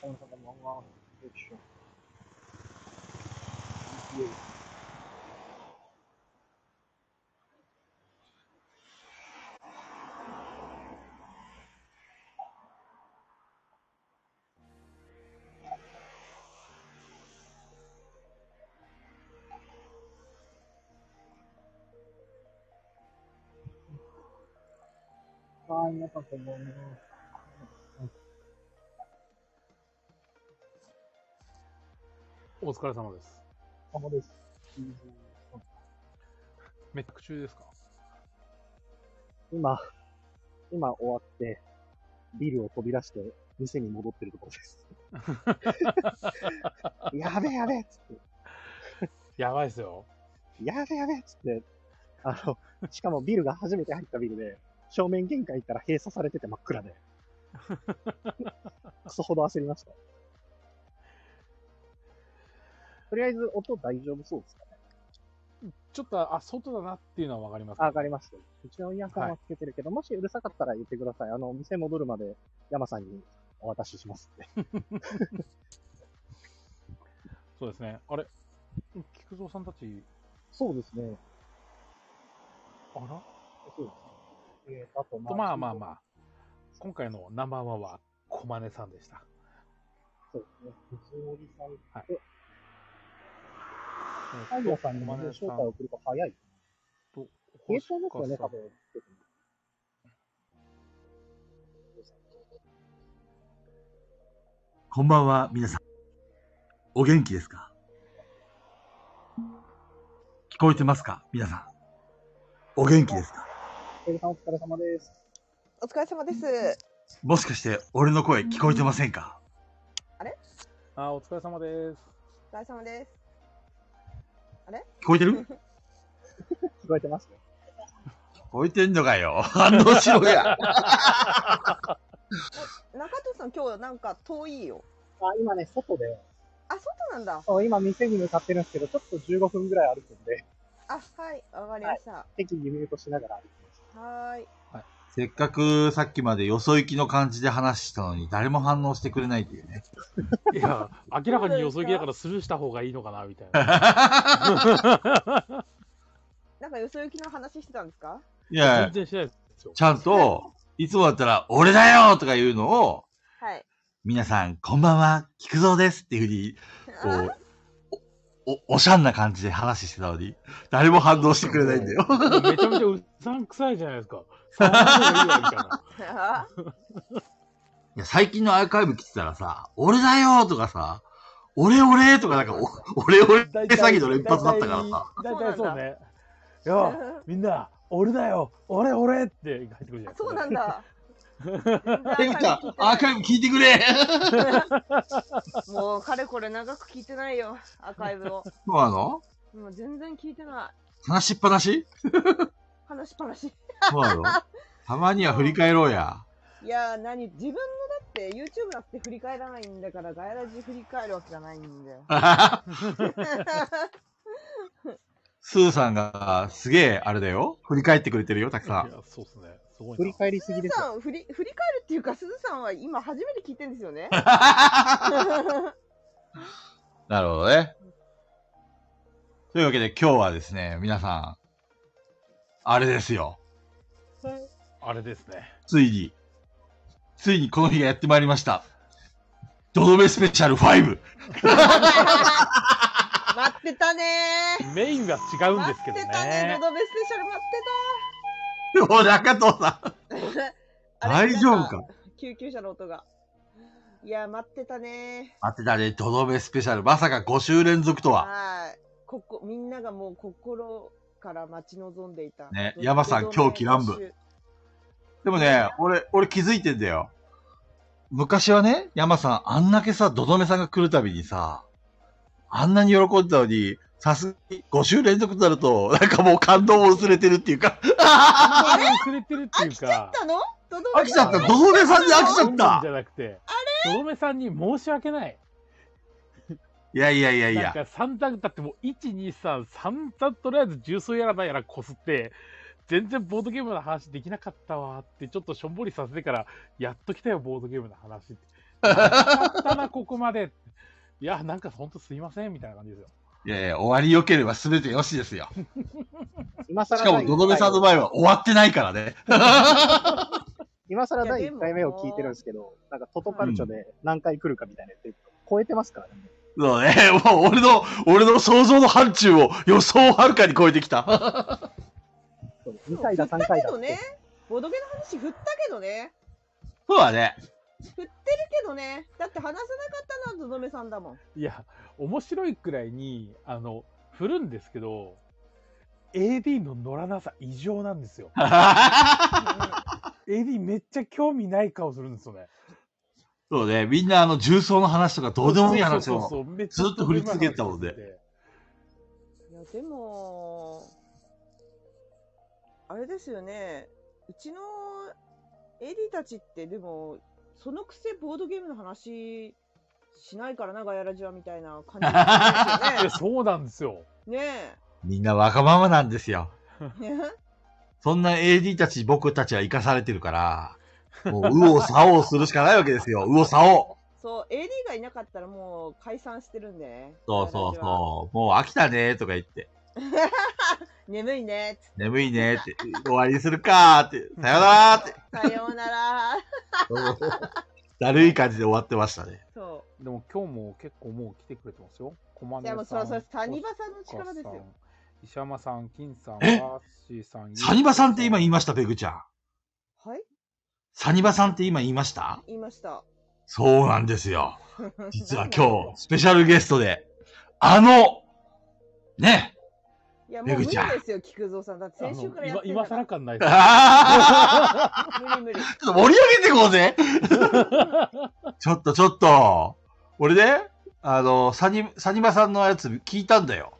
con Santa Mão lá, fechou. E aí? Ai, não tá pegando. não. お疲れ様です。 Como desse? メック中ですか今、今終わって、ビルを飛び出して、店に戻ってるところです。やべえやべえっつって、やばいですよ。やべえやべえっつって、あの、しかもビルが初めて入ったビルで、正面玄関行ったら閉鎖されてて真っ暗で。クソほど焦りました。とりあえず音大丈夫そうですかちょっと、あ、外だなっていうのはわかります、あ、わかりました。うちのイヤホンはつけてるけど、もしうるさかったら言ってください。あの、店戻るまで山さんにお渡ししますって。そうですね。あれ菊蔵さんたち、そうですね。あらそうですね。えー、あと、まあまあまあ。今回のナンバーワンは、小金さんでした。そうですね。藤森さんはいと、太陽さんにもね、招小金待を送ると早い。と、消えちゃいますよね、多星川さ分。んこんばんは、皆さん。お元気ですか聞こえてますか皆さん。お元気ですかペグさんお疲れ様です。お疲れ様です。もしかして、俺の声聞こえてませんかあ、お疲れ様です。 お疲れ様です。聞こえてる聞こえてますね。聞こえてんのかよ。反応しろや。中藤さん、今日なんか遠いよ。あ、今ね、外で、あ、外なんだ。そう今店に向かってるんですけど、ちょっと15分ぐらい歩くんで、あ、はい、わかりました。は適宜ミュートしながら歩きます。ーい。 せっかくさっきまでよそ行きの感じで話したのに、誰も反応してくれないっていうね。いや、明らかによそ行きだからスルーした方がいいのかな、みたいな。 なんかよそ行きの話してたんですかいや全、然しないですよ。ちゃんと、いつもだったら、俺だよとか言うのを、はい。皆さん、こんばんは、菊蔵ですっていうふうにこあう、お、お、おしゃんな感じで話してたのに、誰も反応してくれないんだよ。めちゃめちゃうさんくさいじゃないですか。触らない方がいいわ、みたいな。あいや、最近のアーカイブ来てたらさ、俺だよとかさ、俺俺とかなんか、お俺俺って大詐欺の連発だったからさ。大体そうね。あよう、みんな、俺だよ、俺俺って帰ってくるじゃん。そうなん だ。ペグちゃん、アーカイブ聞いてくれもう、かれこれ長く聞いてないよ、アーカイブを。そうなのもう全然聞いてない。話しっぱなし話しっぱなし。そうなのたまには振り返ろうや。いやー、何自分のだって YouTube だって振り返らないんだから、ガヤラジ振り返るわけじゃないんだよ。スーさんが、すげえ、あれだよ。振り返ってくれてるよ、たくさいん。や、そうですね。すごい振りな。返りすぎすずですよ。さん振り、振り返るっていうか、すずさんは今初めて聞いてんですよね。なるほどね。というわけで今日はですね、皆さん、あれですよ。あれですね。ついに、ついにこの日がやってまいりました。ドドメスペシャル 5! 待ってたねー。メインが違うん待でっすけどてたねねー。。のどめスペシャル待って もう中藤さん、た。あ大れ丈な夫かん救急車の音が。いや、待ってたね待ってたね、ドドメスペシャル。まさか5週連続とー。は。はい。ここ、みんながもう心から待ち望んでいた。ね山さんどどめ狂気乱舞でもね、俺、俺気づいてんだよ。昔はね、山さん、あんだけさ、ドドメさんが来るたびにさ、あんなに喜んでたのに、さすがに5週連続になると、なんかもう感動を薄れてるっていうか、あれ薄れてるっていうか。たのどどめ飽きちゃった、ドドメさんに飽きちゃっ本人たじゃなくて、とどめさんに申し訳ない。いやいやいやいなんや、か散々だってもう1、2、3、散々とりあえず重曹やらなんやらこすって、全然ボードゲームの話できなかったわって、ちょっとしょんぼりさせてから、やっと来たよ、ボードゲームの話って。だったらここまで。いや、なんか本当すいません、みたいな感じですよ。いやいや、終わり良ければ全て良しですよ。今更しかも、第一どどめさんの場合は終わってないからね。今更第いや1でも回目を聞いてるんですけど、なんかトトカルチョで何回来るかみたいなやつ、超えてますからね。そうね、もう俺の、俺の想像の範疇を予想をはるかに超えてきた。 2回だ、3回けだどってね。、ボドゲの話振ったけどね。そうだね。振ってるけどね。だって話せなかったのはどどめさんだもん。いや、面白いくらいに、あの、振るんですけど、AD の乗らなさ異常なんですよ。AD めっちゃ興味ない顔するんですよね。そうね、みんなあの重曹の話とかどうでもいい話そうそうを。そうめっちずゃっと振り続けてたもんねいや、でも、あれですよね。うちの AD たちって、でも、そのくせボードゲームの話しないからな、ガヤラジはみたいな感じないんでや、そうなんですよ。す よね。ねみんなわがままなんですよ。え。ねえそんな AD たち、僕たちは生かされてるから、もう、右往左往するしかないわけですよ。右往左往。そう、AD がいなかったらもう解散してるんでね。そうそうガヤラジはそう。もう飽きたねとか言って、眠いねっ眠いねって、終わりにするかーって、さよならーって。つって。さような ら。だるい感じで終わってましたね。そでも今日も結構もう来てくれてますよ。コマう。ネさでん。もうそろそろ谷場場さんの力ですよ。。石山さん、金さん、えバッシーさん。サニバさんって今言いましした、ペグちゃん。はいサニバさんって今言いました言いました。そうなんですよ。実は今日、スペシャルゲストで、あの、ね、いや、もう無め理ぐでちゃんすよ、菊蔵さん。だって先週からやってん今だ今か更ら。感ないちでょ す。っ無理無 理。と盛り上げていこうぜちょっとちょっと、俺ね、あの、サニ、サニバさんのやつ聞いたんだよ。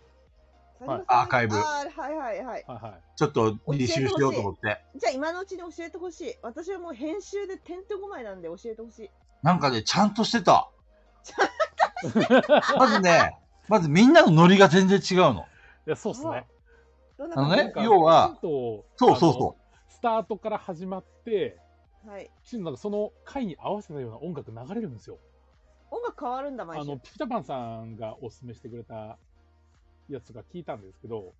はいアーカイブあーはいはいはい。はいはちょっと履修しようと思って。じゃあ今のうちに教えてほしい。私はもう編集でてんてこまいなんで教えてほしい。なんかね、ちゃんとしてた。まずね、まずみんなのノリが全然違うの。い。いや、そうっすね。どんなあの感じねで、要は、そうそうそうそう。う。スタートから始まって、すかはい。しなんかその回に合わせたような音楽流れるんですよ。音楽変わるんだ、毎あ週の、。ピピタパンさんがおすすめしてくれたやつが聞いたんですけど、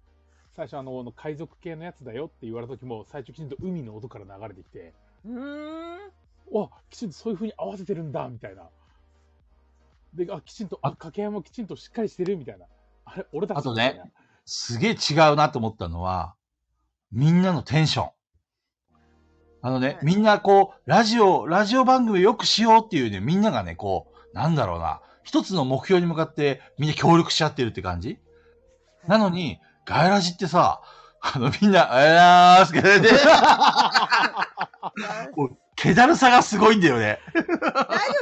最初あの、あの海賊系のやつだよって言われた時も、最初きちんと海の音から流れてきて、うーん。わ、きちんとそういう風に合わせてるんだ、みたいな。で、あ、きちんと、あ、掛け合いもきちんとしっかりしてる、みたいな。あれ、俺たちあとみねたいな。すげえ違うなと思ったのは、みんなのテンション。あのねは、いみんなこう、ラジオ、ラジオ番組をよくしようっていうね、みんながね、こう、なんだろうな、一つの目標に向かってみんな協力しちゃってるって感じなのに、ガイラジってさ、あのみんな、あらーすけどね、 大丈けだるさがすごいんだよね。夫、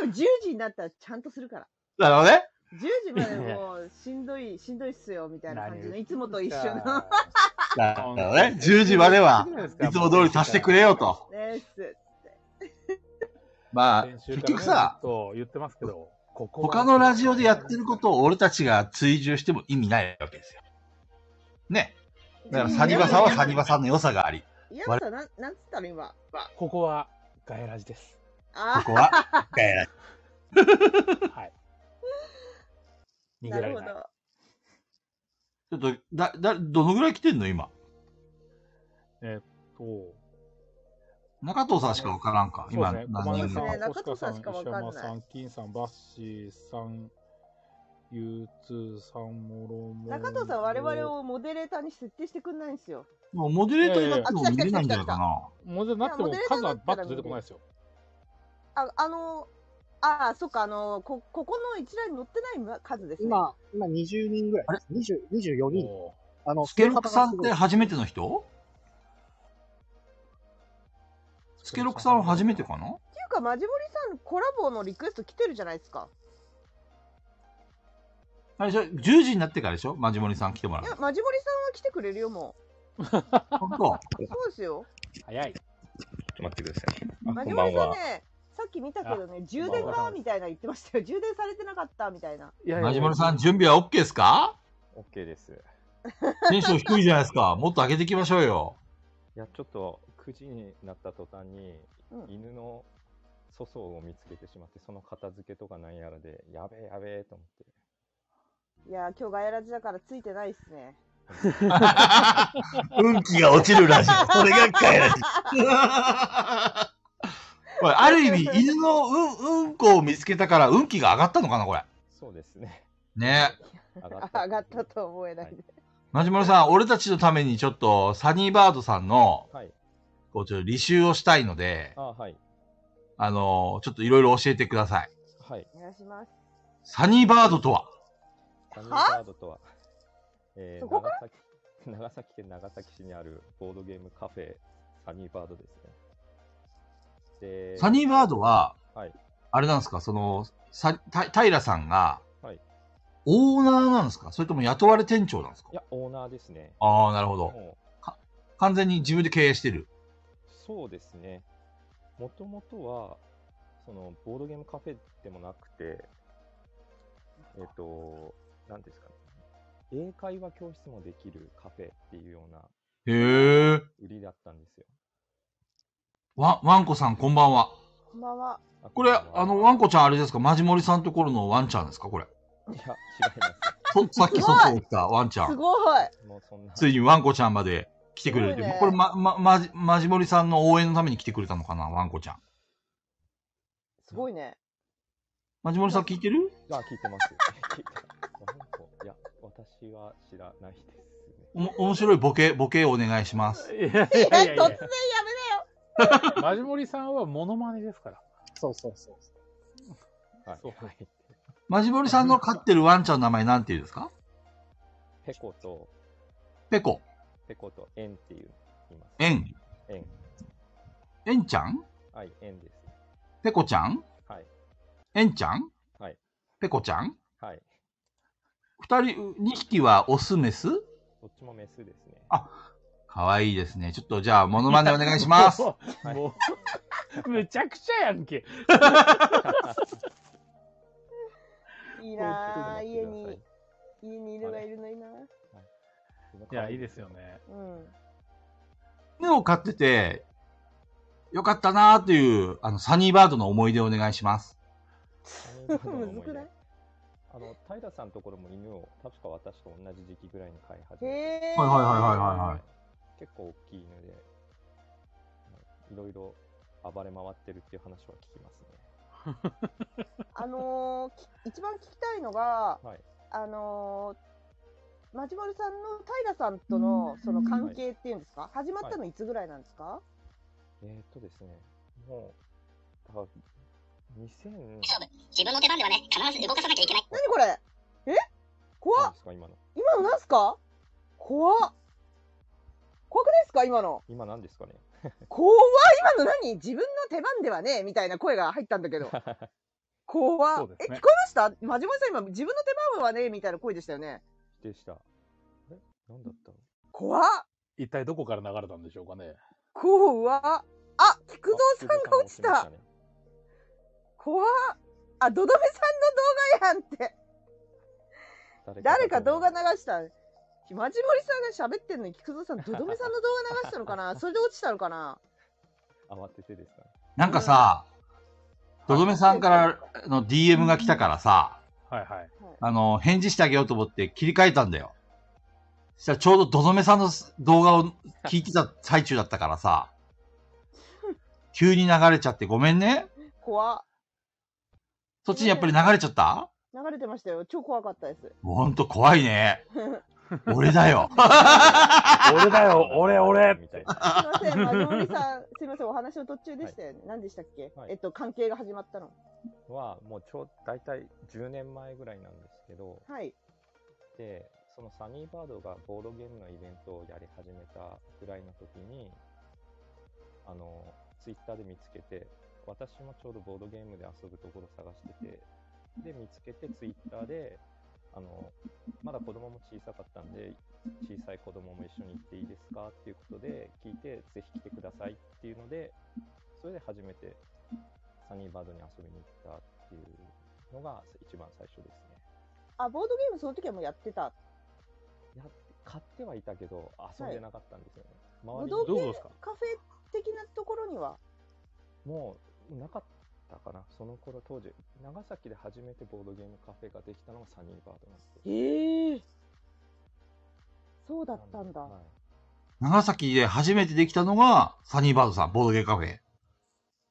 10時になったらちゃんとするから。だからね、 10時までもうしんどい、しんどいっすよ、みたいな感 じの、いつもと一緒の。の。だからね、10時までは、いつも通りさせてくれよと。ねっす。まあ、先週からね結局さ、、ずっと言ってますけど、ここは他のラジオでやってることを俺たちが追従しても意味ないわけですよ。ね。だからサニバさんは サニバさんの良さがあり、やっぱなん、なんつったの今。ここはガヤラジです。こあこは、えはい。逃ーなげられるほない。ど。ーちょっと、だ、だ、どのぐらい来てんの今。そう中藤さんしかわからんか。今、そうですね、何駒根人さかのん、中星藤川ささんん、し石かわかんない山さん、金さん、バッシーさん、ゆうつさん、もろもろ。中藤さん、我々。をモデレーターに設定してくんないんですよ。もうモデレーターになっいやていもや見れないんじゃないかな。もうじゃなってもいやモデレータ数ーになはったらバッと出てこないですよ。あ、あの、ああ、そっか、あの、こ、ここの一覧に載ってない数ですね。今、今20人ぐらいです。20 24人。もあの、スケロクさんっスケてロク初めての人うスケロクさんは初めてかなっていうか、マジモリさん、コラボのリクエスト来てるじゃないですか。あれでしょ ?10 時になってからでしょマジモリさん来てもらいうや、。マジモリさんは来てくれるよ、も本当う。そうですよ。早い。ちょっと待ってください。マこジんモばリんさんは。ね、さっき見たけどね、こ充ん電ばんはがみたいな言ってましたよ。充電されてなかったみたいな。いやいやマジモリさん、準備は OK ですか OK です。テンション低いじゃないですか。もっと上げていきましょうよ。いや、ちょっと9時になった途端にう、ん犬の粗相を見つけてしまって、その片付けとかなんやらで、やべえやべえと思って。いやー、今日ガヤラジだからついてないっすね。 運気が落ちるラジオ。それがガヤラジ。 これ、ある意味、犬のうん、うんこを見つけたから、運気が上がったのかな、これ。そうですね。ね上が上がったとは思えないで。マジモロさん、俺たちのためにちょっと、サニーバードさんの、はい。こう、ちょっと履修をしたいので、あはい。あのーちょっといろいろ教えてください。はい。お願いします。サニーバードとはサニーバードとは、えーそこか長崎 長崎県長崎市にあるボードゲームカフェ、サニーバードですね。で、サニーバードは、はいあれなんですか、その、さた平さんが、はいオーナーなんですかそれとも雇われ店長なんですかいや、オーナーですね。ああ、なるほど。もう完全に自分で経営してる。そうですね。もともとは、その、ボードゲームカフェでもなくて、えっ、と、なんですかね。英会話教室もできるカフェっていうようなへえ。売りだったんですよ。わ、わんこさん、こんばんは。こんばんは。これ、あの、わんこちゃんあれですかマジモリさんところのワンちゃんですかこれ。いや、違いま す。そさっき外に来たワンちゃすん。ごい。もうそんな。ついにワンコちゃんまで来てくれるって。すごいねこれ、ま、ま、まじ、マジモリさんの応援のために来てくれたのかなワンコちゃん。すごいね。マジモリさん聞いてるあ、聞いてます。聞いてますなんかいや、私は知らないですね。おも、面白いボケ、ボケお願いします。いやいやいいや、や突然いやめやなよ。マジモリさんはモノマネですから。そうそうそう。はい。そうはい、マジモリさんの飼ってるワンちゃんの名前なんて言うんですかペコと、ペコ、ペコとエンっていう、います。エン、エン。エンちゃんはい、エンです。ペコちゃんはい。エンちゃんはい。ペコちゃんはい。二人、二匹はオス、メスどっちもメスですね。あかわいいですね。ちょっとじゃあ、モノマネお願い します。もう、はいも うむちゃくちゃやんけ。いいななー家に、家にいるがいるのいいなーいや、いいですよ。ね。うん。犬を飼ってて、よかったなーという、あの、サニーバードの思い出をお願いします。むむずくないあの、平さんのところも犬を、確か私と同じ時期ぐらいに飼い始めて。へー。はいはいはいはいはいはい。結構大きい犬で、いろいろ暴れ回ってるっていう話は聞きますね。あのー、き一番聞きたいのが、はい。あのー、まじまるさんの平さんとのその関係っていうんですか、始まったのいつぐらいなんですか、えーっとですね、もう、多分2000、勝負。自分の手番ではね、必ず動かさなきゃいけない。何これえ怖何っですか、今の。今のなんすか怖っ怖くないですか 今の。今何ですかね。怖っ今の何自分の手番ではねみたいな声が入ったん だけど。怖っ、そうですえ、聞ねこえましたまじまるさん今、自分の手番はねみたいな声でしたよね。でした。え何だったの怖っ一体どこから流れたんでしょうかね。怖っあ、菊蔵さんが落ちたあ菊蔵さんがね怖っあ、ドドメさんの動 画やんって。誰か動画流した。マジモリさんが喋ってんのに菊蔵さん、ドドメさんの動画流したのか なそれで落ちたのかな慌ててですかね。なんかさ、ドドメさんからの DM が来たからさ、はいはい。あの、返事してあげようと思って切り替えたんだよ。そしたらちょうどドドメさんの動画を聞いてた最中だったからさ、急に流れちゃってごめんね。怖っそっちにやっぱり流れちゃった流れてましたよ。超怖かったです。ほんと怖い ね。俺だよ。俺だよ、俺、俺。みたいな。すいませ ん、マジモリさん、すいません、お話の途中でしたよね。何でしたっけ、はいえっと、関係が始まったの。は、もうちょう、大体10年前ぐらいなんですけど、はい。で、そのサニーバードがボードゲームのイベントをやり始めたぐらいの時に、あの、ツイッターで見つけて、私もちょうどボードゲームで遊ぶところ探してて、で、見つけてツイッターで、あの、まだ子供も小さかったんで、小さい子供も一緒に行っていいですかっていうことで聞いて、ぜひ来てくださいっていうので、それで初めてサニーバードに遊びに行ったっていうのが一番最初ですね。あ、ボードゲームその時はもうやってた。や買ってはいたけど遊んでなかったんですよね、ボー周りドどうゲいうーことムですかカフェ的なところには。もうなかっったかな。その頃当時、長崎で初めてボードゲームカフェができたのがサニーバードなんですよ。ええそうだったんだ。はい長崎で初めてできたのが、サニーバードさん、ボードゲームカフェ。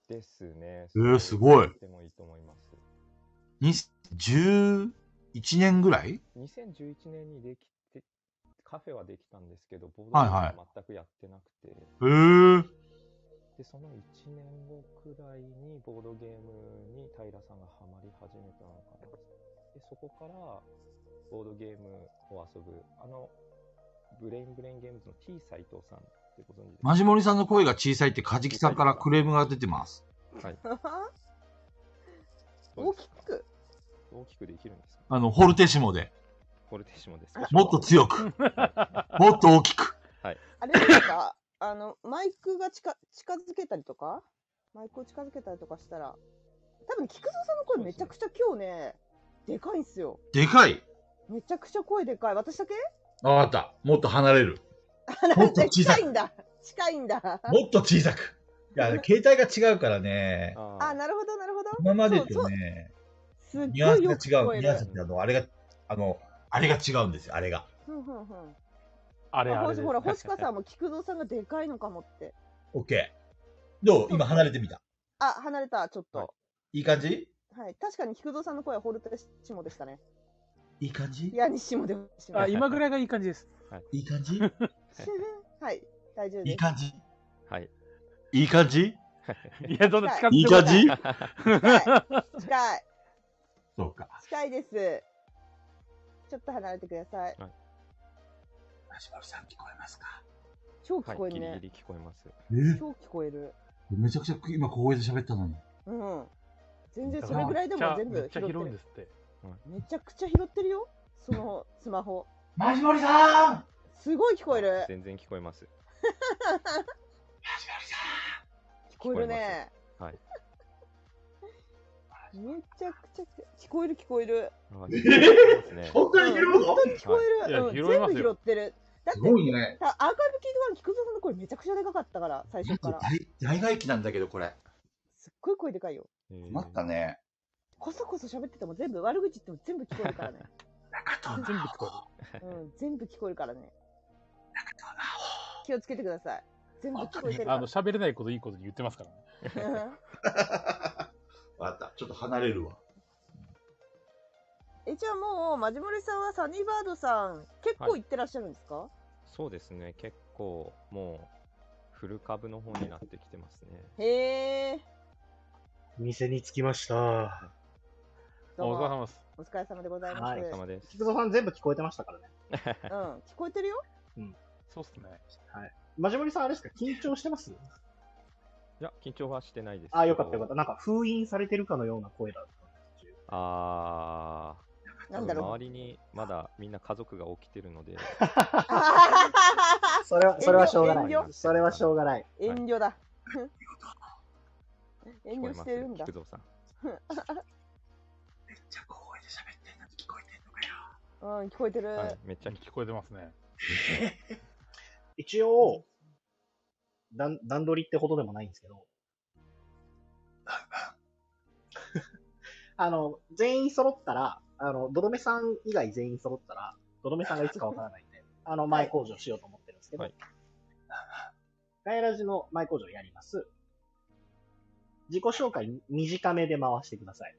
ですね。えーすごいでもいいと思います。 2011年ぐらい2011年にできて、カフェはできたんですけど、ボードゲはいームはいは全くやってなくて、へー。で、その1年後くらいにボードゲームに平さんがハマり始めたのかな。で、そこから、ボードゲームを遊ぶ、あの、ブレインブレインゲームズの T 斎藤さんってご存知ですかマジモリさんの声が小さいって、カジキさんからクレームが出てます。はい。 大きく。大きくできるんですかあの、ホルテシモで。フォルテッシモです。もっと強 く。もっと大きく。あれですかあの、マイクが近近づけたりとかマイクを近づけたりとかしたら。多分、菊蔵さんの声めちゃくちゃ今日ね、でかいんすよ。でかい。めちゃくちゃ声でかい。私だけわかった。もっと離れる。 もっと小さ近いいんだ。近いんだ。もっと小さく。いや、携帯が違うから ね。あーあ、なるほど、なるほど。今までとそうそうね、すっごいニュアンよくスが聞違こう。えニュアンスるっ。てあの、あれが、あの、あれが違うんですよ、あれが。ふんふんふんあれあれほです。ほら、星川さ んも菊蔵さんがでかいのかもって。 OK。どう今離れてみた。あ、離れた、ちょっと。はいいい感じはい、確かに菊蔵さんの声はホルテシモでしたね。いい感じいや、にしもでもしもあ今ぐらいがいい感じです。いい 感じ はい、大丈夫いいです。感じはい。いい感じいや、どんどん近づいいいて感じ近い、近い、そうか。近いです。ちょっと離れてください。マシュマロさん聞こえますか超は聞いこえ、ギるリね。ギリ聞こえます。え超聞こえる。めちゃくちゃ今小声で喋ったのに。うん。全然それぐらいでも全め部っち拾ゃって広いんでる。すって。めちゃくちゃ拾ってるよ。そのスマホ。マシュマロさんマすごい聞こえる。全然聞こえます。シュマロさ聞こえるね。はい。 めちゃくちゃ聞こえる聞こえる。あえー聞こえま すんね本当にいけるもの本当に聞こえいる。やうん、拾い全ま部すよ拾ってる。だっすてごいね。たアーカイブ聞いたから菊蔵さんの声めちゃくちゃでかかったから最初から大大外気なんだけど、これ。すっごい声でかいよえー困ったね。こそこそ喋ってても全部悪口言っても全部聞こえる からね、中藤全部聞こうん、全部聞こえるからね気をつけてください全部聞こえてえるる。かあらの、喋れないこといいこと言ってますからね。わかった。ちょっと離れるわ。 えじゃあもうマジモリさんはサニーバードさん結構行ってらっしゃるんですか、そうですね。結構もう古株の方になってきてますね。へえ店に着きました。どうお疲れも様です。お疲れ様でございおます、う疲れん様です。菊蔵さん全部聞こえてましたからね。聞こえてるよそうっすね。マジモリさんあれですか緊張してますいや、緊張はしてないですけど。あ、よかったよかった。なんか封印されてるかのような声だったんですよ。あーなんだろう周りにまだみんな家族が起きてるので、それは、それはしょうがな遠い。慮それはしょうがない。 遠慮 だ遠慮してるんだ聞こえます菊蔵さん。めっちゃ小声で喋ってんのに聞こえてんのかよ。うん聞こえてる、はい、めっちゃ聞聞こえてますね。一応、段段取りってほどでもないんですけ ど、あの、全員揃ったら、あの、どどめさん以外全員揃ったら、どどめさんがいつかわからないん で、あの、前工場しようと思ってるんですけど、はいガイラジの前工場やります。自己紹介短めで回してください。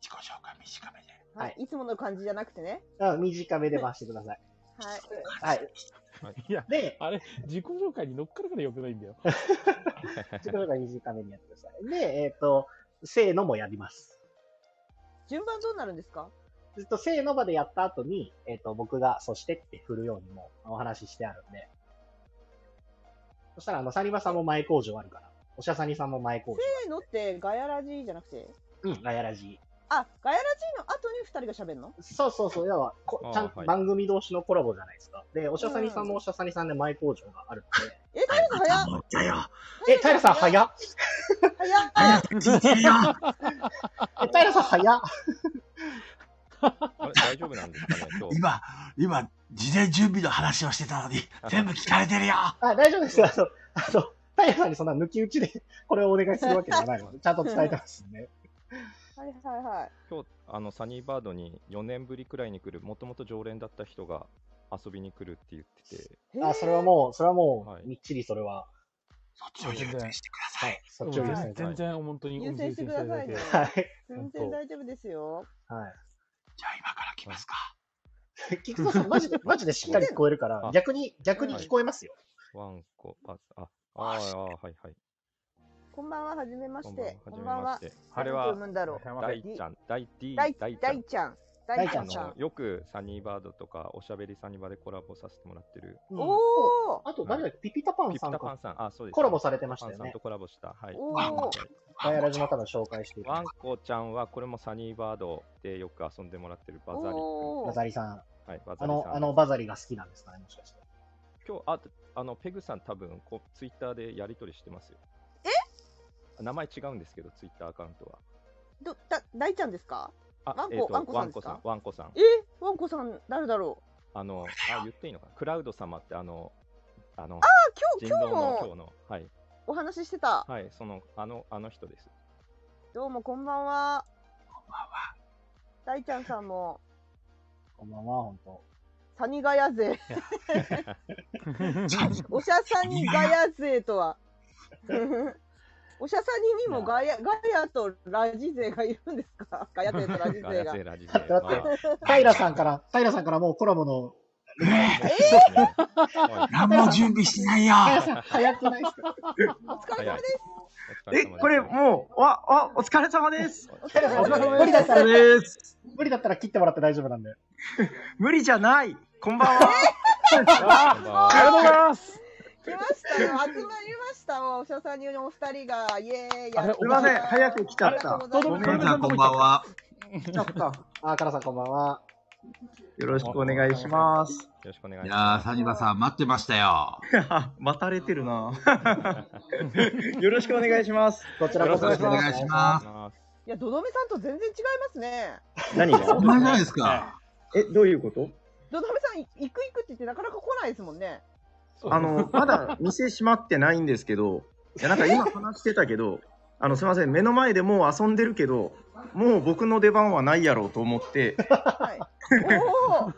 自己紹介短めで。はい、いつもの感じじゃなくてね。あ短めで回してください。はい。はい。 いや、で、あれ、自己紹介に乗っかるからよくないんだよ。自己紹介短めにやってください。で、えっ、と、せーのもやります。順番どうなるんですかずっとせーの場でやった後に、えっ、と、僕がそしてって振るようにもお話ししてあるんで。そしたら、あの、サニバさんも前工場あるから。おしゃさにさんも前工場せーのってガヤラジじゃなくてある。うん、ガヤラジ。あ、ガヤラジの後に二人が喋るのそうそうそう。要はこ、ちゃんあーはい番組同士のコラボじゃないですか。で、おしゃさにさんもおしゃさにさんで前工場があるんで。え、タイラさん早っもうだよ。え、平さんっ早っ早っ早く聞いてよ。え、平さん早っ あれ大丈夫なんですかね、今日。今、今、事前準備の話をしてたのに、全部聞かれてるよ。あ、大丈夫ですよ。あの、あの、タイヤさんにそんな抜き打ちでこれをお願いするわけではないの で、ちゃんと伝えてますんで。はいはいはい。今日あのサニーバードに4年ぶりくらいに来る、もともと常連だった人が遊びに来るって言ってて、へ ーあ、それはもう、それはも、はいうみっちりそれは、そっちを優先してくださ。はいい、そっちを優先全然本当に優先してくださいお店ねにはい。全然大丈夫ですよ。はい。じゃあ今から来ますか。菊蔵さん、マジで、マジでしっかり聞こえるからあ、逆に、逆に聞こえますよ。ワンコ、あ、あ、あーあー、はいはい。こんばんは、はじめまこしんばんはて。、はこじめんばんまはし。て。ああれは、んだろう。大ちゃん、大 D、大大ちゃ大ん。ちゃん。大大ちちゃゃあんんさのん。よくサニーバードとかおしゃべりサニバでコラボさせてもらってるうんおーあと、誰だっけピピタパンピさピんタパンとさん、あ、そうです。コラボされてましたパンよさんねと。コラボした。はい。おーワンコちゃんガヤラジも多分紹介している。ワンコちゃんは、これもサニーバードでよく遊んでもらってるバザリおーバザリさん。君。はい、バザあリの、さん。あの、バザリが好きなんですかね、もしかして。今日、ああの、ペグさん多分こう、ツイッターでやり取りしてますよ。え名前違うんですけど、ツイッターアカウントは。ど、だ、大ちゃんですかあワンコえーとワンコさんですかワンコさん、ワンコさえ。んワンコさん、誰だろうあの、あ、言っていいのかなクラウド様って、あの、あの、あ、今日、今日の、今も日の、はい、お話ししてた。はい、その、あの、あの人です。どうも、こんばんは。大ちゃんさんも、こんばんは、本当。サニガヤ勢。しておしゃさにガヤ勢と は。おしゃさににもガヤ、ガヤとラジ勢がいるんですかガヤ勢とラジガ勢ヤが勢、。ラジ勢。だって平さんから、平さんからもうコラボの、ねええ何も準備してないよ。平さん早くないですかお疲れ様です。え、これもう、わ、わ、お疲れ様です。お疲れ様です無理だったらです。無理だったら切ってもらって大丈夫なんで。無理じゃない。こんばんは。ありがとうございます来ましたよ。集まりましたもうおしゃさんにお二人が、イエーイ。やったすいません。早く来ちゃっありた。がとうございペまグすさんこんばんは。来ちゃった。あ、カラさんこんばんは。よろしくお願いします。よろしくお願いいしやまー、す。サニバさん待ってましたよ。 待たれてるな。 よろしくお願いします。こちらよろこしそくお願いしまおす。願いしいや、どどめさんと全然違いますね。何お前じゃないですか。え、どういうことどどめさん、い行く行くって言ってなかなか来ないですもん ね。あの、まだ店閉まってないんですけど、いや、なんか今話してたけど、あの、すいません。目の前でもう遊んでるけど、もう僕の出番はないやろうと思って、すいはい。おお。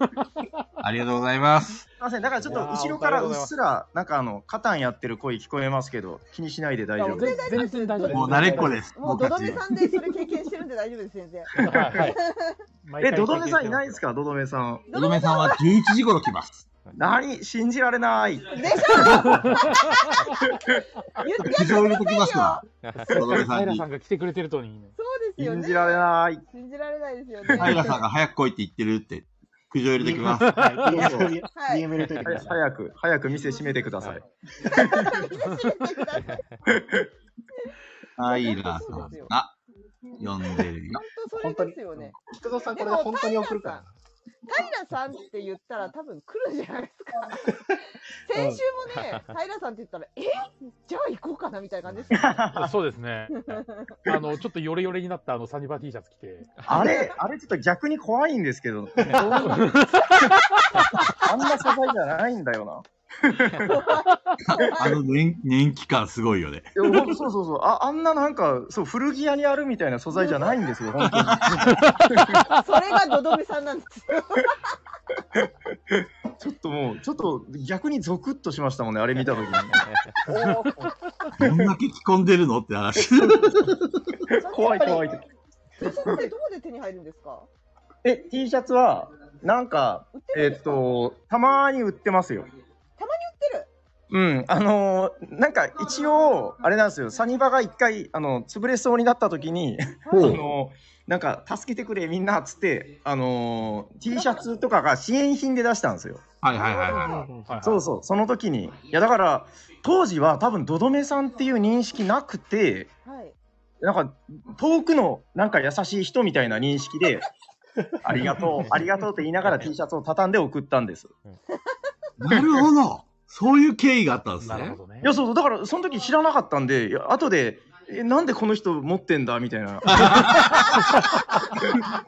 ありがとうございます。ません。だからちょっと後ろからうっすら、なんかあの、カタンやってる声聞こえますけど、気にしないで大丈夫です。全然大丈夫ですもう慣れっこです。もう僕どたどちめ。さんでそれ経験してるんで大丈夫です、先生。はいはい毎え、回ドドメさんいないんですかドドメさん。どどめさんは11時頃来ます。何信じられない。でしょ 言って苦情入れときますかます。ら、どどめさん平にさ。んが来てくれてるといいねそうですよ信ね。じられない。信じられないですよね。平さんが早く来いって言ってるって、苦情入れときます。はい、どうぞ DM はい。入れといてください。早く、早く店閉めてください。あいいな、そうな。呼んでるよ。本当それですよね。菊蔵さん、これ本当に送るから。平さんって言ったら多分来るんじゃないです か。先週もね、平さんって言ったら、えじゃあ行こうかなみたいな感じでした。そうですねあのちょっとヨレヨレになったあのサニバ T シャツ着てあれ、あれちょっと逆に怖いんですけど。 あんな素材じゃないんだよあの年、年期感すごいよね。な。いやほんとそうそうそう。あ、あんななんか、そう、古着屋にあるみたいな素材じゃないんですよ、本 当に。それがどどめさんなんですよ。ちょっともう、ちょっと逆にゾクッとしましたもんね、あれ見たときに。どんだけ着込んでるのって話。 怖い怖い。 T シャツってどこで手に入るんですかえ、T シャツは、なんか、売ってるえんでっすか、と、たまーに売ってますよ。たまに売ってる。うん、あのーなんか一応、あれなんですよ、サニバが一回、あの、潰れそうになった時に、あほうのーなんか、助けてくれ、みんな、つって、あのー T シャツとかが支援品で出したんですよ。はいはいはいはそうそう、その時に。いや、だから、当時は多分、ドドメさんっていう認識なくて、はい。なんか、遠くの、なんか優しい人みたいな認識で、ありがとう、ありがとうって言いながら T シャツを畳んで送ったんです。い。なるほど。そういう経緯があったんですなるねほ。どねいや、そうそう、だから、その時知らなかったんで、いや後で、え、なんでこの人持ってんだみたいな。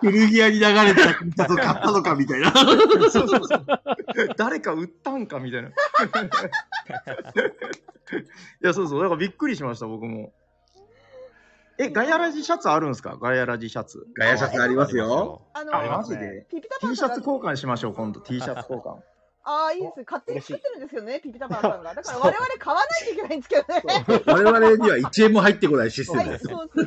古着屋に流れてた T シャツを買ったのかみたいな。そうそうそう 誰か売ったんかみたいな。い や、そうそう。だからびっくりしました、僕も。え、ガヤラジシャツあるんですかガヤラジシャツ。ガヤシャツありますよ。あのあ、マまジすでピピタパ ?T ンシさャんがツ交換しましょう、今度。T シャツ交換。ああいいです勝手に作ってるんですよねピピタパンさんがだから我々買わないといけないんですけどね我々には1円も入ってこないシステはムでいす。そうそう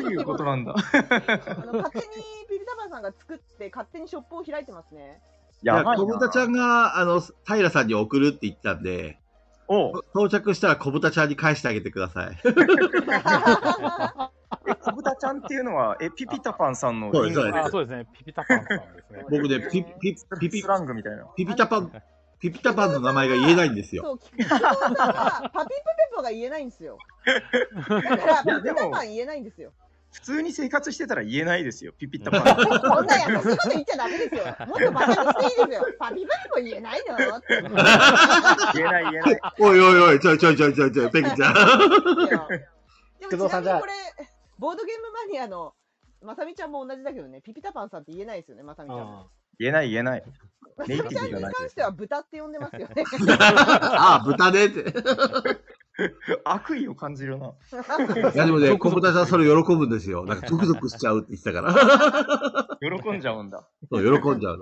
どういうことなんだあの勝手にピピタパンさんが作って勝手にショップを開いてますねややばいな。小豚ちゃんが、あの、平さんに送るって言ったんで、おう到着したら小豚ちゃんに返してあげてください。え、小豚ちゃんっていうのは、え、ピピタパンさんのそうですリングあそうですね。ピピタパンさんですね。僕ね、ピ、ピ、ピピス、ラングみたいな。ピピタパン、ピピタパンの名前が言えないんですよ。そう、聞くそうなんだパピプペポが言えないんですよ。だから、いやピピでタもパン言えないんですよ。普通に生活してたら言えないですよ、ピピタパ ン。こんな優しいこと言っちゃダメですよ。もっとバカにしていいですよ。パピプペポ言えないのって言っ言えない言えない。おいおいおい、ちょいちょいちょいちょいちょい、ペグちゃん。てよ工でも、藤ちさなんじみゃあにこれ、ボードゲームマニアの、まさみちゃんも同じだけどね、ピピタパンさんって言えないですよね、まさみちゃんも。言えない言えない。 まさネみちイテゃんィにブじゃない関しては豚って呼んでますよね。ああ、豚ねって。悪意を感じるな。いやでもね、小豚ちゃんそれ喜ぶんですよ。なんかゾクゾクしちゃうって言ってたから。喜んじゃうんだ。そう、喜んじゃう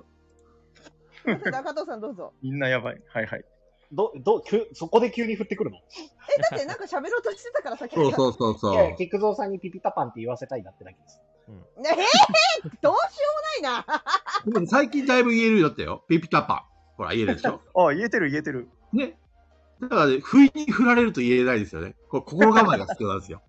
の。 中藤さんどうぞ。みんなやばい。はいはい。ど、ど、急そこで急に振ってくるのえ、だってなんか喋ろうとしてたからさっきからそうそうそういそやいや、う。菊蔵さんにピピタパンって言わせたいなってだけです。ねえー、どうしようもないな。でも最近だいぶ言えるようになったよ。ピピタパン。ほら、言えるでしょ。あ、言えてる言えてる。ね。だからね、不意に振られると言えないですよね。こう心構えが必要なんです よ。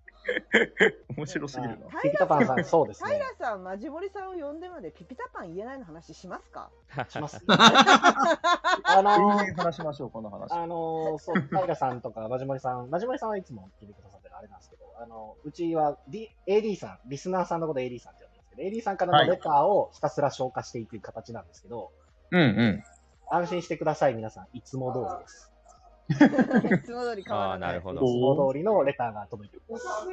面白すぎるな。あピピタパンさん、そうです平ね。さん、マジモリさんを呼んでまでピピタパン言えないの話しますか します。ああのー、話しましょう、この話。あのーそう、平さんとか、まじもりさん、まじもりさんはいつも聞いてくださってるあれなんですけど、あのーうちは、D、AD さん、リスナーさんのこと AD さんって呼んでるんですけど、AD さんからのレターをひたすら消化していく形なんですけど、うんうん。安心してください、皆さん。いつも通りです。いつも通り変あわあ、らな。ないるほいつど。も通りのレターが届いております。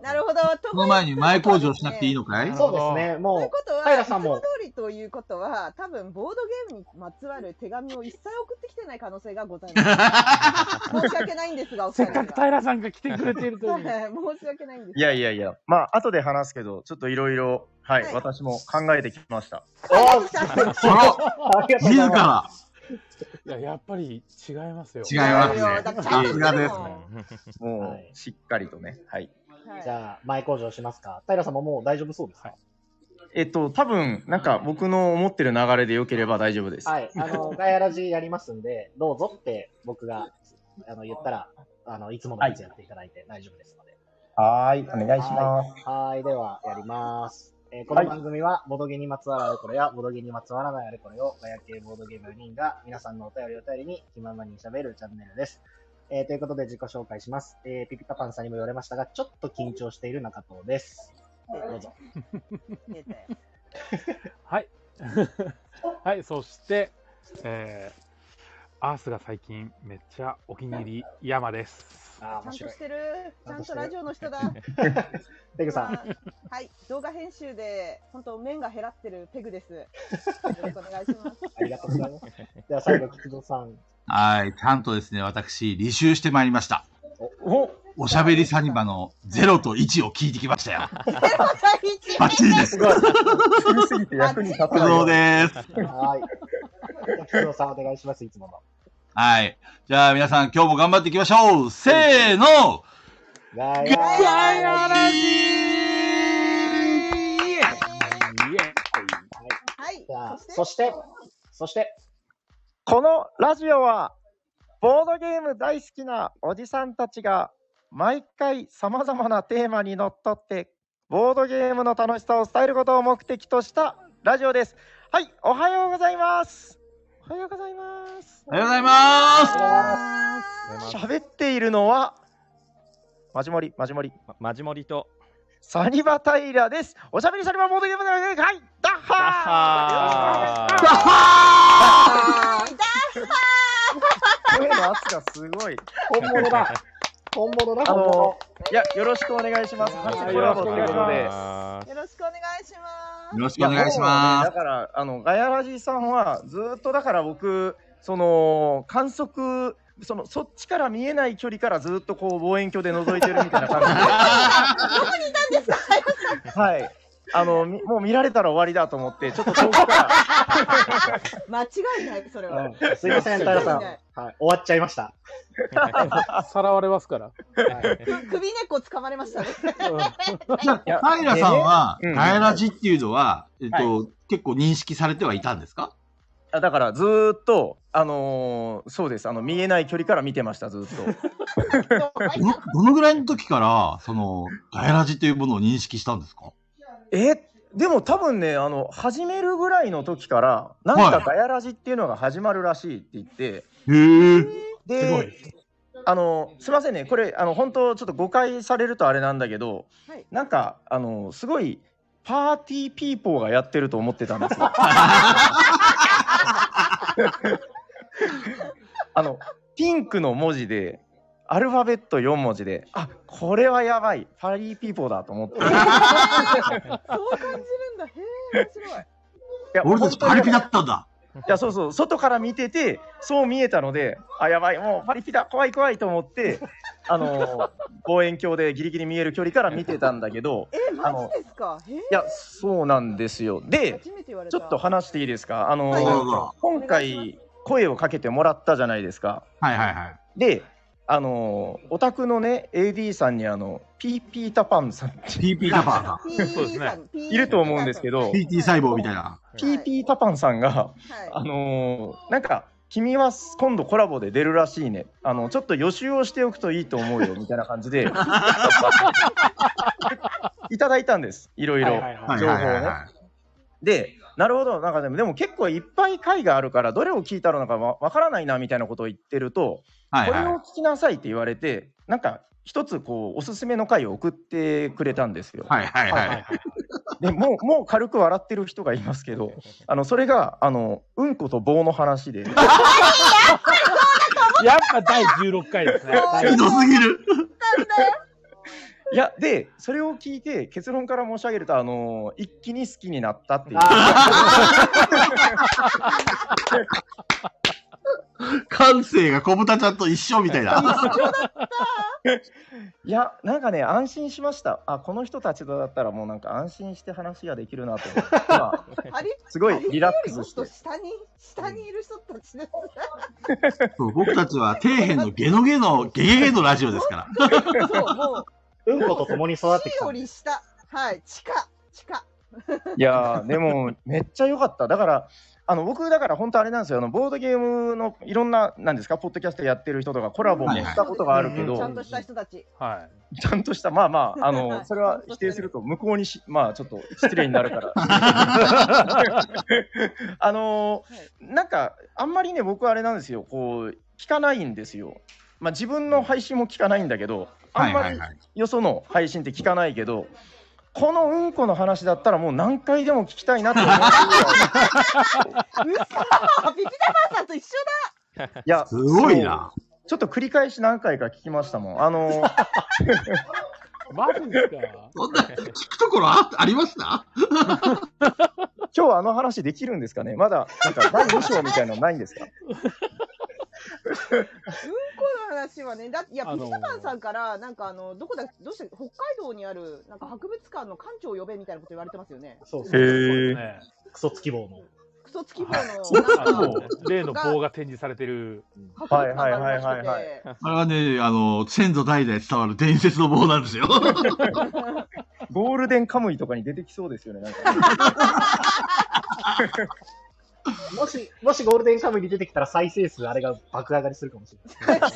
なるほど。その前に前工場しなくていいののかいなるほそうどですね、というもことは、平いつさんもも通りということは、多分ボードゲームにまつわる手紙を一切送ってきてない可能性がございます。申し訳ないんですが、おせ二っかく人は。平さんが来てくれてるとはに。 い申し訳ないんです。いやいやいや、まあ、後で話すけど、ちょっといろいろ、はい、はい私も考えてきました。う、おーそのありがとうご自ざいます。らいや、やっぱり違いますよ。違いますだねって。ちゃんさとす言っがてでるすもんね。もう、はいしっかりとね。はい。はいじゃあ、前工場しますか。平さんももう大丈夫そうですかえっと、多分、なんか、僕の思ってる流れで良ければ大丈夫です。はい、あ の、ガヤラジやりますんで、どうぞって僕が、あの、言ったら、あの、いつものやつやっていただいて大丈夫ですので。はーい、お願す。はい、では、やります。えーこの番組は、ボドゲにまつわるあれこれや、ボドゲにまつわらないあれこれを、ガヤ系ボードゲーム4人が、皆さんのお便りを頼りに、気ままに喋るチャンネルです。えーということで、自己紹介します。えーピピタパンさんにも言われましたが、ちょっと緊張している中藤です。どうぞ。見えたよはい。 はい、そして、えー、アースが最近めっちゃお気に入り山です。ああ、ちゃ面白んといし。てる。ちちゃゃんんとしてるとラジオの人だ。ペグさん、まあはい、動画編集で、本当面が減らってるペグです。よろしくお願いし ます。ありがとうございます。では、最 後、菊蔵さん。はい、ちゃんとですね、私、履修してまいりました。おおしゃべりサニバの0と1を聞いてきましたよ。ゼロ対一。バッチリです。急すぎて役に立た不ない動よ。です。はい。菊蔵さんお願いします、いつもの。はい。じゃあ皆さん今日も頑張っていきましょうせーのガガヤヤララジジイエーイはいじゃあ、、そそしてして、そして、このラジオはボードゲーム大好きなおじさんたちが毎回さまざまなテーマにのっとってボードゲームの楽しさを伝えることを目的としたラジオです。はい、おはようございます。おはようございますお。はようございます喋っているのはマジモリ、マジモリ、まマジモリと、サニバタイラです。おしゃべりサニバボードゲームのはい、ダッダッハーハダッハあー声の圧がすごい。本物だ。本物だ、あ本物の。いや、よろしくお願いします。初コラボといよろうことで。しくお願いします。ろしくお願いしまだから、あの、ガヤラジさんは、ずーっとだから僕、その、観測、その、そっちから見えない距離からずーっとこう、望遠鏡で覗いてるみたいな感じで。 はい。あの、みもう見られたら終わりだと思って、ちょっと遠くから。間違いない、それは。うんすいません、平さん。はい、終わっちゃいました。さらわれますから。はい、く首根っこ掴まれ ましたね。す。じゃあ、平さんは、うんガヤラジっていうのは、えっと、結構認識されてはいたんですかあだから、ずーっと、あのーそうです。あの、見えない距離から見てました、ずーっと。どのどのぐらいの時から、その、ガヤラジというものを認識したんですか えでも多分ねあの始めるぐらいの時からなんはかいガヤラジっていうのが始まるらしいって言って、へえ。すごいで。あのすいませんねこれあの本当ちょっと誤解されるとあれなんだけど、はいなんかあのすごいパーティーピーポーがやってると思ってた んですよ。あのピンクの文字でアルファベット4文字であこれはやばいパーティーピーポーだと 思って。そう感じるんだ。へえ、面白い。いや俺たちパリピだったんだ。いやそうそう外から見ててそう見えたのであやばいもうパリピだ怖い怖いと思ってあ の望遠鏡でギリギリ見える距離から見てたんだけどえ、マジですか。へいやそうなんですよえ、で初めて言われちた。ょっと話していいですかあの、はいどうぞ今お願いし回声をかけてもらったじゃないですかはいはいはい。であのお宅のね AD さんにあの PP タパンさんって PP ダバ P さん、いると思うんですけど。どー。PT 細胞みたいな。 PP タパンさんがはあのーなんか君は今度コラボで出るらしいねあのちょっと予習をしておくといいと思うよみたいな感じ でいただいたんですいろいはろ、いはいははいい情報はをねいはいはい。でなるほどなんかでもでも結構いっぱい回があるからどれを聞いたのかわわからないなみたいなことを言ってると、はいこれをは聞きなさいって言われてなんか一つこうおすすめの回を送ってくれたんですよ、い。はいはいはい。でもうもう軽く笑ってる人がいますけどあのそれがあのうんこと棒の話で。やっぱ第16回ですね。い。ひどすぎる。いや、で、それを聞いて、結論から申し上げると、あのー一気に好きになったっていう。感性が小豚ちゃんと一緒みた いな。いや、なんかね、安心しました。あ、この人たちとだったら、もうなんか安心して話ができるなと思って、今ありすごいリラックスしてあり。そうよりもっと下に下にいる人たちです。そう僕たちは底辺のゲノゲのゲゲゲのラジオですから。そうもうんこと共に育うってき地た よ。り下はい地下地下いやー、でも、めっちゃ良かった。だから、あの僕、だから本当あれなんですよ、あのボードゲームのいろんな、なんですか、ポッドキャストやってる人とか、コラボもしたことがあるけど、ちゃんとした人たち。はい。ちゃんとした、まあまあ、あはの、いそれは否定すると、向こうにし、まあ、ちょっと失礼になる から。あのーなんか、あんまりね、僕はあれなんですよ、こう、聞かないんですよ。まあ、自分の配信も聞かないんだけど、あはんいまはいりはい。よその配信って聞かないけど、このうんこの話だったらもう何回でも聞きたいなと思 ってうそピピタパンさんと一緒いや、すごいな。そう。ちょっと繰り返し何回か聞きましたもん。あ のーマジですかそんな聞くところあありました今日あの話できるんですかねまだ、なんか第2章みたいなのないんですかだ。うんこの話はねだっていやあピのーピタパンさんからなんかあのどこだどうして北海道にあるなんか博物館の館長を呼べみたいなこと言われてますよね。そうそう。そうですへね。クソつき棒の。クソ付き棒のあなんのか例の棒が展示されてる。博物館がありましてはいはいはいて。あれはね、あの、先祖代々伝わる伝説の棒なんで すよ。ゴールデンカムイとかに出てきそうですよね。なんかもし、もしゴールデンカムイに出てきたら再生数あれが爆上がりするかもしれない。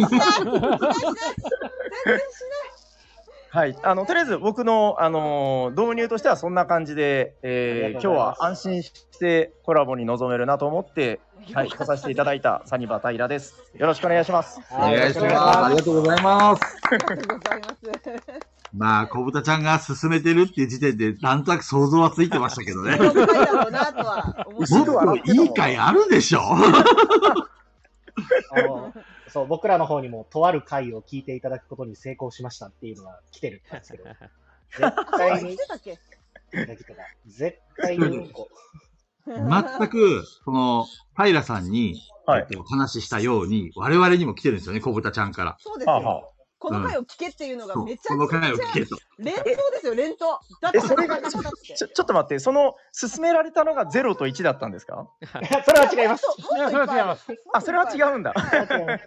はい。あの、とりあえず僕の、あのー導入としてはそんな感じで、えありーが今日とうございますは安心してコラボに臨めるなと思って、 はい、来させていただいたサニバタイラです。よろしくお願いします。お願いします。ありがとうございます。ありがとうございます。まあ、小豚ちゃんが進めてるっていう時点で、なんとなく想像はついてましたけどね。興味深いだろうなとは思ってもっといい回あるでしょあの、そう、僕らの方にも、とある回を聞いていただくことに成功しましたっていうのが来てるんですけど、絶あ対来にて、たっけ絶対にうん こ。全く、その、平さんに、はいえっとお話ししたように、我々にも来てるんですよね、小豚ちゃんから。そうですはあよ。はあこの回を聞けっていうのがそうめちゃこのくちゃ回を聞けと。連投ですよ、連投。だって、えそれがだってだってちょちょっと待って、その、勧められたのが0と1だったんですかそれは違い ます。もっともっといっぱいある。あ、それは違うんだ。それは違います違いま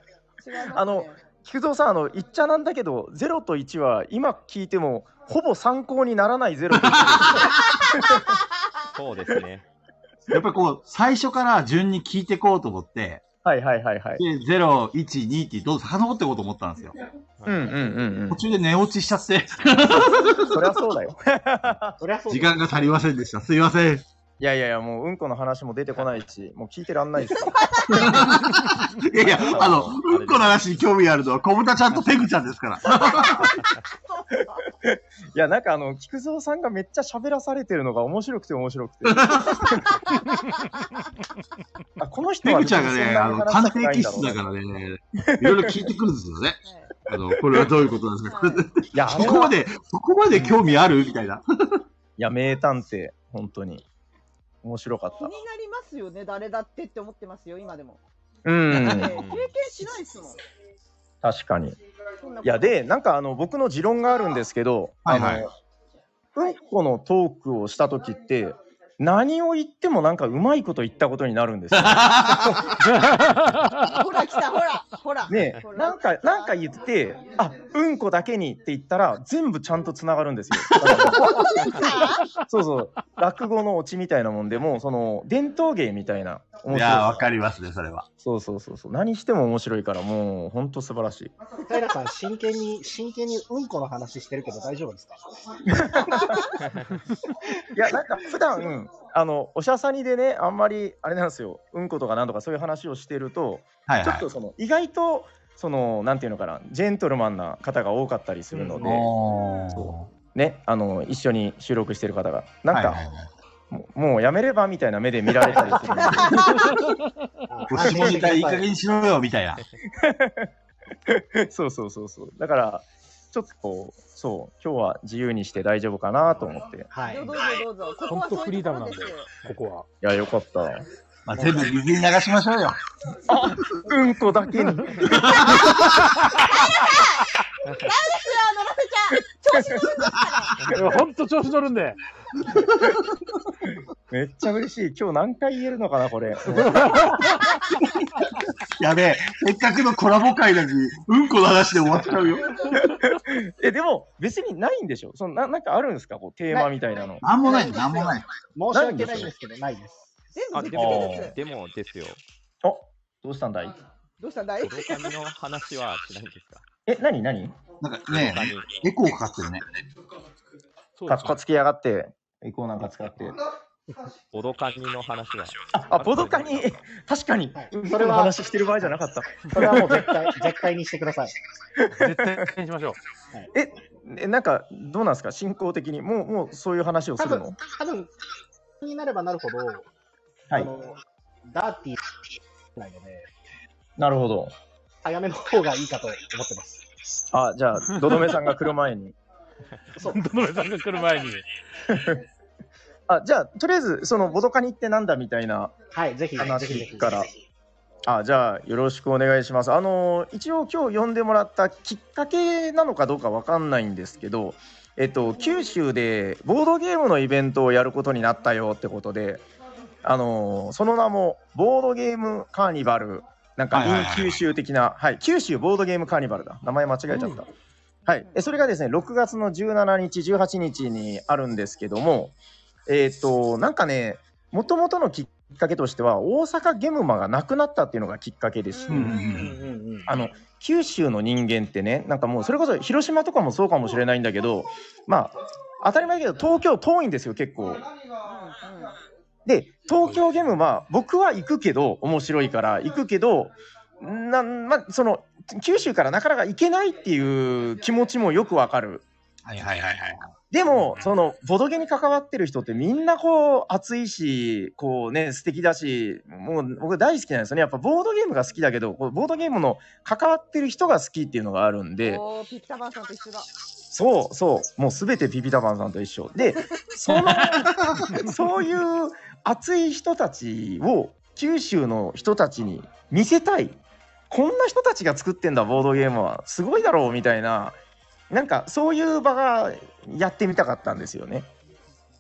すねあの菊蔵さん、あの、言っちゃなんだけど、0と1は今聞いても、ほぼ参考にならない0と1そうですね。 やっぱりこう、最初から順に聞いていこうと思って、はいはいはいはい。で、0、1、2ってどう遡っていこうと思ったんですよ。うんうんうん途中で寝落ちしちゃって、うん。そりゃそうだよ。それはそう時間が足りませんでした。すいません。いやいやいや、もううんこの話も出てこないし、もう聞いてらんない ですよ。いやいや、あの、うんこの話に興味あるのは、小豚ちゃんとペグちゃんですから。いや、なんかあの、菊蔵さんがめっちゃ喋らされてるのが面白くて面白 くて。あこの人ペはグちゃんがね、あの、話したく探偵ないん気だろ質うなだからね、いろいろ聞いてくるんですよね。あの、これはどういうことなんですか、はいこれいや、あそれこまは、いで、そこまで興味あるみたいな。や、名探偵、本当に。面白かっ気になりますよね、誰だってって思ってますよ、今でも。た。うえん、ー経験しないですもん。確かに。そんなこといや、で、なんかあの、僕の持論があるんですけど、はいはいあの、うんこのトークをした時って、何を言ってもなんかうまいこと言ったことになるんですよ。ほら、来た、ほら、ほら。 ねえほらなんか、なんか言って、あ、うんこだけにって言ったら、全部ちゃんとつながるんですよ。 そうそう、落語のオチみたいなもんでもう、その伝統芸みたいな。面いやー、白わい。かりますね、それは。そうそうそうそう、何しても面白いから、もう本当素晴らしい。平さん、真剣に、真剣にうんこの話してるけど大丈夫ですかいや、なんか普段、うんあの、おしゃさにでね、あんまり、あれなんですよ。うんことかなんとか、そういう話をしてると、はいちょはっいと。その、意外と。そのなんていうのかなジェントルマンな方が多かったりするので、おね、あの一緒に収録してる方がーなんか、はいはいはいもうもうやめればみたいな目で見られたりするんで あご質問に対いい加減にしろよ、みたいな。 そうそうそうそうだからちょっとこうそう今日は自由にして大丈夫かなと思っていはいどう。ぞどうぞどうぞ。ここ本は当そうフいリうーとダこムなんろで。ですここは。やよかったまあ、全部水に流しましょうよ。うんこだけに調子乗るんですから。本当調子乗るんで。めっちゃ嬉しい今日何回言えるのかなこ れやべえ、せっかくのコラボ会なのに、うんこの話で終わっちゃうよ。 えでも別にないんでしょそのななんかあるんですかこうテーマみたいなのなんもない、なんもない。申し訳ないんですけど、ないです。あ全部でぶつもけてく、でもですよ、あどうしたんだいどうしたん だいおどかみの話はしないんですかえ何何なんかね他、にエコーかかってるね。そうでかっすこつけやがってエコーなんか使っておどかみの話は。あボドカに確かに、うんそそれれはは話してる場合じゃなかったそれはもう絶対、 絶対にしてください。絶対にしましょう。 えなんかどうなんですか進行的にもうもうそういう話をす多る分の、多分、になればなるほど、あはいの、ダーティーないので、なるほど早めの方がいいかと思ってます。あじゃあどどめさんが来る前 にそう。どのめさんが来る前に。あじゃあとりあえずそのボドカニってなんだみたいなはい、ぜひ、ぜひ、ぜ話ひ。からあじゃあよろしくお願いしますあのー一応今日呼んでもらったきっかけなのかどうかわかんないんですけどえっと九州でボードゲームのイベントをやることになったよってことであのーその名もボードゲームカーニバルなんかはいはいはい in 九州的なはい九州ボードゲームカーニバルだ名前間違えちゃったはい、えそれがですね6月の17日、18日にあるんですけども、えー、となんかね、もともとのきっかけとしては、大阪ゲムマがなくなったっていうのがきっかけでして、うんうんうんうん。あの九州の人間ってね、なんかもうそれこそ広島とかもそうかもしれないんだけど、まあ、当たり前だけど、東京遠いんですよ、結構。で東京ゲームは僕は行くけど面白いから行くけどなん、まあ、その九州からなかなか行けないっていう気持ちもよくわかるはいはいはいはい。でも、その、ボドゲに関わってる人ってみんなこう、熱いし、こうね、素敵だし、もう僕大好きなんですよね。やっぱボードゲームが好きだけど、こうボードゲームの関わってる人が好きっていうのがあるんで、おー、ピピタパンさんと一緒だ。そうそう、もうすべてピピタパンさんと一緒。で、そ の、そういう熱い人たちを九州の人たちに見せたい。こんな人たちが作ってんだ、ボードゲームは。すごいだろう、みたいな。なんか、そういう場がやってみたかったんですよね。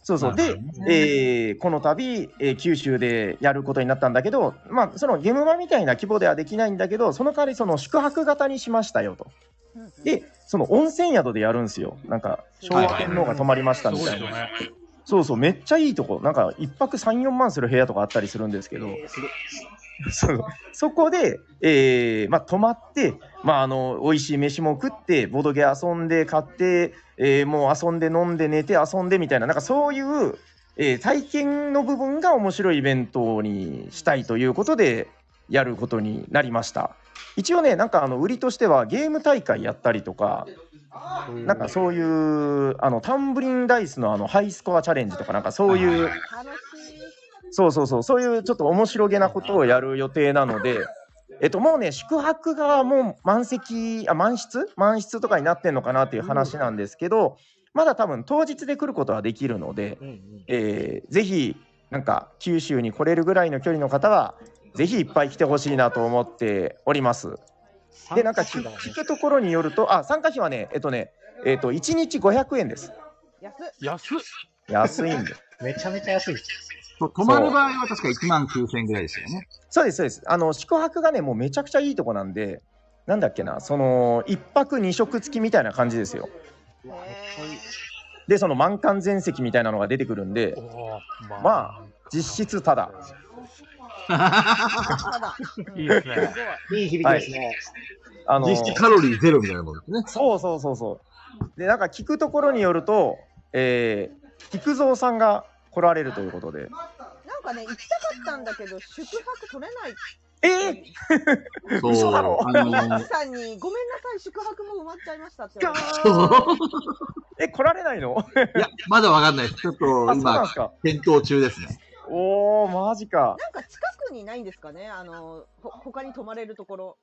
そうそう。なるでほど、えーこの度、えー九州でやることになったんだけど、まあ、そのゲーム場みたいな規模ではできないんだけど、その代わりその宿泊型にしましたよと。で、その温泉宿でやるんですよ。なんか、昭和天皇が泊まりましたみたいな。そうそう、めっちゃいいとこ。なんか、一泊3、4万する部屋とかあったりするんですけど、えーすごい そうそこで、えーまあ、泊まって、まあ、あの、美味しい飯も食って、ボドゲ遊んで、買って、えーもう遊んで、飲んで、寝て、遊んでみたいな、なんかそういう、えー体験の部分が面白いイベントにしたいということで、やることになりました。一応ね、なんかあの売りとしてはゲーム大会やったりとか、なんかそういうあのタンブリンダイスのあのハイスコアチャレンジとか、なんかそういう、楽しい。そうそうそう、そういうちょっと面白げなことをやる予定な ので、えっと、もうね、宿泊がもう満席、あ満室満室とかになってんのかなっていう話なんですけど、まだ多分当日で来ることはできるので、うんうんえーぜひなんか九州に来れるぐらいの距離の方はぜひいっぱい来てほしいなと思っております。でなんか参聞加費だよくね聞くところによるとあ参加費はねえっとねえっと1日500円です。安っ。安っ安いんで。めちゃめちゃ安い。と泊まる場合は確か1万9000円ぐらいですよね。そうですそうです。あの宿泊がねもうめちゃくちゃいいとこなんで。なんだっけなその1泊2食付きみたいな感じですよえでその満館全席みたいなのが出てくるんでおーままあ実質ただまだ。いいですねうんごいいい響きですね。あの実質カロリーゼロみたいなもんですね。そうそうそうそう。で、なんか聞くところによると、えー、菊蔵さんが来られるということなで。んかね、行きたかったんだけど、宿泊取れない。えー、そう。嘘だろあマキのさんに、ごめんなさい、宿泊も埋まっちゃいましたって言われて。 そうえ、来られないのいや、まだわかんないです。ちょっとあ、そうなん今です、か。検討中ですね。おー、マジか。なんか近くにないんですかね、あの、ほ他に泊まれるところ。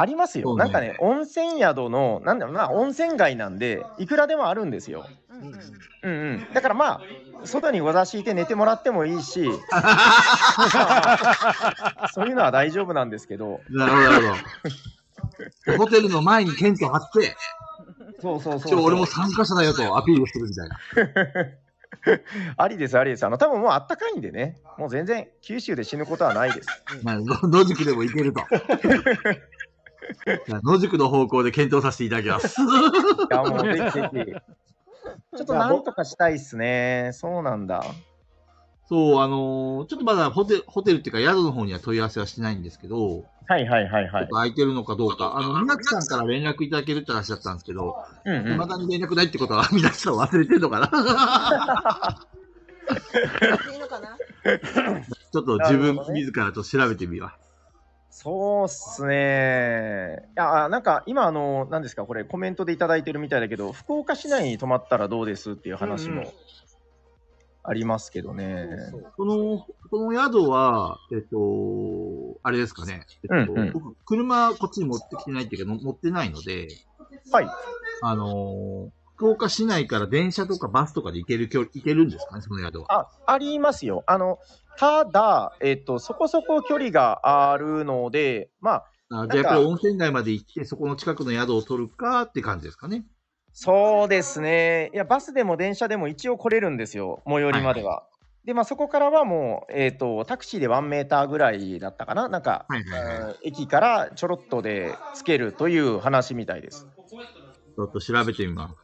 ありますそよ。うねなんかね、温泉宿の、なんだろうな、温泉街なんで、いくらでもあるんですよ。うんうん。うんうん。だからまあ、外にござ敷いて寝てもらってもいい し、そういうのは大丈夫なんですけど、なるほど、なるほど。ホテルの前にテント張って、そうそうそう一そう。応俺も参加者だよとアピールしてるみたいな。ありです、ありです。あの、多分もうあったかいんでね、もう全然九州で死ぬことはないです。まあ、野野宿でも行けると。じゃあ野宿の方向で検討させていただき ます。いや、もうぜひぜひ。 ちょっとなんとかしたいっすね。そうなんだ。そう、あのーちょっとまだホテホテルっていうか宿の方には問い合わせはしてないんですけど、はいはいはいはちょっいと。空いてるのかどうか、あの、皆さんから連絡いただけるって話だったんですけど、うん未うん。だに連絡ないってことは、 皆さん忘れてるのかな いいのかな。ちょっと自分自らと調べてみます。そうっすね。いや、あなんか今、あの、何ですか、これコメントでいただいてるみたいだけど、福岡市内に泊まったらどうですっていう話うんうもありますけどね。この、この宿は、えっと、あれですかね。えっと、うんうん僕、車こっちに持ってきてないっていうか、の持ってないので、はい。あのー福岡市内から電車とかバスとかで行ける距離、行けるんですかね、その宿は。あ、ありますよ。あの、ただ、えっと、そこそこ距離があるので、まあ、あじゃあやっぱり温泉街まで行って、そこの近くの宿を取るかって感じですかね。そうですね。いや、バスでも電車でも一応来れるんですよ、最寄りまでは。で、まあ、そこからはもう、えっ、と、タクシーで1メーターぐらいだったかな、なんか、はいはいはい。うん駅からちょろっとでつけるという話みたいです。ちょっと調べてみます。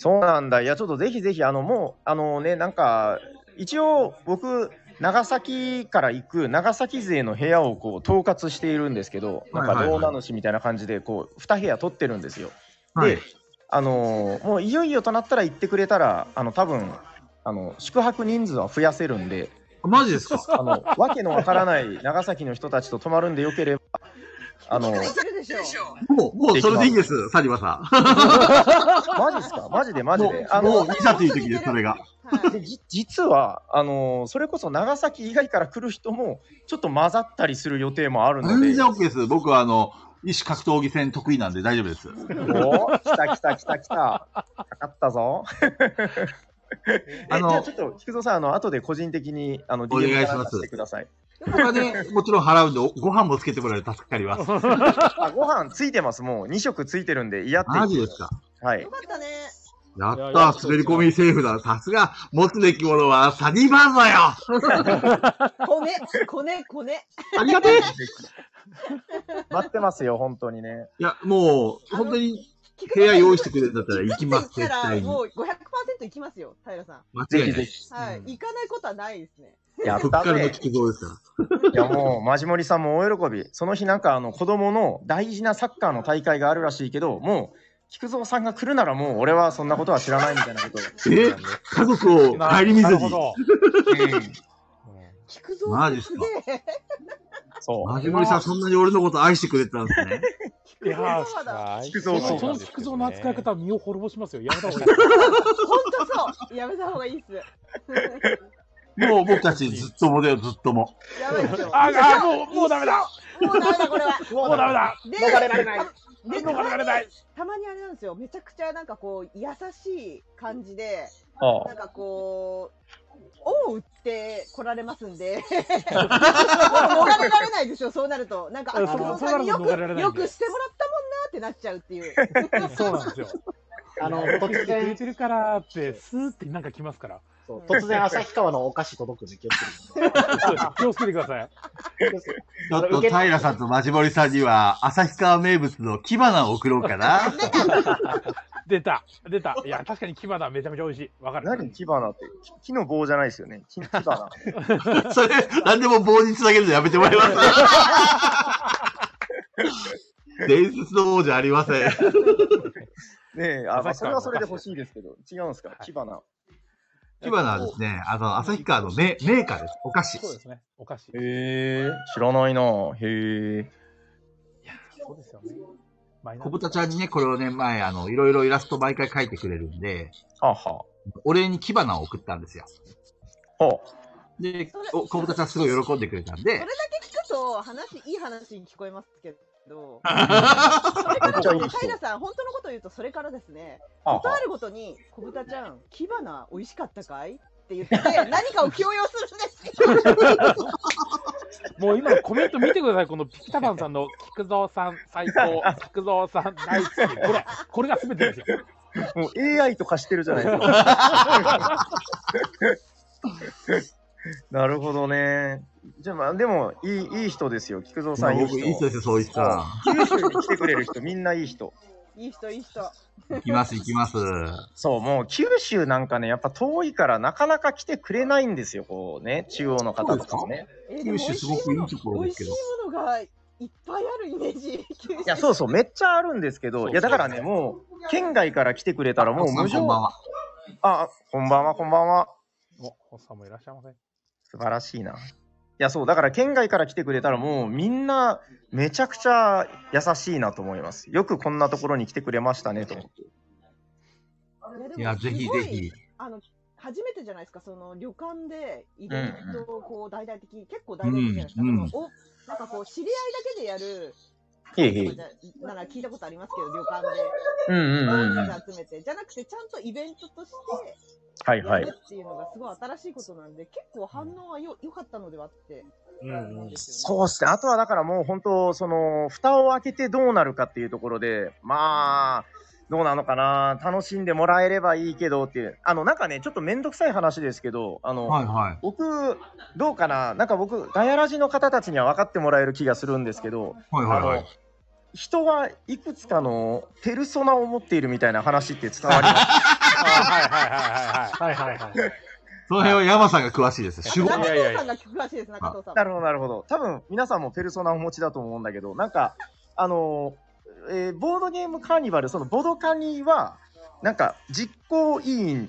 そうなんだ。いや、ちょっとぜひぜひ、あの、もう、あのね、なんか、一応、僕、長崎から行く長崎勢の部屋をこう統括しているんですけど、なんはいはかいはロいーナ主みたいな感じで、こう、2部屋取ってるんですよ。はでい。あのーもういよいよとなったら行ってくれたら、あの多分あの宿泊人数は増やせるんで、あマジ ですか あのわけのわからない長崎の人たちと泊まるんでよければ、あのいけるでしょ。もう、もうそれでいいです、サニバさマジですかマジでマん。ジもで。う、もう、いざという時です、それが。はいでじ実はあのーそれこそ長崎以外から来る人もちょっと混ざったりする予定もあるので全然 OK です。僕は、あの、医師格闘技戦得意なんで大丈夫 です。おー来た来た来た来たかかったぞえ あのじゃあちょっと菊蔵さんあの後で個人的にあのお願い DM しまかすら出してくださいこれはね、もちろん払うんで、おご飯もつけてもらえると助かり ます。あご飯ついてますもう2食ついてるんで嫌ってマジですか。はいよかったね。やっいやいたやー、滑り込みセーフだ。さすが、持つべきものはサニバーザよこね、こね、こね。ありがてえ 待ってますよ本当にねいや、もう、本当に部屋用意してくれるんだったら行きます、行絶ったら対に。もう500%行きますよ、平さん。間ぜ違いひなぜい。ひはい。行かないことはないですね。やっ復た活のね聞き声ですかいやもう、マジモリさんも大喜び。その日なんかあの子供の大事なサッカーの大会があるらしいけど、もう、菊蔵さんが来るならもう俺はそんなことは知らないみたいなことを。ら。え家族を顧みなずるにほ。ど。うん菊蔵マさジんっすすかげえ。そう。マジモリさん、そんなに俺のこと愛してくれてたんで すね。いやー菊蔵だ。菊そ蔵そうのそなの菊蔵の扱い方は身を滅ぼしますよ。やめた方がい本当そう。やめた方がいいっす。もう僕たちずっともだよ、ずっとも。やばいっすよ。ああもうもうダメだもうダメだ、これは。い。もうダメだ。で、逃れられないで逃れられない。たまにあれなんですよ。めちゃくちゃなんかこう、優しい感じで、あなんかこう、恩を売って来られますんで、もう逃れられないですよ、そうなると。なんか、あうんのそうさんによそうなると逃れられく、ないよんでくしてもらったもんなーってなっちゃうっていう。そうなんですよ。あの、送っ突てくれ然、てるからって、スーってなんか来ますから。そう突然、旭川のお菓子届く時期を作る。そうです気をつけてください。ちょっと平さんとマジモリさんには、旭川名物の木花を送ろうかな。出た出たいや、確かに牙だ。めちゃめちゃ美味しい。わかる。何木花って。き木の棒じゃないですよね。木木花。 それ、何でも棒につなげるのやめてもらえます。伝説の王じゃありませねん。え、あ、まあ、旭そ川れのはそれで欲しいですけど、違うんですかい木花。木花はですね、あの、旭川のメメーカーです。お菓子。そうですね。お菓子。へえ。知らないなへえ。そうですよね。マイナ小ー豚ちゃんにね、これをね、前、あの、いろいろイラスト毎回描いてくれるんで、あは。お礼に木花を送ったんですよ。ほで、お小豚ちゃんすごい喜んでくれたんそでれ、聞くと話いい話に聞こえますけど、それう。めかっらちゃでいいも人。平さん本当のこと言うとそれからですね。あとあは。るごとに小豚ちゃん木花美味しかったかいって言って何かを強要するんですよ。もう今のコメント見てください。このピピタパンさんの菊蔵さん最 高、菊蔵さん大好き。これ、これが全てですよ。もう AI と化してるじゃないですか。 なるほどね。じゃあまあ、でも、いい、いい人ですよ。菊蔵さん、いい人僕、。いい人ですよ、そういっうたん。九州に来てくれる人、みんないい人。いい人いい人。行きます、行きます。そう、もう九州なんかね、やっぱ遠いからなかなか来てくれないんですよ、こうね、中央の方とかもね。え九州すごくいいところです美味けどしいものがいっぱいあるイメージ。九州いや、そうそう、めっちゃあるんですけど、いや、だからね、もう、県外から来てくれたらもう無おっさんこん条ばんは。あ、こんばんは、こんばんは。お、ホッさんもいらっしゃいません。素晴らしいな。いや、そう、だから県外から来てくれたらもうみんなめちゃくちゃ優しいなと思います。よくこんなところに来てくれましたねと思って。でもいや、ぜひすごいぜひ。あの初めてじゃないですか、その旅館でイベントをこう大々的、結構大々的じゃないですか、うんそのおなんかこう知り合いだけでやるいえいとえか。じゃなら聞いたことありますけど、旅館でうんうん大うんうん。人数集めて、じゃなくてちゃんとイベントとしてはいやはいる。っていうのがすごい新しいことなんで、結構反応はよ良かったのではって思うんですよね。そうですね。あとはだからもう本当、その、蓋を開けてどうなるかっていうところで、まあ、どうなのかな楽しんでもらえればいいけどっていう。あの、なんかね、ちょっとめんどくさい話ですけど、あの、はいはい。僕、どうかななんか僕、ガヤラジの方たちには分かってもらえる気がするんですけど、はいはいはあいの。人はいくつかのペルソナを持っているみたいな話って伝わりまあす。はいはいは いはいはいはいはい。 その辺は山さんが詳しいです。守護中いやいやいや藤さんが聞くらしいです、中藤さん。なるほど、なるほど。多分、皆さんもペルソナをお持ちだと思うんだけど、なんか、 あのーえーボードゲームカーニバル、そのボドカニは、なんか、実行委員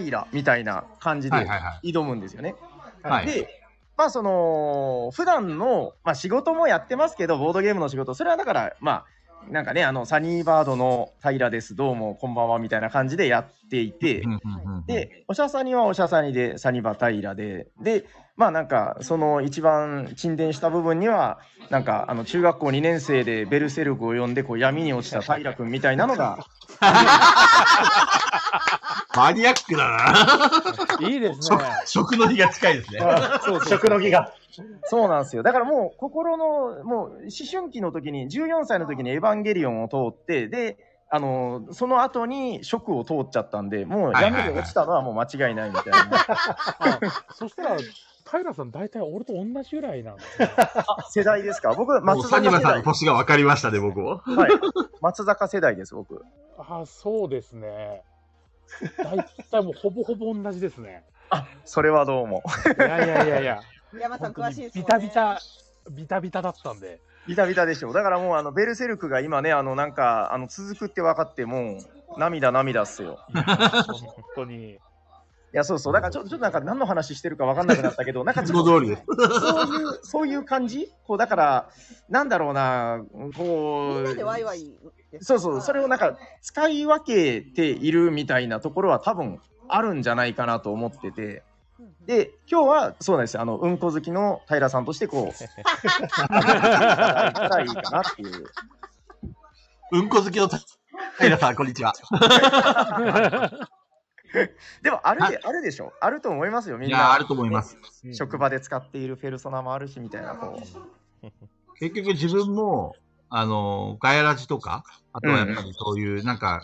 平みたいな感じはいではいは挑むんですよね。い。はい。で、まあその普段のまあ仕事もやってますけどボードゲームの仕事それはだからまあなんかねあのサニーバードの平ですどうもこんばんはみたいな感じでやっていて、うんうんうんで、おしゃさにはおしゃさにで、サニバタイラで、で、まあなんか、その一番沈殿した部分には、なんか、あの、中学校2年生でベルセルクを読んで、こう、闇に落ちた平君みたいなのが、マニアックだな。 いいですね食。食の日が近いですね。そうそう食の儀が。そうなんですよ。だからもう、心の、もう、思春期の時に、14歳の時にエヴァンゲリオンを通って、で、あの、その後に職を通っちゃったんで、もう闇に落ちたのはもう間違いないみたいな。あそしたら、平さん大体俺と同じぐらいなんですね。世代ですか僕、もう松サニ坂バ世さんの代。年が分かりましたね、僕も。はい。松坂世代です、僕。あそうですね。大体もうほぼほぼ同じですね。それはどうも。いやいやいやいや。山さん詳しいですもビんねタビタ、ビタビタだったんで。ビタビタでしょ。だからもうあのベルセルクが今ね、あのなんかあの続くって分かってもう涙涙っすよ。いや本当 に。いやそうそう。だからちょちょっとなんか何の話してるか分かんなくなったけ ど、なんかいちつょもっと通りです。そういうそういう感じ。こうだからなんだろうな、こみんなでワイう。ワイですそうそう。それをなんか使い分けているみたいなところは多分あるんじゃないかなと思ってて。で今日はそうなんですよ。あのうんこ好きの平さんとしてこう。い いかなっていう。うんこ好きの平さん、こんにちは。 でもあるで、あるでしょ。あると思いますよ。みん いな。や、あると思います。職場で使っているペルソナもあるしみたいなこ結局自分も、あの、ガヤラジとか、あとはやっぱりそういう、なんか、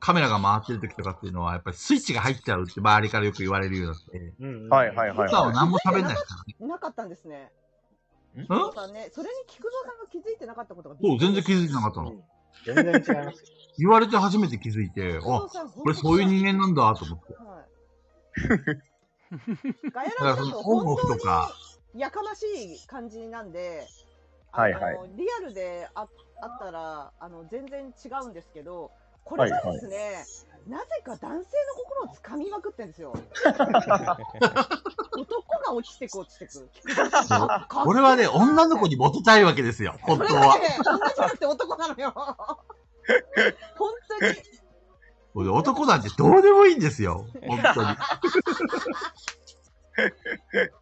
カメラが回ってる時とかっていうのは、やっぱりスイッチが入っちゃうって周りからよく言われるようう。になって、はいはいはい、普段はは何も喋んないですからね。なかったんですね。うんさんね、それに菊蔵さんが気づいてなかったことがびっくそりう、全然気づいてなかったの。全然違います。 言われて初めて気づいて、菊あ蔵、さんこれそういう人間なんだと思って。はい。ガヤだかラらジそだとのオン本オフと当か、にやかましい感じなんで、はいはいあのリアルでああったらあの全然違うんですけど、これがですね、なぜか男性の心を掴みまくってんですよ。男が落ちてく落ちてく。俺はね、女の子にモテたいわけですよ、本それ当がはね。、女じゃなくて男なの よ。本当に。俺男なんてどうでもいいんで すよ、本当に。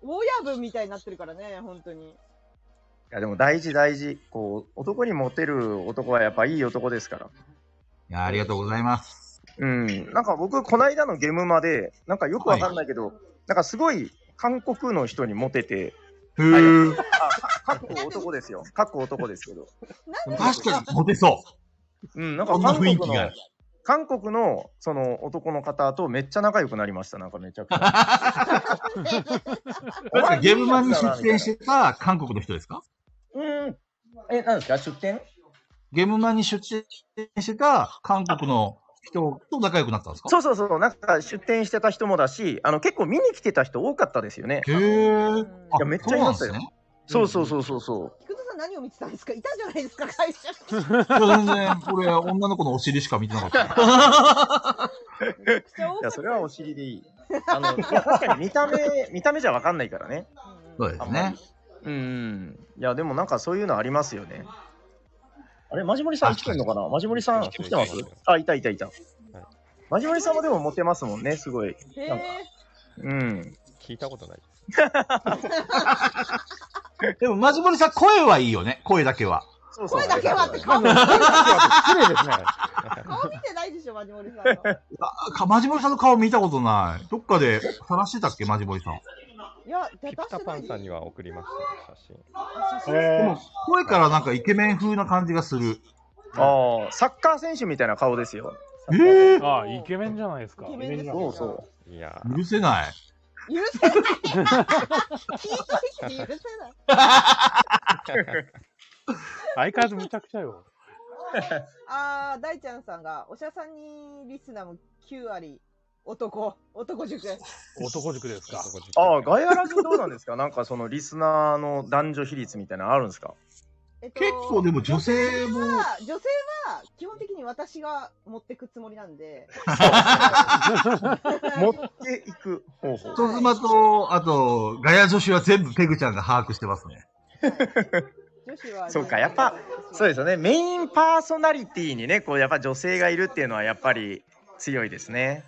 親分みたいになってるからね、本当に。いやでも大事大事こう男にモテる男はやっぱいい男ですからいや、ありがとうございます。うんなんか僕この間のゲームまでなんかよくわかんないけど、なんかすごい韓国の人にモテてふー。かっこ男です よかっこ男ですけどなんで確かにモテそうんなんう。かこんな韓雰国囲気があのる。韓国のその男の方とめっちゃ仲良くなりましたなんかめちゃくち ゃ お前ゲームマンに出演してた韓国の人ですかうんえなんですか出店ゲームマンに出演してた韓国の人と仲良くなったんですかそうそうそう、なんか出店してた人もだし、あの結構見に来てた人多かったですよね。へえ。いやめっちゃいましたよそうなんでそうそうそうそうそう。菊田さん何を見てたんですかいたじゃないですか、会社。すね。いや全然、これ、女の子のお尻しか見てなかった。 いやそれはお尻でいい。あのいや確かに見た目見た目じゃわかんないからね。そうですね。うんうん。いやでもなんかそういうのありますよね。あれマジモリさん来てんのかな？マジモリさん来てます？あいたいたいた。マジモリさんもでもモテますもんね、すごい。へなんかえ。うん。聞いたことないです。でも、マジモリさん、声はいいよね。声だけは。そうそう声だけはってあ顔の、失礼 ですね。顔見てないでしょ、マジモリさんの。あかマジモリさんの顔見たことない。どっかで晒してたっけ、マジモリさん。いや、出ピピタしてパなンいさんには送りました、ね、写真。でえも、声からなんかイケメン風な感じがする。ああ、サッカー選手みたいな顔ですよ。ええああ、イケメンじゃないですかイ。ケメンですそようそう。いやー、許せない。許せない。聞いといて許せない。相変わらずむちゃくちゃよ。あー、大ちゃんさんが、おしゃさんにリスナーも9割。男、男塾。男塾ですか。ああ、ガヤラジどうなんですかなんかそのリスナーの男女比率みたいなのあるんですかえっと結構でも女性もは女性は基本的に私が持ってくつもりなん で。持っていく方法。人妻と、あと、ガヤ女子は全部ペグちゃんが把握してますね。女子はそうかやっぱそうですよね。メインパーソナリティにね、こうやっぱ女性がいるっていうのはやっぱり強いですね。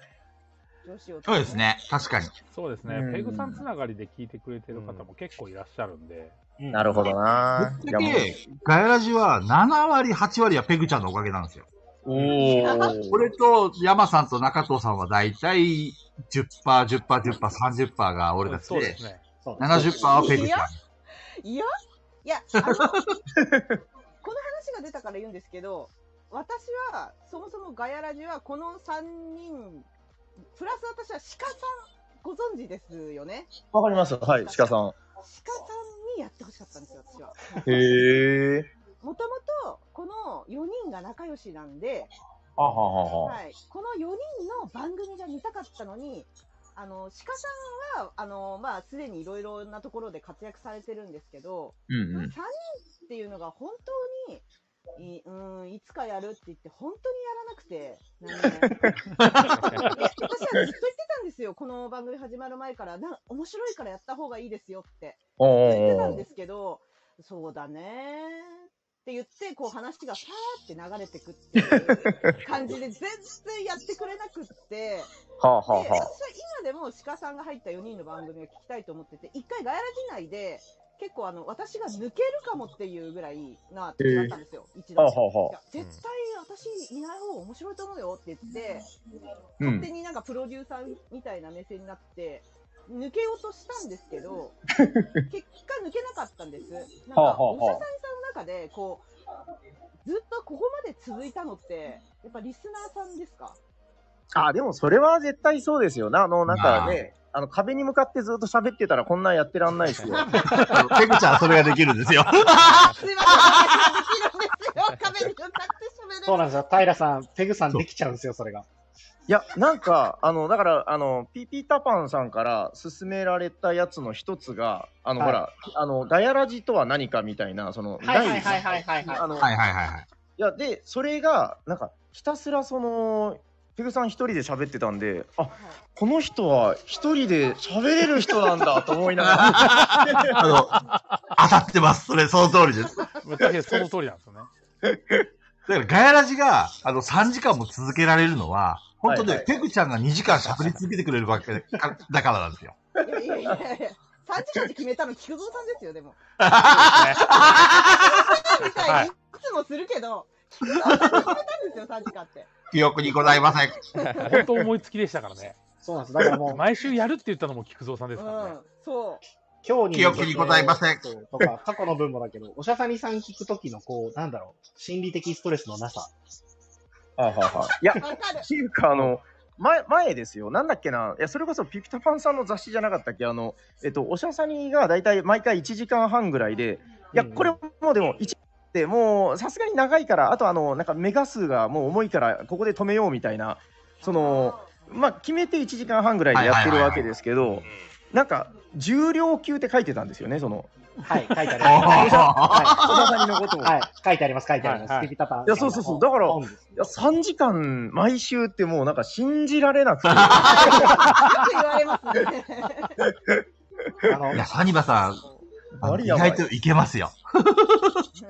女子をそうです。ね。確かに。そうですうねん。ペグさんつながりで聞いてくれてる方も結構いらっしゃるんで、なるほどな。ぶっちゃけ、ガヤラジは7割、8割はペグちゃんのおかげなんですよ。おこれと、山さんと中藤さんはだいたい10%、10%、10%、30%が俺たちそうでで、すね。そうだね70%はペグちゃん。いやいや あのこの話が出たから言うんですけど、私はそもそもガヤラジはこの三人プラス私は鹿さんご存知ですよね。わかります。はい、鹿さ鹿ん。さんにやってほしかったんですよ私は。へえ。もともとこの4人が仲良しなんで、あははは。はい、この4人の番組が見たかったのに、あの鹿さんはあの、まあ、すでにいろいろなところで活躍されてるんですけど、うんこのう3ん。人っていうのが本当にいうんいつかやるって言って、本当にやらなくて、なんかねで私はずっと言ってたんですよ、この番組始まる前から、な面白いからやった方がいいですよって。お言ってたんおで。すけど、そうだねーって言って、こう話がさーって流れてくっていう感じで、全然やってくれなくって、はあはで私はは。今でも鹿さんが入った4人の番組を聞きたいと思ってて、一回ガヤラジ内で、結構あの、私が抜けるかもっていうぐらいなってなったんですよ、一度。はあはは。いや絶対私いない方が面白いと思うよって言って、う勝手ん。になんかプロデューサーみたいな目線になって、抜けようとしたんですけ ど、結果抜けなかったんです。なんはあはか、あはあお医者さんさんの中で、こう、ずっとここまで続いたのって、やっぱリスナーさんですかあ、でもそれは絶対そうですよね。あの、なんかね、あの壁に向かってずっと喋ってたらこんなんやってらんないですよ。 ペグちゃんはそれができるんで すよ。すいません、私ができるんですよ。壁に向かって喋れる。そうなんですよ。平さん、ペグさんできちゃうんですよ、それが。いや、なんか、あの、だから、あの、ピーピータパンさんから勧められたやつの一つが、あの、はいほら、あの、ガヤラジとは何かみたいな、その、第一はいはいあの、はいい、はいはいはい。や、で、それが、なんか、ひたすらその、ペグさん一人で喋ってたんで、あ、この人は一人で喋れる人なんだと思いながら、あの、当たってます。それ、その通りです。だ確かにその通りなんですよね。から、ガヤラジが、あの、3時間も続けられるのは、本当ね、はいはいペグちゃんが2時間喋り続けてくれるわけかだからなんですよ。いやいやいやいや。3時間って決めたの、菊蔵さんですよ、でも。みたいに、いつもするけど、菊蔵さんが決めたんですよ、3時間って。記憶にございません。本当思いつきでしたからね。そうなんです。だからもう、毎週やるって言ったのも菊蔵さんでうすからねん。、そう。今日に向けて記憶にございませんとか、過去の分もだけど、おしゃさにさん聞くときの、こう、なんだろう、心理的ストレスのなさ。あはいはい。いや、わかる。っていうか、あの、前、前ですよ。なんだっけな。いや、それこそピピタパンさんの雑誌じゃなかったっけあの、えっと、おしゃさにが大体毎回1時間半ぐらいで、いや、うんこれもうでも、1ってもう、さすがに長いから、あとあの、なんかメガ数がもう重いから、ここで止めようみたいな、その、まあ、決めて1時間半ぐらいでやってるわけですけど、なんか、重量級って書いてたんですよね、その。はい、書いてありおます。ーおしゃさにのことを。はい、書いてあります、書いてあります。はいはいピピタパン。いやそうそうそうだから本ですいや、3時間毎週ってもうなんか信じら れなくて。よく言われますね。あのいや、サニバさん、あのあれ意やばい外といけますよ。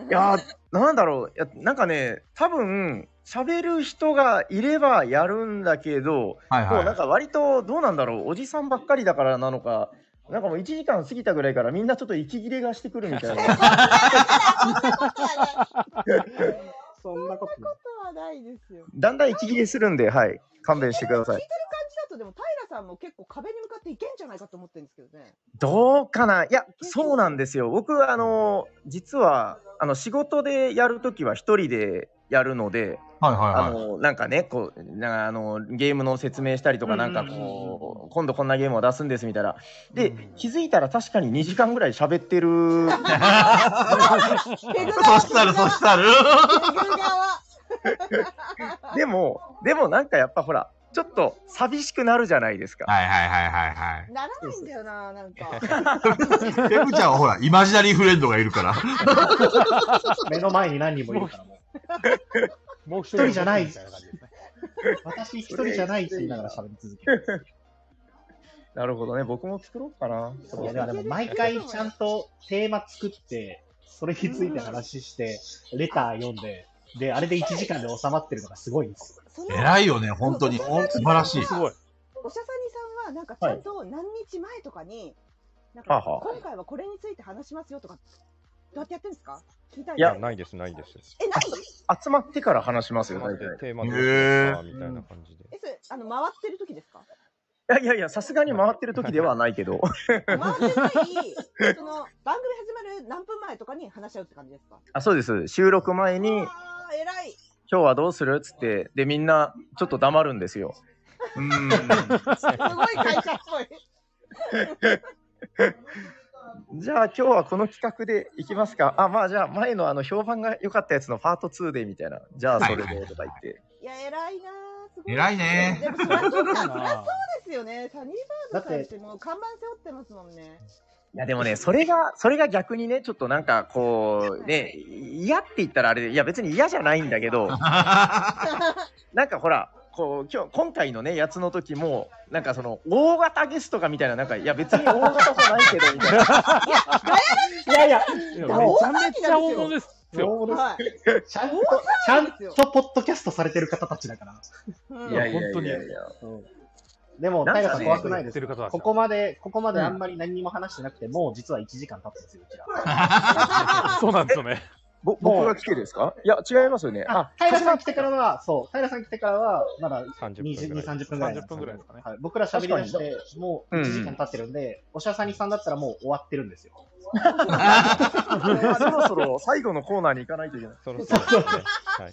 いやー、なんだろう。いや、なんかね、多分、喋る人がいればやるんだけど、はいこうはなんい。か割と、どうなんだろう。おじさんばっかりだからなのか、なんかもう1時間過ぎたぐらいからみんなちょっと息切れがしてくるみたいな。 そんなことないそうはないですよ。だんだん息切れするんで、はい。勘弁してくださ聞いいて。る感じだと、でも平さんも結構壁に向かっていけんじゃないかと思ってるんですけどね。どうかないや、そうなんですよ。僕、あの、実は、あの、仕事でやるときは一人でやるので、はいはあいはい。のなんかねこうなんかあのゲームの説明したりとかなんかこう今度こんなゲームを出すんですみたいなで気づいたら確かに2時間ぐらい喋ってる ペグそしたら、そしたら。ペグ側。でもでもなんかやっぱほらちょっと寂しくなるじゃないですか。はいはいはいはいはい。ならないんだよな、なんか。ペグちゃんはほら、イマジナリーフレンドがいるから。目の前に何人もいるからもう。もう一一人じゃないみたいな感じですね。私一人じゃないって言いながら喋り続ける。なるほどね、僕も作ろうかな。そうだからでも毎回ちゃんとテーマ作って、それについて話して、レター読んで、で、あれで1時間で収まってるのがすごいんですよ。その偉いよね、本当に。そう素晴らし い。すごい。おしゃさにさんは、なんかちゃんと何日前とかに、なんかはあはあ今回はこれについて話しますよとか、どうやってやってるんですか聞いたいいいやや、ないです、ないです。え、ない集まってから話しますよ、な大んで体。いテーマどうへしーますかみたいな感じで。え、それ、あの、回ってる時ですかやいやいや、さすがに回ってる時ではないけど。回ってない、その、番組始まる何分前とかに話し合うって感じですか あそうです収録前に今あー、偉い。日はどうするっつってでみんなちょっと黙るんですようん。すごい会社っぽい。じゃあ今日はこの企画でいきますかあまあじゃあ前のあの評判が良かったやつのパート2でみたいなじゃあそれでとか言っていや、偉いなーすごい。偉いねでも、そりゃそうか、そりゃそうあですよね。サニーバードさんってもう看板背負ってますもんね。いやでもねそれがそれが逆にねちょっとなんかこうね嫌って言ったらあれでいや別に嫌じゃないんだけ どなんかほらこう今日今回のねやつの時もなんかその大型ゲストがみたいななんかいや別に大型じゃないけどみたいないやいや、ーいやめちゃめちゃ大物ですよ。そうですはい。ちゃんと、ちゃ大騒ぎんですよとポッドキャストされてる方たちだから。うん いやいやいやいやでも、なんかねタイガさん怖くないやでっすてるか方たちここまで、ここまであんまり何にも話してなくて、もう実は1時間経ってますよ、うちら。 そうなんですよね。ぼ僕が来てですかいや違いますよねああ、平さん来てからは、そう、平さん来てからは、まだ30 20分ぐらい。 20 30分ぐらい。 30分ぐらいですかねはい、僕ら喋り出して、もううん1時間経ってるんで、おしゃさにさんだったらもう終わってるんですよ。そろそろ最後のコーナーに行かないといけない。そろそろですね。はい。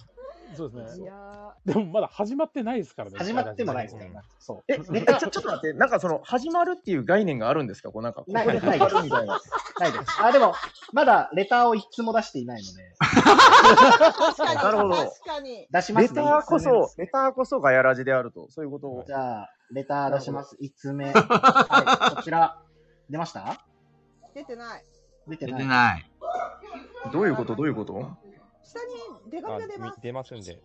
そうですいね。やでもまだ始まってないですからね。始まってもないですね。ね。そう。え、ネえタちょちょっと待って、なんかその始まるっていう概念があるんですか、こうなんか。ないここでない始まるみたいな。ないです。あ、でも、まだレターを一つも出していないので、ー確かに。なるほど確かに。出しますレね。ターこ一通目でそす、レターこそがやらじであると、そういうことを。じゃあ、レター出します。1通目。はい、こちら、出ました出てない。出て出なてい。ない。どういうこと、どういうこと下に出紙あが出ますみ。出ますんで。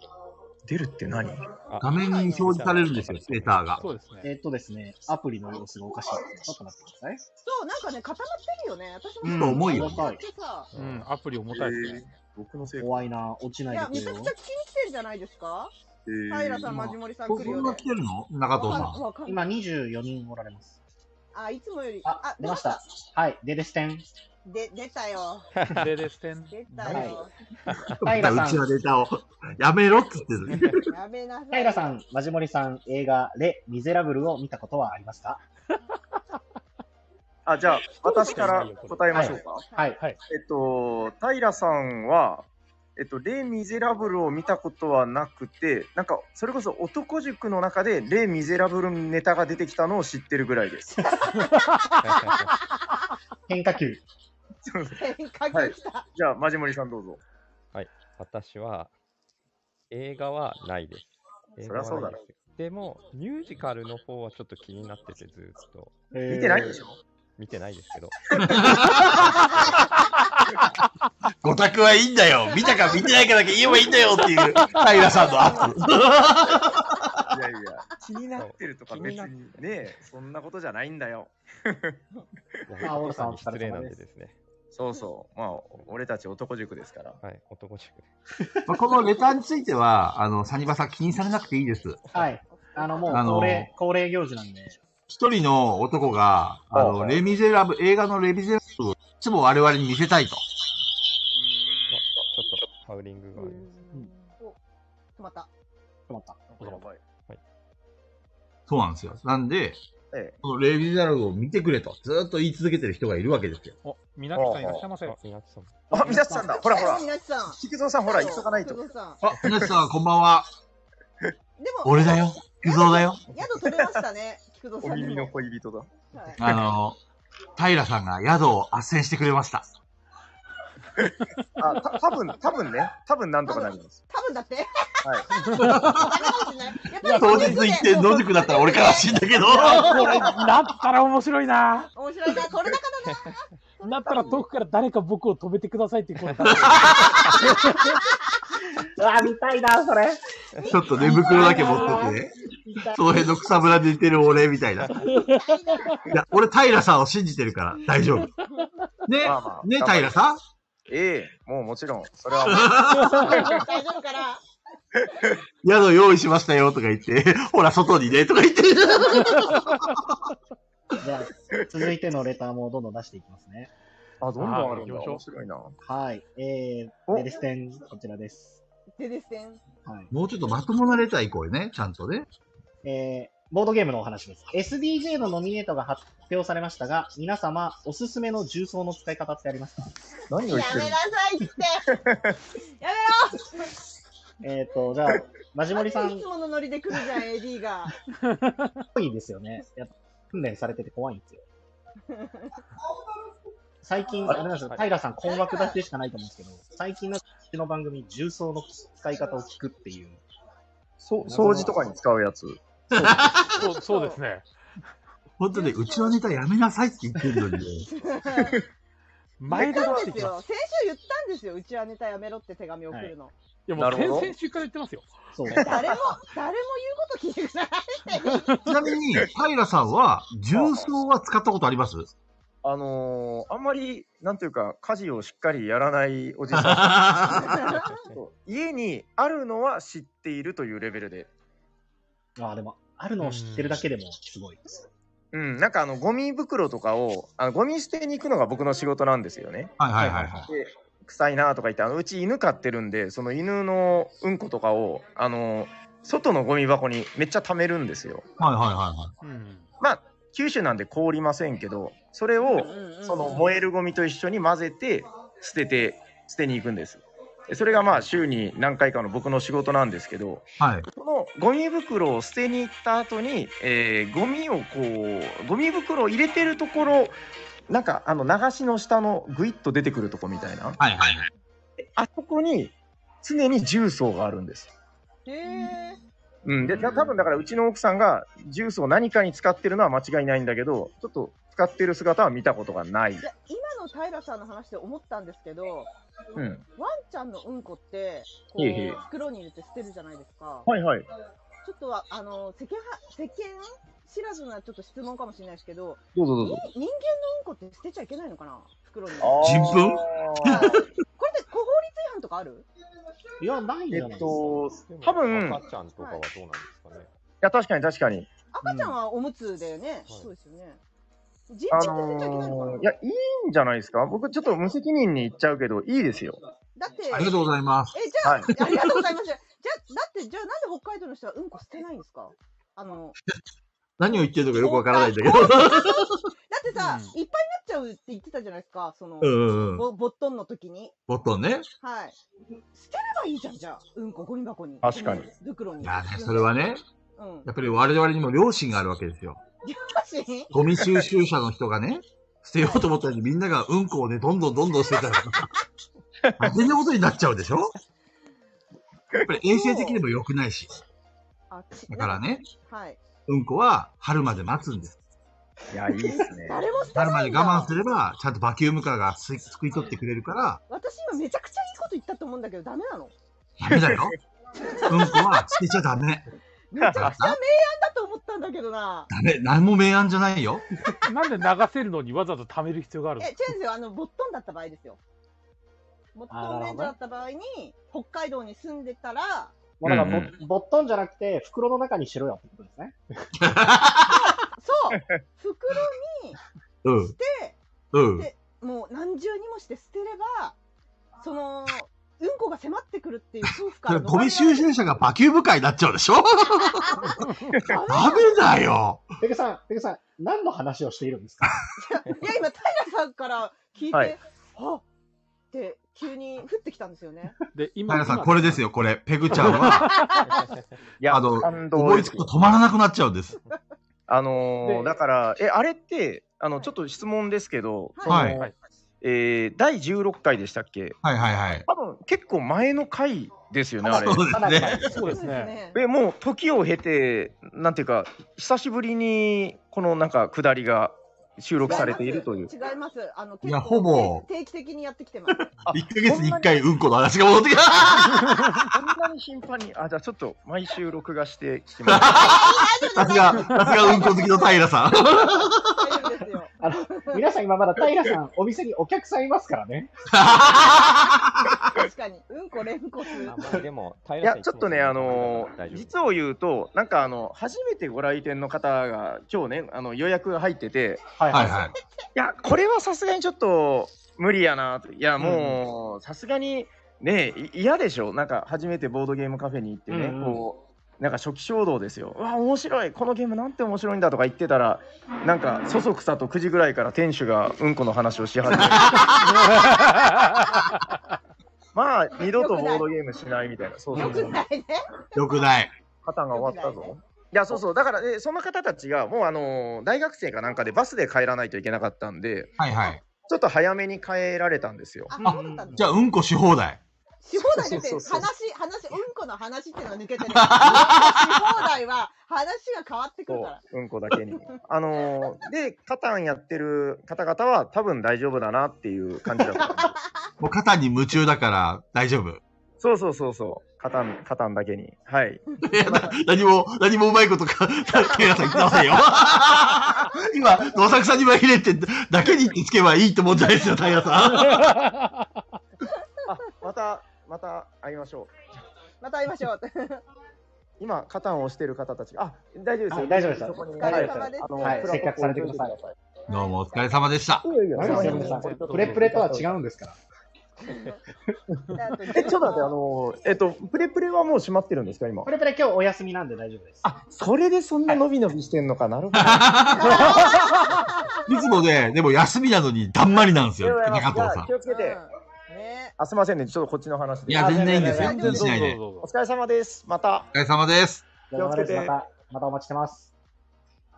出るって何あ画面に表示されるんですよ、レターが。そうですね。えっとですね、アプリの様子がおかしいですね。ちょっと待ってください。そう、なんかね、固まってるよね。私うも。ん重いよこうやってさうん、アプリ重たいですね。僕のせいか。怖いな、落ちいないや、でめくちれゃくよちゃ。聞きに来てんじゃないですか平さん、まじもりさんこ来るこよがね来。てるの中藤わかさんわかん今24人おられます。あ、いつもより。あ、出ました。。はい、デデステン。で、出たよ。でですてん。出たよ。ん。平うさちん、のレターを。やめろって言ってる。やめなさい。平さん、マジモリさん、映画、レ・ミゼラブルを見たことはありますかあ、じゃあ、私から答えましょうか。はい。えっと、平さんは、えっと、レ・ミゼラブルを見たことはなくて、なんか、それこそ男塾の中で、レ・ミゼラブルネタが出てきたのを知ってるぐら いです。変化球。変化球来た。じゃあ、マジモリさんどうぞ。私は映画はないです。映そり画ゃそうはだないろです。でも、ミュージカルの方はちょっと気になってて、ずーっと見見てないでしょょ見てないですけど、ごたくはいいんだよ。見たか見てないかだけ言えばいいんだよっていう、平さんのアップ。いやいや、気になってるとかそう別気になっにね、そんなことじゃないんだよ。あお王父ささんんに失礼なんお疲れ様でですですね。そうそう。まあ、俺たち男塾ですから。はい、男塾。まあこのレターについては、あの、サニバさん気にされなくていいです。はい。あの、もうあの恒例、恒例行事なんで。一人の男が、あはいの、はいレミゼラブ、映画のレミゼラブルをいつも我々に見せたいと。あちょっとハウリングがあります。お止まった。止まった。やばいそうなんですよ。なんで、えこのレミゼラブルを見てくれと、ずーっと言い続けてる人がいるわけですよ。お、みなきさんいらっしゃいませ。あ、皆さん、えあ、皆さんだ。ほらほら。皆さん。菊蔵さん、ほら、急がないと。工藤さんあ、皆さんこんばんは。でも、俺だよ。菊蔵だよ。宿取れましたね、菊蔵おさんでも。耳の恋人だ。はい あの、平さんが宿を斡旋してくれました。あ、た多分多分ね、多分なんとかなります。多分だって。はい。やっぱ当り日行って野宿だったら俺悲しいんだけど。こ れ、なったら面白いな。面白いな、これだからな。なったら遠くから誰か僕を止めてくださいっていう声が。うわ、見たいな、それ。ちょっと寝袋だけ持っててね。その辺の草むらで寝てる俺みたいな。いや、俺、平さんを信じてるから大丈夫。ね、まあまあね、平さんええもうもちろん、そ れはも大丈夫かな。 宿用意しましたよとか言って、 ほら、外にね、とか言って。じゃあ、続いてのレターもどんどん出していきますね。う、あ、どんどんあるんだ。はい行きましょう面白いな。はい。えー、おデリステン、こちらです。でですね。はい。 もうちょっとまともなレター行こうよね、ちゃんとね。えー、ボードゲームのお話です。SDJ のノミネートが発表されましたが、皆様、おすすめの重曹の使い方ってありますか何をや言ってるめのなさいって。やえっ、ー、と、じゃあ、マジモめリさろ。んいつ、ものノリで来るじゃん、AD が。怖いですよね。やっぱ訓練されてて怖いんですよ。最近、あれなんですよ、はい平さん困惑だけしかないと思うんですけど、最近の私の番組、重曹の使い方を聞くっていう。そう掃除とかに使うやつ。そうそうですね。本当ね、うちのネタやめなさいって言ってるのに、 ね、毎度出そうしてですきます。よ。先週言ったんですよ。うちはネタやめろって手紙送るの。いや、もうなる先ほど々週から言ってますよ。 そう。誰も、誰も言うこと聞いてくれない。ちなみに、平さんは、重曹は使ったことありますあのー、あんまり、なんというか、家事をしっかりやらないおじさん。 そう家にあるのは知っているというレベルで。ああ、でも、あるのを知ってるだけでもすごいです。うん、なんかあの、ゴミ袋とかを、あのゴミ捨てに行くのが僕の仕事なんですよね。はいはいはいはい。で臭いなとか言ってあのうち犬飼ってるんでその犬のうんことかをあの外のゴミ箱にめっちゃ貯めるんですよはいはいはいはい。うん。まあ九州なんで凍りませんけどそれをその燃えるゴミと一緒に混ぜて捨てて捨てに行くんですでそれがまあ週に何回かの僕の仕事なんですけどはい。このゴミ袋を捨てに行った後に、えーゴミをこうゴミ袋を入れてるところなんかあの流しの下のグイッと出てくるとこみたいなはいはいはい。あそこに常に重曹があるんです。へえ。うん、でた多分だからうちの奥さんが重曹を何かに使ってるのは間違いないんだけどちょっと使ってる姿は見たことがないい、や今の平さんの話で思ったんですけど、うん、ワンちゃんのうんこって、こいえいえう、袋に入れて捨てるじゃないですか。はいはいちょっとは、あの、世間は、世間知らずなちょっと質問かもしれないですけど、どうぞどに人間のうんこって捨てちゃいけないのかな袋に。人分はいこれって法律違反とかあるいや、ないんじゃない えですか。っといでも多分赤ちゃんとかはどうなんですかね。や確かに確かに赤ちゃんはおむつだよね。うんそうですよね。人あ体捨てちゃいけないのかな、のーいやいいんじゃないですか僕ちょっと無責任に言っちゃうけどいいですよだって、ありがとうございます。え、じゃあ、はいありがとうございます。じゃあ、だって、じゃあなんで北海道の人はうんこ捨てないんですかあの、何を言ってるのかよくわからないんだけど。だうんってさ、いっぱいになっちゃうって言ってたじゃないですか、その、うんうん。ぼぼっとんの時に。ボットンね。はい。捨てればいいじゃん、じゃあ。うんこ、ゴミ箱に。確かに。袋に。いやね、それはね、うん。やっぱり我々にも良心があるわけですよ。確かに。ゴミ収集者の人がね、捨てようと思ったのにみんながうんこをね、どんどんどんどん捨てたら、大変なことになっちゃうでしょやっぱり衛生的にも良くないし。あちだからね、はい。うんこは春まで待つんです。いやいいですね誰も捨て春まなでいん我慢だす。れば、ちゃんとバキュームカーがすいすくい取ってくれるから、私今めちゃくちゃいいこと言ったと思うんだけど、ダメなのダメだよ。うんこは捨てちゃダメ。めちゃくちゃ名案だと思ったんだけどな。ダメ。何も明暗じゃないよ。なんで流せるのにわざわざ貯める必要があるのえ、違うんですよ。あの、ぼっとんだった場合ですよ。ぼっとん免除だった場合に、北海道に住んでたら、もうだからうんボ、ボットンじゃなくて、袋の中にしろよってことですね。 そう袋うにんし。て、うん。もう何重にもして捨てれば、その、うんこが迫ってくるっていう恐怖からゴミ収集者がバキュームカーになっちゃうでしょダメダメだよ。ペグさん、ペグさん、何の話をしているんですかいや、今、平さんから聞いて、はいはっって、急に降ってきたんですよね。で、今、平さん、今これですよ、これ。ペグちゃんは、いやあの感動思でいすつくと止まらなくなっちゃうんです。あのーでだからえあれってあのはいちょっと質問ですけど、はいそのはいはいえー第16回でしたっけはいはいはい。多分結構前の回ですよね、あれ。そうですね。そうですね。えもう時を経て、なんていうか、久しぶりにこのなんか下りが収録されているという。違います。あの、いや結ほ構ぼ定期的にやってきてます。 1ヶ月に1回うんこの話が戻ってきた。そんなに頻繁に、あ、じゃあちょっと毎週録画して聞きます。さすが、さすがうんこ好きの平さん。大丈夫ですよ。あの、皆さん今まだ平さん、お店にお客さんいますからね。確かに。うんこ連呼する。あまあでも、平いさやん、ちょっとね、あのー実を言うと、なんかあの、初めてご来店の方が、今日ね、あの、予約が入ってて、はいはいはい。いや、これはさすがにちょっと無理やなと。いや、もう、さすがに、ねえ、い嫌でしょ。なんか、初めてボードゲームカフェに行ってね、うんうんこう、なんか初期衝動ですよ。うわ、面白い。このゲームなんて面白いんだとか言ってたら、なんか、そそくさと9時ぐらいから店主がうんこの話をし始め て、まあ、二度とボードゲームしないみたいな。そうそようそくう。ないね。よくない。肩が終わったよくないぞ。いや、そうそう。だから、えその方たちが、もう、あのー大学生かなんかでバスで帰らないといけなかったんで、はいはい。ちょっと早めに帰られたんですよ。あ、あそうだったんだじゃあ、うんこし放題。し放題だって話、そうそうそう話、うんこの話っていうのは抜けてる。し放題は話が変わってくるかそら。う、うんこだ けに。あのーで、カタンやってる方々は多分大丈夫だなっていう感じだったんで。 もう肩に夢中だから大丈夫。そうそうそうそう。カタン、カタンだけに。はい。いやな何も、何もうまいことか、ケイラさん言ってませんよ。 今、野作さんに紛れて、だけにってつけばいいってもんじゃないですよ、平さん。あ、また、また会いましょう。また会いましょう。今、カタンを押してる方たちが、あ、大丈夫ですあよ。大丈夫ですそこにおあ疲れの様です。はいせっかくされてください。どうもお疲れ様でした。いやいや何そをうするそうんですそうかプレプレとは違うんですから。 え、ちょっと待って、あのーえっと、プレプレはもう閉まってるんですか、今プ。レプレ今日お休みなんで大丈夫です。あ、それでそんな伸び伸びしてんのか、なるほど。いつもね、でも休みなのにだんまり なんですよ、いやいや中じ藤ゃあさん気。をつけうて。んねあ、すいませんね、ちょっとこっちの話で。いや、全然いいんですよ。あ気にしないで。どうぞお疲れ様です。また。お疲れ様です。じゃあ気をつけてまた、またお待ちしてます。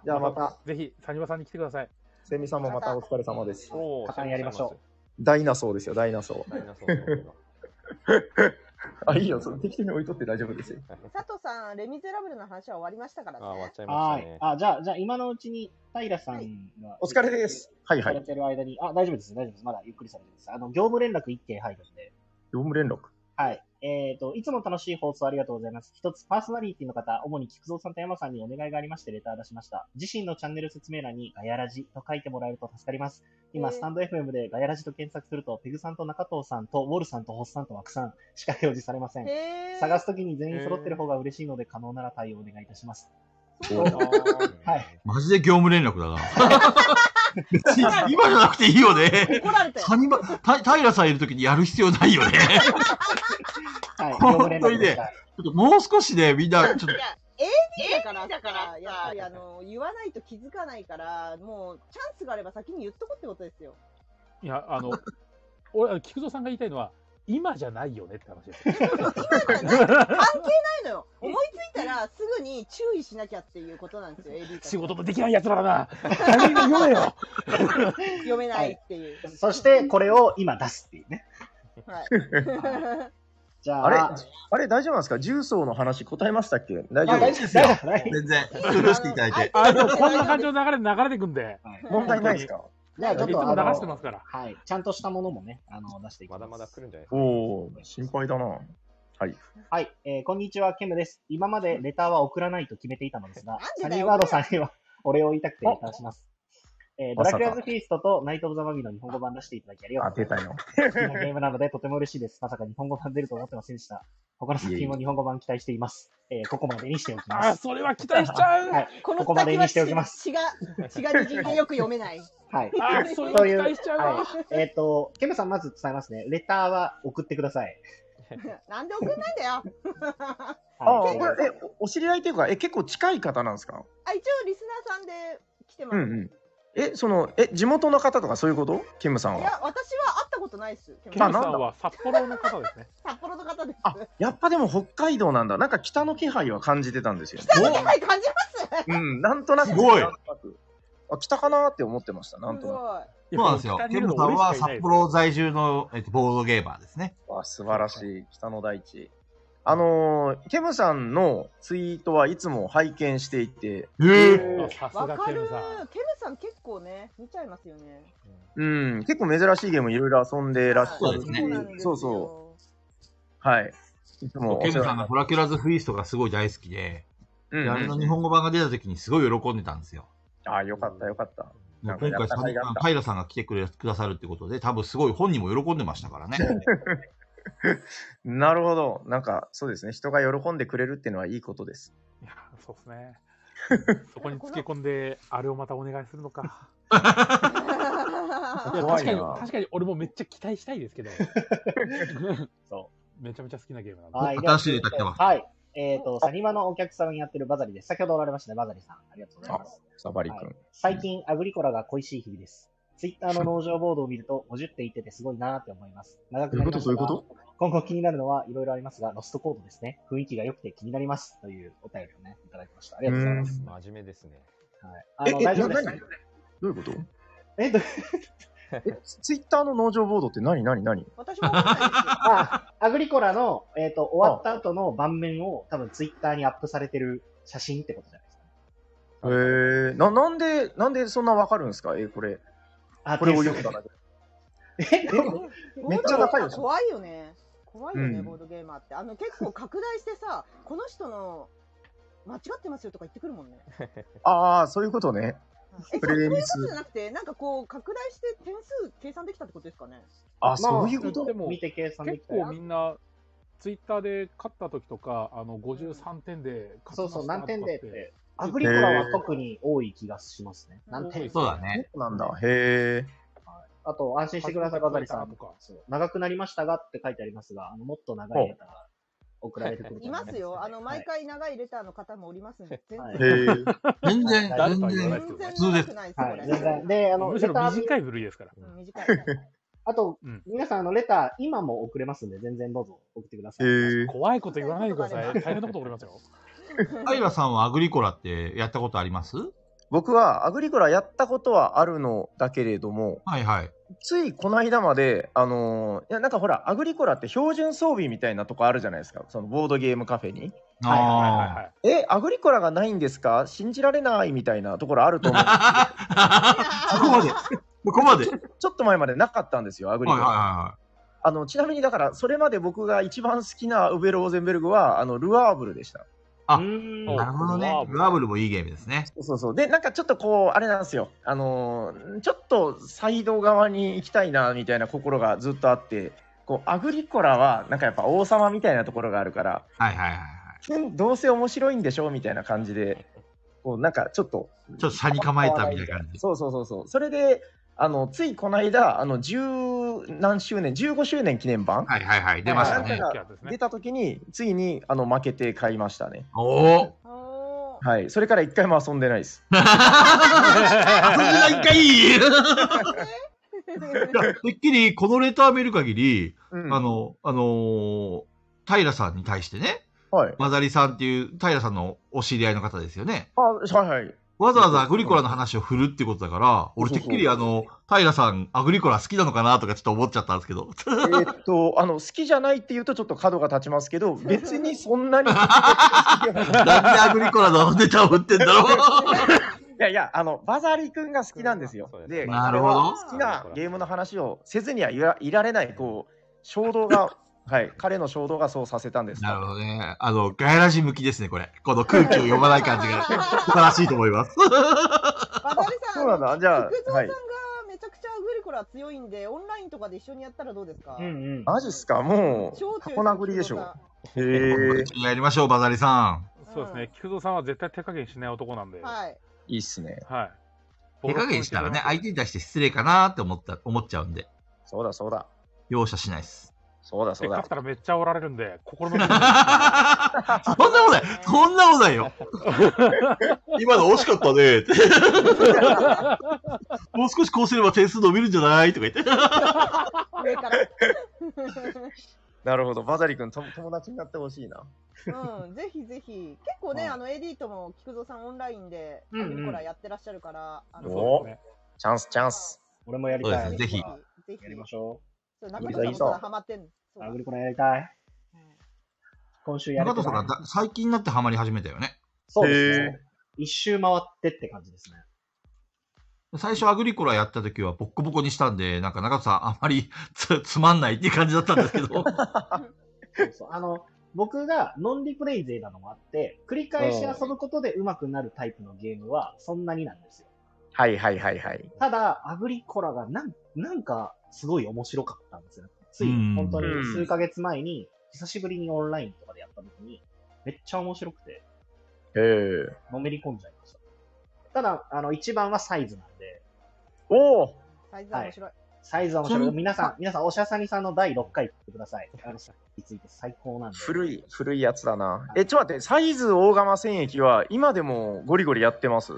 じゃあまた、ぜひ、サニバさんに来てください。セミさんもまたお疲れ様です。おカタンやりましょダイナソーですよ、ダイナソう。ダイナソーの音がー。あ、いいよ、その適当に置いとって大丈夫ですよ。佐藤さん、レミゼラブルの話は終わりましたからあ、終わねっ。ちゃいまはしたいね。。あ、じゃあ、じゃあ今のうちに平さんが。お疲れです。。はいはされい。てる間に、あ、大丈夫です、大丈夫です。まだゆっくりされてるんです。あの、業務連絡1件入るんで。業務連絡。はい。えっ、と、いつも楽しい放送ありがとうございます。一つ、パーソナリティの方、主に菊蔵さんと山さんにお願いがありまして、レター出しました。自身のチャンネル説明欄に、ガヤラジと書いてもらえると助かります。今、えースタンド FM でガヤラジと検索すると、ペグさんと中藤さんと、ウォルさんとホッさんと枠さんしか表示されません。へえ。探すときに全員揃ってる方が嬉しいので、可能なら対応お願いいたします。はい。マジで業務連絡だな。別に今じゃなくていいよね。怒 られたよ。サニバ、た平さんいるときにやる必要ないよね。はい。業本当務にね連絡でした。ちょっともう少しね、みんな、ちょっと、だからさ、やっぱりあの、言わないと気づかないから、もう、チャンスがあれば先に言っとこうってことですよ。う。いや、あの、俺、あの菊蔵さんが言いたいのは、今じゃないよねって話ですよ。今じゃない関係ないのよ。思いついたら、すぐに注意しなきゃっていうことなんですよ、AB 仕事もできない奴らだな。タイミング読めよ。読めないっていう。そして、これを今出すっていうね。はい。じゃあ、あれあれ、大丈夫なんですか重曹の話答えましたっけ大丈あ夫大で丈夫です。す。大丈夫大丈夫全然、許していただいて。あ、でもこんな感じの流れで流れていくんで、問題ないですかじゃあ、いちょつもっ流とあしてのま、すから。はい。ちゃんとしたものもね、あの、出していきま。ますだまだ来るんじゃないですか。おお心配だな。はい。はい、えーこんにちは、ケムです。今までレターは送らないと決めていたのですが、なんサでだニよーワードさんにはお礼を言いたくてレターします。えードまラさかクエアズフィーストとナイト・オブ・ザ・マギーの日本語版出していただきありがあ、とうご出ざたいまよ。す。好きなゲームなのでとても嬉しいです。まさか日本語版出ると思ってませんでした。他の作品も日本語版期待しています。えーここまでにしておきまあ、す。それは期待しちゃう。はい、このここまで先にはしておきます血が、血が滲んでよく読めない。はい。あ、それとはいう期待しちゃうわ。はい、えっ、と、ケムさんまず伝えますね。レターは送ってください。なんで送んないんだよ。 あはい、これ、え、おお知り合いというか、え、結構近い方なんですかあ、一応リスナーさんで来てまうす。んうん。え、その、え、地元の方とかそういうことキムさいんは。や、私は会ったことないっす。ケまムあさなんだは札幌の方ですね。札幌の方です。あ、やっぱでも北海道なんだ。なんか北の気配は感じてたんですよ。はい、感じます。うん、なんとなく。すごいなんとなくあ、来たかなって思ってました、なんすとなごい。そうなんですよ。ケムさんは札幌在住の、えっと、ボードゲーマーですね。く。わあ、素晴らしい、北の大地。あのーケムさんのツイートはいつも拝見していて、えー、あさすわがかケるムさん。ケムさん結構ね、見ちゃいますよね。うん、結構珍しいゲームいろいろ遊んでらっしゃそうるでしすねそうなんですそようそう、はい。いつもおケ世話ムさんにながっフラキュラズフリストがすごい大好きで、うでんあれの日本語版が出た時にすごい喜んでたんですよ。ああ、よかった、よかった。もうなんかや今回った甲斐があっ、たカイラさんが来てくれくださるってことで、多分すごい本人も喜んでましたからね。なるほど。なんか、そうですね。人が喜んでくれるっていうのはいいことです。いや、そうです ね。そこにつけ込んで、あれをまたお願いするのか。いや、怖確いかなに、確かに俺もめっちゃ期待したいですけど。そめちゃめちゃ好きなゲームなんで。はい。新しいデータ来てますはい。えっ、と、サニマのお客様にやってるバザリです。先ほどおられましたね、バザリさん。ありがとうございます。サバリはい君。最近、アグリコラが恋しい日々です。ツイッターの農場ボードを見ると、50点いててすごいなーって思います。長くなりましたが今後気になるのはいろいろありますが、ロストコードですね。雰囲気が良くて気になります。というお便りをね、いただきました。ありがとうございます。真面目ですね。はい、あの、ええ大丈夫ですな何。どういうことえっと、え、ツイッターの農場ボードって何何何 私もわかんないですよ。あ、アグリコラの、えっ、と、終わった後の盤面を多分ツイッターにアップされてる写真ってことじゃないですか、ね。えー、な、なんで、なんでそんなわかるんですかえ、これ、あこれをです読んだだけ。えでもめっちゃ仲良し怖いよね。怖いよね、うんボードゲーマーって。あの、結構拡大してさ、この人の、間違ってますよとか言ってくるもんね。ああ、そういうことね。え、プそういうレこミとじゃス。なくて、なんかこう、拡大して点数計算できたってことですかね。あ、そういうこまあとでも見て計算でき結たら構みんな、ツイッターで勝った時とか、あの、53点で勝ちそまうしたそう、何点でっとかて。アグリコラは特に多い気がしますね。へー何点そうだね。なんだ。へえ。あと、安心してください、バザリさんと。か。そう長くなりましたがって書いてありますが、あのもっと長いデータが送られてくると思いますよ。あの、毎回。回長いレターの方もおりますんで、全は然いへえ。全然、誰全とは言わない然。全然普通長ですくないですはよ、い、これ。全然。で、あの、むしレろター便短い部類ですから。うん短い。あと、うん皆さん、あの、レター、今も送れますんで、全然どうぞ送ってください。へえ。怖いこと言わないでくだ さい。大変なことおりますよ。カイラさんはアグリコラってやったことあります僕はアグリコラやったことはあるのだけれども、はいはい。ついこの間まで、あのーいやなんかほら、アグリコラって標準装備みたいなとこあるじゃないですか、そのボードゲームカフェに。はいはいはいはいあはい。え、アグリコラがないんですか信じられないみたいなところあると 思うんですけあ。そこまで。そこまで。はいどちょっと前までなかったんですよ、アグリコはいラ。はあのちなみに、だから、それまで僕が一番好きなウベル・オーゼンベルグは、あのルアーブルでした。あうーい。んなるほどねルアー。ブルルアーブルもいいゲームですね。そうそうそう。で、なんかちょっとこう、あれなんですよ。あのーちょっとサイド側に行きたいな、みたいな心がずっとあって、こう、アグリコラは、なんかやっぱ王様みたいなところがあるから、はいはいはいはい。うんどうせ面白いんでしょみたいな感じで、こう、なんかちょっと、ちょっと車に構えたみたいな感じ。そうそうそうそう。それで、あの、ついこの間、あの、十何周年、15周年記念版、はいはいはい。出ましたはいね。なんか出た時に、ついに、あの、負けて買いましたね。おお。おーはい。それから一回も遊んでないです。あそれが 一回いいいやてっきりこのレター見る限り、うんあ、の、あのー平さんに対してね、はい。マザリさんっていう平さんのお知り合いの方ですよね。あ、はいはい。わざわざアグリコラの話を振るってことだから、俺てっきりあの、平さんアグリコラ好きなのかなとかちょっと思っちゃったんですけど。えーっと、あの、好きじゃないって言うとちょっと角が立ちますけど、別にそんなに。い なんでアグリコラのネタを振ってんだろうやいや、あの、バザリ君が好きなんですよそう。で、なるほど好きなゲームの話をせずにはいらいられない、こう、衝動が、 はい、彼の衝動がそうさせたんです。 なるほどね。あの、ガヤラジ向きですね、これ。この空気を読まない感 じが素晴らしいと思います。バタリさん、そうなんだ、じゃあ福、蔵さはんいが。めちゃくちゃアグリコラ強いんで、オンラインとかで一緒にやったらどうですかうんうん。マジっすか、も超う、強い箱殴りでしょ。福へえ、一緒にやりましょう、バザリさん。そうですね。菊蔵さんは絶対手加減しない男なんで。蔵さんははい。いいっすね。い。手加減したらね、相手に対して失礼かなって思った、思っちゃうんで、そうだ、そうだ。容赦しな いです。そうだ、そせっうかく勝っ。だたらめっちゃおられるんで、心の そん中なで。ことないそんなことないよ 今の惜しかったねって。もう少しこうすれば点数伸びるんじゃないとか言って。上から。なるほど。バザリ君、と友達になってほしいな。うん、ぜひぜひ。結構ね、はいあの、AD とも菊蔵さんオンラインで、うんうアんニコラやってらっしゃるから、あのおそうですねチャンス、チャンス。俺もやりそうでたすい。ねぜひやぜやりまひ。しょ。そう中野さんもただハマってんの。そううあだグリコラやりたい。今週や中る田さんがだ最近になってハマり始めたよね。そうですへーね。一周回ってって感じですね。最初アグリコラやった時はボッコボコにしたんで、なんか中田さんあまりつつまんないっていう感じだったんです けど。そうそう。あの、僕がノンリプレイ勢なのもあって、繰り返し遊ぶことで上手くなるタイプのゲームはそんなになんですよ。はいはいはいはい。ただ、アグリコラがなんなんかすごい面白かったんですよ。ついうん本当に数ヶ月前に、久しぶりにオンラインとかでやった時に、めっちゃ面白くて、へえ。のめり込んじゃいました。ただ、あの、一番はサイズなんで、おおサイズは面白い。サイズは面白。ちないみに皆さん、皆さん、おしゃさにさんの第6回行ってください。あの、サイズについて最高なんで。古い、古いやつだな。え、ちょっと待って、サイズ大釜戦役は今でもゴリゴリやってます。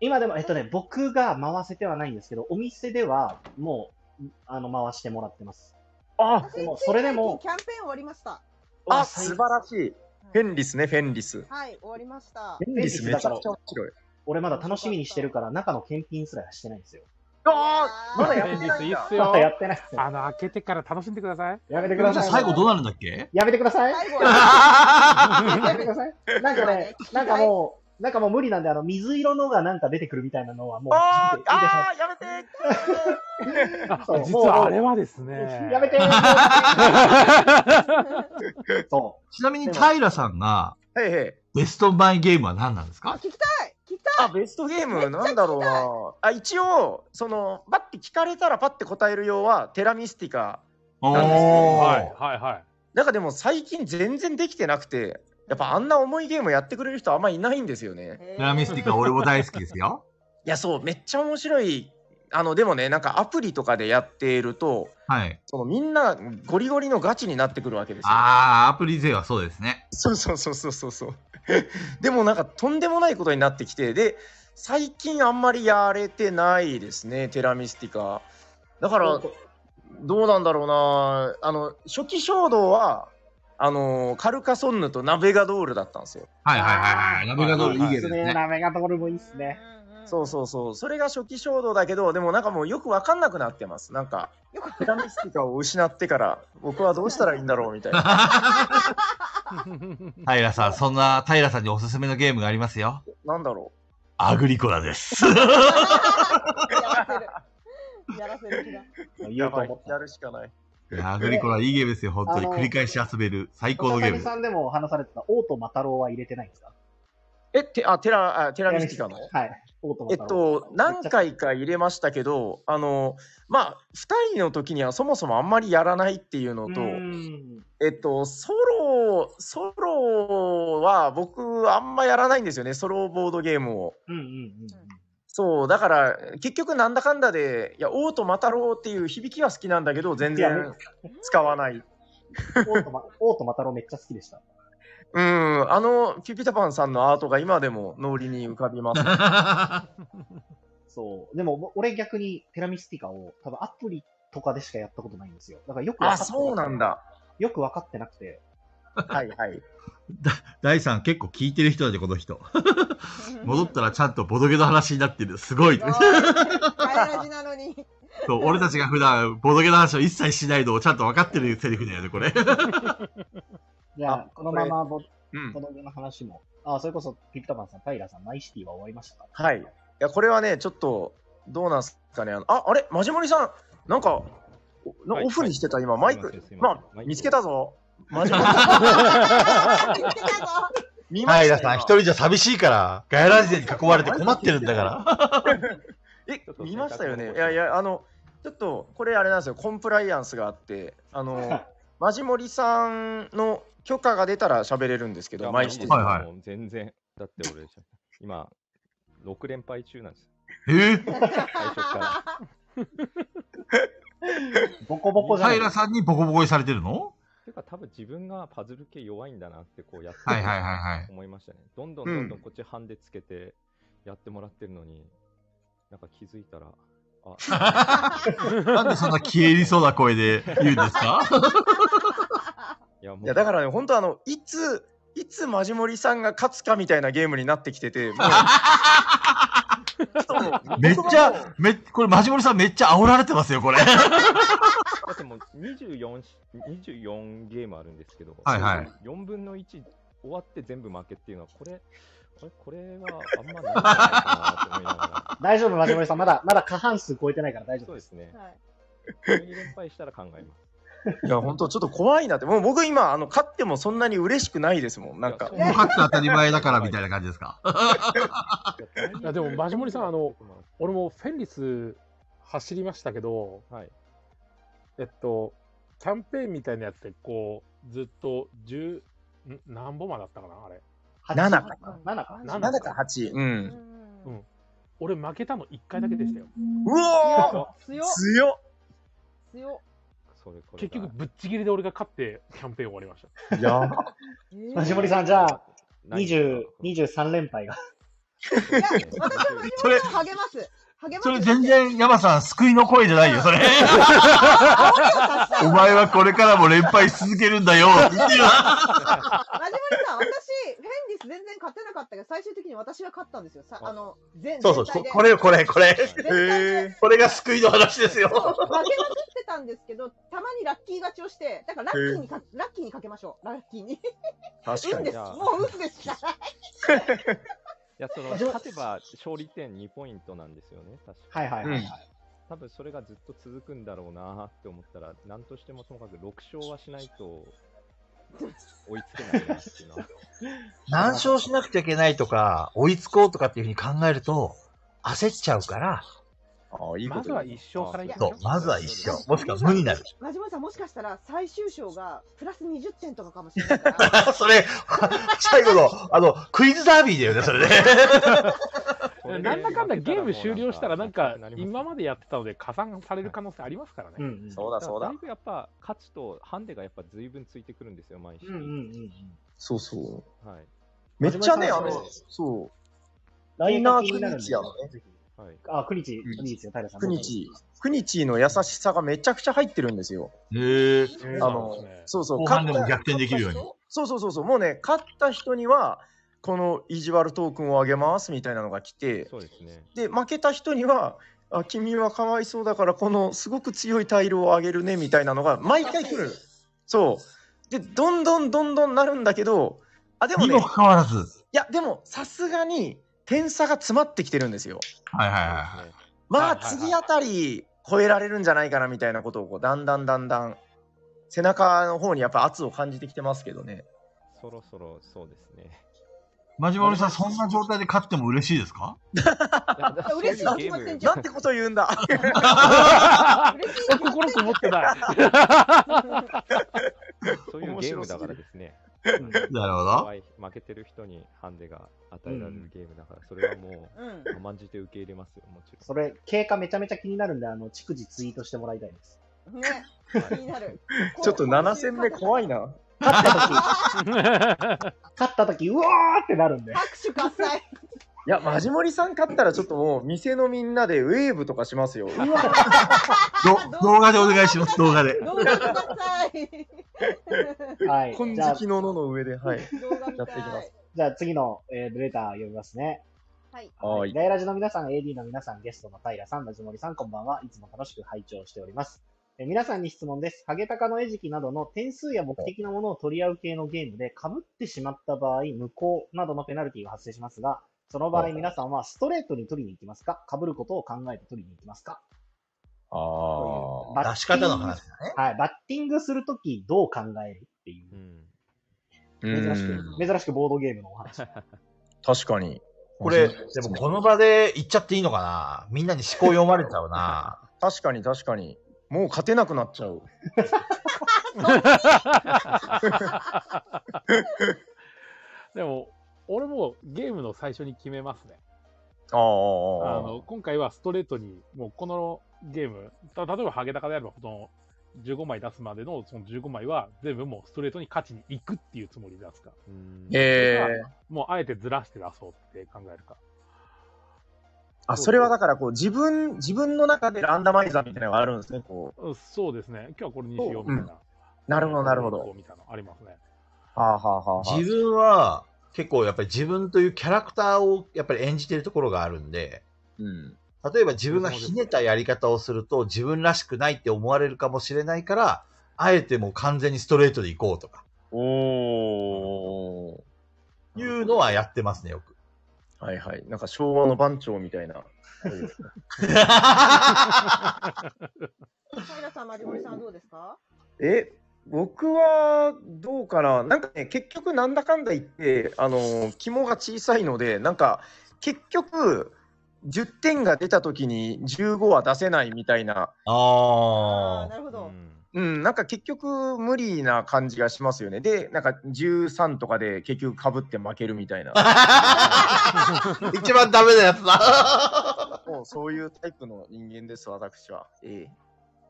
今でも、えっとね、僕が回せてはないんですけど、お店ではもう、あの、回してもらってます。あでもそれでもキャンペーン終わりました。あ、素晴らしい。フうェんンリスね、フェンリス。フはい、終わりました。ェンリスめちゃくちゃ面白い。俺まだ楽しみにしてるから、中の検品すらしてないんですよ。 あーまだやってリなスいいんいっだす まよだやってないっすよ。あの開けてから楽しんでくださいやめてくじゃださあい。最後どうなるんだっけやめてください。最後は、あやめてください。なんかね、なんかもう、なんかもう無理なんで、あの、水色のがなんか出てくるみたいなのはもう、あ見ーて見てしまあー、やめてそう実はあれはですうねやめてそちなみに平さんが はいはい。ベストバイゲームは何なんですか聞きたい聞きたいあ、ベストゲ ームなんだろうな。あ、一応、その、バッて聞かれたらパッて答える用は、テラミスティカ。おなんですけどはいー。はいはいなんかでも最近全然できてなくて、やっぱあんな重いゲームやってくれる人あんまいないんですよね。へーテラミスティカ俺も大好きですよ。いや、そう、めっちゃ面白い。あの、でもね、なんかアプリとかでやっていると、はい。そのみんなゴリゴリのガチになってくるわけですよ。あー、アプリ勢はそうですね。そうそうそうそうそう そう。でもなんかとんでもないことになってきて、で、最近あんまりやれてないですね、テラミスティカ。だから、どうなんだろうな、あの、初期衝動は、あの、カルカソンヌとナベガドールだったんですよ。はいはいはいはい。ラベガドールいいゲームですね。ラメガドルもいいっすね。。そうそうそう、それが初期衝動だけど、でもなんかもうよくわかんなくなってます。なんか、よくテラミスティカを失ってから、僕はどうしたらいいんだろうみたい な。平さん、そんな平さんにおすすめのゲームがありますよ。なんだろアグリコラで す。やらせる。やらせる気だ。う。言うと思ったや。るしかない。いやアグリコラいいゲームですよ、本当に。あの繰り返し遊べる最高のおゲさームみですさ。んでも話されてた、オートマタロウは入れてないんですかえ、てあテラ、あテラミスティカのはい。オートマえっタロウと、何回か入れましたけど、あの、まあ、2人の時にはそもそもあんまりやらないっていうのと、うんえっと、ソロ、ソロは僕あんまやらないんですよね、ソロボードゲームを。うんうんうん。そう、だから、結局なんだかんだで、いや、王とマタロウっていう響きは好きなんだけど、全いや然使わない。オートマ、オートマタロウめっちゃ好きでした。うん、あの、ピューピタパンさんのアートが今でも脳裏に浮か びます。そう。でも、ぼ俺逆にテラミスティカを多分アプリとかでしかやったことないんですよ。だからよく分かあ、ってそうなん。だ。よく分かってなくて。はいはい。第3結構聞いてる人だね、この人。戻ったらちゃんとボドゲの話になってる。すごい。ガヤラジなのに。そう俺たちが普段ボドゲの話を一切しないのをちゃんと分かってるセリフだよね、これ。じゃああ、このままボうんボ。ドゲの話も。あ、それこそピピタパンさん、タイラさん、マイシティは終わりましたかはい。いや、これはね、ちょっと、どうなんすかね。あの、ああれマジモリさん、なんか、おなはいオフにしてた、今、はマいイクすいませんすい。ませんまあマイ、ク見つけ たぞ。マジモリさん、言ってたぞ見まはしい、ただよさん、一人じゃ寂しいから、ガヤラジ勢に囲われて困ってるんだから。え、見ましたよね。いやいや、あの、ちょっと、これあれなんですよ、コンプライアンスがあって、あの、マジモリさんの許可が出たら喋れるんですけいやど、毎日。はいはいもう全然、だって俺、今、6連敗中なんですよ。えー、最初 か ボコボコじゃん。平さんにボコボコにされてるのてか、多分自分がパズル系弱いんだなって、こうやって、はいはいはいはい思いましたね。どんどんどんどんこっちハンデつけてやってもらってるのに、なんか気づいたら、あ、なんでそんな消え入りそうな声で言うんですかいや、もいやだからね、本当あの、いつ、いつマジモリさんが勝つかみたいなゲームになってきてて、もう めっちゃ、め、これ、マジモリさんめっちゃ煽られてますよ、これ。だってもう24し、24ゲームあるんですけど、はいはい4分の1終わって全部負けっていうのは、これ、これこれはあんまないんじゃないかなと思いながら。大丈夫、マジモリさん。まだ、まだ過半数超えてないから大丈そ夫で。うですすね。はいこれに連敗したら考えます。いや、本当ちょっと怖いなって。もう僕今、あの、勝ってもそんなに嬉しくないですもん。なんかい。やもう勝って当たり前だからみたいな感じですか。 いやでもマジモリさんあの、 俺もフェンリス走りましたけど、はい、えっと、キャンペーンみたいなやつって、こう、ずっと10、ん何本までだったかなあれ。 7か。 7か。 7 7か8。う。うんんうん俺負けたの1回だけでしたよ。うお強ーっ強っ強っそれこれ結が局、ぶっちぎりで俺が勝って、キャンペーン終わりました。やえーマジモリさん、じゃあ、ない20 23連敗が。 いや、私はマジモリさんを励ます。励ます。それ全。然、山さん、救いの声じゃないよ、そ れ。お前はこれからも連敗し続けるんだよ。マジモリさん、私、フェンディス全然勝てなかったけど、最終的に私が勝ったんですよ。さあの、全そうそう、全体こでこれよ、これ、これ。全体でこれが救いの話ですそう負よ。けまくってたんですけど、たまにラッキー勝ちをして、だからラッキーにか、ラッキーにかけましょう。ラッキーに。確か運にで。じす。ゃあもう運ですしかない。いや、その、勝てば勝利点2ポイントなんですよね、確か。はいはいはいはい。多分それがずっと続くんだろうなって思ったら、なんとしてもともかく6勝はしないと追いつけないなっていうのは。何勝しなくちゃいけないとか、追いつこうとかっていうふうに考えると、焦っちゃうから、ああ、いい こまとずだは1勝からいいくやそう、まずは一勝。もしくは無になる。マジモリさん、もしかしたら最終章がプラス20点とかかもしれない から。 それ、 最後の、あの、クイズダービーだよね、それね。なんだかんだゲーム終了したら、なんか、今まで。でやってたので加算される可能性ありますからね。うんうん。そうだそうだだい。ぶやっぱ、勝ちとハンデがやっぱ随分ついてくるんですよ、毎週。うんうんうん。そうそう。はい。めっちゃね、あマジモリさんの、そう。ライイナナーーククニニチチややねね。はい。あ、クニチ、いいですよ、平さん。クニチ。クニチの優しさがめちゃくちゃ入ってるんですよ。へえ。そうあなんのですね、そうそう。後半で勝もった逆転できるように。そうそうそうそう。もうね、勝った人には、この意地悪トークンをあげますみたいなのが来て、そうですね。で、負けた人には、あ君はかわいそうだから、このすごく強いタイルをあげるねみたいなのが毎回来る。そう。で、どんどんどんどんなるんだけど、あ、でもにね、もかかわらず。いや、でも、さすがに、点差が詰まってきてるんですよ。はいはいはいそうはい。ですねまあ、はいはいはい次あたり、超えられるんじゃないかなみたいなことを、こう、だんだんだんだん、背中の方にやっぱ圧を感じてきてますけ どね。そろそろそうですね。マジモリさん、そんな状態で勝っても嬉しいですか嬉しいそうう気持ちでなんてこと言うんだ嬉しいあ心こもって ない。そういうゲームだからですね。なるほど。怖い負けてる人にハンデが与えられるゲームだから、それはもううん。甘んじて受け入れますよ、もちそれ、経過めちゃめちゃ気になるんで、あの、逐次ツイートしてもらいたいです。ね、気になる。 ちょっと7戦目怖いな。勝った時、勝った時、うわーってなるんで。拍手喝采。いや、マジモリさん勝ったらちょっともう、店のみんなでウェーブとかしますよ。うわど動画でお願いします、動画で。動画見てください。はい。金じゃあ色、の野の上で、はい。動画見やたっていきまいす。じゃあ次の、えー、レター読みますね。はい。はいガイラジの皆さん、AD の皆さん、ゲストの平さん、ラジモリさん、こんばんは。いつも楽しく拝聴しております。えー皆さんに質問です。ハゲタカの餌食などの点数や目的のものを取り合う系のゲームで、被ってしまった場合、無効などのペナルティが発生しますが、その場合はい皆さんはストレートに取りに行きますか被ることを考えて取りに行きますかあバッティング出し方の話だね。はい。バッティングするときどう考えるっていろう。ん。ー珍しく、珍しくボードゲームのお話。確かに。これ、でもこの場で言っちゃっていいのかなみんなに思考読まれちゃうな。確かに確かに。もう勝てなくなっちゃう。でも、俺もゲームの最初に決めますね。あああの今回はストレートに、もうこのゲーム、た例えばハゲタカであれば、この15枚出すまでのその15枚は全部もうストレートに勝ちに行くっていうつもりで出すか。うんええもうあえてずらして出そうって考えるか。あ、それはだからこう自分、自分の中でランダマイザーみたいなのがあるんですね。こうんそうですね。今日はこれにしようみたいな。なるほどなるほどこうみたいなのありますね。はあ、はあはあはあ、自分は結構やっぱり自分というキャラクターをやっぱり演じてるところがあるんで、うん。例えば自分がひねったやり方をすると自分らしくないって思われるかもしれないから、あえてもう完全にストレートでいこうとか、おー。いうのはやってますね、よく。はいはい。なんか昭和の番長みた いな。平さん、まじもりさんはどうですかえ、僕はどうかな。なんかね、結局なんだかんだ言って、あの、肝が小さいので、なんか結局、10点が出た時に15は出せないみたいな、ああー、ああ。なるほど。うん、なんか結局無理な感じがしますよね。で、なんか13とかで結局かぶって負けるみたい な。一番ダメなやつだ。もうそういうタイプの人間です、私は。え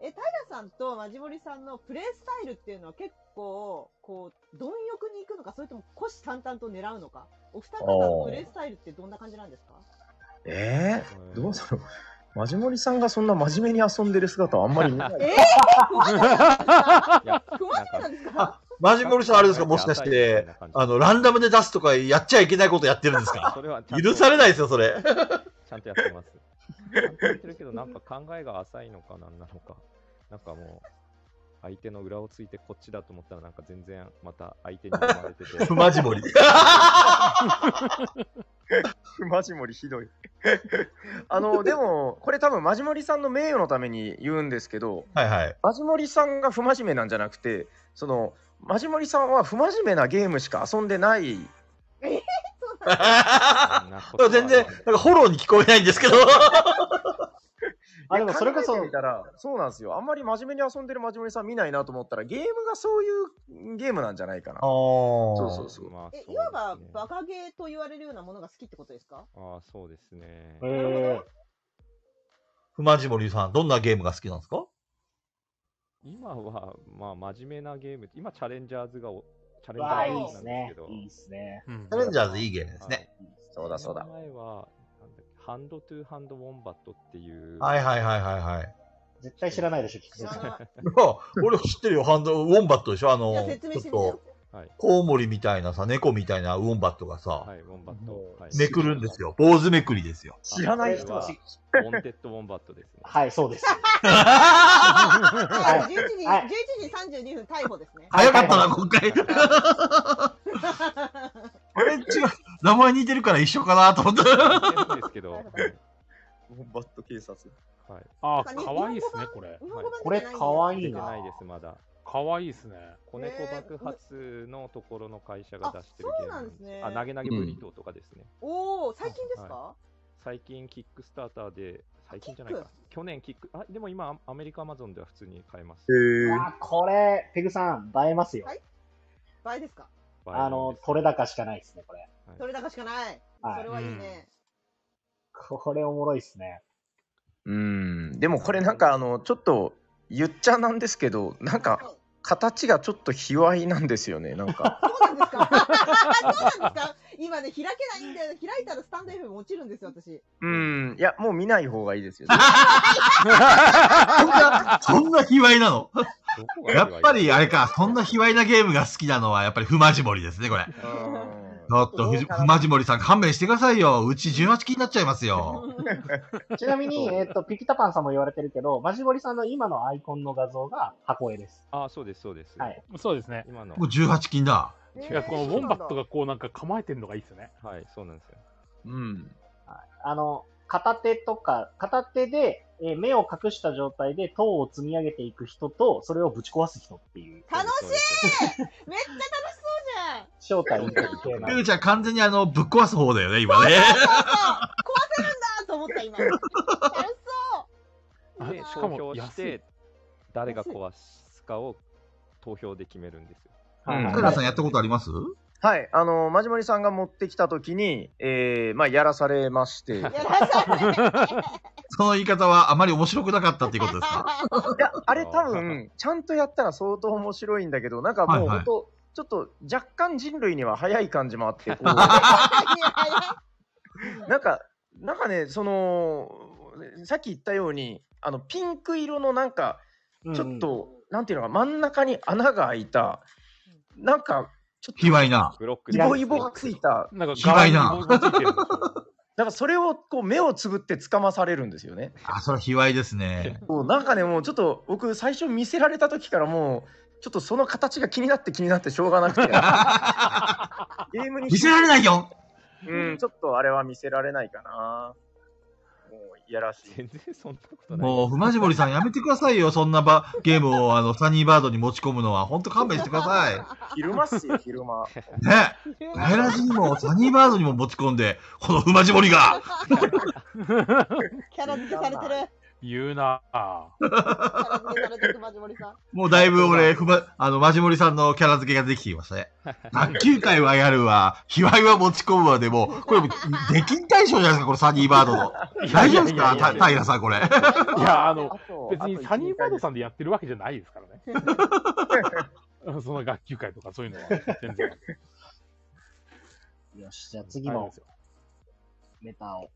ええ、平さんとまじもりさんのプレイスタイルっていうのは結構、こう、貪欲に行くのか、それとも虎視眈々と狙うのか。お二方のプレイスタイルってどんな感じなんですかえうんえどうだろう。マジモリさんがそんな真面目に遊んでる姿はあんまり見ない。えー、不真面目なんですかいや不真面目なんですかあマジモリさんあれですかもしかして、、あの、ランダムで出すとかやっちゃいけないことやってるんで すかそれはちゃんと許されないですよ、それ。、ちゃんとやってます。ちゃんとやってるけど、なんか考えが浅いのかなんなのか、なんかもう、相手の裏をついてこっちだと思ったら、なんか全然また相手に生まれてて マジモリ。 マジモリひどい。あの、でも、これ多分マジモリさんの名誉のために言うんですけど、はい はい。マジモリさんが不真面目なんじゃなくて、その、マジモリさんは不真面目なゲームしか遊んでない。そんなこだからと全然、なんかフォローに聞こえないんですけど。あ、でもそれこ考えそてみ、たらそうなんですよ。あんまり真面目に遊んでるマジモリさん見ないなと思ったら、ゲームがそういうゲームなんじゃないかな。そそうそうそう。まあえ、いわばそうですねバカゲーと言われるようなものが好きってことですかああ、そうですね。えふまじもりさん、どんなゲームが好きなんですか今は、まあ、真面目なゲーム、今、チャレンジャーズがお、チャレンジわあ、ャいいーでズなすんですねけど、。いいですね。ーうんチャレンジャーズいいゲームですね。そうだそうだその。前は、なんだっけハンドトゥーハンドウォンバットっていう、はいはいはいはいはい。 絶対知らないでしょ、菊知蔵らさん。ない俺知ってるよ、ハンド、ウォンバットでしょあいや、の、説明しちてみてょっとよ。、はい、コウモリみたいなさ、猫みたいなウォンバットがさ、はい、ウォンバット。はいめくるんですよ。坊主めくりですよ。知らない人はあこれはウォンテッドウォンバットですね。はい、そうです。はい、11はは時、い11時32分逮捕ですね。早かったな、今回。 あれ違う。名前似てるから一緒かなと思った。似てるんですけど、なはるいほ。バット警察。はいあー、かわいいですね、これ。日本語版これ、じゃないんだかわい出いてないな。です、まだ。かわいいですね。子猫爆発のところの会社が出してるゲームなんですよ。あそうなんですねあ、投げ投げブリトーとかですね。おお、最近ですか、最近、キックスターターで、最近じゃないか。去年、キック、あ、でも今、アメリカアマゾンでは普通に買えます。へあ、これ、ペグさん、映えますよはい。倍ですかあの、取れ高しかないですね、これ。それだけしかない。はいそれはいいね。これおもろいですね。うん。でもこれなんかあの、ちょっと言っちゃなんですけど、なんかはい形がちょっと卑猥なんですよね。なんか。 そうなんですか そうなんですか今ね、開けないんだよ。開いたらスタンド FM 落ちるんですよ、私。うん。いや、もう見ない方がいいですよね。 そんな、そんな卑猥なのやっぱりあれか、そんな卑猥なゲームが好きなのは、やっぱりふまじもりですね、これ。ちうんょっとふじ、ふまじもりさん勘弁してくださいよ。うち18期になっちゃいますよ。ちなみに、えっと、ピピタパンさんも言われてるけど、マジモリさんの今のアイコンの画像が箱絵です。あ、そうです、そうです。はいそうですね。今の、もう18禁だ。いや、このウォンバットがこうなんか構えてるのがいいですよね。はい、そうなんですよ。うん。あの、片手とか、片手で、えー目を隠した状態で塔を積み上げていく人と、それをぶち壊す人っていう、楽しいしいめっちゃ楽しそう正体みたいな系なペんでグちゃん完全にあの、ぶっ壊す方だよね、今ね。じゃん。そうそう壊せるんだと思った、今。楽しそ うで、いいなしか投も票し安いて、誰が壊すかを投票で決めるんですよ。はいうんペグさんやったことありますはい、あの、まじまりさんが持ってきたときに、えー、まあ、やらされまして、いいや、楽しその言い方はあまり面白くなかったっていうことですかそや、あれ多分、ちゃんとやったら相当面白いんだけど、なんかもう、はいはいほんと、ちょっと若干人類には早い感じもあっ て、こ う、う。いやいやなんか、なんかね、その、さっき言ったように、あの、ピンク色のなんか、うんうんちょっとなんていうのか、真ん中に穴が開いた、なんか、ちょっ卑猥な。ブロックと、イボイボがついた、なんか卑猥な柄に棒がついてるんですよなんかそれをこう目をつぶってつかまされるんですよね。あ、それは卑猥ですね。そうなんかね、もうちょっと僕、最初見せられた時からもう、ちょっとその形が気になって気になってしょうがなくて、 ゲームに見せられないようん、ちょっとあれは見せられないかな。もう、いやらし い。全然そんなこと ない。もう、ふまじもりさんやめてくださいよ。そんなばゲームを、あの、サニーバードに持ち込むのは、ほんと勘弁してください。昼間っすよ、昼間。ねガイラジにも、サニーバードにも持ち込んで、このふまじもりがキャラ付けされてる。言うなあキャラ付けされてる、まじもりさん。もうだいぶ俺、ふま、あの、まじもりさんのキャラ付けができてきましたね。卓球界はやるわ、卑猥は持ち込むわでも、これもう、出禁対象じゃないですか、これサニーバードの。大丈夫ですかいやいやいやたいや平さん、これ。いやあのあと別にサニーバードん。さんでやってるわけじゃないですからねうんその学級会とかそういうのは全然よし、じゃあ次あれのですよネタを。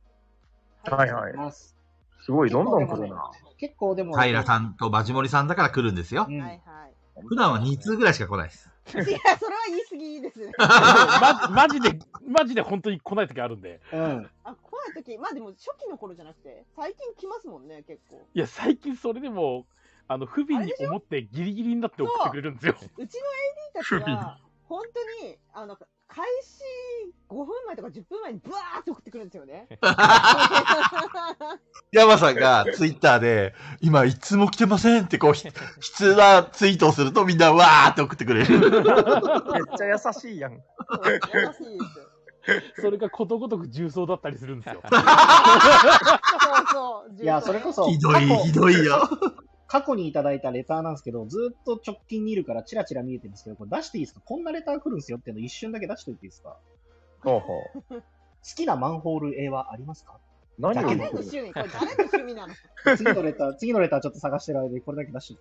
はいはいきますすごい、どんどん来るな。結構でも、平さんとまじもりさんだから来るんですよう。んはいはい。普段は2通ぐらいしか来ないです。いや、それは言い過ぎですね。マジマジでマジで本当に来ない時あるんでうん。あ、怖い時、まあでも初期の頃じゃなくて、最近来ますもんね、結構。いや最近それでもあの不憫に思ってギリギリになって送ってくれるんですようちの AD たちは、本当に、あの、開始5分前とか10分前にブワーって送ってくるんですよね。山さんがツイッターで、今いつも来てませんってこう、ひ 悲痛なツイートをするとみんなわーって送ってくれる。めっちゃ優しいやそん。う優しいですよ。それがことごとく重曹だったりするんですよそうそう。いや、それこそ、ひどい、ひどいよ。過去にいただいたレターなんですけど、ずっと直近にいるからチラチラ見えてるんですけど、これ出していいですかこんなレター来るんですよっていうの一瞬だけ出しといていいですかほうほう。好きなマンホール絵はありますか何誰をの言ってる趣味これ誰の趣味なの次のレタ ー、次のレターちょっと探してる間にこれだけ出し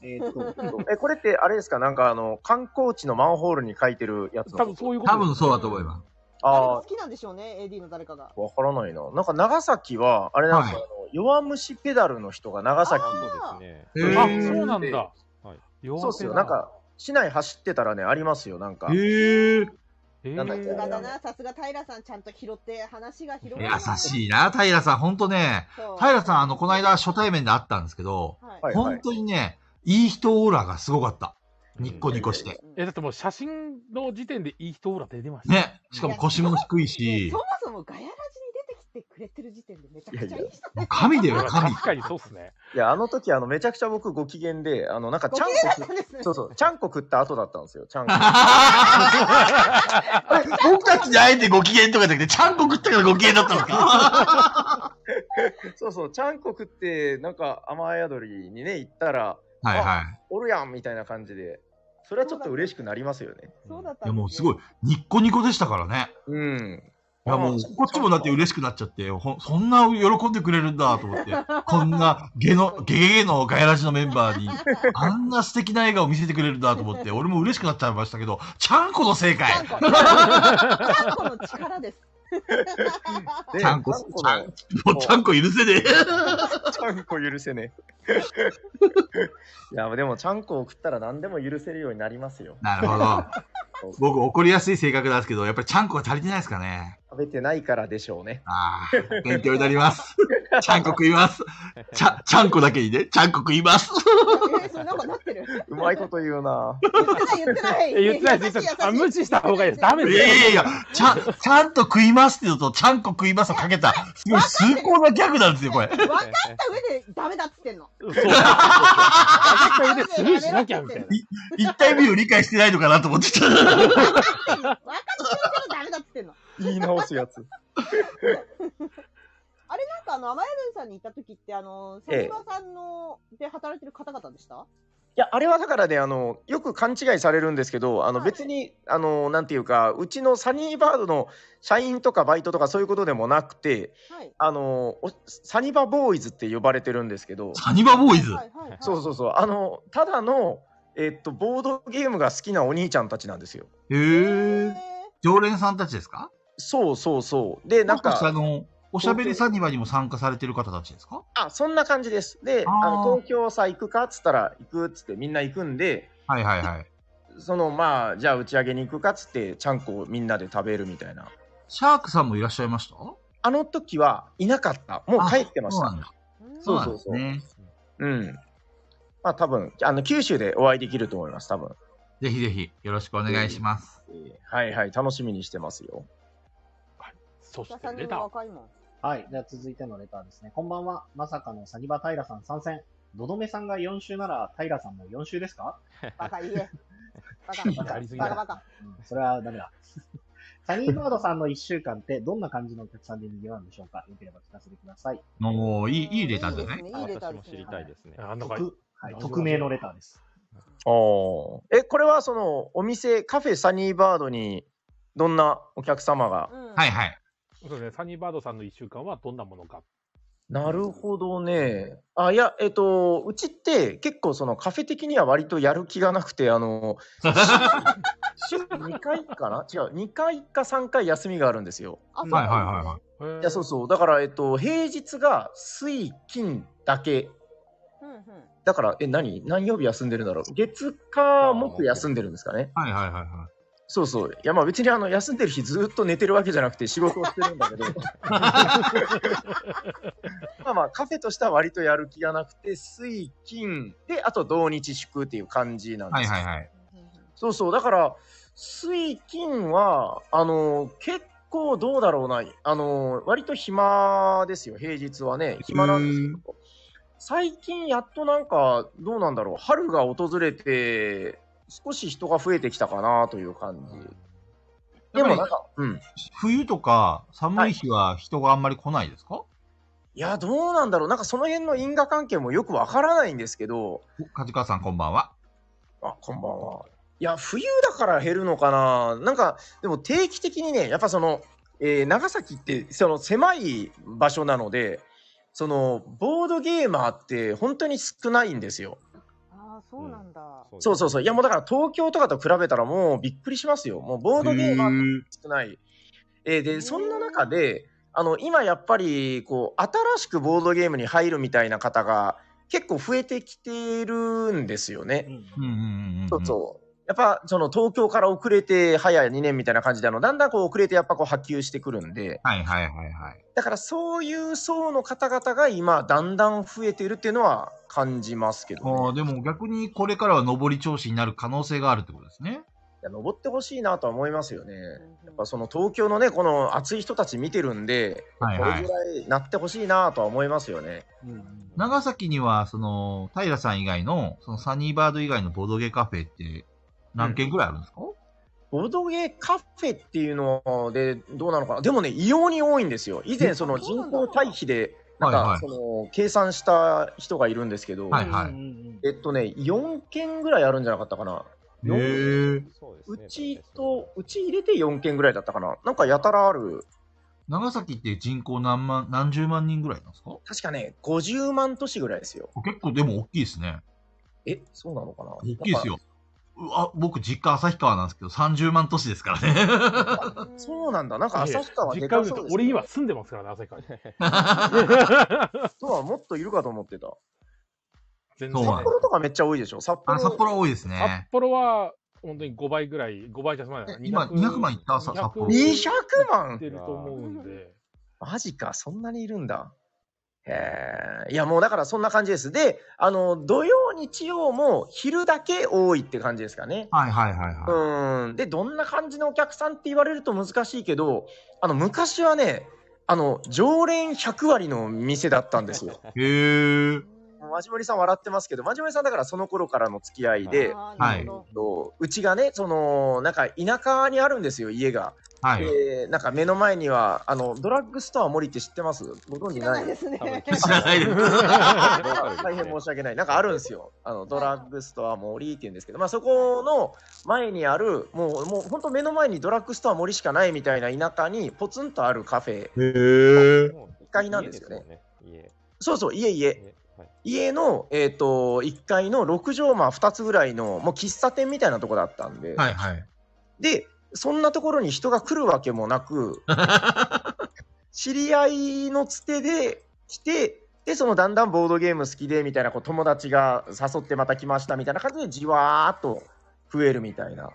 てえーっと、え、これってあれですかなんかあの、観光地のマンホールに書いてるやつの多分そういうこと多分そうだと思います。誰があ好きなんでしょうね、AD の誰かが。あ、わからないな。なんか長崎は、あれなんですか、はあの弱虫ペダルの人が長崎、そうですね。あへーそうなんだ、はい弱そうっ手すよ。なんか、市内走ってたらね、ありますよ。なんか、へーえーなんだっさけすがだな、さすが平さんちゃんと拾って話が広がる。優い。しいな、平さん。ほんとね、平さん、あの、この間初対面で会ったんですけど、はいはい本当にね、いい人オーラがすごかった。ニッコニコして。うんえだってもう写真の時点でいい人オーラ出てましたよね。しかも腰も低いでしそ、もそもガヤラジに出てきてくれてる時点でめちゃくちゃいい人だ神だいやよ、神確。かにそうっすねいや、あの時、あの、めちゃくちゃ僕ご機嫌で、あの、なんか、ちゃんこっ食たんですねっ、そうそう、ちゃんこ食った後だったんですよ。ちゃ んこ。僕たちにあえてご機嫌とかじゃなくて、ちゃんこ食ったからご機嫌だったのか。そうそう、ちゃんこ食って、なんか、雨宿りにね、行ったら、はいはい。おるやんみたいな感じで、それはちょっと嬉しくなりますよね。そうだったんですねいや、もうすごい、ニッコニコでしたからね。うん。いやもう、こっちもだって嬉しくなっちゃって、ほんそんな喜んでくれるんだと 思って、こんなゲの、ゲゲゲのガヤラジのメンバーに、あんな素敵な笑顔見せてくれるんだと思って、俺も嬉しくなっちゃいましたけど、ちゃんこの正ちゃん解こ。ちゃんこの力です。でちゃんこ、ちちゃんこゃのんもうちゃんこ許せねちゃんこ許せねえ。 いや、でも、ちゃんこを食ったら何でも許せるようになりますよえ。。なるほど。そうそう僕怒りやすい性格なんですけど、やっぱりちゃんこが足りてないですかね。食べてないからでしょうね。ああ、 勉強になります。ちゃんこ食います。ちゃ、ちゃんこだけにね、ちゃんこ食います。え、それなんかなってる。うまいこと言うな。言ってない、言ってない。え言ってないです優し優しあ無視した方がいいですダメ いでやすいやいや、ちゃん、ちゃんと食いますっていうのと、ちゃんこ食いますをかけた、すごい崇高なギャグなんですよ、これ。分かった上でダメだっつってんの。そうそうそうそうダメスルーしなきゃみたいな一体目を理解してないのかなと思ってた。分かってるけどダメだっつってんの。 言い直すやつ。あれなんかあの、甘えるんさんに行った時って、あの、サニバさんの、で働いてる方々でしたいや、あれはだからね、あの、よく勘違いされるんですけど、あの、はい別に、あの、なんていうか、うちのサニーバードの社員とかバイトとかそういうことでもなくて、はい。あの、おサニバボーイズって呼ばれてるんですけど、 サニバボーイズ。はいはいはいそうそうそう、あの、ただの、えっと、ボードゲームが好きなお兄ちゃんたちなんですよ。へへーえ。常連さんたちですかそうそうそう。で、ななんんか、か、あの、おしゃべりサニバにも参加されてる方たちですかあそんな感じです。で、あーあの東京さ行くかっつったら行くっつってみんな行くんで、はいはいはい。そのまあじゃあ打ち上げに行くかっつってちゃんこをみんなで食べるみたいな。シャークさんもいらっしゃいましたあの時はいなかった。もう帰ってましそうなんた。だ。うんそうなんですね。うん。まあ多分あの九州でお会いできると思います。多分。ぜひぜひよろしくお願いします。はいはい楽しみにしてますよ。そし北てさんレにタもー。若いもん。はい。じゃあ続いてのレターですね。こんばんは。まさかのサニバ平さん参戦。どどめさんが4週なら平さんも4週ですかバカ言え。ババカカやりす、ぎバだカ、バカ。うんそれはダメ だ。サニーバードさんの1週間ってどんな感じのお客さんで賑わうんでしょうかよければ聞かせてください。もういい、いいレターじゃでなすいねいいレタ私ーもです知りね。たいですね。あなんか匿はい大丈夫匿名のレターです。おえこれはそのお店カフェサニーバードにどんなお客様が。うんはいはい。そうですね、サニーバードさんの1週間はどんなものか。なるほどね。あ、いや、えっと、うちって結構そのカフェ的には割とやる気がなくて、あの、週2回かな違う、2回か3回休みがあるんですよ。あそうはいはいなんはですねいはい。へーいや、そうそう。だから、えっと、平日が水、金だけ。うんうんだから、え、何何曜日休んでるんだろう月か木休んでるんですかねはいはいはいはそうそう。いや、まあ別にあの、休んでる日ずっと寝てるわけじゃなくて仕事をしてるんだ けど。まあまあ、カフェとしては割とやる気がなくて、水、金、で、あと土日祝っていう感じなんい。はでいす。はいはい。そうそう。だから、水、金は、あの、結構どうだろうな、あの、割と暇ですよ、平日はね。暇なんですけど。最近やっとなんか、どうなんだろう、春が訪れて、少し人が増えてきたかなという感じ。でもなんか、うん。冬とか寒い日は人があんまり来ないですか、いや、どうなんだろう。なんかその辺の因果関係もよくわからないんですけど、お梶川さんこんばんは。あ、こんばんは。いや、冬だから減るのかな。なんか、でも定期的にね、やっぱその、えー長崎って、その狭い場所なので、その、ボードゲーマーって本当に少ないんですよ。ああ、そうなんだ。そうそうそうそう。いや、もうだから東京とかと比べたらもうびっくりしますよ。もうボードゲーマーー少ない。えーうで、んそんな中で、あの、今やっぱり、こう、新しくボードゲームに入るみたいな方が結構増えてきてるんですよね。うんうんうんうん。そうそう。やっぱ、その東京から遅れて、早2年みたいな感じで、あの、だんだんこう遅れて、やっぱこう波及してくるんで、はいはいはいはい。だからそういう層の方々が今、だんだん増えてるっていうのは感じますけど、あねあ、でも逆にこれからは上り調子になる可能性があるってことですね。いや、登ってほしいなとは思いますよね。ややっぱその東京のね、この熱い人たち見てるんで、はいはこれいぐ。らいなってほしいなとは思いますよね。長崎には、その、平さん以外の、そのサニーバード以外のボードゲーカフェって何軒ぐらいあるんですか、ボードゲーカフェっていうのでどうなのかなでもね異様に多いんですよ以前その人口対比でなんはいはかいその計算した人がいるんですけど、はいはいうんうんうんえっとね4件ぐらいあるんじゃなかったかなへーそうですうねちとうち入れて4件ぐらいだったかななんかやたらある長崎って人口何万、何十万人ぐらいなんですか確かね50万都市ぐらいですよ結構でも大きいですね。えそうなのかな大きいですよ。うわ、僕実家旭川なんですけど、30万都市ですからね。 なんかそうなんだなんかいやいや旭川で実家か売るそうとです、ね、俺今住んでますからね、旭川に。とはもっといるかと思ってた全そう然、な札んだ幌とかめっちゃ多いでしょ札あ幌札幌多いです札ね。幌は本当に5倍ぐらい、5倍じゃ済まないなえ。今200万いったさ札幌200いっ万てると思うんで。マジか、そんなにいるんだ。へえ、いやもうだからそんな感じです。で、あの、土曜、日曜も昼だけ多いって感じですかね。はいはいはいはうん。で、どんな感じのお客さんって言われると難しいけど、あの、昔はね、あの、常連100割の店だったんです よ。い。へえ。もうマジモリさん笑ってますけど、マジモリさんだからその頃からの付き合いで、はいとうちがね、その、なんか田舎にあるんですよ、家が。はい。で、なんか目の前には、あの、ドラッグストア森って知ってますご存知知らなないいですね。知 らないです。大変申し訳ない。なんかあるんですよ。あのドラッグストア森って言うんですけど、まあ、そこの前にある、もう、もう本当目の前にドラッグストア森しかないみたいな田舎にポツンとあるカフェ。へえ。 1階なんですよね。家そうそう、家ですもんね家。家。はい家の、えっ、と、1階の6畳間2つぐらいの、もう喫茶店みたいなとこだったんで。はいはい。 で、そんなところに人が来るわけもなく、知り合いのつてで来て、で、そのだんだんボードゲーム好きでみたいな、こう友達が誘ってまた来ましたみたいな感じで、じわーっと増えるみたいな。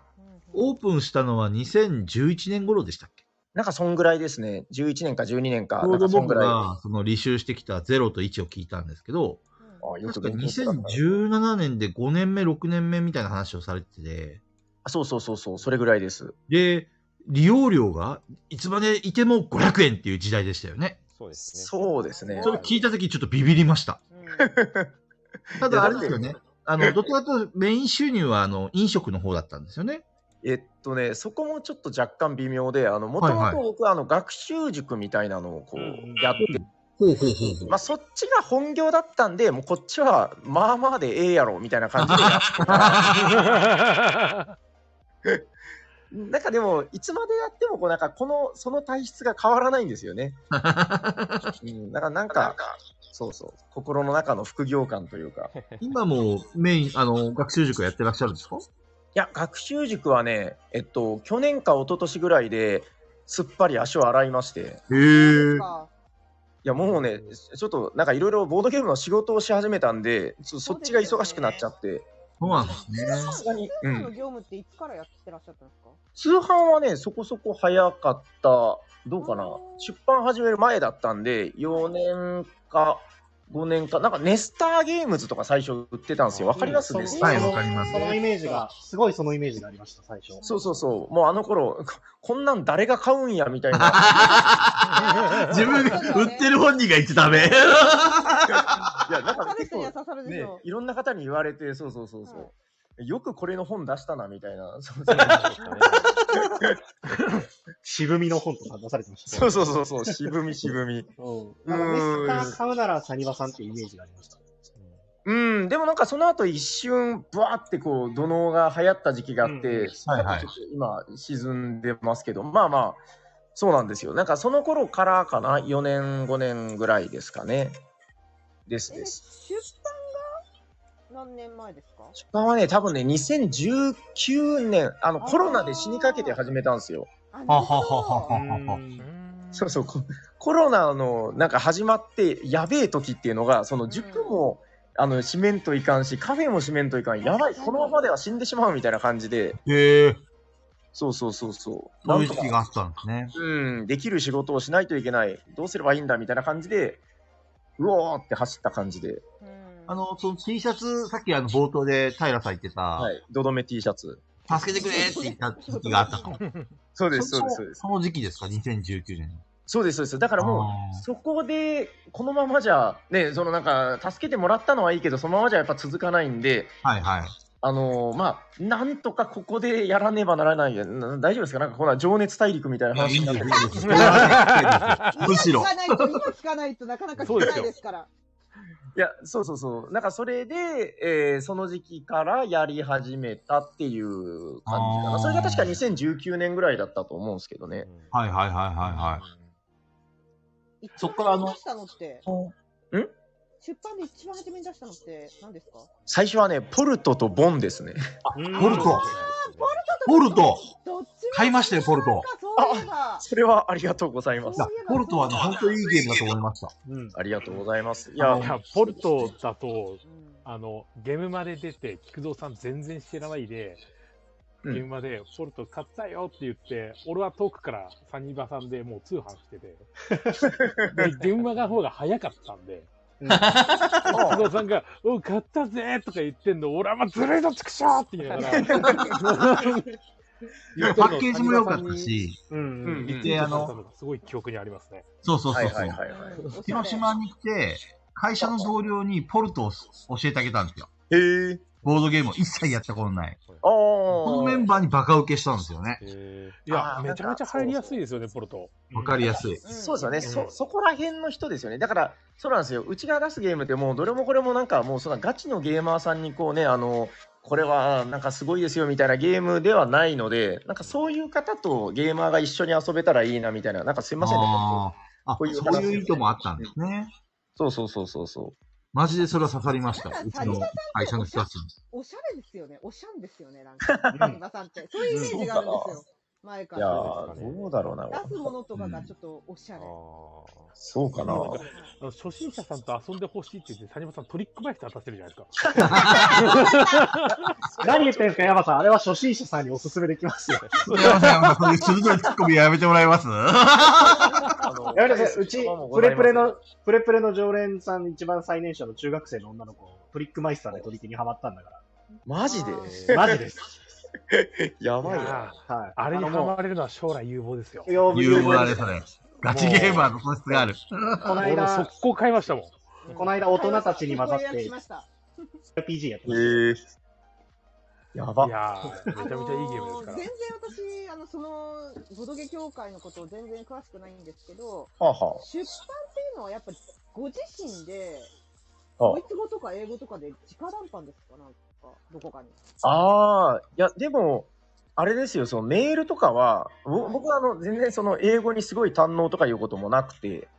オープンしたのは2011年頃でしたっけなんかそんぐらいですね。11年か12年か、ちょなうかんどそん僕ぐらい。がその履修してきた0と1を聞いたんですけど、あよ確くか勉強したな2017年で5年目、6年目みたいな話をされてて、あそうそうそうそう、それぐらいです。で、利用料がいつまでいても500円っていう時代でしたよね。そうですね。そうですね。それ聞いたときちょっとビビりました。ただあれですよね。あの、どちらかというとメイン収入はあの飲食の方だったんですよね。えっとね、そこもちょっと若干微妙で、あの、もともはいとはい僕、あの、学習塾みたいなのをこうんう、やってほうほうほうほうまあ、そっちが本業だったんで、もうこっちはまあまあでええやろみたいな感じ でやってたなんかでも、いつまでやってもこうなんかこの、その体質が変わらないんですよ ね。うん、だからなんか、そうそう、心の中の副業感と いうか。い今もメイン、あの、学習塾やってらっしゃるんですかや、学習塾はね、えっと、去年か一昨年ぐらいですっぱり足を洗いまして、へそうえかいや、もうね、ちょっとなんかいろいろボードゲームの仕事をし始めたんで、そそっちが忙しくなっちゃって、そうなんですね。さすがに。通う販んの業務っていつからやってらっしゃったんですか、通販はね、そこそこ早かった、どうかな、出版始める前だったんで、4年か5年か、なんかネスターゲームズとか最初売ってたんですよ。わかりますうんねそスうタはーい、わかりますそ。のイメージが、すごいそのイメージがありました、最初。そうそうそう。もうあの頃、 ここんなん誰が買うんや、みたいな。 自分が売ってる本人が言っちゃダメ。いや、な刺んかさる結人には刺構、さるでしねょ、、いろんな方に言われて、そうそうそうそう。はよくこれの本出したな、みたいな。そうそう渋みの本とか出されてました。そうそうそうそう、渋み渋み。うん。なんかネスター買うならサニバさんっていうイメージがありました。うん、でもなんかその後一瞬、ブワーってこう、土のが流行った時期があって、うんはいはいちょっと今、沈んでますけど、まあまあ、そうなんですよ。なんかその頃からかな、4年、5年ぐらいですかね。ですえでです。出版が何年前ですか出版はね、多分ね、2019年、あの、コロナで死にかけて始めたんですよ。あはなはるほはどはは。そうそう、ココロナのなんか始まって、やべえ時っていうのが、その塾も、あの、閉めんといかんし、カフェも閉めんといかん、やばい、このままでは死んでしまうみたいな感じで、 へえ。そうそうそうそう。そうないうん時と期か、があったんですね。うん、できる仕事をしないといけない、どうすればいいんだみたいな感じで、うおーって走った感じうで、んあの、その T シャツ、さっきあの冒頭で平さん言ってた、はい、どどめ T シャツ。助けてくれって言った時期があったと。そうそです、そうです、そうです。その時期ですか、2019年。そうです、そうです。だからもあう、そこで、このままじゃ、ね、そのなんか、助けてもらったのはいいけど、そのままじゃやっぱ続かないんで、ーはいはい。あのーまあ、なんとかここでやらねばならない。な大丈夫ですかなんか、ほら、情熱大陸みたいないや話いいになっですていいる。ですそれはね。むしろ今聞。かないと、今聞かないとなかなか聞かないですから。いや、そうそうそう。なんかそれで、えーその時期からやり始めたっていう感じかあな。ーそれが確か2019年ぐらいだったと思うんですけどね。はいはいはいはいはい。そっからあの一番初めに出したのって、出版で一番初めに出したのって何ですか最初はね、ポルトとボンですね。 ポルト、ポルト、どっちも買いましたよ、ポルト。そういえば。それはありがとうございまいすや。ポルトはね、本当にいいゲームだと思いました。うんありがとうございます。いいややい、やポルトだとうんあのゲームまで出て菊蔵さん全然知らないで、うんゲームまでポルト買ったよって言って俺は遠くからサニバさんでもう通販して てで現場の方が早かったんで菊蔵さんが「おう買ったぜ!」とか言ってんの俺はまあずるいぞちくしょうって言いながら言っ パてんのッケージも良かったし、うんうんうん谷で、あ川さんにの、すごい記憶にありますねそうそうはそいうそ。はいうはいはい。広島に来て、会社の同僚にポルトを教えてあげたんですよ。へー。ボードゲームを一切やったことない。あー。このメンバーにバカ受けしたんですよね。いやあーめちゃめちゃ入りやすいですよねポルトわかりやすい。そうですよね、うそんそこら辺の人ですよね、だから、そうなんですよ、うちが出すゲームって、もうどれもこれもなんか、もうそんなガチのゲーマーさんに、こうね、あのこれはなんかすごいですよみたいなゲームではないので、なんかそういう方とゲーマーが一緒に遊べたらいいなみたいな、なんかすいませんね、あーあ、こういう話そういう意図もあったんですね。そうそうそうそうそう、マジでそれは刺さりました。なんかうちの会社の人たちに。おしゃれですよね。おしゃんですよね。なんか、サニバさんって。そういうイメージがあるんですよ。前かいやら。ー、どうだろうな。出すものとかがちょっとおしゃれ。そうかな。あの初心者さんと遊んでほしいって言って、谷本さんトリックバイス渡してるじゃないですか。何言ってんですか、山さん。あれは初心者さんにおすすめできますよ。山さん、もうそういう鋭いツッコミやめてもらえます やめてください。うち、プレプレの、プレプレの常連さん一番最年少の中学生の女の子、トリックマイスターで取り手にハマったんだかマジでら。マジです。やばいいな。やはい。あれにあのハもマれるのは将来有望ですよう、。よう有望だね、それ。ガチゲーマーの素質がある。この俺も間、速攻買いましたもん。この間大人たちに混ざっ予約してました。 RPG やってましえやばい。やー、めちゃめちゃいいゲームですかあのーら。全然私、あの、その、ボドゲ協会のことを全然詳しくないんですけど、はあは出版っていうのはやっぱご自身で、あドイツ語とか英語とかで直談判ですかなんか、どこかに。あ。ああ、いや、でも、あれですよ、そのメールとかは、ぼ僕はあの全然その英語にすごい堪能とかいうこともなくて、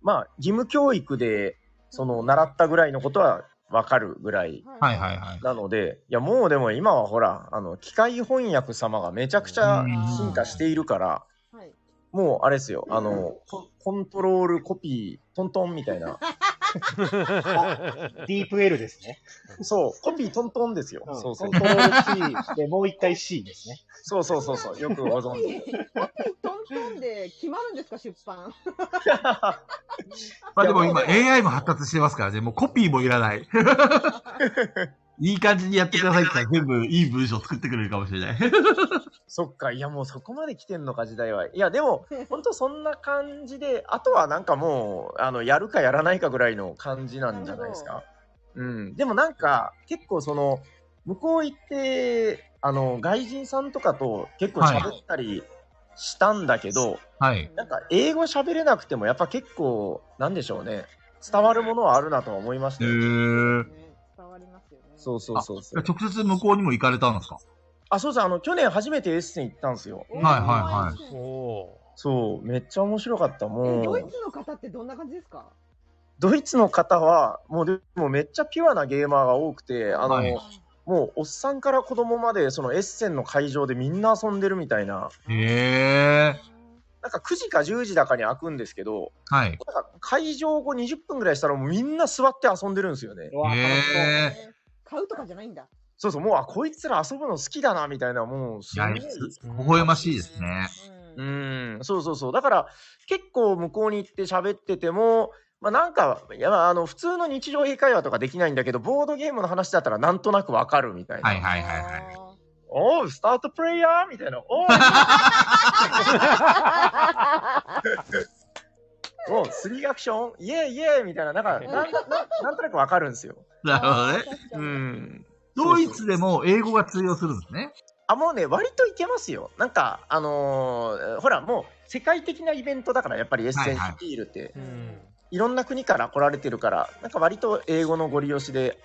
まあ、義務教育で、その、習ったぐらいのことは分かるぐらいはいはいはい。なので、いや、もうでも今はほら、あの、機械翻訳様がめちゃくちゃ進化しているから、い。はい。もうあれですよ、あの、ココントロールコピー、トントンみたいな。た。ディープ L ですね。そう、コピートントンですよ。うんそうそうコン。トロール C で、もう一回 C ですね。そうそうそうそう、よくご存 知。トントンで決まるんですか、出版。まあでも今 AI も発達してますからね、もうコピーもいらない。いい感じにやってくださいって言ったら全部いい文章作ってくれるかもしれない。そっか、いやもうそこまで来てんのか、時代は。いや、でも、本当そんな感じで、あとはなんかもう、あの、やるかやらないかぐらいの感じなんじゃないですか。うん。でもなんか、結構その、向こう行って、あの、外人さんとかと結構喋ったりしたんだけど、はい。なんか英語喋れなくてもやっぱ結構なんでしょうね伝わるものはあるなとは思いましへたよ、ー。ね伝わりますよね。そうそうそうそう直接向こうにも行かれたんですかあそうですあの去年初めてエッセン行ったんですよおーはいはいはいかおわいいおそうめっちゃ面白かったえ、もドイうツの方ってどんな感じですかドイツの方はもうでもめっちゃピュアなゲーマーが多くてあの、はいもうおっさんから子供までそのエッセンの会場でみんな遊んでるみたいなへー。なんか9時か10時だかに開くんですけどはい。なんか会場後20分ぐらいしたらもうみんな座って遊んでるんですよねうわ楽しそうへー。え買うとかじゃないんだ。そうそう、もう、あ、こいつら遊ぶの好きだな、みたいな、もう、すいごや、い。微笑ましいですね。うんうん、そうそうそう。だから、結構向こうに行って喋ってても、まあなんか、いや、まああの、普通の日常英会話とかできないんだけど、ボードゲームの話だったらなんとなくわかるみたいな。はいはいはいはい。おう、スタートプレイヤーみたいな。お う、おうスリーアクションイエイイエイみたいな、なんか、なんななんとなくわかるんですよ。なるほどね。ううん。ん。ドイツでも英語が通用するんですね。あ、もうね、割といけますよ。なんか、あのーほら、もう、世界的なイベントだから、やっぱりエッセンシールって、いー。うん。ろんな国から来られてるから、なんか割と英語のご利用しで、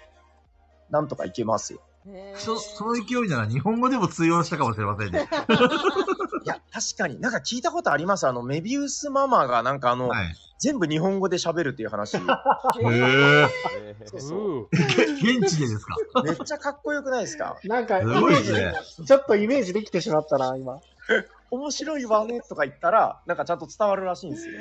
なんとかいけますよ。へーそその勢いなら日本語でも通用したかもしれませんね。いや、確かになんか聞いたことあります。あの、メビウスママが、なんかあの、はい。全部日本語で喋るっていう 話。へー。えーそうそうう現地でですかめっちゃかっこよくないですかなんか、イすメごいーでジすね。ちょっとイメージできてしまったな、今。面白いわねとか言ったら、なんかちゃんと伝わるらしいんですよ。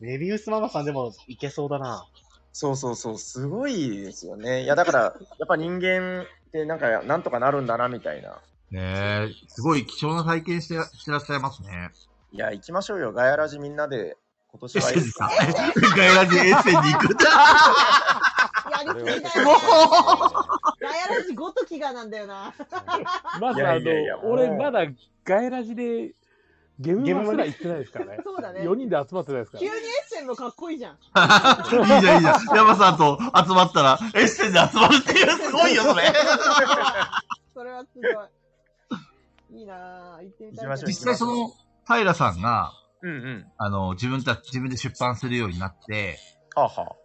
メビウスママさんでもいけそうだな。そうそうそう、すごいですよね。いや、だから、やっぱ人間ってなんか、なんとかなるんだな、みたいな。ねえ、すごい貴重な体験してしてらっしゃいますね。いや、行きましょうよ、ガヤラジみんなで、今年エッは センにさ、ガヤラジエッセンに行くんだ。 やりすぎだよ。ガヤラジごときがなんだよ な。まいずやあいやいやの、俺まだガイラジでゲームマすら行ってないですからね。そうだね。 4人で集まってないですか急にらエ。ッセンもかっこいいじゃん。いいじゃん、いいじゃん。山さんと集まったら、エッセンで集まるっていう、すごいよ、それ。 それはすごい。いいなぁ。行ってみたいけど。行きましょう実際その、平さんが、うんうん。あの、自分たち、自分で出版するようになって、はあ、は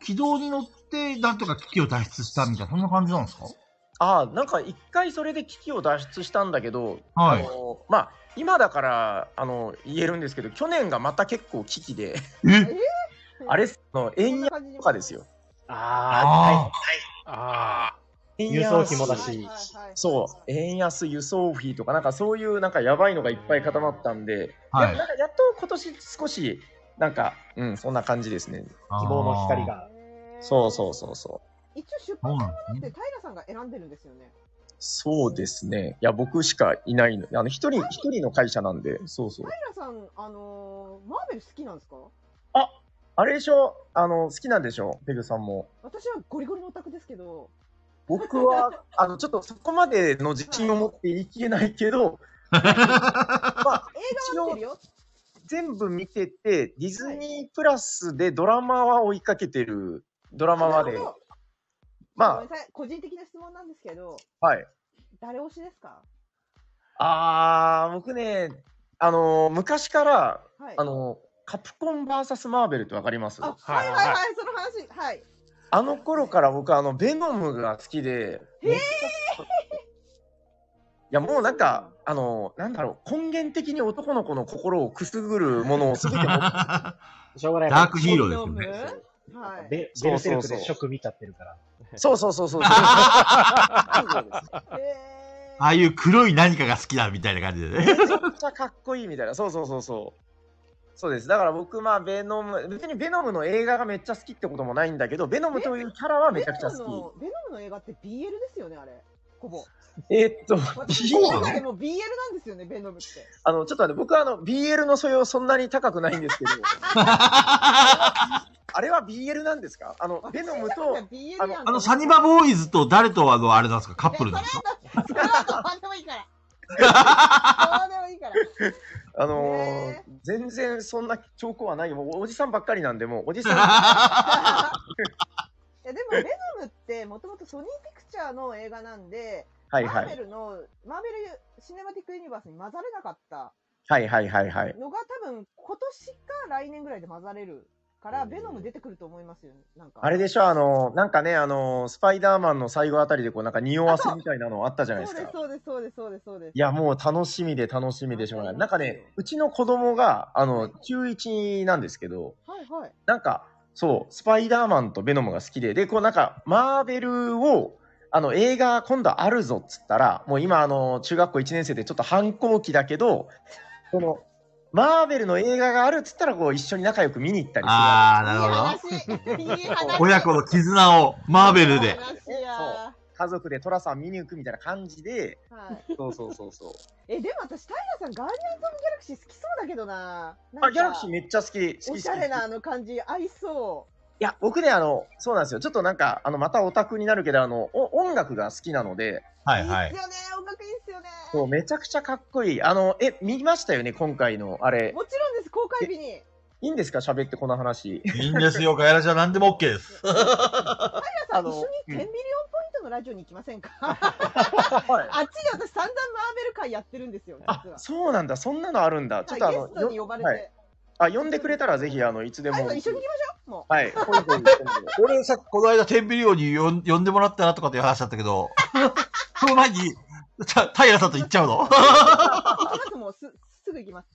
軌道に乗って、なんとか危機を脱出したみたいな、そんな感じなんですかあ、あーなんか一回それで危機を脱出したんだけど、はいあのまあ、今だからあの言えるんですけど、去年がまた結構危機 で、えあれっすあの円安安とかですよ。あああ、あ輸送費もだし、そう、円安輸送費とか、なんかそういうなんかやばいのがいっぱい固まったんで、はいやなんかやっと今年少し、なんか、うん、そんな感じですね。希望の光。が。そうそうそうそう。一応出そう版社もなんですってね。平さんが選んでるんですよね。そうですね。いや、僕しかいないの。あの、一人、一人の会社なんで、そうそう。平さん、あのーマーベル好きなんですかあれでしょあの、好きなんでしょペグさんも。私はゴリゴリのオタクですけど、僕は、あの、ちょっとそこまでの自信を持って言い切れないけど、まあ、映画は見てるよ。全部見てて、ディズニープラスでドラマは追いかけてる、ドラマまなでるほ。どごめまんなさい、個人的な質問なんですけど、あ、はい。誰推しですかあー、僕ね、あの、昔から、はい。あの、カプコン VS マーベルってわかりますああはいははいはいはいい、その話、はい。の頃から僕、あの、ベノムが好きで、へーめっちゃ好きいや、もうなんか、あの、なんだろう、根源的に男の子の心をくすぐるものをすべて持ってしょうがない。 ダークヒーローですよね。ムはい。ベベルセルクそでうそうそう食見ちゃってるから。 そうそうそうそう。へーああいう黒い何かが好きだみたいな感じでね。めちゃくちゃかっこいいみたいな。そうそうそうそう。そうです。だから僕、まあ、ベノム、別にベノムの映画がめっちゃ好きってこともないんだけど、ベノムというキャラはめちゃくちゃベノム好のベノムの映画って BL ですよね、あれ。ほぼ。き。えーっと、私の中でも BL なんですよね、ベノムって。あの、ちょっと待って、僕はあの、BL の素養そんなに高くないん ですけど、あれは BL なんですかあの、ベノム私のと中、では BL やんあの、サニバボーイズと誰とあの、あれなんですか、カップルなんです かそれはどうでもいいから。どうでもいいから。あのーね全然そんな兆候はないよ。もうおじさんばっかりなんで、もう、お じさん。いやでも、ベノムってもともとソニーピクチャーの映画なんで、はいはマーベい。ルの、マーベルシネマティックユニバースに混ざれなかったはいはいはいはい。のが多分今年か来年ぐらいで混ざれるから、うんベノム出てくると思いますよ、ね。なんか。あれでしょあのー、なんかね、あのー、スパイダーマンの最後あたりで、こう、なんか匂わせみたいなのあったじゃないですか。そうです、そうです、そうです、そうです。いや、もう楽しみで楽しみでしょうがない。わなんかかりますよね、うちの子供が、あの、中1なんですけど、はいはい。なんか、そう、スパイダーマンとベノムが好きで、で、こうなんか、マーベルを、あの、映画今度あるぞっつったら、もう今、あの、中学校1年生でちょっと反抗期だけど、この、マーベルの映画があるっつったら、こう、一緒に仲良く見に行ったりするわああ、なるほど。いい話。いい話。親子の絆をマーベルいいで。話やけ。家族でトラさん見に行くみたいな感じで、はい。そうそうそうそう。え、でも私、タイガさん、ガーディアンズ・オブ・ギャラクシー好きそうだけどな。なんかあ、ギャラクシーめっちゃ好き。好おきしゃれ好きなあの感じ、合いそいや、僕ね、あの、そうなんですよ。ちょっとなんか、あの、またオタクになるけど、あの、お音楽が好きなので、う。はいいいはっいす。よね、音楽いいっすよね。そう、めちゃくちゃかっこいい。あの、え、見ましたよね、今回の、あれ。もちろんです、公開日に。いいんですか喋ってこ の話。いいんですよ、ガヤラジは何でも OK です。皆さん、あの一緒に10うミんリオンポイントのラジオに行きません かあはい。っちで私、散々マーベル会やってるんですよ、あ実、は。そうなんだ。そんなのあるんだ。ちょっとあはいゲのス、トに呼ばれて。はいあ、呼んでくれたらぜひ、あの、いつであも。一緒に行きましょう。もう。はい。こういうふうに言っても俺さ、この間、テンビリオンに呼ん呼んでもらったなとかっていう話だったけど、その前に、た平さんと行っちゃうの行きます、もうす、すぐ行きます。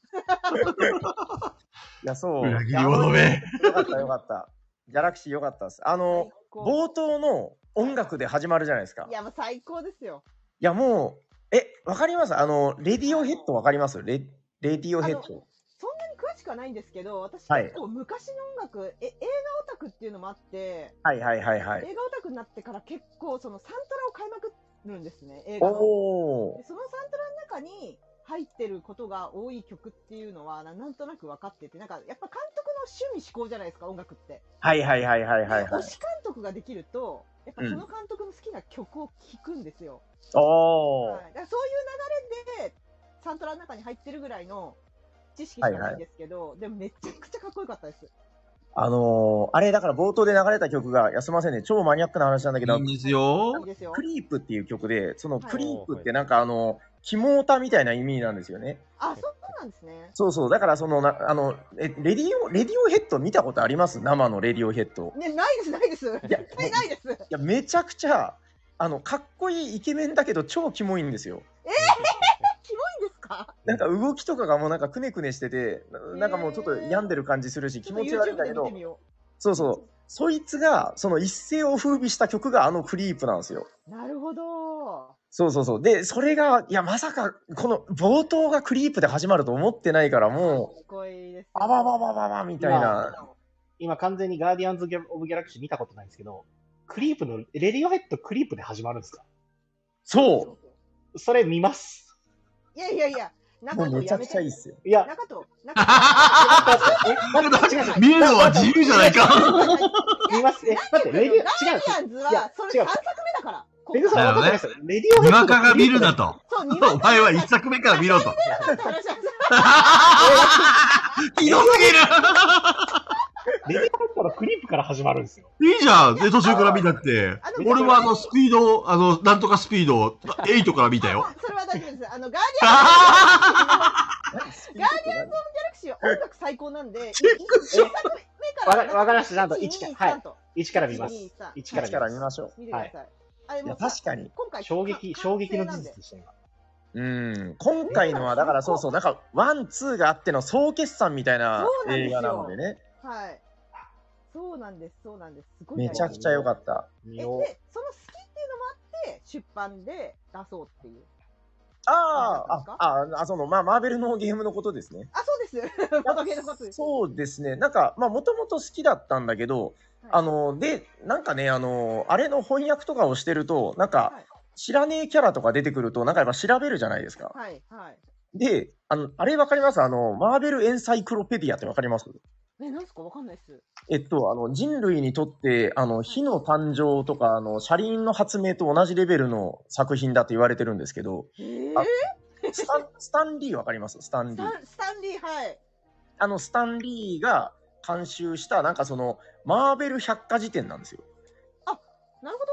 いや、そう。裏切り者め。いやあのよかった、よかった。ギャラクシーよかったです。あの最、高。冒頭の音楽で始まるじゃないですか。いいや、もう最高ですよ。や、もう、え、わかりますあの、レディオヘッドわかりますレ、レディオヘッあド。そんなに詳しくはないんですけど、私はい結構昔の音楽、え映画オタクっていうのもあって、はいはいはいはい。映画オタクになってから結構そのサントラを買いまくるんですね、映画の。おーで。そのサントラの中に入ってることが多い曲っていうのはななんとなく分かってて、なんかやっぱ監督の趣味思考じゃないですか、音楽って。はいはいはいはいではいはい推。し監督ができると、やっぱその監督の好きな曲を聴くんですよ。おはーい、だからそういう流れで、サントラの中に入ってるぐらいの知識しかないんですけど、でもめちゃくちゃかっこよかったです。あのー、あれだから冒頭で流れた曲が、休ませんね、超マニアックな話なんだけど、いいんですいいよ。ですよク。リープっていう曲で、そのはいクリープってなんかあの、肝歌みたいな意味なんですよね。あ、そうなんですね。そうそう。だからそのな、あの、え、レディオ、レディオヘッド見たことあります生のレディオヘッド。ね、ないです、ないです。絶いや、対ないです。いやめちゃくちゃ、あの、かっこいいイケメンだけど超キモいんですよ。キモいんですかなんか動きとかがもうなんかくねくねしてて、ななんかもうちょっと病んでる感じするし、気持ち悪いんだけちょっと YouTube で見どてみ、ようそうそう。そいつが、その一世を風靡した曲があのクリープなんですよ。なるほど。そうそうそう。で、それが、いや、まさか、この冒頭がクリープで始まると思ってないから、もう、すごいですね。あばばばばばみたいな。今完全にガーディアンズ・オブ・ギャラクシー見たことないんですけど、クリープの、レディオヘッドクリープで始まるんですかそそれ見ます。いやいやいや、う中もうめ藤ちゃやくめ。ちゃいいってすよ。いや、中藤、は中ははは え、待って、違うんですよ見えるのは自由じゃないか。藤。見ます。え、 待って、レディオ、違ガーディアうんンズですいやは、それ違う3作目だから。こペグさんだよ分ねかってないですよ。レディオヘにッドわのかが見るなと。そう、2お前は一作目から見ろと。話しひどすレディオヘッドのクリープから始まるんですよ。ぎるいいじゃん。で、途中から見たってあ。の俺はあの、スピードを、あの、なんとかスピードを、8から見たよ。それは大丈夫です。あの、ガーディアンあズ・はははガーディアンズ・オブ・ギャラクシーは音楽最高なんで、1 書作目から。わかわかりましたちゃんと一1、2、はい3と。一から見ます。 1 2 3一一かからら見見ま。ますしょう。見てください。あれいもや、うさ確かに。今回衝撃、か衝撃の完成事な実んででした、今。うん。今回のは、だからそうそう、なんか、ワン、ツーがあっての総決算みたいなそうなんで映すよ画なのでね。はい。そうなんです、そうなんです。すごいめちゃくちゃ良かった。えで、見そよの好う。きっていうのもあって、出版で出そうっていう。あーあ、あ、あ、その、まあ、マーベルのゲームのことですね。あ、そうです。ボドゲのことです。そうですね。なんか、まあ、もともと好きだったんだけど、はいあ、の、で、なんかね、あの、あれの翻訳とかをしてると、なんか、はい知らねえキャラとか出てくると、なんかやっぱ調べるじゃないですか。はい、はい。で、あの、あれわかりますあの、マーベルエンサイクロペディアってわかりますえ、なんすかわかんないっす。えっと、あの、人類にとって、あの、火の誕生とか、あの、車輪の発明と同じレベルの作品だと言われてるんですけど、えーあスタン、スタンリーわかりますスタンスリー。タンスタンリー、はい。あの、スタンリーが監修した、なんかその、マーベル百科事典なんですよ。なるほど。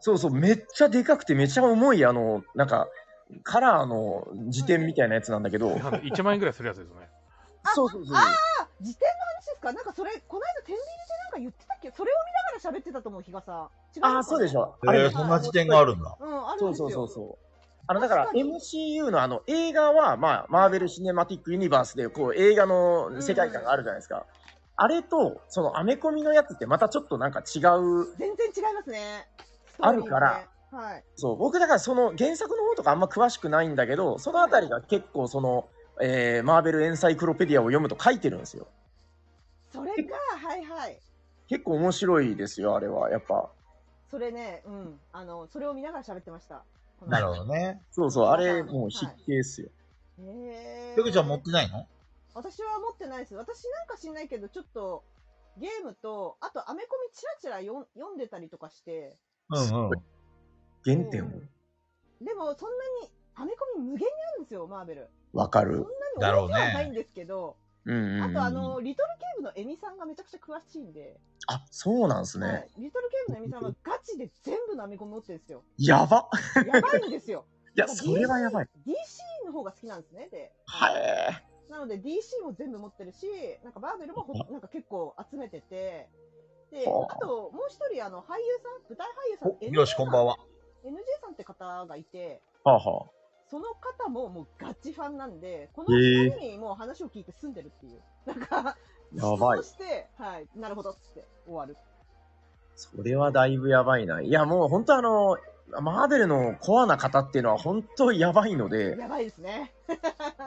そうそう、めっちゃでかくて、めちゃ重い、あの、なんか、カラーの辞典みたいなやつなんだけど、あの1万円ぐらいするやつですよね。そうそうそう。あ、辞典の話ですかなんかそれ、この間天秤でなんか言ってたっけそれを見ながら喋ってたと思う、比嘉さん。違ああ、そうでしょ。ょ。あえれー、そんな時点があるんだ。うん、あるそんうですそよ。うそうそう。あのだから確かに MCU のあの映画は、まあ、マーベル・シネマティック・ユニバースでこう映画の世界観があるじゃないですか。あれと、そのアメコミのやつってまたちょっとなんか違う。全然違いますね。あるからストーリーもね。はい。そう、僕だからその原作の方とかあんま詳しくないんだけど、そのあたりが結構その、えーマーベルエンサイクロペディアを読むと書いてるんですよ。それが、はいはい。結構面白いですよ、あれは。やっぱ。それね、うん。あの、それを見ながら喋ってました。このなるほど。ね。そうそう、あれもう筆形ですよ。へえ。ペグちゃん持ってないの私は持ってないです。私なんか知んないけど、ちょっと、ゲームと、あとアメコミチラチラ読ん読んでたりとかして、うんうん。原点をでもそんなに、アメコミ無限にあるんですよ、マーベル。わかそんなるに。だろ多うくねはないんですけど、うんうん、うあん。とあの、リトルケーブのエミさんがめちゃくちゃ詳しいんで、あ、そうなんですね。はい、リトルケーブのエミさんはガチで全部のアメコミ持ってるんですよ。やばやばいんですよ。 いや、それはやばい。。 DC の方が好きなんですね、で。はい。なので DC も全部持ってるし、なんかバーベルもほなんか結構集めてて、で、はああともう一人あの俳優さん、舞台俳優さん、お、よし、こんばんは。は。 NJ さんって方がいて、はあはあ。その方ももうガチファンなんで、このへえ二人にもう話を聞いて住んでるっていう。なんか、やばい質問して、はい、なるほどっつって終わる。それはだいぶやばいな。いや、もう本当あの、マーベルのコアな方っていうのは本当やばいので、やばいですね。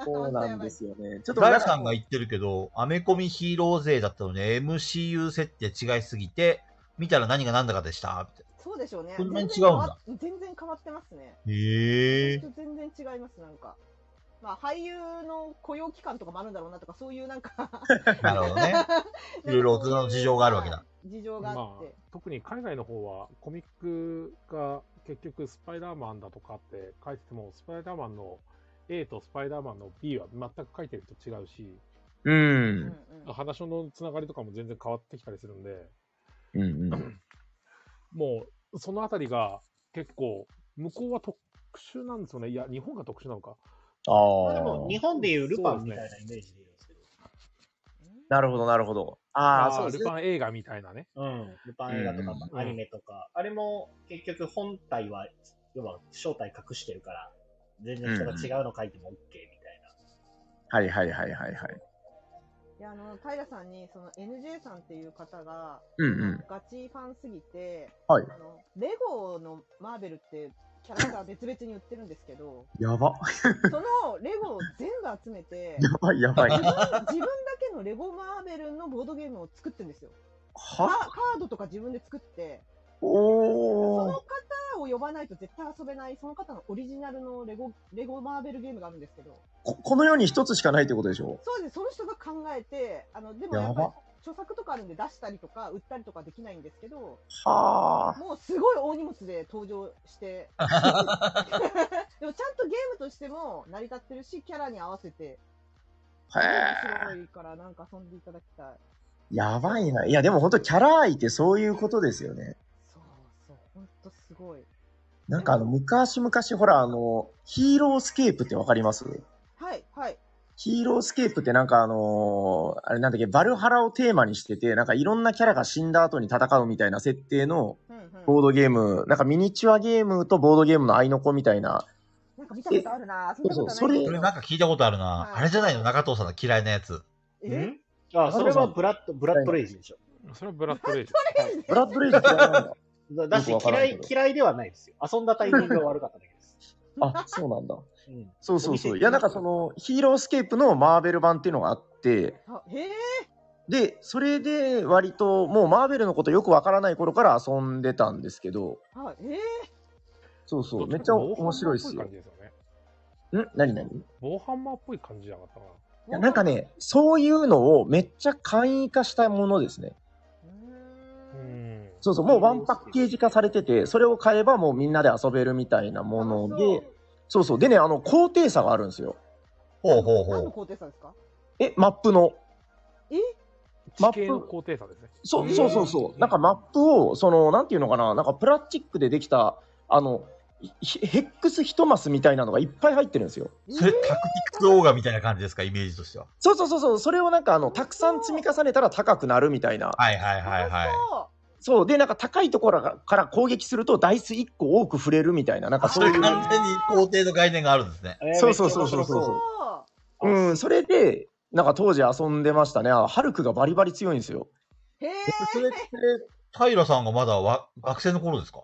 そうなんですよね。ちょっとダ皆イさんが言ってるけど、アメコミヒーロー勢だったので、MCU 設定違いすぎて、見たら何が何だかでした。そうでしょうね。そんなに違うんだ全然変わっ全然変わってますね。へえ。全然違います、なんか。まあ、俳優の雇用期間とかもあるんだろうなとか、そういうなんかー。なるほど ね。いろいろ大人の事情があるわけだはい。事情があまっあて。、特に海外の方はコミックが結局スパイダーマンだとかって書いてても、スパイダーマンの A とスパイダーマンの B は全く書いてると違うし、ううんん。うん話のつながりとかも全然変わってきたりするんで、うんうん。もうそのあたりが結構、向こうは特殊なんですよね。いや、日本が特殊なのか。まああであも、。日本でいうルパンみたいなイメージでいいですけど。なるほど、なるほど。ああ、まそうですルね。パン映画みたいなね。うん。ルパン映画とかもうんアニメとか、あれも結局本体は、要は正体隠してるから、全然人が違うの書いても OK みたいな。はいはいはいはいはい。いや、あの、平さんに、その NJ さんっていう方が、うんうんガチファンすぎて、はいあの、レゴのマーベルって、キャラクター別々に売ってるんですけ ど、やば。そのレゴを全部集めて、 やばいやばい。自分自分だけのレゴマーベルのボードゲームを作ってるんですよ。カはカードとか自分で作って、そおのー。方を呼ばないと絶対遊べない、その方のオリジナルのレゴレゴマーベルゲームがあるんですけど、ここの世に一つしかないってことでしょそうです、その人が考えて、あのでもやばやっぱり著作とかあるんで出したりとか売ったりとかできないんですけど、はもうすごい大荷物で登場して、 でもちゃんとゲームとしても成り立ってるし、キャラに合わせて、ー。へ面白いからなんか遊んでいただきたい。ー。やばいな。いや、でも本当キャラ愛ってそういうことですよね。そうそう、ほんとすごい。なんかあの、昔々、ほら、あの、ヒーロースケープってわかりますはい、はい。ヒーロースケープってなんかあのーあれなんだっけ、バルハラをテーマにしてて、なんかいろんなキャラが死んだ後に戦うみたいな設定のうんうボんー、ドゲーム、なんかミニチュアゲームとボードゲームの合いの子みたいな。なんか見たことあるな、遊んだことないそうそうそれそれなんか聞いたことあるな。あれじゃないの中藤さんの嫌いなやつ。えああ、それはブラッド、ブラッドレイジでしょ。それはブラッドレイジ。ブラッドレイジってあれなん だ。だだしよくわ、から嫌んけいど、嫌いではないですよ。遊んだタイミングが悪かっただけです。あ、そうなんだ。うん。そうそうそう。いや、なんかその、ヒーロースケープのマーベル版っていうのがあって、あへえ、で、それで割ともうマーベルのことよくわからない頃から遊んでたんですけど、あへえ、そうそう、めっちゃ面白いっすよ。どっちかんというとモーハンマーっぽい感じですよね何何モーハンマーっぽい感じじゃなかったかな。いやなんかね、そういうのをめっちゃ簡易化したものですね。うー。うんん。そうそう、もうワンパッケージ化されてて、それを買えばもうみんなで遊べるみたいなもので、そうそう、でね、あの、高低差があるんですよ。ほうほう楽しそうほ何のう。高低差ですかえ、マップの。えマ地形のップ、高低差ですね。そうえーそうそうそう、なんかマップを、その、なんていうのかな、なんかプラスチックでできた、あの、ひヘックス一マスみたいなのがいっぱい入ってるんですよ。それ、タクティクスオーガみたいな感じですか、イメージとしては。そうそうそうそう、それをなんかあの、たくさん積み重ねたら高くなるみたいな。はいはいはいはい。そそうでなんか高いところからから攻撃するとダイス1個多く振れるみたいななんかあ、そそうれいう完全に皇帝の概念があるんですね。えーそうそうそうそうう。そ、そううん、それでなんか当時遊んでましたねあハルクがバリバリ強いんですよう。へえ、それって、平さんがまだわ学生の頃ですか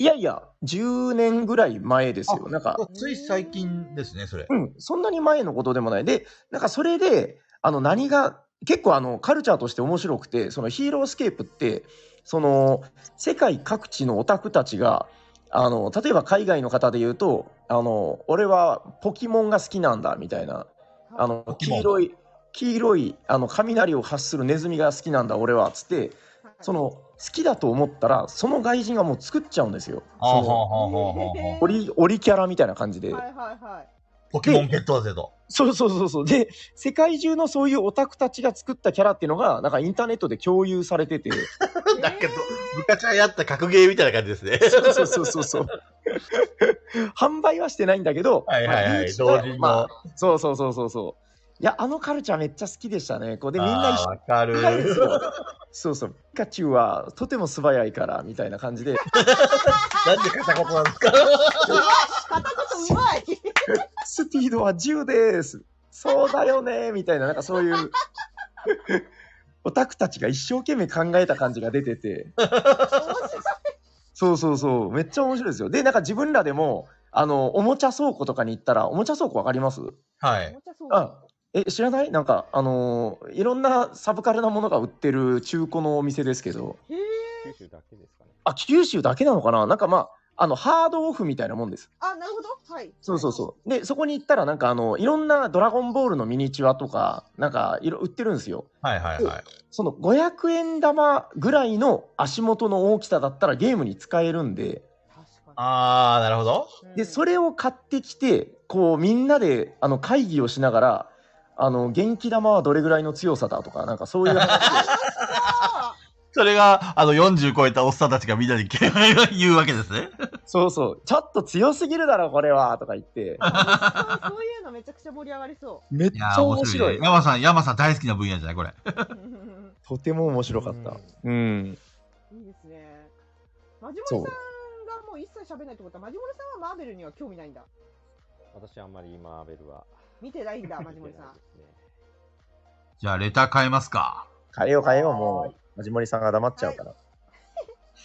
いやいや10年ぐらい前ですよなんかつい最近ですね、それ。うんそんなに前のことでもないでなんかそれであの何が結構あのカルチャーとして面白くてそのヒーロースケープってその世界各地のオタクたちがあの例えば海外の方で言うとあの俺はポケモンが好きなんだみたいなあのケモン黄色い黄色いあの雷を発するネズミが好きなんだ俺はっつってはいその好きだと思ったらその外人がもう作っちゃうんですよ。ああ、そのはあはあはあはあはあ。オリオリキャラみたいな感じで、はいはいはい。ポケモンゲットだぜと。そうそうそうそうで世界中のそういうオタクたちが作ったキャラっていうのがなんかインターネットで共有されて て だけど、昔はやった格ゲーみたいな感じですね。そうそうそうそうそう販売はしてないんだけどはいはいはいまあ有志が同人のまあ、そうそうそうそうそういやあのカルチャーめっちゃ好きでしたねこうでみんなあ一ー緒わかる。そうそう、ピカチュウはとても素早いからみたいな感じで、なんで片言なんですか片言うまい。スピードは10です、そうだよねみたいな、なんかそう いう、オタクたちが一生懸命考えた感じが出てて、そうそうそう、めっちゃ面白いですよ。で、なんか自分らでも、あのおもちゃ倉庫とかに行ったら、おもちゃ倉庫わかりますおはい。もちゃそう。あえ知らないなんか、あのいろんなサブカルなものが売ってる中古のお店ですけど、へえ。九州だけですかね。あ九州だけなのかな、なんかまあ、あのハードオフみたいなもんです。あ、なるほど。はい。そうそうそう。で、そこに行ったら、なんかあの、いろんなドラゴンボールのミニチュアとか、なんか、いろ、売ってるんですよ。はいはいはい。その500円玉ぐらいの足元の大きさだったらゲームに使えるんで、確かあー、なるほど。に。で、それ。れを買ってきて、こう、みんなで、あの、会議をしながら、あの、元気玉はどれぐらいの強さだとか、なんかそういう話 をあそれが、あの、40超えたおっさんたちがみんなに 言うわけですね。そうそう、ちょっと強すぎるだろ、これは、とか言って、あ、そうそういうのめちゃくちゃ盛り上がりそめっいちやゃー、面面白白いい。ね。山さん、山さん大好きな分野じゃないこれ。う。とても面白かった。うん。 いいですね。マジモリさそんうがもう一切喋んないってことは、マジモリさんはマーベルには興味ないんだ。私あんまりマーベルは 見てないんだ、マジモ見リてさなんいで。すね。じゃあ、レター変えますか。変えよう変えよう、もう。まじもりさんが黙っちゃうから。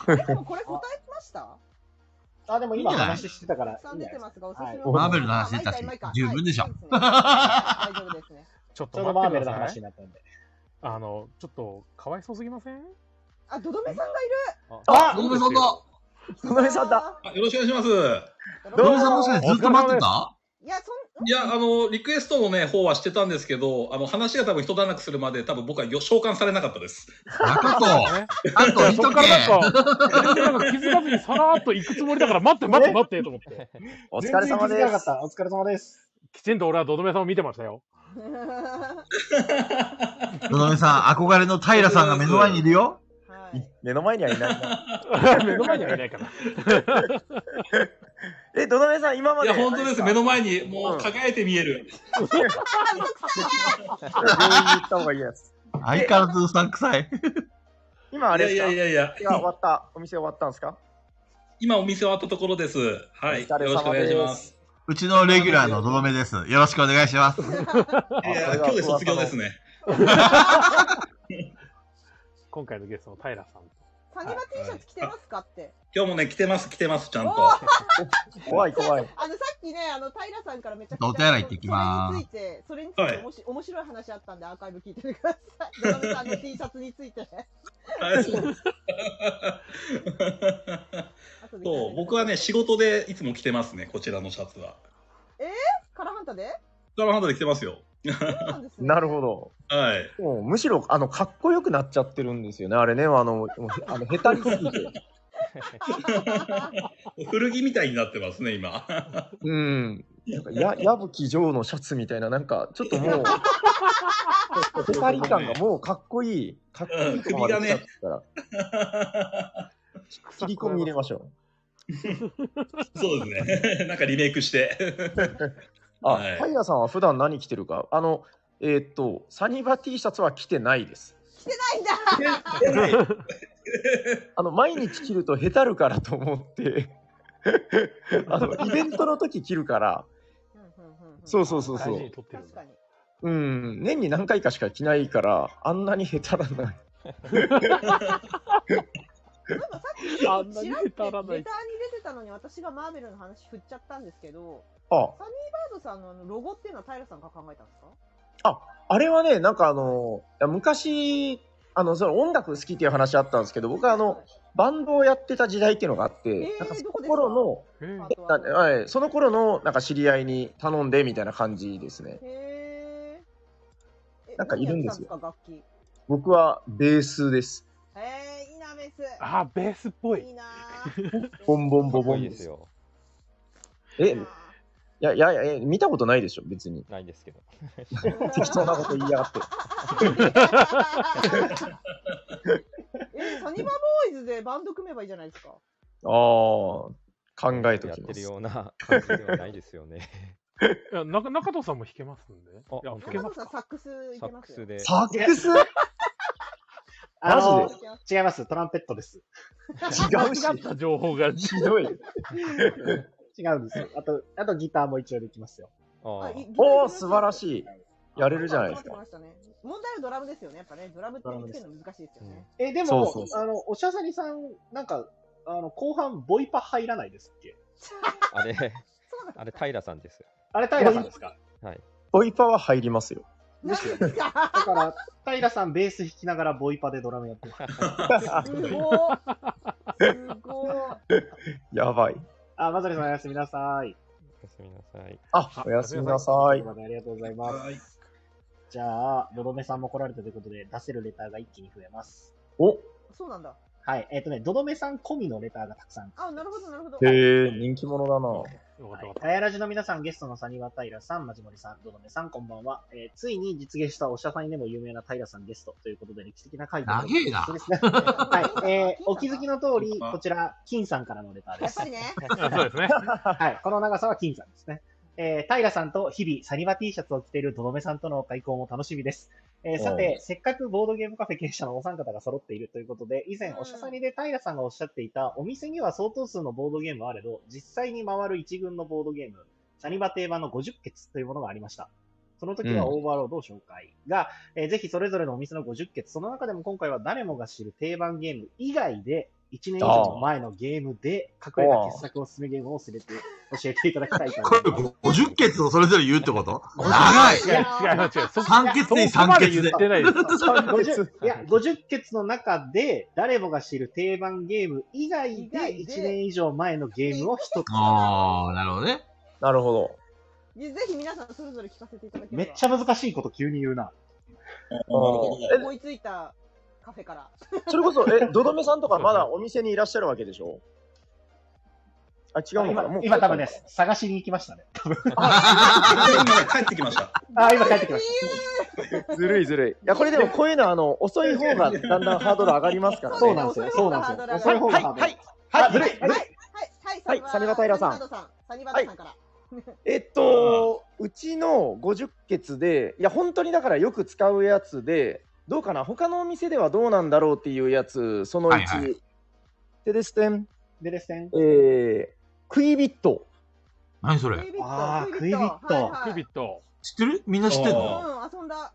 えでもこれ答えま したあ、でも今いいんじゃない話してたから。さん出てますが、おすすめはいマーベルの話確かに十分でしょ大丈夫ですね。ちょっちょとうどマ待ーベっルてくのだ話さにい。なったんで。あの、ちょっと、かわいそうすぎませんあ、どどめさんがいどどめさんだる。どどめさんだ。あよろしくお願いします。どどめさんもしかしてずっと待ってたいや、そんいや、あの、リクエストのね、方はしてたんですけど、あの、話が多分一段落するまで、多分僕はよ召喚されなかったです。中と、ねあと一そっから件。なんか、俺なんか気づかずにさらーっと行くつもりだから、待って待って待ってと思って。お疲れ様全然気づかでなかっす。た。お疲れ様です。きちんと俺はどどめさんを見てましたよ。な。どどめさん、憧れの平さんが目の前にいるよ。 はい。目の前にはいないな。 目の前にはいないから。え、どどめさん、今まいで。や、本当です。目の前に、もうんう輝いて見える。病院に行った方がいいやつ。相変わらずうさんくさい。今、あれですいかやいやいやいいやや、終わった。お店終わったんですか今お店終わったところです。はい。お疲よろれ様ですしくお願いします。うちのレギュラーのどどめです。よろしくお願いし ます。いやいそや、れが今日で卒業ですね。今回のゲストの平さんと。サニバ T シャツ着てますかって。今日もね、来てます、来てます、ちゃんと。おー怖い 怖い。あの、さっきね、あの、平さんからめちゃくちゃ。お手洗い行ってきまーそれについすて、それについて、もし、面白い話あったんで、アーカイブ聞いててください。ドラムさんの T シャツについて。はいそう後で聞いてくださいそう、僕はね、仕。事でいつも着てますね、こちらのシャツは。カラーハンタで。ダラハンドで着てますよ。そうなんですね。なるど。ほど。はい。もうむしろ、あの、かっこよくなっちゃってるんですよね。あれね、あの、もうあの、下手にすぎ て。古着みたいになってますね、今。うん。なんか、や、矢吹城のシャツみたいな、なんか、ちょっともう、下手り感がもうかっこいい。かっこいいとこまで来ちゃったから、切り込み入れましょう。そうですね。なん かリメイク して。あ、はいタイヤさんは普段何着てるかあの、えーっと、サニバ T シャツは着てないです。ないんだ。あの、毎日着るとへたるからと思 って、あの、イベントの時着るから、そうそうそうそ大事にう。撮ってるん確だか。に。うん、年に何回かしか着ないから、あんなにへたらない。あんなにちら下ってレタ手らーなにい。出てたのに私がマーベルの話振っちゃったんですけど、あ、サードさんのあのロゴっていうのは平さんが考えたんですかあれはね、なんかあの、いや昔、あの、その音楽好きっていう話あったんですけど、僕はあの、バンドをやってた時代っていうのがあって、ーなんかそどのこですか頃の、えーパートだははい、その頃のなんか知り合いに頼んでみたいな感じですね。へーえ。なんかいるんですよ何やってたんです僕はベースです。か楽器。へえ、いいな、ベース。あ、ベースっぽいい。いなー。ボンボンボかっボこいいンでですす。よ。え、いやいやいやえ、見たことないでしょ、別に。ないですけど。適当なこと言いやがって。え、サニバボーイズでバンド組めばいいじゃないですか。ああ、考えとやっきまてるす。ような感じではないですよね。いや中中藤さんも弾けますんで。いあや、弾け中ま野すさんかサックスいサけッまクすよス。で。サックスあのマジ違います。トランペットです。違うし間違、った情報が。ひどい。違うん ですよ。あと、あとギターも一応できますよ。ああおお、素晴らい。しい。やれるじゃないです集かま。ってましたね問題はドラムですよね。やっぱね、ドラムって見つけるの難しいですよ ね。え、でも、そうそうそあの、おしゃさりさん、なんか、あの、後半、ボイパ入らないですっけあれ、そうなんあれ、平さんですよ。あれ、平さんですかボイパは入りますよ。 何ですかだから、平さんベース弾きながらボイパでドラムやってる。 すごーすごーやばい。あ、まさりさんおやすみなさい。おやすみなさい。あ、おやすみなさはいい。。までありがとうございます。はい。じゃあ、よどめさんも来られたということで、出せるレターが一気に増えます。お、そうなんだ。はい。えっ、とね、どどめさん込みのレターがたくさん。あ、なるほど、なるほど。へえ、人気者だな。よかっはたいよかっガヤラジの皆さん、ゲストのサニバタイラさん、マジモリさん、ドドメさん、こんばんは。えーついに実現したおしゃさんにでも有名なタイラさんゲストということで、歴史的な回答長えなそうですね。はい。えーお気づきの通り、こちら、金さんからのレターでやっすぱ。りね。た。そう ですね。 はい。この長さは金さんですね。えー、平さんと日々サニバ T シャツを着ているドドメさんとの開講も楽しみです。えーさて、せっかくボードゲームカフェ経営者のお三方が揃っているということで、以前うんおしゃさにで平さんがおっしゃっていた、お店には相当数のボードゲームはあれど、実際に回る一軍のボードゲーム、サニバ定番の50決というものがありました。その時はオーバーロードを紹介が、えーぜひそれぞれのお店の50決、その中でも今回は誰もが知る定番ゲーム以外で、1年以上前のゲームで隠れた傑作おすすめゲームをすれて教えていただきたいと思います。 50決をそれぞれ言うってこと長い違う違う違う。そ三欠にそこ三まで欠言で っ。てないです。 50いや、50決の中で、誰もが知る定番ゲーム以外で、1年以上前のゲームを一つ。ああ、なるほどね。なるほど。でぜひ皆さんそれぞれ聞かせていただけめればっちゃ難しいこと急に言うな。ゃ思いついたカフェから。それこそ、え、どどめさんとかまだお店にいらっしゃるわけでしょあ、違うのかなも今う、今多分ね、探しに行きましたね。今帰ってきました。あ、今帰ってきましずるいずるい。いや、これでもこういうのは、あの、遅い方がだんだんハードル上がりますかた。らそうね。なんですよ。そうなんですよ。遅そういいう方はがい、ハードルあずはい、はい。るいはい、はい、はい、はいサニバタイラさんサニバタさん。サニバタさんから。えっと、うちの50決で、いや、本当にだからよく使うやつで、どうかな他のお店ではどうなんだろうっていうやつ、その1。はいはでですね、でですねえ。ー、クイビット。何それクイビットあークイビットはいはいビット。知ってるみんな知ってんのうん、遊んだ。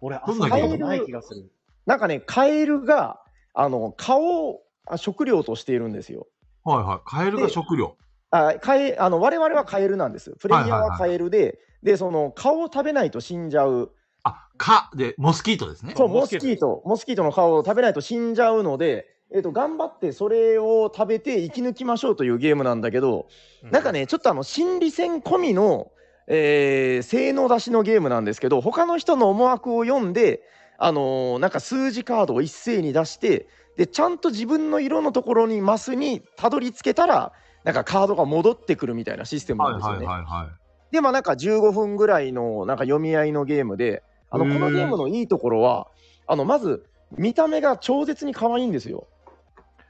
俺、あどんなそゲこームない気がする。なんかね、カエルが、あの、顔をあ食料としているんですよ。はいはい。カエルが食料。あカエあの我々はカエルなんです。プレイヤーはいはいははいカエルで、で、その顔を食べないと死んじゃう。あ、蚊で、モスキートですね。そう、モモスキスートキート、モスキートの顔を食べないと死んじゃうので、えっと、頑張ってそれを食べて生き抜きましょうというゲームなんだけど、なんかね、ちょっとあの、心理戦込みの、えー性能出しのゲームなんですけど、他の人の思惑を読んで、あのーなんか数字カードを一斉に出して、で、ちゃんと自分の色のところにマスにたどり着けたら、なんかカードが戻ってくるみたいなシステムなはいんですよはね。いはいはい。で、まあなんか15分ぐらいのなんか読み合いのゲームで、あの、へーこのゲームのいいところは、あの、まず、見た目が超絶に可愛いんですよ。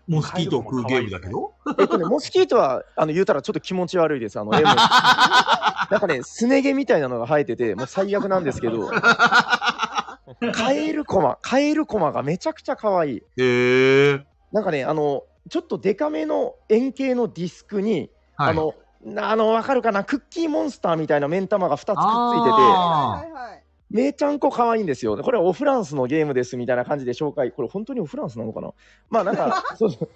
モスキートを食うゲームだけどえっ とね、モスキートは、あの、言うたらちょっと気持ち悪いです。あの、絵も。なんかね、すね毛みたいなのが生えてて、もう最悪なんですけど、カエルコマ、カエルコマがめちゃくちゃ可愛い。へえ。なんかね、あの、ちょっとデカめの円形のディスクに、はい。あの、なあの、わかるかな、クッキーモンスターみたいな目ん玉が2つくっついてて、あーはいはいはい。めーちゃんこ可愛いんですよ。これはオフランスのゲームですみたいな感じで紹介。これ本当にオフランスなのかなまあなん か、そう そう。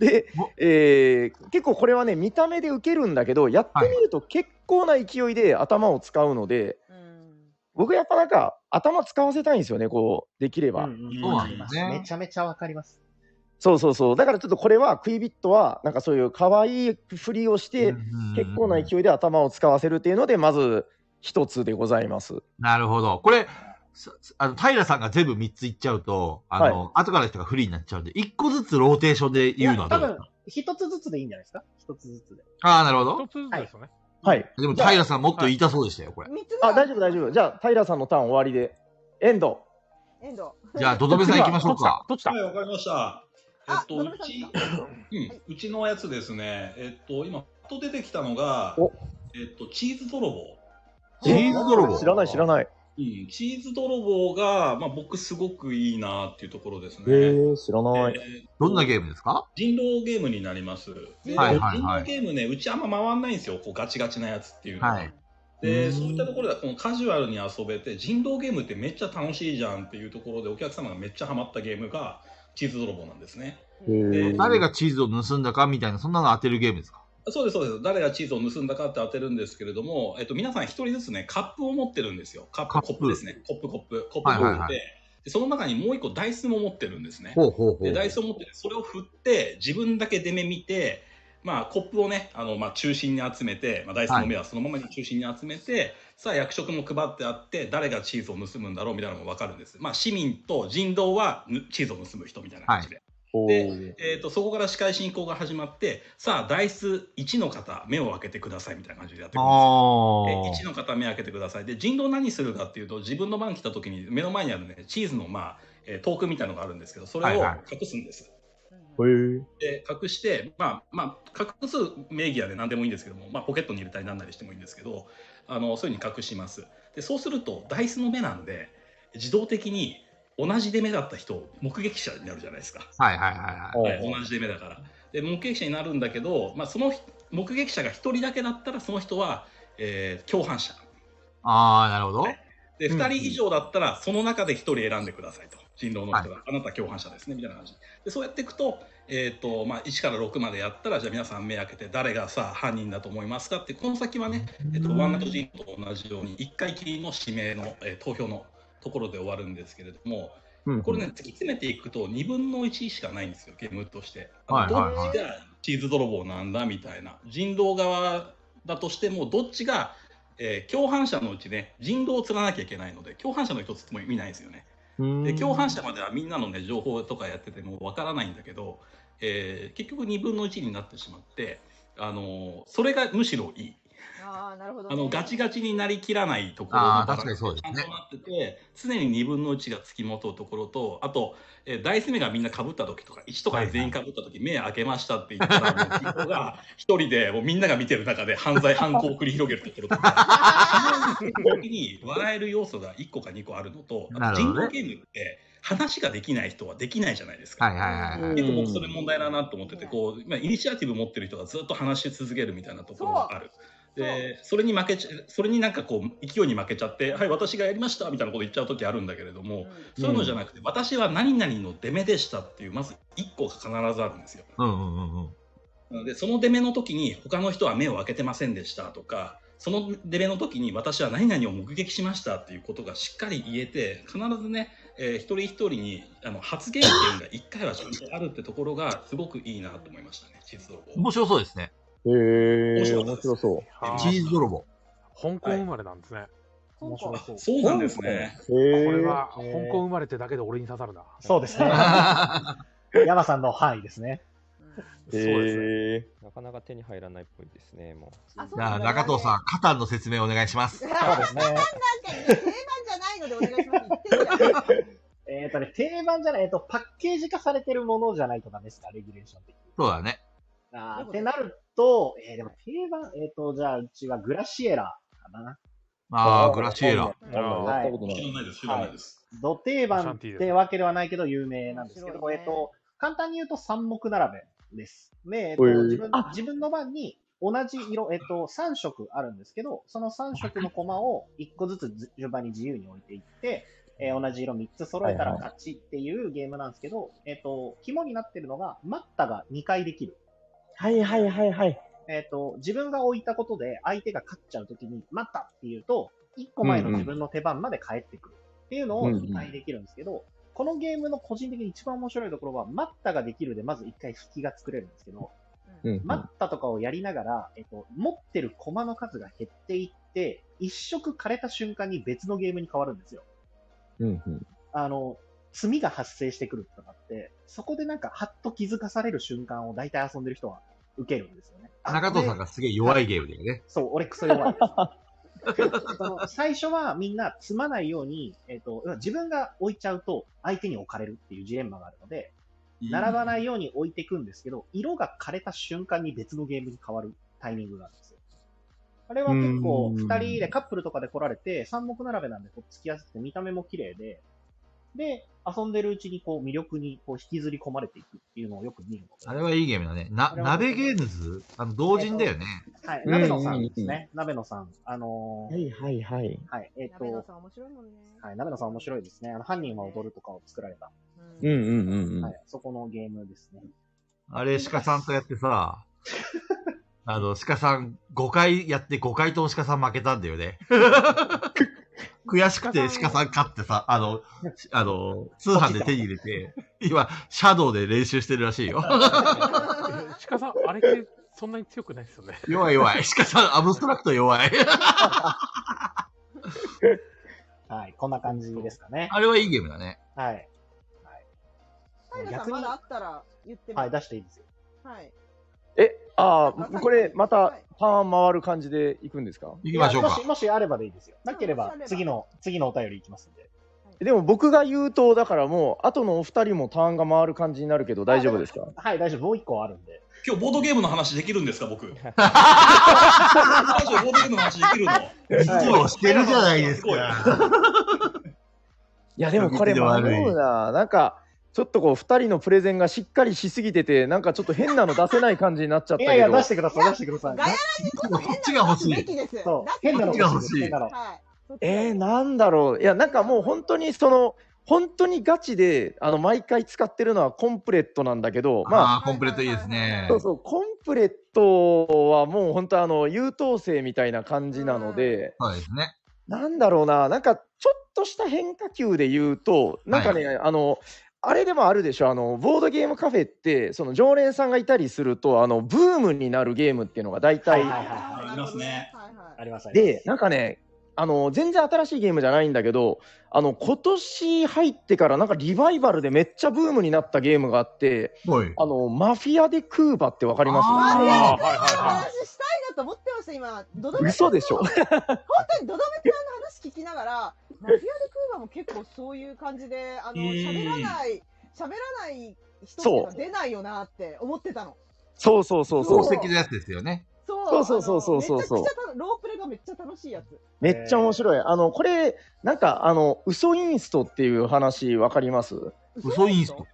でお、えー結構これはね、見た目で受けるんだけど、やってみると結構な勢いで頭を使うので、うん。僕やっぱなんか頭使わせたいんですよね、こう、できれば。そうなんですねめちゃめちゃわかります。そうそうそう。だからちょっとこれは、クイビットは、なんかそういう可愛いふりをして、結構な勢い勢いで頭を使わせるっていうので、まず一つでございます。なるほど。これ、さあの、平さんが全部3ついっちゃうと、あの、後からの人が不利になっちゃうんで、1個ずつローテーションで言うのはいどやう多で分すか、一つずつでいいんじゃないですか一つずつで。ああ、なるほど一。つずつですよね。はい。でも、平さんもっと言いたそうでしたよ、これ。三つ目はあ、大丈夫大丈夫。じゃあ、平さんのターン終わりで。エンド。エンド。じゃあ、ドドメさん行きましょうか。どっちだはい、わかりました。えっと、あう野村さんち行、うん、うちのやつですね。えっと、今、パッと出てきたのがお、えっと、チーズ泥棒。チーズ泥棒知。らない知らない。うん、チーズ泥棒が、まあ、僕すごくいいなっていうところですね。ー、知らな。えーどんなゲームですか人狼ゲームになります。ではいはいは人狼いゲームね、うちあんま回んないんですよ。こうガチガチなやつっていうのははい。うで、んそういったところではこのカジュアルに遊べて、人狼ゲームってめっちゃ楽しいじゃんっていうところで、お客様がめっちゃハマったゲームが、チーズ泥棒なんですね。で誰がチーズを盗んだかみたいな、そんなの当てるゲームですかそうです、そうです。誰がチーズを盗んだかって当てるんですけれども、えっと、皆さん一人ずつね、カップを持ってるんですよ。カップ、カップコップですね。コップ、コップ、コップを持はいって、はいはいでその中にもう一個ダイスも持ってるんですね。ほうほうほで、う。ダイスを持ってて、それを振って、自分だけ出目見て、まあ、コップをね、あの、まあ、中心に集めて、まあ、ダイスの目はそのままに中心に集めて、さあ、役職も配ってあって、誰がチーズを盗むんだろうみたいなのもわかるんです。まあ、市民と人道はぬチーズを盗む人みたいな感じで。で、えー、とそこから司会進行が始まってさあダイス1の方目を開けてくださいみたいな感じでやってくるんですよあで1の方目開けてくださいで人狼何するかっていうと自分の番来た時に目の前にあるねチーズの、まあえートークみたいのがあるんですけどそれをはいは隠すんです、ー。で隠して、まあまあ、隠す名義は、ね、何でもいいんですけども、まあ、ポケットに入れたりなんなりしてもいいんですけどあのそういうふうに隠しますでそうするとダイスの目なんで自動的に同じ出目だった人を目撃者になるじゃないですかあ。はいはいはいはい。はい、同じ出目だから。で目撃者になるんだけど、まあ、その人目撃者が1人だけだったらその人は、えー共犯者ああ、なるほど。はい、で、2人以上だったら、その中で1人選んでくださいと。人狼の人が、あなた共犯者ですね、みたいな感じ。で、そうやっていくと、えっ、ー、と、まあ、1から6までやったら、じゃあ皆さん目開けて、誰がさ、犯人だと思いますかって、この先はね、えっ、ー、と、ワンナイト人と同じように、1回きりの指名の、えー、投票のところで終わるんですけれども、これね、突き詰めていくと2分の1しかないんですよ、ゲームとして。どっちがチーズ泥棒なんだみたいな。人狼側だとしても、どっちが、えー、共犯者のうちね、人狼を釣らなきゃいけないので、共犯者の一つっても意味ないですよね。で共犯者まではみんなの、ね、情報とかやっててもわからないんだけど、えー、結局2分の1になってしまって、あのー、それがむしろいい。あなるほど、ね、あのガチガチになりきらないところが確かにそうですね。なってて常に2分の1がつきもとうところとあと、えー、ダイス目がみんなかぶった時とか1とか全員かぶった時、目開けましたって言ったら人が1人でもうみんなが見てる中で 犯罪犯行を繰り広げるところとか時に笑える要素が1個か2個あるのとあと人狼ゲームって。話ができない人はできないじゃないですか。結構僕それ問題だなと思ってて、こう、今イニシアティブ持ってる人がずっと話し続けるみたいなところがある。でそれに負けちゃそれになんかこう勢いに負けちゃって「はい私がやりました」みたいなこと言っちゃう時あるんだけれども、うん、そういうのじゃなくて「私は何々の出目でした」っていうまず1個が必ずあるんですよ。なのでその出目の時に他の人は目を開けてませんでしたとかその出目の時に私は何々を目撃しましたっていうことがしっかり言えて必ずね、えー、一人一人にあの発言権が1回はちゃんとあるってところがすごくいいなと思いましたね面白そうですね。。へえ、面白そうチーズ泥棒。 香港生まれなんですね。そうなんですね。これは香港生まれってだけで俺に刺さるな。そうですね。 山さんの範囲ですね。へえ。なかなか手に入らないっぽいですね、もう。じゃあ、中 藤さん、カタンの説明お願いします。そうですね。 なんか定番じゃないのでお願いします。えっとね、定番じゃない、えっと、パッケージ化されてるものじゃないとダメですか、レギュレーション的そうだね。あってなると、えー、でも定番、えっ、ー、と、じゃあ、うちはグラシエラかな。ああ、グラシエラ。はい。知らないです、知らないです。ど定番ってわけではないけど、有名なんですけど、えっ、と、簡単に言うと三目並べです。で、えっ、と、自分自分の番に同じ色、えっ、と、3色あるんですけど、その3色のコマを1個ずつ順番に自由に置いていって、えー、同じ色3つ揃えたら勝ちっていうゲームなんですけど、えっ、と、肝になってるのが、待ったが2回できる。はいはいはいはい。えっ、と、自分が置いたことで相手が勝っちゃうときに、待ったって言うと、1個前の自分の手番まで返ってくるっていうのを理解できるんですけど、このゲームの個人的に一番面白いところは、待ったができるで、まず1回引きが作れるんですけど、うんうん、待ったとかをやりながら、えっ、と、持ってる駒の数が減っていって、1色枯れた瞬間に別のゲームに変わるんですよ。うんうん、あの、罪が発生してくるってなって、そこでなんか、はっと気づかされる瞬間を大体遊んでる人は受けるんですよね。中藤さんがすげえ弱いゲームだよね。そう、俺クソ弱いです。その最初はみんな積まないように、えっ、ー、と、自分が置いちゃうと相手に置かれるっていうジレンマがあるので、並ばないように置いていくんですけど、色が枯れた瞬間に別のゲームに変わるタイミングがあるんですよ。あれは結構2人でカップルとかで来られて、三目並べなんでこう付きやすくて見た目も綺麗で、で、遊んでるうちにこう魅力にこう引きずり込まれていくっていうのをよく見るあれはいいゲームだね。な、鍋ゲームズあの、同人だよね。はい、鍋野さんですね。鍋野さん。あのはいはいはい。はい、えっ、と。鍋野さん面白いもんね。はい、鍋野さん面白いですね。あの、犯人は踊るとかを作られた。、うんうんうんうん。はいそこのゲームですね。あれ、鹿さんとやって さ、あの、鹿さん5回やって5回とも鹿さん負けたんだよ ね。悔しくて鹿さん勝ってさ、あの、あの、通販で手に入れて、今、シャドウで練習してるらしいよ。 鹿さん、あれってそんなに強くないですよね。弱い弱い。鹿さん、アブストラクト弱い。はい、こんな感じですかね。あれはいいゲームだね。はい。はい、逆にまだあったら言ってはい、出していいですよ。はい。え、ああ、これまたターン回る感じでいくんですかいきましょうかもし。もしあればでいいですよ。なければ次の、次のお便りいきますんで。でも僕が言うと、だからもう、後のお二人もターンが回る感じになるけど、大丈夫ですかはい、大丈夫。もう一個あるんで。今日ボードゲームの話できるんですか、僕。ラジオボードゲームの話できるの実はしてるじゃないですか。いや、でもこれ迷うな。なんか、ちょっとこう2人のプレゼンがしっかりしすぎてて、なんかちょっと変なの出せない感じになっちゃったけど。いやいや、出してください、出してください。、ガヤラジこそっちが欲しい。そう変なのが欲しい。はい。えー、なんだろう。いや、なんかもう本当にその、本当にガチで、あの、毎回使ってるのはコンプレットなんだけど、まあ、コンプレットいいですね。そうそう、コンプレットはもう本当あの、優等生みたいな感じなので、そうですね。なんだろうな、なんかちょっとした変化球で言うと、なんかね、はい、あの、あれでもあるでしょあのボードゲームカフェってその常連さんがいたりするとあのブームになるゲームっていうのが大体、はいはい、ありますね。ありますでなんかねあの全然新しいゲームじゃないんだけどあの今年入ってからなんかリバイバルでめっちゃブームになったゲームがあってあのマフィア・でクーバってわかりますマフィア・デ・クーバの話したいなと思ってました今ドドメ嘘でし ょ本当にドドメさんの話聞きながらマフィア・デ・クーバも結構そういう感じであの喋らない喋らない人が出ないよなって思ってたのそうそうそうそう宝石のやつですよねそうそうそうそうそうそうロープレがめっちゃ楽しいやつ。めっちゃ面白い。あの、これ、なんか、あの、嘘インストっていう話わかります嘘インスト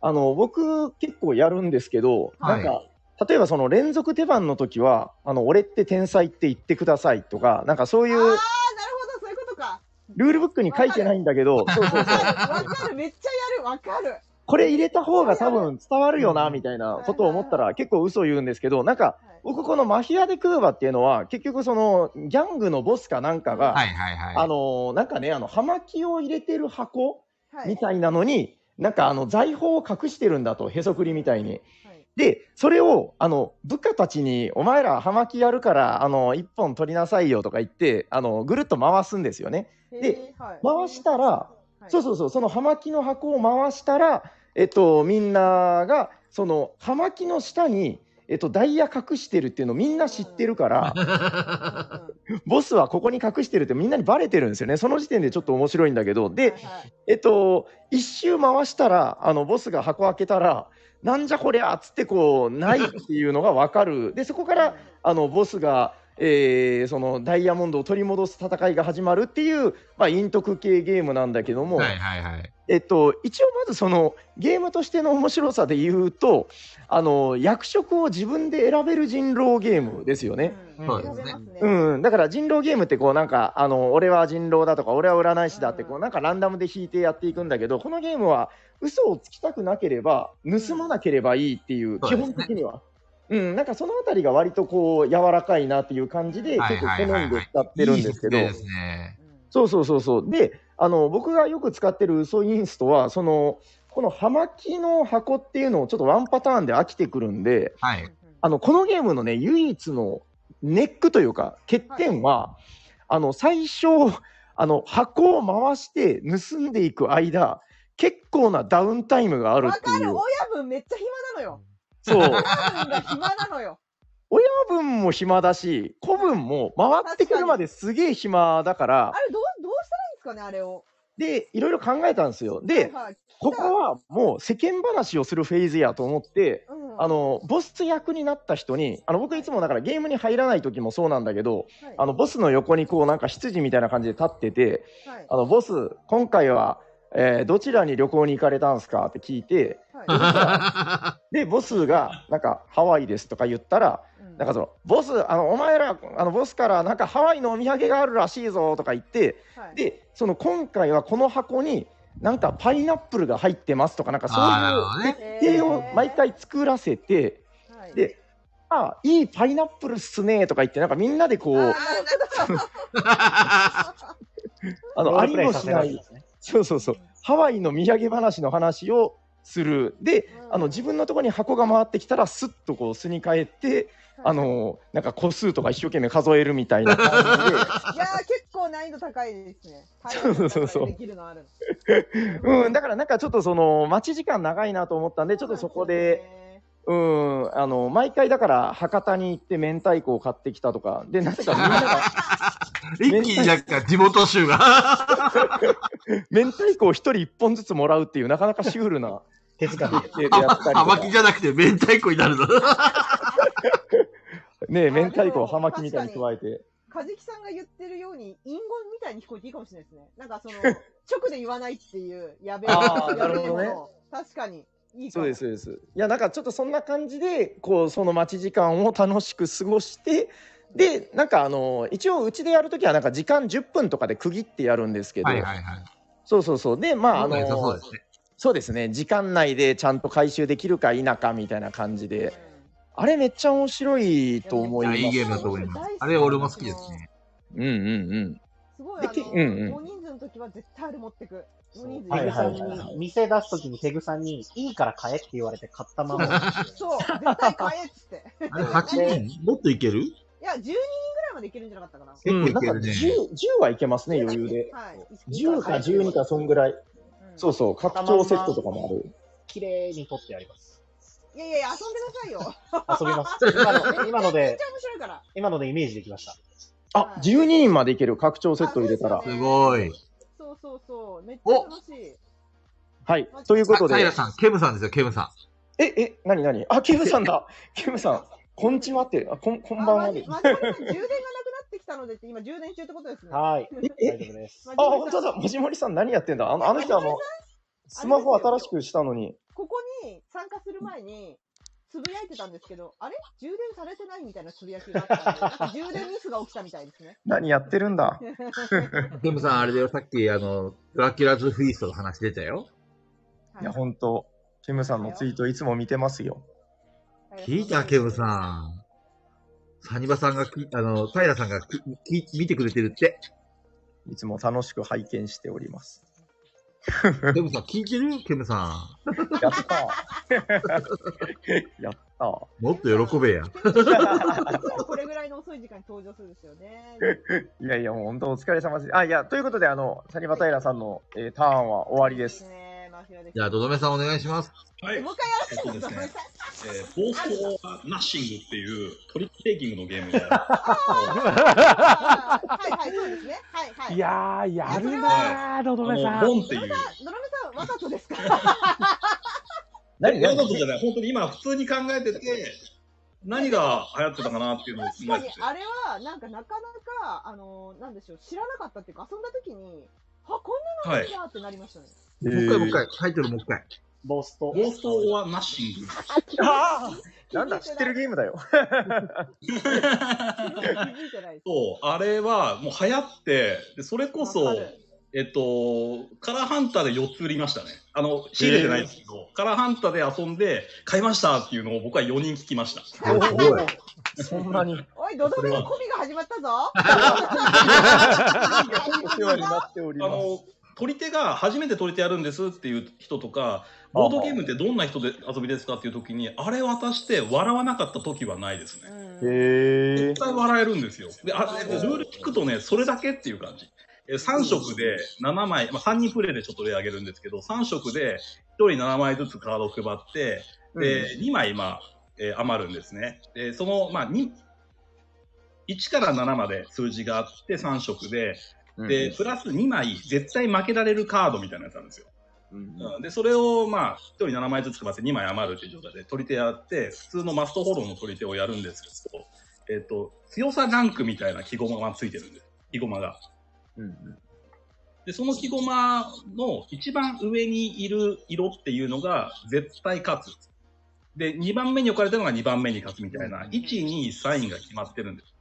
あの、僕結構やるんですけど、はい、なんか、例えばその連続手番の時は、あの、俺って天才って言ってくださいとか、なんかそういう。ああ、なるほど、そういうことか。ルールブックに書いてないんだけ ど、そうそうそう。わかる、めっちゃやる、わかる。これ入れた方が多分伝わるよな、みたいなことを思ったら結構嘘言うんですけど、なんか、僕このマフィア・デ・クーバっていうのは結局そのギャングのボスかなんかが、はいはいはい、あのなんかねあの葉巻を入れてる箱みたいなのに、はい、なんかあの財宝を隠してるんだとへそくりみたいに。はい、でそれをあの部下たちに「お前ら葉巻やるからあの1本取りなさいよ」とか言ってあのぐるっと回すんですよね。で、はい、回したら、そうそうそうその葉巻の箱を回したら、えっと、みんながその葉巻の下にえっと、ダイヤ隠してるっていうのみんな知ってるから、ボスはここに隠してるってみんなにバレてるんですよね。その時点でちょっと面白いんだけど、で、えっと、一周回したら、あの、ボスが箱開けたら、なんじゃこりゃっつってこう、ないっていうのがわか る。で、そこから、あの、ボスが、えー、そのダイヤモンドを取り戻す戦いが始まるっていう、まあ、陰徳系ゲームなんだけども、はいはいはい、えっと、一応まずそのゲームとしての面白さで言うとあの役職を自分で選べる人狼ゲームですよね。そうですね、うん、だから人狼ゲームってこうなんかあの俺は人狼だとか俺は占い師だってこうなんかランダムで引いてやっていくんだけどこのゲームは嘘をつきたくなければ盗まなければいいっていう、基本的には。うん、なんかそのあたりが割とこう柔らかいなっていう感じで結構好んで使ってるんですけど、そうそうそうそう。で、あの僕がよく使ってる嘘インストはそのこの葉巻の箱っていうのをちょっとワンパターンで飽きてくるんで、はい、あのこのゲームのね唯一のネックというか欠点は、はい、あの最初あの箱を回して盗んでいく間結構なダウンタイムがあるっていう。わかる親分めっちゃ暇なのよ。そう。親分が暇なの よ。親分も暇だし、子分も回ってくるまですげえ暇だから。あれどう、どうしたらいいんですかね、あれを。で、いろいろ考えたんですよ。で、はいはい、ここはもう世間話をするフェーズやと思って、うん、あの、ボス役になった人に、あの、僕いつもだからゲームに入らない時もそうなんだけど、はい、あの、ボスの横にこうなんか執事みたいな感じで立ってて、はい、あの、ボス、今回は、えー、どちらに旅行に行かれたんですかって聞いて、はい、で、ボスが、なんか、ハワイですとか言ったら、うん、なんかその、ボス、あの、お前ら、あの、ボスから、なんか、ハワイのお土産があるらしいぞとか言って、はい、で、その、今回はこの箱に、なんか、パイナップルが入ってますとか、なんか、そういう設定を毎回作らせて、ね、で、あ、いいパイナップルっすねとか言って、なんか、みんなでこう、あ の、ありもしない。そうそうそう。ハワイの土産話の話をする。で、うん、あの自分のところに箱が回ってきたら、すっとこう巣に帰って、はい、あのなんか個数とか一生懸命数えるみたいな感じで。いや結構難易度高いですね。そうそうそう。うん、だからなんかちょっとその待ち時間長いなと思ったんで、ちょっとそこで。うん、あの、毎回だから博多に行って明太子を買ってきたとか、で、なぜかみんな が。一気になんか地元州が。明太子を一人一本ずつもらうっていう、なかなかシュールな。手づかみでやった りはまきじゃなくて明太子になるぞ。ねえ、明太子をはまきみたいに加えて。かじきさんが言ってるように、隠語みたいに聞こえていいかもしれないですね。なんか その、直で言わないっていう、やべえ、やべえもの。確かに。いいそうですそうですいやなんかちょっとそんな感じでこうその待ち時間を楽しく過ごしてでなんかあの一応うちでやるときはなんか時間10分とかで区切ってやるんですけど、はいはいはい。そうそうそうでまああのそうですね。そうですね時間内でちゃんと回収できるか否かみたいな感じであれめっちゃ面白いと思いいまや、すいいゲームだと思います。あれ、俺も好きですね。うんうんうんすごい、あでの、けうんうん大人数の時は絶対あれ持ってく。大人数ペはいグはさいんに、店出すときにペグさんに、いいから買えって言われて買ったままなんですよ。そう、絶対買えっつって。あれ、8人もっといけるいや、10人ぐらいまでいけるんじゃなかったかな。結構うんいなんけかる 10, ね。 10はいけますね余裕ではい。 10か12かそんぐらいうんそうそう拡張セットとかもある綺麗に取ってやります。いやいやいや、遊んでくだ遊さいよ。びます。今の、今のめっでち、ゃ面白いから。今のでイメージできました。あ12人までいける拡張セット入れたらあそうすごい。そうそうそう。めっちゃ楽しい。はいということあで平さん、ケムさんですよ、ケムさええ何何あケムさんだ ケムさんこんちはってあこんこんばんはであまじまじまじさん充電がなくなってきたのでって、今充電中ってことですね。はーい。え大丈夫です。あ、本当だ。もじもりさん何やってんだあのあの人あの、スマホ新しくしたのに。ここに参加する前に、つぶやいてたんですけど、あれ充電されてないみたいなつぶやきがあったんで、なんか充電ミスが起きたみたいですね。何やってるんだ。ん。ケムさん、あれだよ、さっき、あの、ドラキュラズフィーストの話出たよ。はいや、本当キムさんのツイートいつも見てますよ。聞いた、ケムさん。サニバさんがき、あの、平さんがきき見てくれてるって。いつも楽しく拝見しております。ケムさん、聞いてるケムさやったー。やったー。ん。もっと喜べ や。これぐらいの遅い時間に登場するんですよね。いやいや、もう本当お疲れ様です。あ、いや、ということで、あの、サニバタイラさんの、えーターンは終わりです。ねマフィアですじゃあ、ドドメさんお願いします。はいもう一えっとです回やるのごめんなねさい。えー、暴走はナッシングっていうトリックテイキングのゲームで、あーはいはい、そうですね。はいはい。いやー、やるなー、ドドあのメさん。ボンっていう、ドラムさん、わざとですか何わ何ざとじゃない、本当に今、普通に考えてて、何が流行ってたかなっていうのを考確かえにてて、あれはなんかなかなかあのなんでしょう知らなかったっていうか遊んだ時にあこんなのあるんだってなりましたね、えもう一回、もう一ー回、タイトルもう一回。ボスと、暴走はナッシング。あーなんだ、知ってるゲームだよ。 気づいてないですそう、あれはもう流行って、でそれこわそか、るえっと、カラーハンターで4つ売りましたね。あの、仕入れてないですけど、カラーハンターで遊んで、買いましたっていうのを僕は4人聞きました。おすごい。そんなにおいドドメのコミが始まったぞ お世話になっておりあます。の、取り手が初めて取り手やるんですっていう人とか、ボードゲームってどんな人で遊びですかっていう時に、あれ渡して笑わなかった時はないですうね。んへえ絶。対笑えるんですよ。で、あでルール聞くとね、それだけっていう感じ。え3色で7枚、まあ、3人プレイでちょっと例挙げるんですけど、3色で1人7枚ずつカードを配って、で、2枚、まあ、えー余るんですね。で、その、まあ、2、1から7まで数字があって3色で、で、プラス2枚、絶対負けられるカードみたいなやつなんですよ。うんうんで、それを、まあ、1人7枚ずつ配って2枚余るっていう状態で取り手やって、普通のマストフォローの取り手をやるんですけど、えっ、と、強さランクみたいな木駒がついてるんです。木駒が。うんで、その木駒の一番上にいる色っていうのが絶対勝つ。で、2番目に置かれたのが2番目に勝つみたいな、1、2、サインが決まってるんです。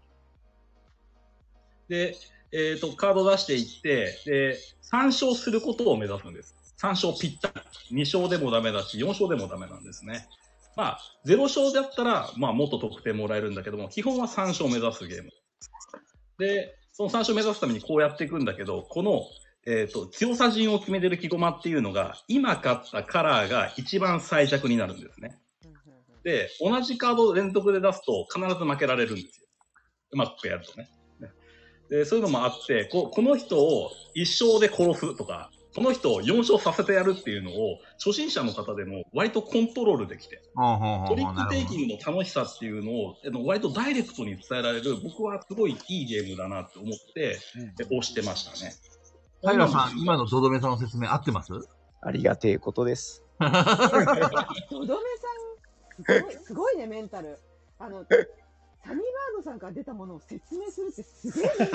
で、えっ、と、カード出していって、で、3勝することを目指すんです。3勝ぴったり。2勝でもダメだし、4勝でもダメなんですね。まあ、0勝だったら、まあ、もっと得点もらえるんだけども、基本は3勝を目指すゲーム。で、その3勝を目指すためにこうやっていくんだけど、このえっ、と、強さ順を決めてる木駒っていうのが、今買ったカラーが一番最弱になるんですね。で、同じカードを連続で出すと必ず負けられるんですよ。うまくやるとね。で、そういうのもあって、ここの人を一生で殺すとか、この人を4勝させてやるっていうのを、初心者の方でも割とコントロールできて、うんうんうんトリうんッなクるテイほどキングの楽しさっていうのを、あの割とダイレクトに伝えられる、僕はすごいいいゲームだなって思って、で押してましたね。平さん、今のドドメさんの説明合ってますありがてえことです。ドドメさんすごいすごいねメンタルあのサニーバードさんから出たものを説明するってすげえね。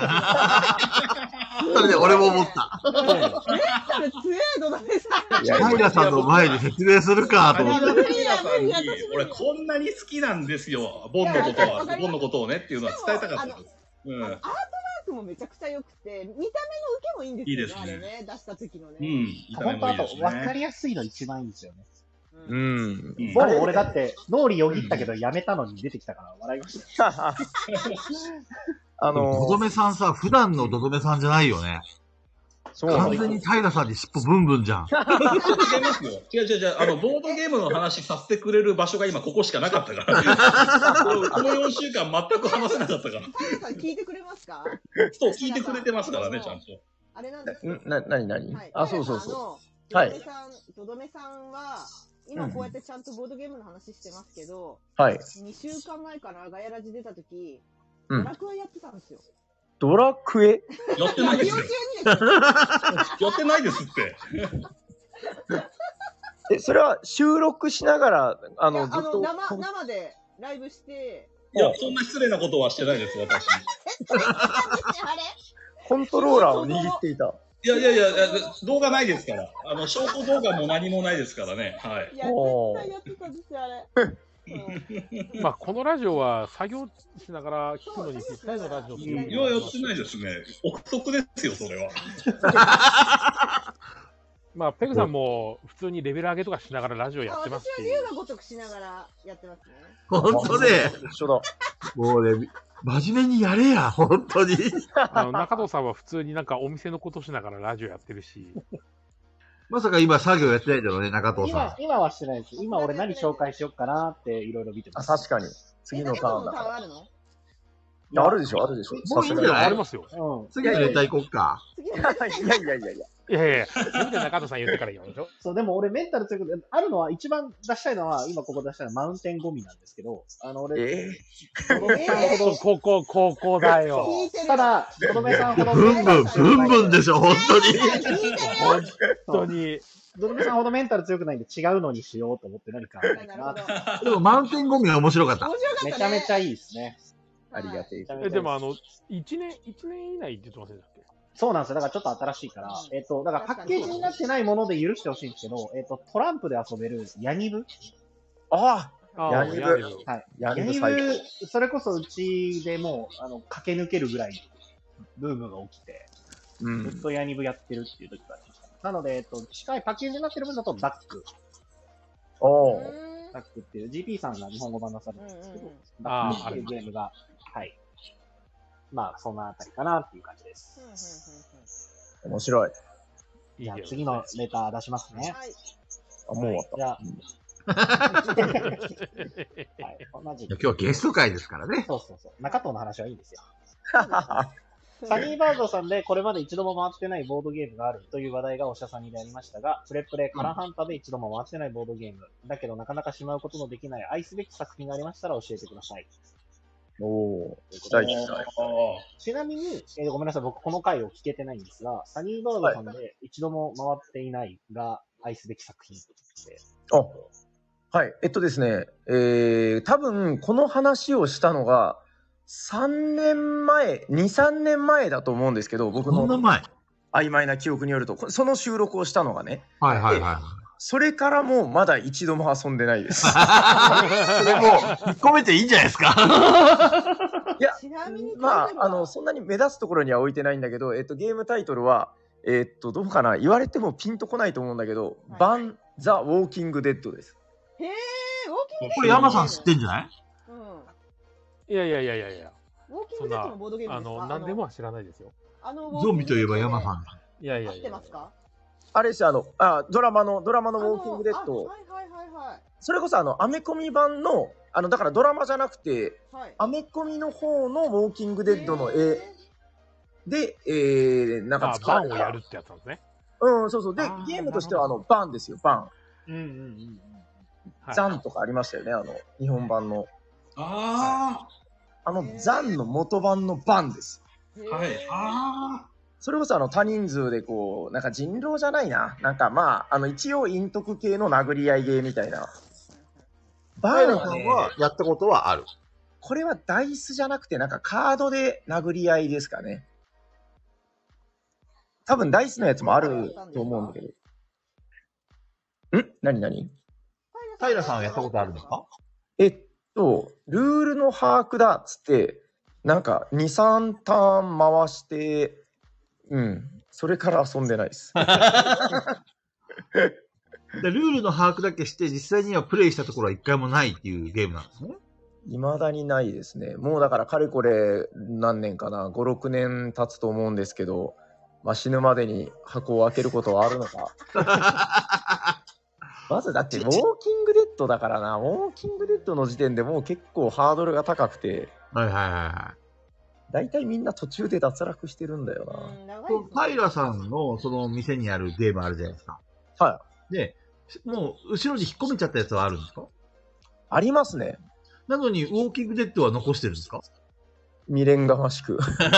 それで俺も思った。メンタル強え、ドダメさん。いや平さんの前で説明するかと思って。無理や無理や私無理俺こんなに好きなんですよ、ボンのことは、ボンのことをねっていうのは伝えたかったんです。うん、アートワークもめちゃくちゃ良くて、見た目の受けもいいんですよね、あいいれですねね、出した時のね。うん、痛め本当もいあいでとす、分かね。りやすいの一番いいですよね。うん。うんもう俺だって、脳裏よぎったけどやめたのに出てきたから笑いました。 あドのド、メさんさ、普段のドドメさんじゃないよね。そうなん完です全に平さんに尻尾ブンブンじゃん。違いますよ。違う違う違う。あの、ボードゲームの話させてくれる場所が今ここしかなかったから。このこの4週間全く話せなかったから。タイさん聞いてくれますかそう、聞いてくれてますからね、ちゃんと。あれなんですよんな、なになにはい、あ、そうそうそう。うははいい。ドドメさんは、今こうやってちゃんとボードゲームの話してますけど、はい。 2週間前からガヤラジ出た時、うドんラクエやってたんですよ。 ドラクエやってないラでジすオよ中に。 ですやよ。ってないですって。え、それは収録しながら、あいやの、ずあっの、と、生、生でライブして、いや、そんな失礼なことはしてないです、私。あれコントローラーを握っていた。いやいやいや、いや動画ないですから。あの、証拠動画も何もないですからね。はい。いや、絶対やってたんですよ、あれ。うんまあ、このラジオは作業しながら聞くのにぴったりのラジオっていや、いやうってないですね。憶測ですよ、それは。まあ、ペグさんも普通にレベル上げとかしながらラジオやあってます私はし、龍が如くしながらやってますね。本当ね。一緒だ。もうね、真面目にやれや、本当に。あの中藤さんは普通になんかお店のことしながらラジオやってるし、まさか今作業やってないだろうね、中藤今さ、今はしてないです。今俺何紹介しようかなっていろいろ見てまあ、す。確かに。え、次の中ター藤のンだタかーンら。あるのいやあるでしょ、あるでしょ。もういいんじゃないありますよ。うん。ん。次のネタ行こっか。次の さすがにいやいやいやいや。いやいやいや、それで中藤さん言ってから言わんでしょ。そう、でも俺メンタルということで、あるのは一番出したいのは、今ここ出したいのはマウンテンゴミなんですけど、あの俺、えそうここ、ここだよ。聞いてるただ、子供さんほどブンブン、ブンブンでしょ、本当に。 聞いてるよ本当に。ドルベさんほどメンタル強くないんで違うのにしようと思って何かあるのかなるなほってど。面白でも、マウンテンゴミが面白かった。かったね。めちゃめちゃいいですね。ーありがてえ。え、でもあの、1年、一年以内って言ってませんでしたっけそうなんですよ。だからちょっと新しいから、えっと、だからパッケージになってないもので許してほしいんですけど、えっと、トランプで遊べるヤニブああやあ、りぶやりぶやヤりニぶ最ブ、それこそうちでもう、あの、駆け抜けるぐらいブームが起きて、高。うずっん。とヤニブやってるっていう時がありました。なので、えっと、近いパッケージになってる分だと、ダック。おうーんダックっていう、GP さんが日本語版なさるんですけうんうどん、ダあッークっていうゲームが、はい。まあ、そんなあたりかなっていう感じです。うんうんうんう面白い。いいじゃあけど次のネタ出しますねん。はい。あ、もう終わっじゃあ、 はい、同じ今。日はゲスト会ですからね。そうそうそう。中藤の話はいいんですよ。た。サニーバードさんでこれまで一度も回ってないボードゲームがあるという話題がおしゃさにでありましたが、プレプレカラハンタで一度も回ってないボードゲーム、だけどなかなかしまうことのできない愛すべき作品がありましたら教えてください。おー、聞きたい聞きたい。ああ。ちなみに、えーごめんなさい、僕この回を聞けてないんですが、サニーバードさんで一度も回っていないが愛すべき作品って。あはい、えっとですね、えー、多分この話をしたのが3年前、2、3年前だと思うんですけど、僕こんなの 前。曖昧な記憶によると、こその収録をしたのがね、はいはいはそれからもうまだ一度も遊んでないです。い。でも、引っ込めていいんじゃないです か。ちなみに、まタイトルあ、はあの、そんなに目立つところには置いてないんだけど、えっと、ゲームタイトルは、えっと、どうかな、言われてもピンとこないと思うんだけど、はいバン・ザ・ウォーキング・デッドです。へえ、ウォーキングデッド。これ山さん知ってんじゃないうん。ウォいやいやいやいやいや、ーキングデッドのボードゲームあですかの、何でもは知らないですよ。あの、ゾンビといえば山さん。ん。いやい合やっいてや。ますかあれですよあのあ、ドラマの、ドラマウのウォーキング・デッド。はいはいはいはい。それこそあのアメコミ版のあのだからドラマじゃなくてはい、アメコミの方の「ウォーキング・デッド」のへー絵で、えー、なんまかあ、使バわンれをたやるってやつなんですね。うんそうそうであーゲームとしてはあのバンですよバうんうんうん。はンいザンとかありましたよねあの日本版のああへーのザンの元版のバンですへあ、ーはい、あそれこそあの多人数でこうなんか人狼じゃないななんかまああの一応陰徳系の殴り合い芸みたいなバ平ンさはんねはやったことはある。これはダイスじゃなくて、なんかカードで殴り合いですかね。多分ダイスのやつもあると思うんだけど。ん何何平さんはやったことあるのかえっと、ルールの把握だっつって、なんか2、3ターン回して、うん、それから遊んでないです。でルールの把握だけして、実際にはプレイしたところは一回もないっていうゲームなんですね。いまだにないですね。もうだからかれこれ何年かな、5、6年経つと思うんですけど、まあ、死ぬまでに箱を開けることはあるのか。まずだってウォーキングデッドだからな、ウォーキングデッドの時点でもう結構ハードルが高くて、。はいはいはい大体みんな途中で脱落してるんだよな。パイラさんのその店にあるゲームあるじゃないですか。。はいで、もう後ろに引っ込めちゃったやつはあるんですかありますね。なのに、ウォーキングデッドは残してるんですか未練がまし く。じゃ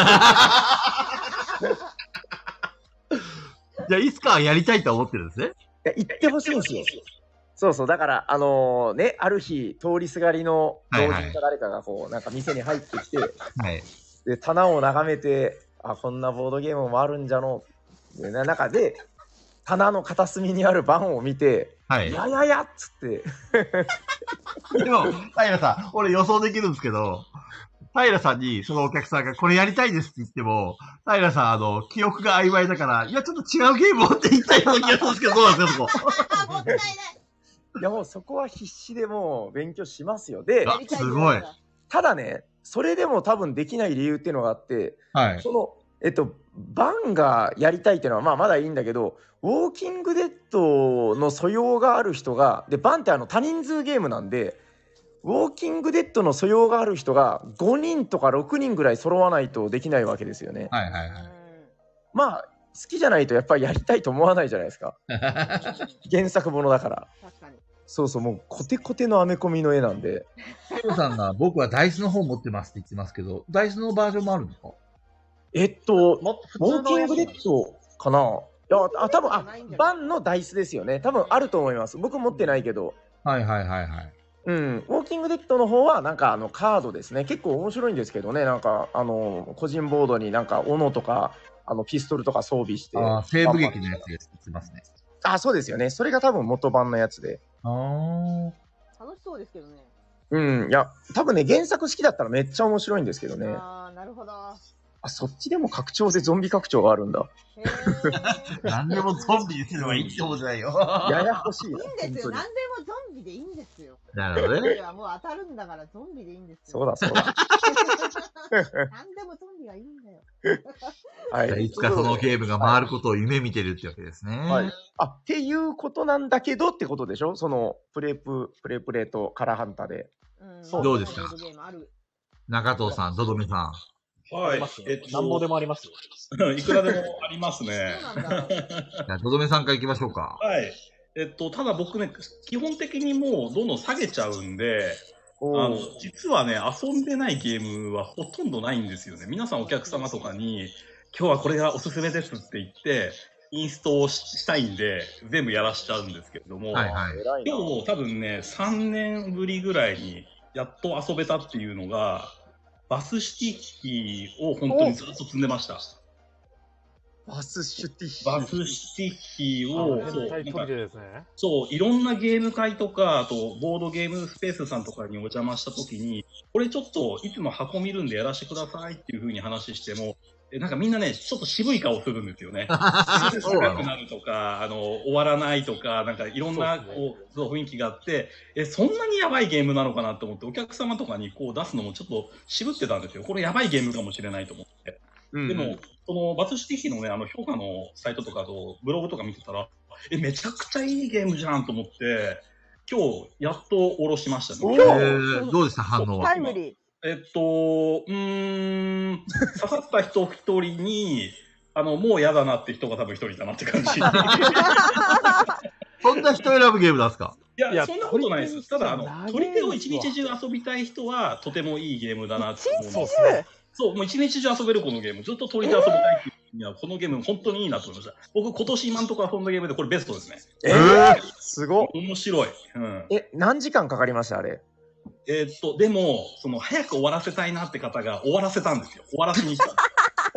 あ、いつかはやりたいと思ってるんですね。、いや、行ってほしいんですよ。そうそう、だから、あのー、ね、ある日、通りすがりの同人か誰かが、こう、はいはい、なんか店に入ってきて、はいで、棚を眺めて、あ、こんなボードゲームもあるんじゃの。で、な中で、棚の片隅にある番を見て、はい、いやややっつって。でも、平さん、俺予想できるんですけど、平さんにそのお客さんがこれやりたいですって言っても、平さん、あの、記憶が曖昧だから、いや、ちょっと違うゲームをって言ったような気がするんですけど、どうなんですか、そこ。もったいない。いや、もうそこは必死でもう勉強しますよ。で、すごい。ただね、それでも多分できない理由っていうのがあって、はい、その、えっと、バンがやりたいっていうのはまあまだいいんだけど、ウォーキングデッドの素養がある人が、で、バンってあの多人数ゲームなんで、ウォーキングデッドの素養がある人が5人とか6人ぐらい揃わないとできないわけですよね。はいはいはい。まあ、好きじゃないとやっぱりやりたいと思わないじゃないです か。原作ものだから。そうそう、もうコテコテのアメコミの絵なんで。ヒロさんが僕はダイスの方持ってますって言ってますけど、ダイスのバージョンもあるんですかえっと、ウォーキングデッドかないや、あ、多分あ、バンのダイスですよね。多分あると思います。僕持ってないけど。はいはいはいはい。うん、ウォーキングデッドの方はなんかあのカードですね結構面白いんですけどねなんかあの個人ボードになんか斧とかあのピストルとか装備してあ西部劇のやつですますねあそうですよねそれが多分元版のやつでああ楽しそうですけどねうんいや多分ね原作式だったらめっちゃ面白いんですけどねああなるほどあそっちでも拡張でゾンビ拡張があるんだ。 何でもゾンビにすればいいってことじゃないよ。ややこしい。いいんですよ。何でもゾンビでいいんですよ。なるほどね。もう当たるんだからゾンビでいいんですそうだそう だ。何でもゾンビがいいんだよ。はい。いつかそのゲームが回ることを夢見てるってわけですね。はい。あ、っていうことなんだけどってことでしょその、プレープ、プレープレート、カラハンタで。うん、どうですか中藤さん、どどめさん。はい。えっと、何ぼでもあります。いくらでもありますね。じゃあ、とどめさんからいきましょうか。はい。えっと、ただ僕ね、基本的にもうどんどん下げちゃうんで、あの実はね、遊んでないゲームはほとんどないんですよね。皆さんお客様とかに、今日はこれがおすすめですって言って、インストをしたいんで、全部やらしちゃうんですけれども、はいはい、今日も多分ね、3年ぶりぐらいに、やっと遊べたっていうのが、バスシティを本当にずっと積んでました。バスシティバスシティを、そうね、いろんなゲーム会とか、あと、ボードゲームスペースさんとかにお邪魔したときに、これちょっと、いつも箱見るんでやらせてくださいっていうふうに話しても、なんかみんなね、ちょっと渋い顔するんですよね。暗くなるとか、あの、終わらないとか、なんかいろんなこう、そう、ね、雰囲気があって、え、そんなにやばいゲームなのかなと思って、お客様とかにこう出すのもちょっと渋ってたんですよ。これやばいゲームかもしれないと思って。うんうん、でも、その、バツシティヒのね、あの、評価のサイトとかと、ブログとか見てたら、え、めちゃくちゃいいゲームじゃんと思って、今日、やっと下ろしましたね。今日どうでした反応は。タイムリー。えっと、うん、 刺さった人一人に、あの、もう嫌だなって人が多分一人だなって感じ。 そんな人選ぶゲームなんですかいや、いやそんなことないです。ただ、あの、取り手を一日中遊びたい人は、とてもいいゲームだなって思います。そう、もう一日中遊べるこのゲーム。ずっと取り手遊びたいっていうには、このゲーム本当にいいなと思いました。僕、今年今んとこ遊んだゲームでこれベストですね。えー、すご面白い。うん、え、何時間かかりましたあれ。えーっと、でも、その、早く終わらせたいなって方が終わらせたんですよ。終わらせに行った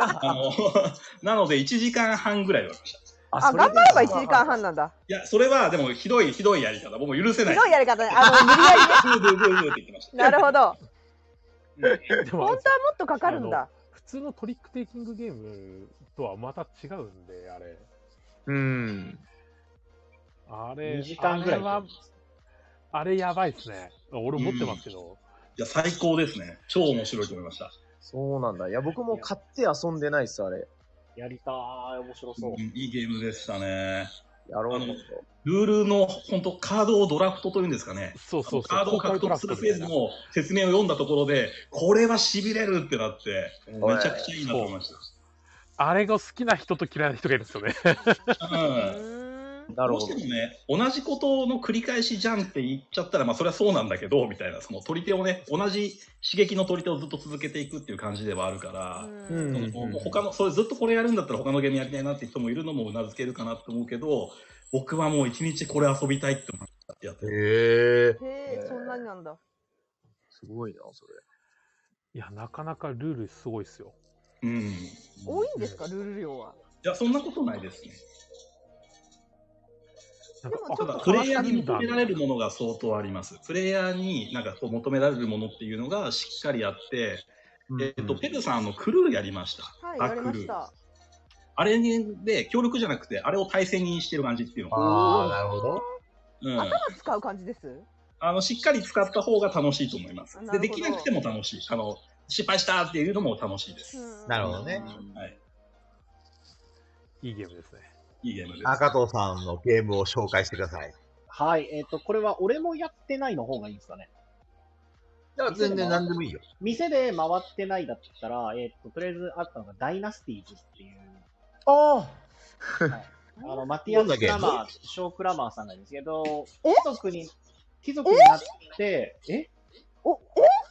んですあの、 なので1時間半ぐらいはました。あ、頑張れば1時間半なんだ。いや、それはでもひどい、ひどいやり方。僕も許せなひい。どいやり方ね。あの、無理ブやりね。ーブーブーブーって言ってました。なるほど。でもあ本れ当はもっとかかるんだ。普通のトリックテイキングゲームとはまた違うんで、あれ。うん。あれ、 2時間ぐらいあれは、あれやばいっすね。俺持ってますけど。いや、最高ですね。超面白いと思いました。そうなんだ。いや、僕も買って遊んでないっす、あれ。やりたーい、面白そうう。んいいゲームでしたね。やろうとあのルールの、本当カードをドラフトというんですかね。そうそうそう。カードを獲得するページ公の説明を読んだところで、これは痺れるってなって、おいめちゃくちゃいいなと思いまし開拓あれが好きな人と嫌いな人がいるんですよね。 た。ううんーん。なるどうほしてども。ね、同じことの繰り返しじゃんって言っちゃったら、まあそれはそうなんだけど、みたいな、その取り手をね、同じ刺激の取り手をずっと続けていくっていう感じではあるから、うんそのもう他の、それずっとこれやるんだったら他のゲームやりたいなって人もいるのもうなずけるかなと思うけど、僕はもう一日これ遊びたいって思ってやってる。え。へえ、そんなになんだ。すごいな、それ。いや、なかなかルールすごいっすよ。うん。い多いんですか、ルール量は。や、そんなことないですね。なんでかもあちたょっだとプレイヤー変わに求っためられるものが相当あります。プレイヤーになんかこう求められるものっていうのがしっかりあって、えっと、ペグさんあのクルーやりました。はい、ダやりクまルしー。た。あれにで、協力じゃなくて、あれを対戦にしてる感じっていうのかああ、なるほど。なうん。頭使う感じです。あの、しっかり使った方が楽しいと思いますなる。ほで、どできなくても楽しい。あの、失敗したっていうのも楽しいです。なるほどねはい。いいゲームですね。いいゲームです。赤藤さんのゲームを紹介してください。はい、えっ、と、これは俺もやってないの方がいいんですかね。いや、全然何でもいいよ。店で回ってないだったら、えっ、と、とりあえずあったのがダイナスティーズっていうああの、マティアどんなス・クゲーラムマー、ショー・クラマーさんなんですけど、え貴族に、貴族になって、えお、え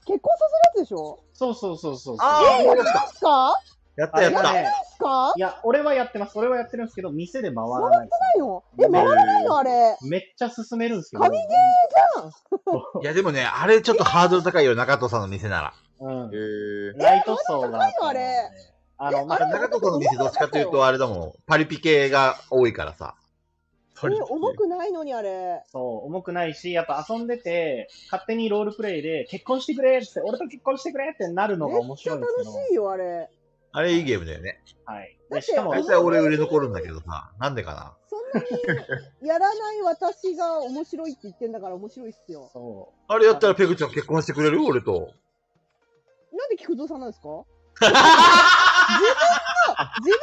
結婚させるやつでしょそうそうそうそうそう。あえ、やりますかやったやっあた。れねですかいや、俺はやってます。俺はやってるんですけど、店で回らないですないのえ、回らないのあれ。めっちゃ進めるんですけど。神ゲーいや、でもね、あれちょっとハードル高いよ、中藤さんの店なら。うんえ。ーライト層が。高いのあれ。あの、まあ、中藤さんの店どっちかというと、あれだもん、パリピ系が多いからさ。え、重くないのにあれ。そう、重くないし、やっぱ遊んでて、勝手にロールプレイで、結婚してくれっつって、俺と結婚してくれってなるのがめ面っち白ゃいん楽ですけど。しいよ、あれ。あれいいゲームだよね。はい。だで、ってしかもあ大、体俺売れ残るんだけどさ、なんでかな。そんなにやらない私が面白いって言ってんだから面白いっすよ。そあれやったらペグちゃん結婚してくれる俺と。なんで菊蔵さんなんですか自分の、自分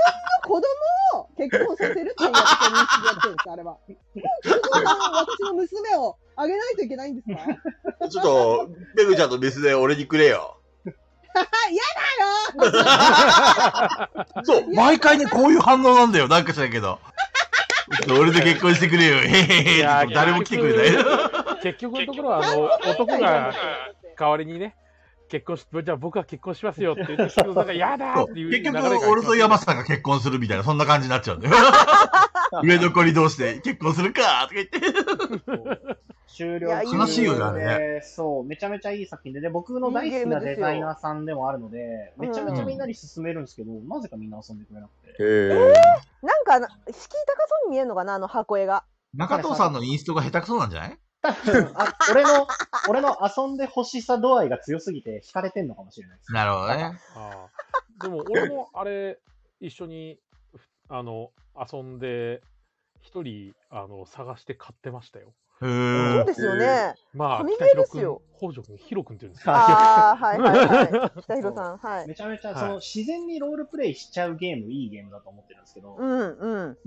の子供を結婚させるっていうやつを認識でやってるんですかあれは。菊蔵さんは私の娘をあげないといけないんですかはいちょっと、ペグちゃんと別で俺にくれよ。嫌だよそう、毎回ね、こういう反応なんだよ。なんか知らんけど。俺と結婚してくれよ。へへいへ。やー誰も来てくれない。結局のところは、あの、男が代わりにね、結婚し、じゃあ僕は結婚しますよって言って、菊蔵さんが嫌だーそっうていう結局流れが、俺と山さんが結婚するみたいな、そんな感じになっちゃうんだよ。 上 残り同士で結婚するかとか言って。う。終了いやいい悲しいよねあね。そう、めちゃめちゃいい作品で、で、僕の大好きなデザイナーさんでもあるので、いめいゲームでちすゃよめちゃみんなに勧めるんですけど、なぜかみんな遊んでくれなくて。へなんかな、敷居高そうに見えるのかな、あの箱絵が。中藤さんのインストが下手くそなんじゃないあ俺の、俺の遊んで欲しさ度合いが強すぎて惹かれてんのかもしれないです。なるほど ね。ああでも俺もあれ一緒にふあの遊んで一人あの探して買ってましたよ。へそうーですよね。まあ神北ゲーで広す君よ、北条君、広君って言うんですよ。ああ、はいは いはい。北広さん、はい。めちゃめちゃ、はいその、自然にロールプレイしちゃうゲーム、いいゲームだと思ってるんですけど、うん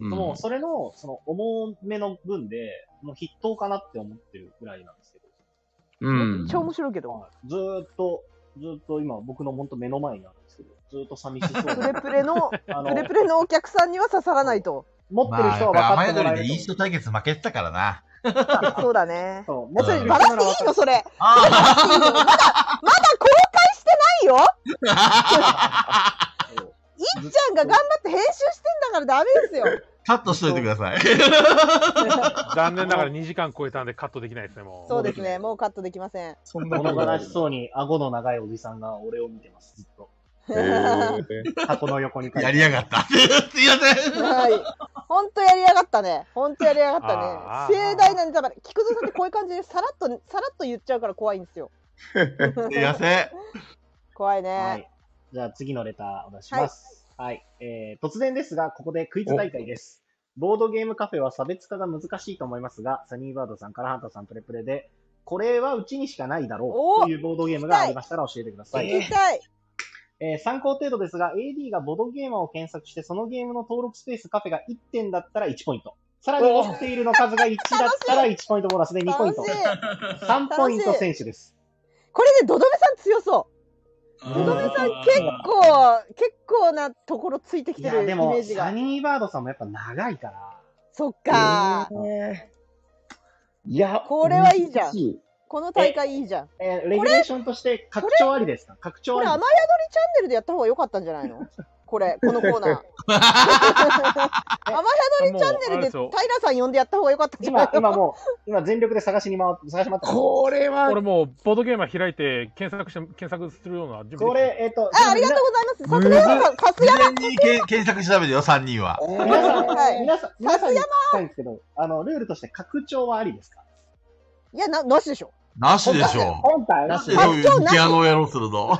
うん。もう、それの、その、重めの分で、もう筆頭かなって思ってるぐらいなんですけど、うん。超面白いけど。はいずーっと、ずーっと今、僕の本当目の前にあるんですけど、ずーっと寂しそうプレな。プレあの、プレのプ、レのお客さんには刺さらないと。持ってる人は分かってもらえると思う。でインスト対決負けてたか らな。そうだね。そう、持え、っそてれ、る人バなラらし分かていいのそれ。あまだ、まだ公開してないよある。いっちゃんが頑張って編集してんだからダメですよ。カットしといてく ださい。残念ながら2時間超えたんでカットできないですね、もう。そうですね、もうカットできません。そんな物悲しそうに、顎の長いおじさんが俺を見てます、ずっと。箱の横にやりやがった。 すいません。 はい。ほんとやりやがったね。ほんとやりやがったね。盛大なネタバレ。菊蔵さんってこういう感じでさらっと、さらっと言っちゃうから怖いんですよ。すいません。怖いね、はい。じゃあ次のレターお出します。はい、はい、えー。突然ですが、ここでクイズ大会です。ボードゲームカフェは差別化が難しいと思いますが、サニーバードさんからハンタさんプレプレで、これはうちにしかないだろうというボードゲームがありましたら教えてください。聞きたい。えー、参考程度ですが、AD がボードゲーマーを検索して、そのゲームの登録スペースカフェが1点だったら1ポイント。さらに持っているの数が1だったら1ポイントボーナスで2ポイント。3ポイント選手です。これね、どどめさん強そう。どどめさん結構、結構なところついてきてるイメージが。でも、サニーバードさんもやっぱ長いから。そっか、えー、いや、これはいいじゃん。この大会いいじゃん。えー、レギュレーションとして拡張ありですか拡張あり。これ、雨宿りチャンネルでやった方が良かったんじゃないのこれ、このコーナー。雨宿りチャンネルで平さん呼んでやった方が良かったんじゃないの今、今もう、今全力で探しに回って、探し回って。これは。これもう、ボードゲーム開いて検索して、検索するような準備これ、えっ、ー、と。あ、ありがとうございます。さすが、かすやま。検索調べてよ、3人は。皆さん、はい、皆さん、皆さんに聞きたいんですけど、あの、ルールとして拡張はありですかいや、な、なしでしょ。なしでしょ。本体なしでしょ。ピアノをやろうする の。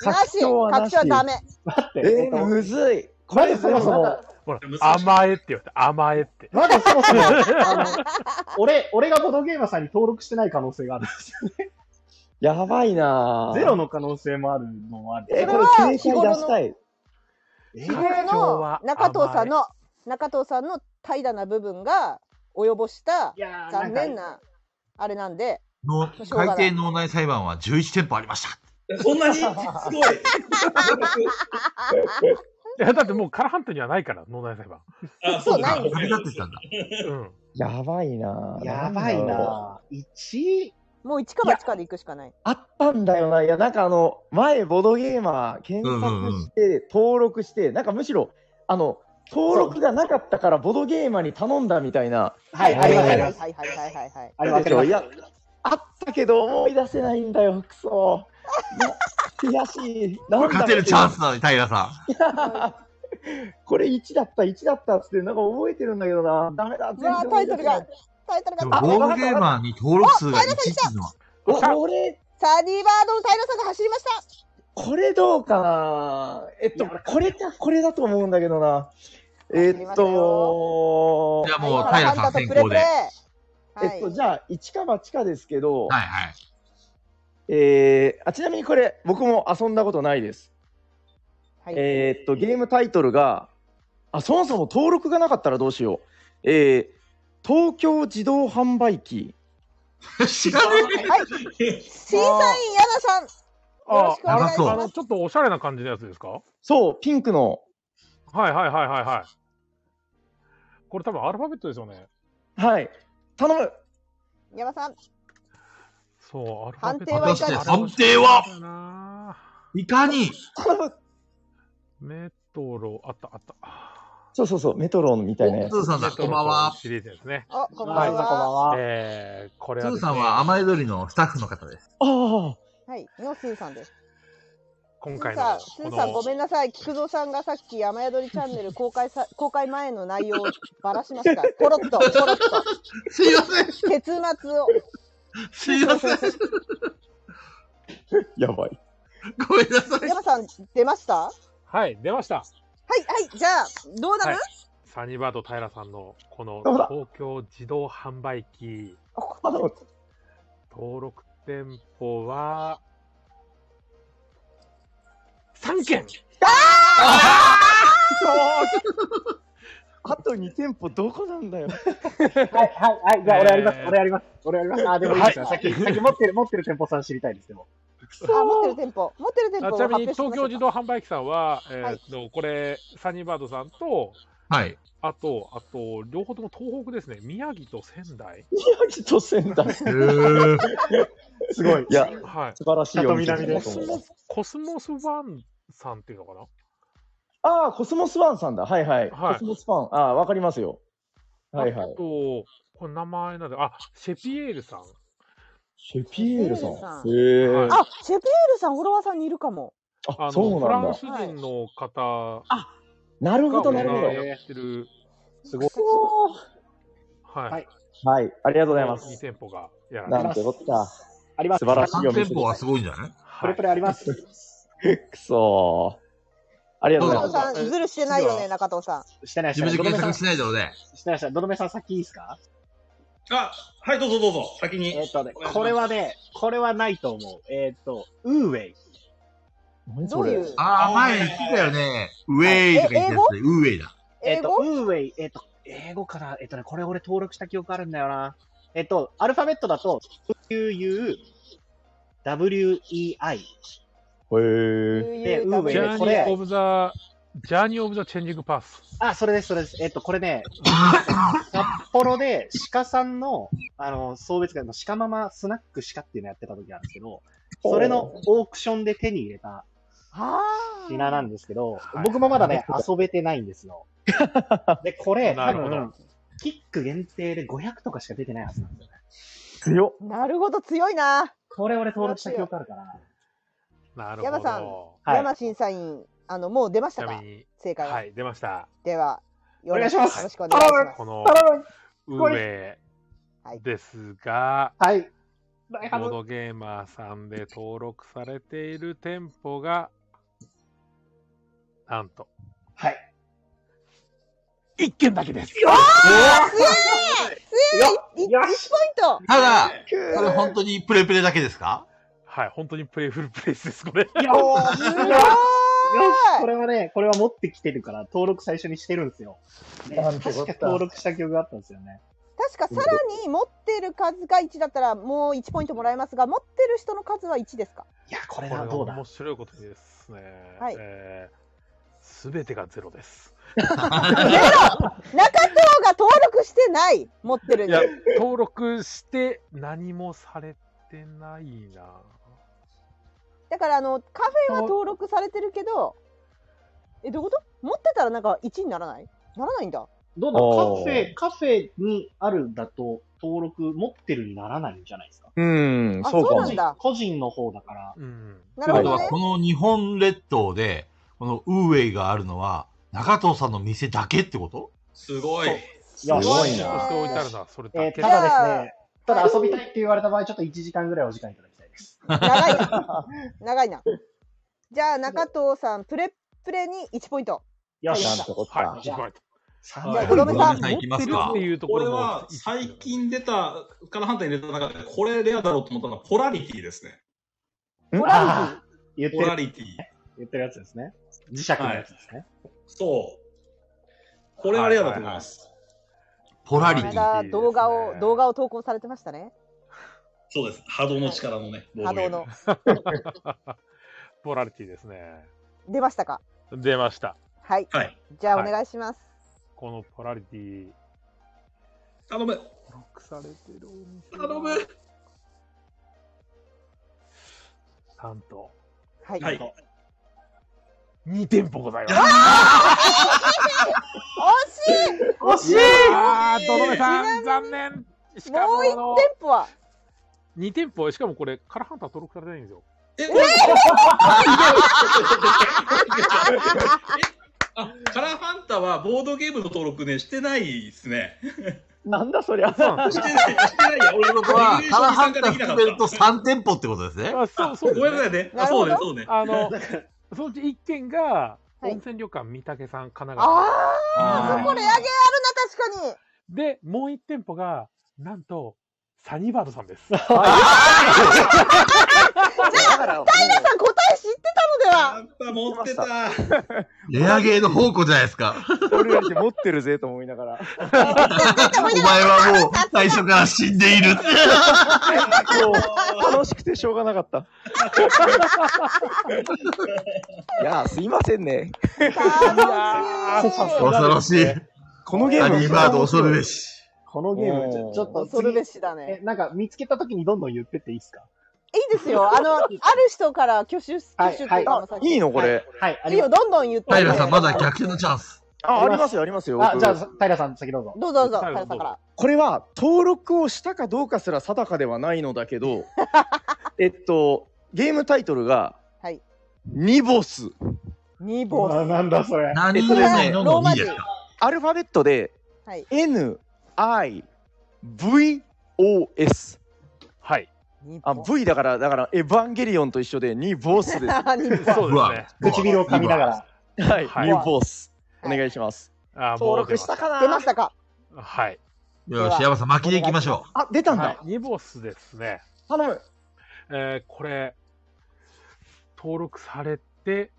なし、拡張はダメ。待って、えー、むずい。これそもそも、ほら、甘えって言われて、甘えって。まだそもそも、あの、俺、俺がボドゲーマーさんに登録してない可能性があるんですよね。やばいなゼロの可能性もあるのもある。えー、これ、正解出したい。日頃の中藤さんの、中藤さんの怠惰な部分が及ぼした残念なあれなんで。の改定脳内裁判は11店舗ありました。そんなにすごい。いやだってもうカラハントにはないから脳内裁判。あそうないんですよ。って たんだ。うん、やばいな。やばいな。一。もう一か八かでいくしかないあったんだよな。いやなんかあの前ボードゲーマー検索して登録して、なんかむしろあの。登録がなかったからボドゲーマーに頼んだみたいな。はい、はい、はい、はい、はい、はい、はい。いや、あったけど思い出せないんだよ、くそ。悔しい。勝てるチャンスなのに、平さん。これ1だった、1だったっつって、なんか覚えてるんだけどな。ダメだ、全然。タイトルが、タイトルが。ボードゲーマーに登録数が1ってのは。これ、サニーバードの平さんが走りました。これどうかなえっと、これか、これだと思うんだけどな。えっと、じゃあもう平さん先行で。えっと、じゃあ、一か八かですけど、はいはい。えー、あちなみにこれ、僕も遊んだことないです。はい、えっと、ゲームタイトルが、あ、そもそも登録がなかったらどうしよう。えー、東京自動販売機。知らねえ。はい。審査員、矢田さん。あ、あの、ちょっとおしゃれな感じのやつですかそう、ピンクの。はいはいはいはいはい。これ多分アルファベットですよね。はい。頼む山さん。そう、アルファベット。判定はいか判定はいかにメトロ、あったあった。そうそうそう、メトロみたいなやつ。ツーさんだ、こんばんは。シリーズですね。あ、こんばんは。えー、これは、ね。ツーさんは甘えどりのスタッフの方です。ああ。はい、のスーさんです。今回のスーさん、ごめんなさい。菊蔵さんがさっき、雨宿りチャンネル公開さ、 公開前の内容をばらしました。ポロッと、ポロッと。すいません。結末を。すいません。やばい。ごめんなさい。山さん、出ました、はい、出ました。はいはい、じゃあ、どうなる、はい、サニバード平さんの、この、東京自動販売 機、登録店舗は、3件あと2店舗どこなん だよ。はいはいはい、じゃあ俺やります、俺やります、俺やります。あ、でもいいですよ、さっき、さっき持ってる、持ってる店舗さん知りたいです、でも。あ、持ってる店舗、持ってる店舗ちなみに東京自動販売機さんは、えっと、これ、サニーバードさんと、はい。 あと、あと、両方とも東北ですね。宮城と仙台。宮城と仙台。すごい。いや、はい、素晴らしいお店南コスモス、コスモスワンさんっていうのかなああ、コスモスワンさんだ。はいはい。はいコスモスファン。ああ、わかりますよ。はいはあい。と、これ名前なんだ。あ、シェピエールさん。シェピエールさシェピエールさんん。へえ。あ、シェピエールさん、フォロワーさんにいるかも。ああ、のそうフなんランだス。人の方なるほがど、オなるほーナーど。やってる、すごい。そう。ははいい。はい、ありがとうございま2す。店舗がやられてるなんてこった。あります。素晴らしい3お店で店す舗はすごいんじゃないプレプレあります。くそー。ありがとうござい中ま藤さす。ん、ズルしてないよね、中藤さん。してない、し自てな分い。でどどめさん、し検索しないだろうね。てない、してない。どどめさん先いいですかあ、はい、どうぞどうぞ、先に。えっとねお願いします、これはね、これはないと思う。えっと、ウーウェイ。何どそういれうああ、前言ってたよね。ウェイとか言ってたやつね。ウーウェイだ。えっ英と、語ウーウェイ、えっと、英語かなえっとね、これ俺登録した記憶あるんだよな。えっと、アルファベットだと、WU、WEI。へえ。ででウーウェイジでャーこニれー・オブ・ザ・ジャーニー・オブ・ザ・チェンジング・パス。あ、それです、それです。えっと、これね、札幌で鹿さんの、あの、送別会の鹿ママスナック鹿っていうのやってた時なんですけど、それのオークションで手に入れたは品なんですけどはい、僕もまだね、遊べてないんですよ。で、これ、な多るほど分、キック限定で500とかしか出てないはずなんですよね。強っ。なるほど、強いな。これ俺登録した記憶あるかな。なる山さんほはい。山審査員、あの、もう出ましど。ちたなかみに、正解は。はい、出ました。では、よお願ろいししますよろしくお願いします。この、ウこェはいイですが、はい。ボードゲーマーさんで登録されている店舗が、なんと、はい。一軒だけです。い1ポインた だ、トこれ本当にプレプレだけですかはい、本当にプレイフルプレイスです、これ。いや、おーすすごごいいよしこれはね、これは持ってきてるから、登録最初にしてるんですよ。ねなんてこ確っかた登録した記憶があったんですよね。確かさらに持ってる数が1だったらもう1ポイントもらえますが持ってる人の数は1ですかいや、ここれれな、がどうだ面。白いことにですね。はいえすべてがゼロです。ゼロ中藤が登録してない持ってるいにや、登録して何もされてないな。だからあのカフェは登録されてるけどえどういうこと持ってたらなんか1にならないならないんだどうだろうカフおーェ、カフェにあるだと、登録持ってるにならないんじゃないですか。うん、あそうそうかなもん。だ個人の方だから。うん。なとるほいうことどは、ねこの日本列島で、このウーウェイがあるのは、中藤さんの店だけってことすごい。いやすごいそなして置いてあるのはそれえだーけたじゃあだ。だですね、ただ遊びたいって言われた場合、ちょっと1時間ぐらいお時間いただきたいです。長いな長いなじゃあ中藤さんプレプレに1ポイントよし。なんてこっはい、た。じゃあはい三じゃあ回ごめんなさいさん行きます持っかてるっていうとここれろもは最近出たから判断に出た中で、これレアだろうと思ったのは、ポラリティですね。ポラあー言ってポラる、リティ。言ってるやつですね。磁石のやつですね。そう。これはレアだと思います。ポラリリテティこィ。の間動画いいでをすね動画を投稿されてましたねそうです。波動の力のね、ボー波ドゲ動ームのポラリティですね。出ましたか出ました。はいはい。じゃあおはい願いします、このポラリティ、頼む、登録されてるお店は頼む。なんと、はい。ははいい、 2店舗ございます。惜し惜しいあー、どのめさん、残念。しいかもう一も、店舗は2店舗、しかもこれ、カラハンター登録されてないんですよ。え、これ。あ、カラーハンターはボードゲームの登録ね、してないですね。なんだそりゃ。そうなん ですしてない、してないや、俺のこれは、カラハンタでーきなか含っめるとた。 3店舗ってことですね。 よ。あそうそうですねごめんなさいね。あ、そうね、そうね。あの、そのうち1軒が、はい温泉旅館三宅さん、神奈川。あああそこレアゲーあるな確かにで、もう1店舗が、なんと、サニーバードさんです。だから、皆さん答え知ってたのでやはっぱ持ってた。レアゲーの宝庫じゃないですか。俺らって持ってるぜと思いながら。 お前はもう最初から死んでいる。楽しくてしょうがな かった。いやー、すいませんね。楽しい恐ろしい。このゲアーム。ニーバード恐るべし。このゲーム、ちょおーちょっと 恐る次べ、しだえねなんか見つけた時にどんどん言ってっていいですかいいですよ。あの、ある人から挙手、挙手っていうか、あいいのこれ。はい、あいいりよ、ます。どんどん言って。平さん、まだ逆転のチャンス。あ、ありますよ、ありますよ。あ、僕じゃあ、平さん、先どうぞ。どうぞどうぞ、平さんから。これは登録をしたかどうかすら定かではないのだけ ど、えっと、ゲームタイトルが、はいニボス。ニボス。なんだそれ。何こ言れえはないののローマ2字ですかアルファベットではい N I V O S はい。ニあボス V だからだからエヴァンゲリオンと一緒でニボスです。あニボスそううですわね。唇を噛みながら。はい、はいニボスおはい願いします。あー登録したか出まなし。たか。はい。よし、山さん、巻きでいきましょあ出たんはいだ。ニボスですね。頼む。えーこれ、登録されて、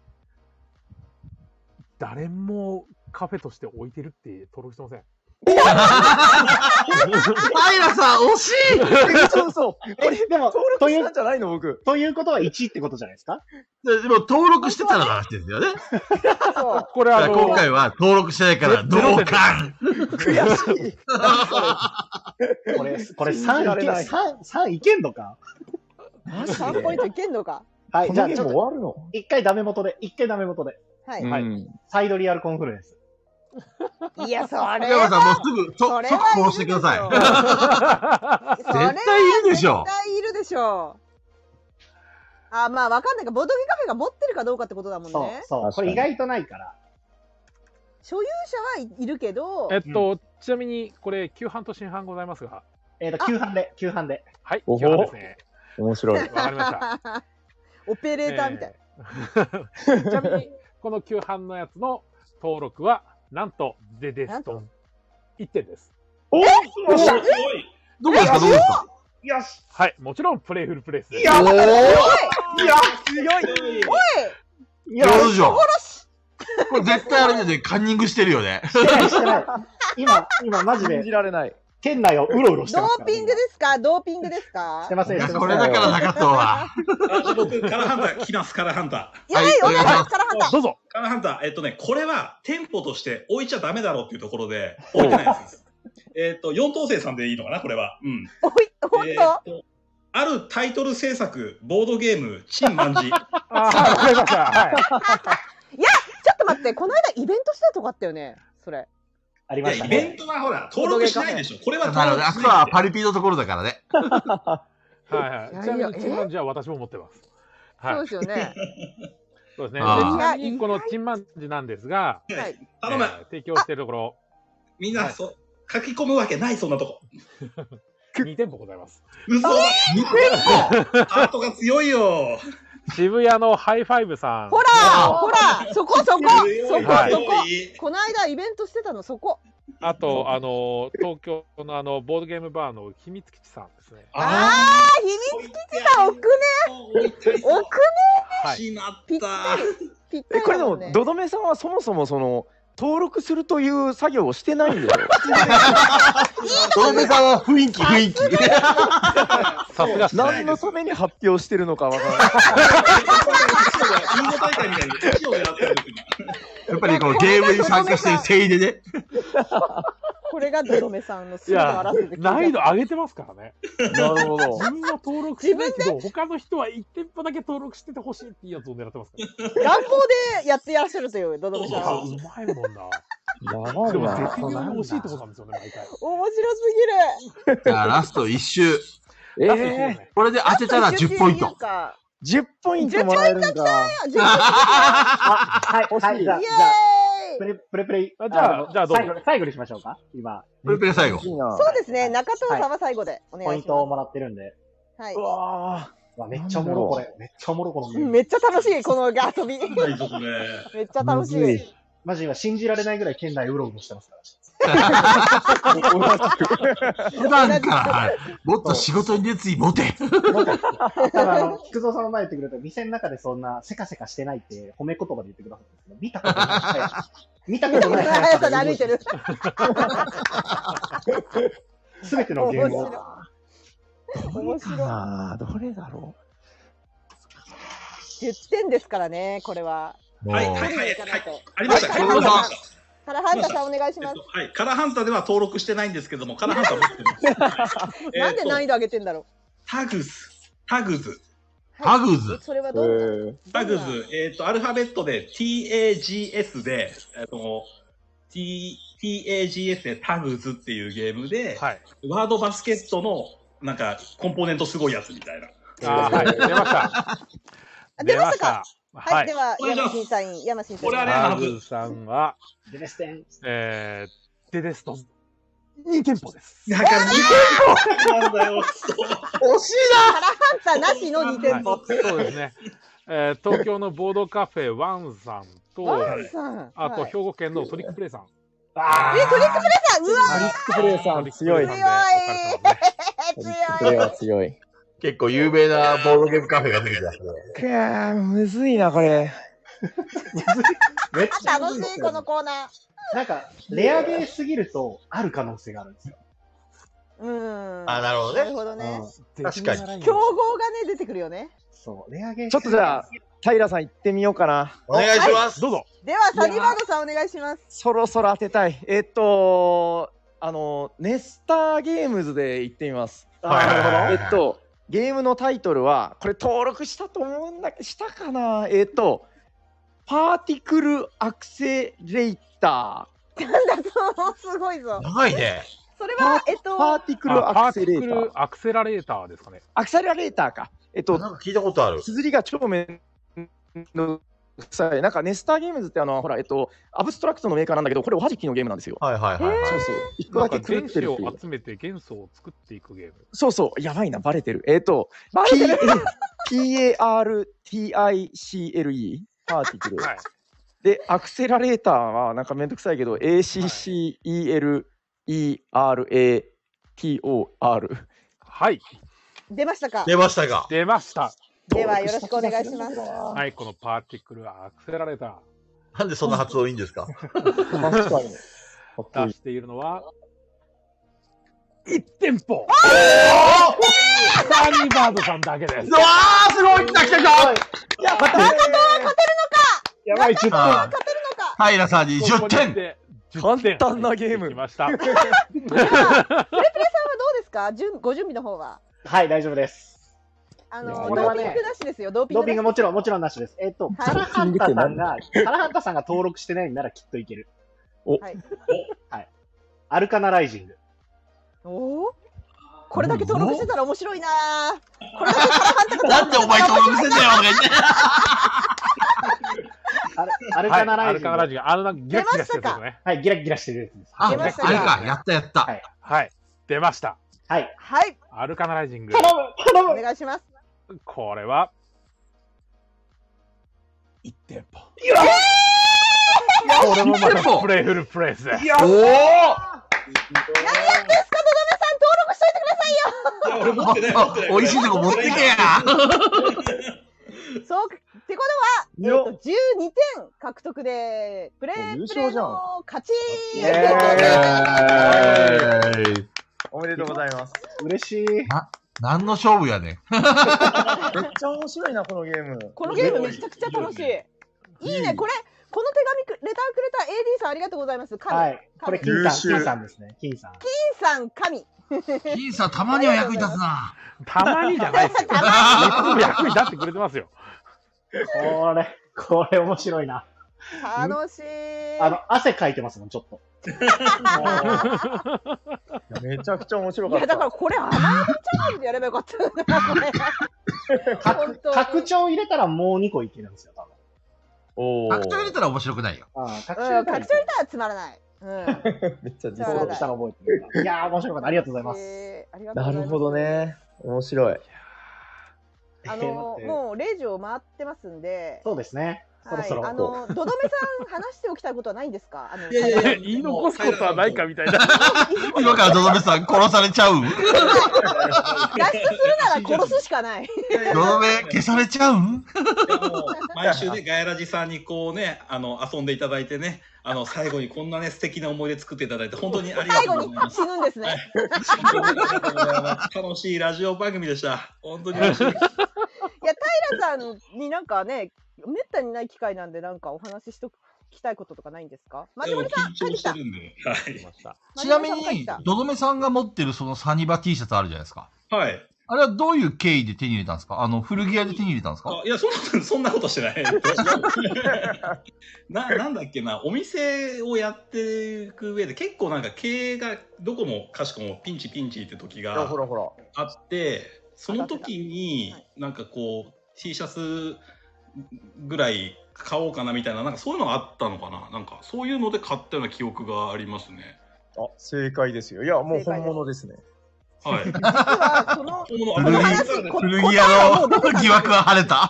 誰もカフェとして置いてるって登録してません。う。平さん、惜しい そうそう。え、でも、と登い録うしたん、じゃないの僕。ということは1ってことじゃないですかででも、登録してたら話ですよね。そう。これだかあらの、今回は登録してないから、ゼロ同感悔しい。これ、これ信じら3いれけ、ない三三いけんのかマジ3ポイントいけんのか。はい、こじゃのあゲちーょムっと、終わるの？一回ダメ元で、一回ダメ元で、はうい。ん。サイドリアルコンフルエンス。いや、それは。山さん、もうすぐ、そそれ即は殺してくだ さい。絶対絶対いるでしょ絶対いるでしょう。あ、まあ、わかんないか、ボードゲカフェが持ってるかどうかってことだもんそうね。そう。これ意外とないから。所有者はいるけどえ、っと、ちなみに、これ、旧版と新版ございますが、えっ、と、あ9班で、9班で。はい、お旧ほ版ですね。面白い。わかりま した。オペレーターみたいな。えーちなみに、この旧版のやつの登録は、なんと、でですなんと、1点です。おすごいどこですか、どこですかよしはい、もちろん、プレイフルプレイスです。やお強い。おいよーしどうでしょうこれ絶対あれだよね、カンニングしてるよね。してない、してない。今、今、マジ 信でじ、られない。店内をうろうろしてドますから。ーピングですかドーピングですかしてません、いしやてこませれん。だからなかったわ。あ僕、カラーハンター、来ます、カラーハンター。いやいはいお願いしお願いしまますす、カラハンタ。どうぞ。カラーハンター、えっとね、これは店舗として置いちゃダメだろうっていうところで、置いてないやつ です。えっと、4等星さんでいいのかな、これは。うん。おい、ほんえとーっとあるタイトル制作、ボードゲーム、チンマ ンジ。ああ、わかりました。はい。ちょっと待って、この間イベントしたとこあったよねそれ。ありいまや、したイねベン。トはほら、登録しないでしょ。これはな登るほ録ど、しないであそこはパリピのところだからね。はいはい。ちなみに、チンマンジは私も持ってます。はい。そうですよね。そうですね。でちあーなみに、このチンマンジなんですが、はい。頼むえ。ー提供しているところ、みんな、そう、書き込むわけない、そんなとこ。 2店舗ございます。嘘だハートが強いよ。渋谷のハイファイブさん。ほらほらそこそこそこ強いよそはいこ強いこの間イベントしてたの、そこ。あと、あの、東京のあの、ボードゲームバーの秘密基地さんですね。ああ、秘ー、秘密密基地だ、奥ね。奥ね。はい。しまぴっったたり。ぴったえりこれでだもんね。どどめさんはそもそもその登録するという作業をしてないん ですよ。ドーメさんは雰囲気、雰囲気。 さすがっす何ね。のために発表してるのかわからない。インド大会みたいに基地を狙ってる時に。やっぱりこのゲームに参加してるせいでね。これがドドメさんのい素をや表すべ、き難易度上げてますからね。なるほど。自分は登録してないけど、他の人は1店舗だけ登録しててほしいっていうやつを狙ってますから。乱暴でやってやらせるというドドメさんそはううまいもん な。やばでいもな。絶妙に惜しいとこなんですよね、毎回。面白すぎるじゃあラスト1周。えラスト一周えねこれで当てたら10ポイン一応っていうト。 かー、10ポイントもらえるんだ。いや十ポあ、はい、はい、じゃあ、インじトゃあ、イエプーイレ、プレプレイ。あじゃあじゃあどうぞ最後に、最後にしましょうか今、これプレイ最後。いいな。。そうですね、中藤さんは最後でおポ願イいンしトをまもらってるんで。す。はいうわうわ、めっちゃおもろこれ。めっちゃおもろこのゲームめっちゃ楽しい、この遊び。危ないぞ、これ。めっちゃ楽しむずい。いマジ今信じられないぐらい店内うろうろしてますから。ー同じく普段から、はいもっと仕事に熱意持て。ただ、あの、菊蔵さんの前言ってくれた店の中でそんなせかせかしてないって褒め言葉で言ってくださったんですけど、見たことない速さ。見たことない速速ささでで歩いてる。すべての言語面白いを。面か白い。な。どれだろ10点ですからね、これは。もうはい、はい、はい、かはないい。と。ありました。はカいラーハンターありました。カラハンタさんお願いしえっますと。はい、カラーハンターでは登録してないんですけども、カラーハンター持ってます。なんで難い易度上げてんだろタグス。タグズ。タグズそれはどうなタグズ、えっ、と、アルファベットで TAGS で、えっ、と、T、TAGS でタグズっていうゲームで、はい。ワードバスケットの、なんか、コンポーネントすごいやつみたいな。あーはい。出ました。あ出ましたか。はい、はいで。は、お願いし山ます新さんに、山新さんこれはねタグさんは、デレステン。えー、デデスト2店舗です。なんか、見てるなんだよ、惜しいハラハンターなしの2店舗。はいそうですね。えー、東京のボードカフェワンさんと、ワンさん。あとはい兵庫県のトリックプレイさん。あえ、トリックプレイさん、うわな。リックプレイさん強強。いいートリックプレイ強いは。強い。結構有名なボードゲームカフェが出てきた。くやーむずいなこれ。めっちゃあ楽しい、このコーナー。なんか、レアゲーすぎると、ある可能性があるんですよ。うーん。あ、なるほどなるね。ほどね。確かに。競合がね、出てくるよね。そう、レアゲー。ちょっとじゃあ平さん行ってみようかな。お願いします。どうぞ。では、サニーバードさん、お願いします。そろそろ当てたい。えっとあのネスターゲームズで行ってみます。はいはいはいえっとゲームのタイトルはこれ登録したと思うんだけどしたかな。えっとパーティクルアクセレーター。なんだ、そう、すごいぞ。長いね。それは、えっと、パーティクルあパアークテセレィクーター。ルアクセラレーターですかね。アクセラレーターか。えっとなんか聞いたことある。綴りが超面のさいなんかネスターゲームズってあのほらえっとアブストラクトのメーカーなんだけどこれおはじきのゲームなんですよ。はいはいはい、はいそうそう一個なだんかけ狂原って子るをっていう。集めて元素を作っていくゲーム。そうそうやばいなバレてる。えっと P A R T I C L E パーティクル。はい。でアクセラレーターはなんかめんどくさいけど A C C E L E R A T O R はい。出ましたか。出ましたか。出ました。では、よろしくお願いしま す。はい、このパーティクルアクセラレータなんでそんな発音いいんですか確かに。ー出しているのは、1店舗サニーバードさんだけです。わあすごい来た来た来たやばい、10あー平さんに10点点簡単なゲームきま した。どうですか、じゅん、ご準備の方は。はい、大丈夫です。あいやの、こドれーはピねングなしですよ。ドーピンドーグピなングもし。ちろん、もちろんなしです。えっと、はいサラハンタさんが、サラハンタさんが登録してないならきっといける。はい。アルカナライジング。おお。これだけ登録してたら面白いなー。なんでお前登録せんだよお前ねアルアルカナラはいアイジルンカグ。ナライジング。あの、なんかギラッギラしてるやつですね。はい、ギラギラしてるやつです。あ、あ出れましたねか、やったや った。はいはい。出ました。はい。はい、アルカナライジング。お願いします。これは、1店舗。これもま1店舗たプレイフルプレイスです。おいや、俺持ってない、持ってない。お美味しいとこ持ってけやそうか、ってことは、えっと、12点獲得で、プレもう優イ、プレ勝イじゃんの勝ちイということでえーいおめでとうございます。嬉しい。何の勝負やねん。めっちゃ面白いなこのゲーム。このゲームめちゃくちゃ楽しい。いいね、これ、この手紙く、レターくれた AD さんありがとうございます。神、はい。これ、神金さ優ん、秀金さんですね。金さん。さん、神。金さん、たまには役に立つな。たまにじゃないですよ。いつも役に立ってくれてますよ。これ、これ面白いな。楽しい。あの、汗かいてますもん、ちょっ と。めちゃくちゃ面白いかっや、た。だからこれ、アナードチャレンジやればよかったな、これ。本当に拡張入れたらもう2個いけるんですよ、多分。お拡張入れたら面白くないよ。ああ、拡張入うれんたら拡い張ける入れたらつまらない。うん。めっちゃ自そう登だ録ねしたの覚えてる。いやー、面 白かった。ありがとうございます。えーありがとうごなざいまするほど。ね。面白い。あえー待っのてもう0時を回ってますんで、そうですね。そろそろ。はい、あのどどめさん話しておきたいことはないんですか？あのいやいやいや 言い残すことはないかみたいな。今からドドメさん殺されち ゃう。脱出するなら殺すしかない。ドドメ消されちゃうん毎週ね、ガヤラジさんにこうね、あの、遊んでいただいてね、あの、最後にこんなね、素敵な思い出作っていただいて、本当にありが最とう後ございにます。死ぬんですね。楽しいラジオ番組でした。本当に嬉しい。いや平さんになんかね、めったにない機会なんでなんかお話ししときたいこととかないんですか？マジでモもリさん緊張帰ってきしたて。るんで。はい。ました。マジちモなリさみんも帰ってきにた、ドドメさんが持ってるそのサニバ T シャツあるじゃないですか。はい。ああれはどういう経緯で手に入れたんですかあの、古着屋で手に入れたんですかあいやそんな、そんなことしてない。ななんだっけな、お店をやっていく上で、結構なんか経営がどこもかしこもピンチピンチって時がほらほら。あって、その時に、なんかこう、T シャツぐらい買おうかなみたいな、なんかそういうのがあったのかな。なんかそういうので買ったような記憶がありますね。あ、正解ですよ。いや、もう本物ですね。はい。 実はその、古着古着屋の疑惑は晴れた。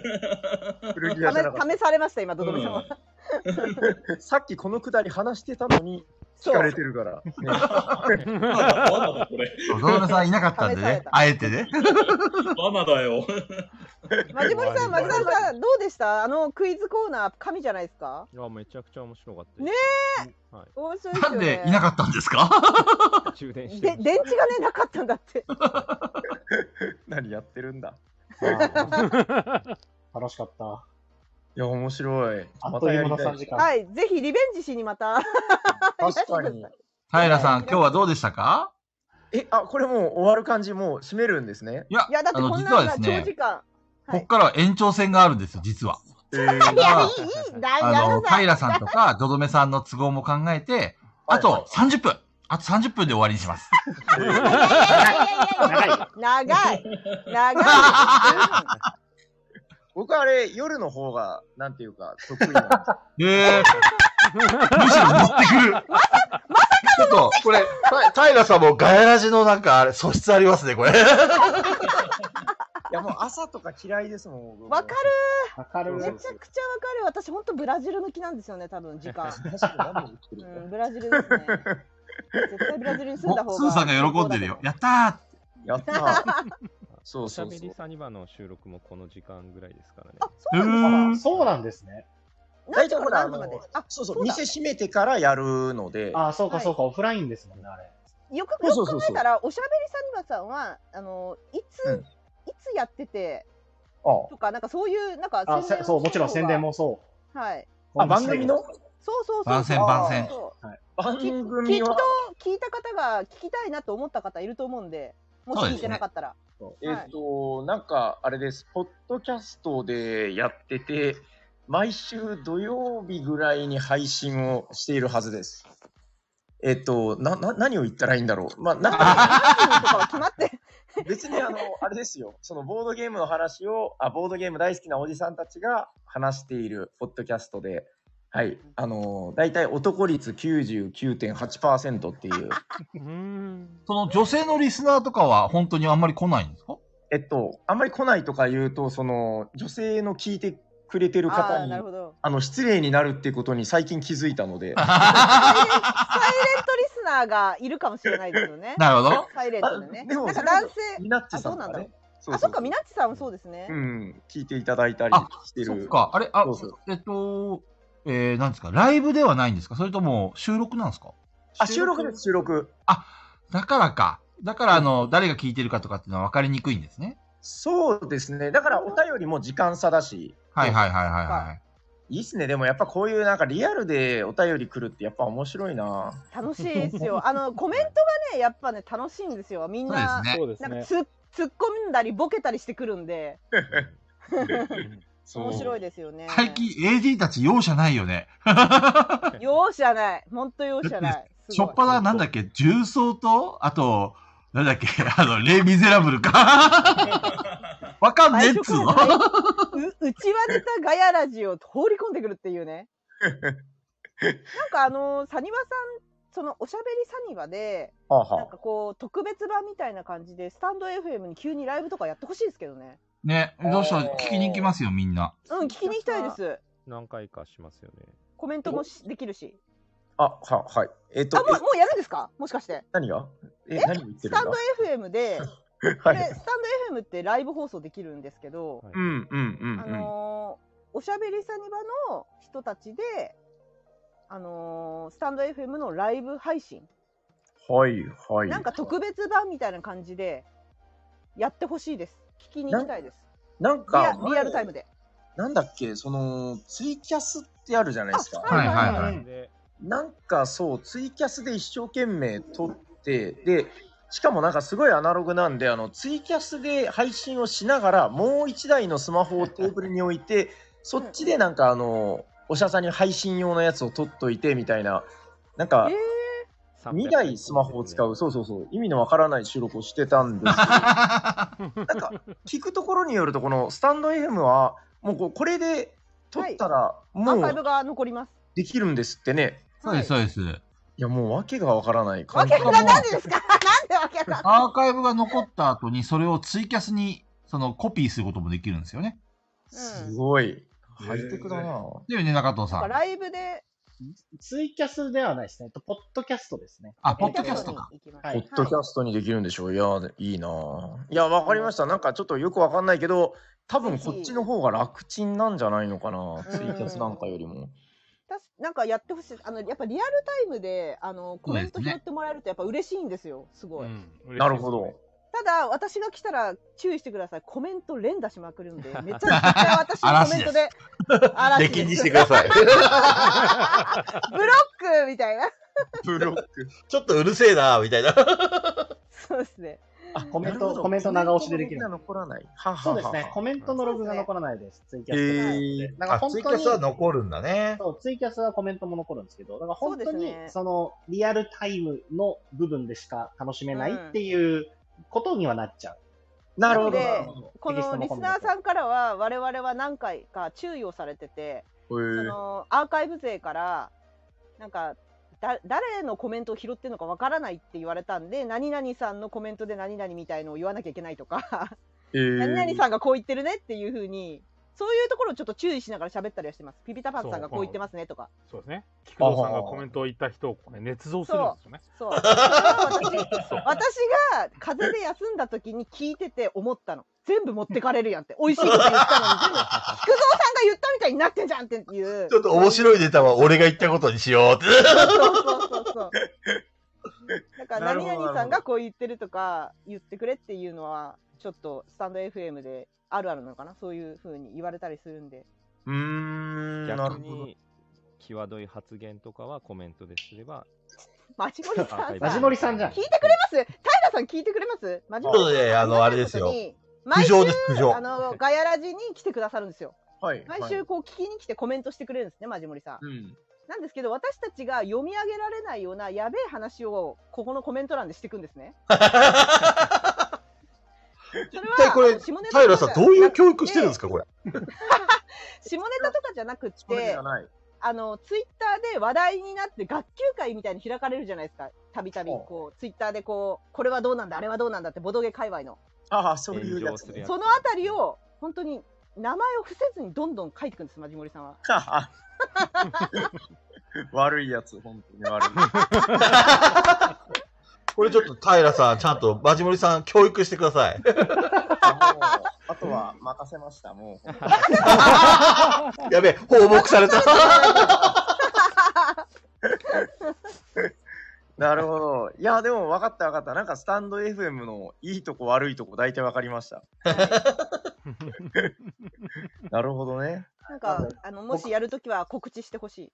古着屋じゃなか試されました、今、ドドメさんは。 さっきこのくだり話してたのに、聞かれてるから。ドドメさんいなかったんでね、あえてね。バナだよ。マジモリさん、マジモリさん、どうでしたあのクイズコーナー、神じゃないですかいや、めちゃくちゃ面白かったねえ、はい、面白いなんでいなかったんですか充電してで電池がね、なかったんだって。 何やってるんだ。 楽しかった。いや、面白い。あっという間の3時間。はい、ぜひリベンジしにまた。確かに。平さん、今日はどうでしたかえ、あ、これもう終わる感じ、もう閉めるんですね。いや、いやだってこんな長時間。ここからは延長戦があるんですよ、実は。えー、いや、いい、だあの、平さんとか、どどめさんの都合も考えて、あと30分。あと30分で終わりにします。長い。長い。長い。僕あれ、夜の方が、なんていうか、得意なんです。 えー、むしろ持ってくる。まさ、まさちょっと、これ、平さんもガヤラジのなんか、あれ、素質ありますね、これ。いやもう朝とか嫌いですもん。わかる。わかる。めちゃくちゃわかる。私本当ブラジルの気なんですよね。多分時 間。うん、ブラジルですね。絶対ブラジルに住んだ方が。スーさんが喜んでるよ。やったやったそうそうそう。しゃべりサニバの収録もこの時間ぐらいですからね。あ、そうなんですね。大体ほら、あの、 そうそう、店閉めてからやるので。あ、そうかそうか、オフラインですもんね、あれ。よく考えたら、おしゃべりサニバさんは、あの、いつ、いつやっててとか、なんかそういう、なんか。宣伝そうもちろん宣伝もそうはい。あ、番組のそうそうそう。番宣、番宣。番組きっと聞いた方が聞きたいなと思った方いると思うんで、もし聞いてなかったら。えっと、なんかあれです、ポッドキャストでやってて、毎週土曜日ぐらいに配信をしているはずです。えっと、な、な、何を言ったらいいんだろう。まあ、なん か、決まって。別にあの、あれですよ。そのボードゲームの話を、あ、ボードゲーム大好きなおじさんたちが話しているポッドキャストで、はい。あのー、大体男率99.8%っていう。 その女性のリスナーとかは本当にあんまり来ないんですかえっと、あんまり来ないとか言うと、その、女性の聞いてくれてる方に、あの、失礼になるってことに最近気づいたので。スナーがいるかもしれないですよね。なるほど。サイレントでね。なんか男性。ミナッチさんとか、あ、そっか、ミナッチさんもそうですね。うん、聞いていただいたりしてる。そっか、あれ、あ、えっと、えー、なんですか、ライブではないんですかそれとも収録なんですかあ、収録です、収録。あ、だからか。だから、あの、誰が聞いてるかとかっていうのは分かりにくいんですね。そうですね。だから、お便りも時間差だし。はいはいはいはいはい。いいっすね。でもやっぱこういうなんかリアルでお便り来るってやっぱ面白いな。楽しいですよ。あ のコメントがね、やっぱね、楽しいんですよ。みんな、ね、なんかつ突っ込んだりボケたりしてくるんで。面白いですよね。最近 AD たち容赦ないよね。容赦ない。本当容赦ない。しょっぱななんだっけ、重曹と、あと、なんだっけ、 あの、レイ・ミゼラブルか。 わかんねえっつうの。う、 うちわネタガヤラジを放り込んでくるっていう ね。なんかあのー、サニバさん、そのおしゃべりサニバで、ははなんかこう、特別版みたいな感じで、スタンド FM に急にライブとかやってほしいですけどね。ね、どうしたら聞きに行きますよ、みんな。うん、聞きに行きたいです。何回かしますよね。コメントもできるし。あ、は、はい。えっと。あ、もう、もうやるんですかもしかして。何がえ、え何スタンド FM で、はい、スタンド FM ってライブ放送できるんですけど、うん、うん、うん。あのー、おしゃべりサニバの人たちで、あのー、スタンド FM のライブ配信。はい、はい。なんか特別版みたいな感じで、やってほしいです。聞きに行きたいです。なんかリア、リアルタイムで。なんだっけ、その、ツイキャスってあるじゃないですか。はい、はい、はい。なんかそう、ツイキャスで一生懸命撮って、で、しかもなんかすごいアナログなんで、あのツイキャスで配信をしながら、もう1台のスマホをテーブルに置いて、そっちでなんかあの、おしゃさんに配信用のやつを取っといてみたいな、なんか、2台スマホを使う、そうそうそう、意味のわからない収録をしてたんですけど、なんか、聞くところによると、このスタンド FM は、もうこうこれで撮ったら、もアうーカイブが残ります。できるんですってね。そうです、そうです。いや、もう訳がわからないわ感じけががなんでですかなんでわけが。アーカイブが残った後に、それをツイキャスに、そのコピーすることもできるんですよね。すうんごい。うんハイテクだな。だよね、中藤なんさかん。ライブで、ツイキャスではないですね。えっとポッドキャストですね。あ、ポッドキャストか。行きますはポッい。ドキャストにできるんでしょう。いやー、いいなー。いや、わかりました。なんかちょっとよくわかんないけど、多分こっちの方が楽ちんなんじゃないのかな。んツイキャスなんかよりも。たしなんかやってほしい。あの、やっぱリアルタイムで、あの、コメント拾ってもらえるとやっぱ嬉しいんですよ。すごい。なるほど。ただ、私が来たら注意してください。コメント連打しまくるんで、めちゃくちゃ私のコメントで、嵐出禁にしてください。ブロックみたいな。ブロック。ちょっとうるせえな、みたいな。そうですね。あ、コメンなるほト、どコメント長押しでできるコメン。トが残らない。はははそうですね。コメントのログが残らないです。ツイキえャスはー、なんかあ、本ツイキ当ャにスは残るんだね。そう、ツイキャスはコメントも残るんですけど、だから本当そうでにすねそのリアルタイムの部分でしか楽しめないっていうことにはなっちゃう。なるほど。なのでなるほどこのリスナーさんからは、我々は何回か注意をされてて、えそーのアーカイブ勢からなんかだ誰のコメントを拾ってるのかわからないって言われたんで何々さんのコメントで何々みたいのを言わなきゃいけないとかえ何々ー、さんがこう言ってるねっていうふうにそういうところをちょっと注意しながら喋ったりはしてますピピタパンさんがこう言ってますねとかそうですね。菊蔵さんがコメントを言った人をこれ捏造するんですよね。そうそれを私私が風邪で休んだ時に聞いてて思ったの全部持ってかれるやんって美味しいこと言ったのに全部菊蔵さんが言ったみたいになってんじゃんっていうちょっと面白いネタは俺が言ったことにしようって。そうそうそうそう。だからなる何ほど々さんがこう言ってるとか言ってくれっていうのはちょっとスタンド FM であるあるなのかなそういう風に言われたりするんでうーん、なる逆ほど。に、際どい発言とかはコメントですれば、マジモリさんママジジモモリリささんんじじゃゃんん。聞いてくれます平さん聞いてくれますマジモリさちんょっとねあのあれですよりがたいこと苦に情です、苦情あ。のガヤラジに来てくださるんですよはい。毎は週いこう聞きに来てコメントしてくれるんですねマジモリさんうん。なんですけど私たちが読み上げられないようなやべえ話をここのコメント欄でしていくんで すねそれは一体これあの下ネタと平かさん、じゃどういう教育してるんですか、これ。下ネタとかじゃなくそれじてゃない。あのツイッターで話題になって学級会みたいに開かれるじゃないですかたびたびほうこうツイッターでこうこれはどうなんだあれはどうなんだってボドゲ界隈のああ、そういうやつ炎上するねや。つそのあたりを本当に名前を伏せずにどんどん書いていくんですマジモリさんははは 悪いやつ、本当 に悪い。これちょっと平さん、ちゃんとマジモリさん、教育してください。あとは任せました、もう。やべえ、放牧された。なるほど。いや、でも分かった分かった。なんかスタンド FM のいいとこ悪いとこ大体分かりました。なるほどね。なんかあのもしやるときは告知してほしい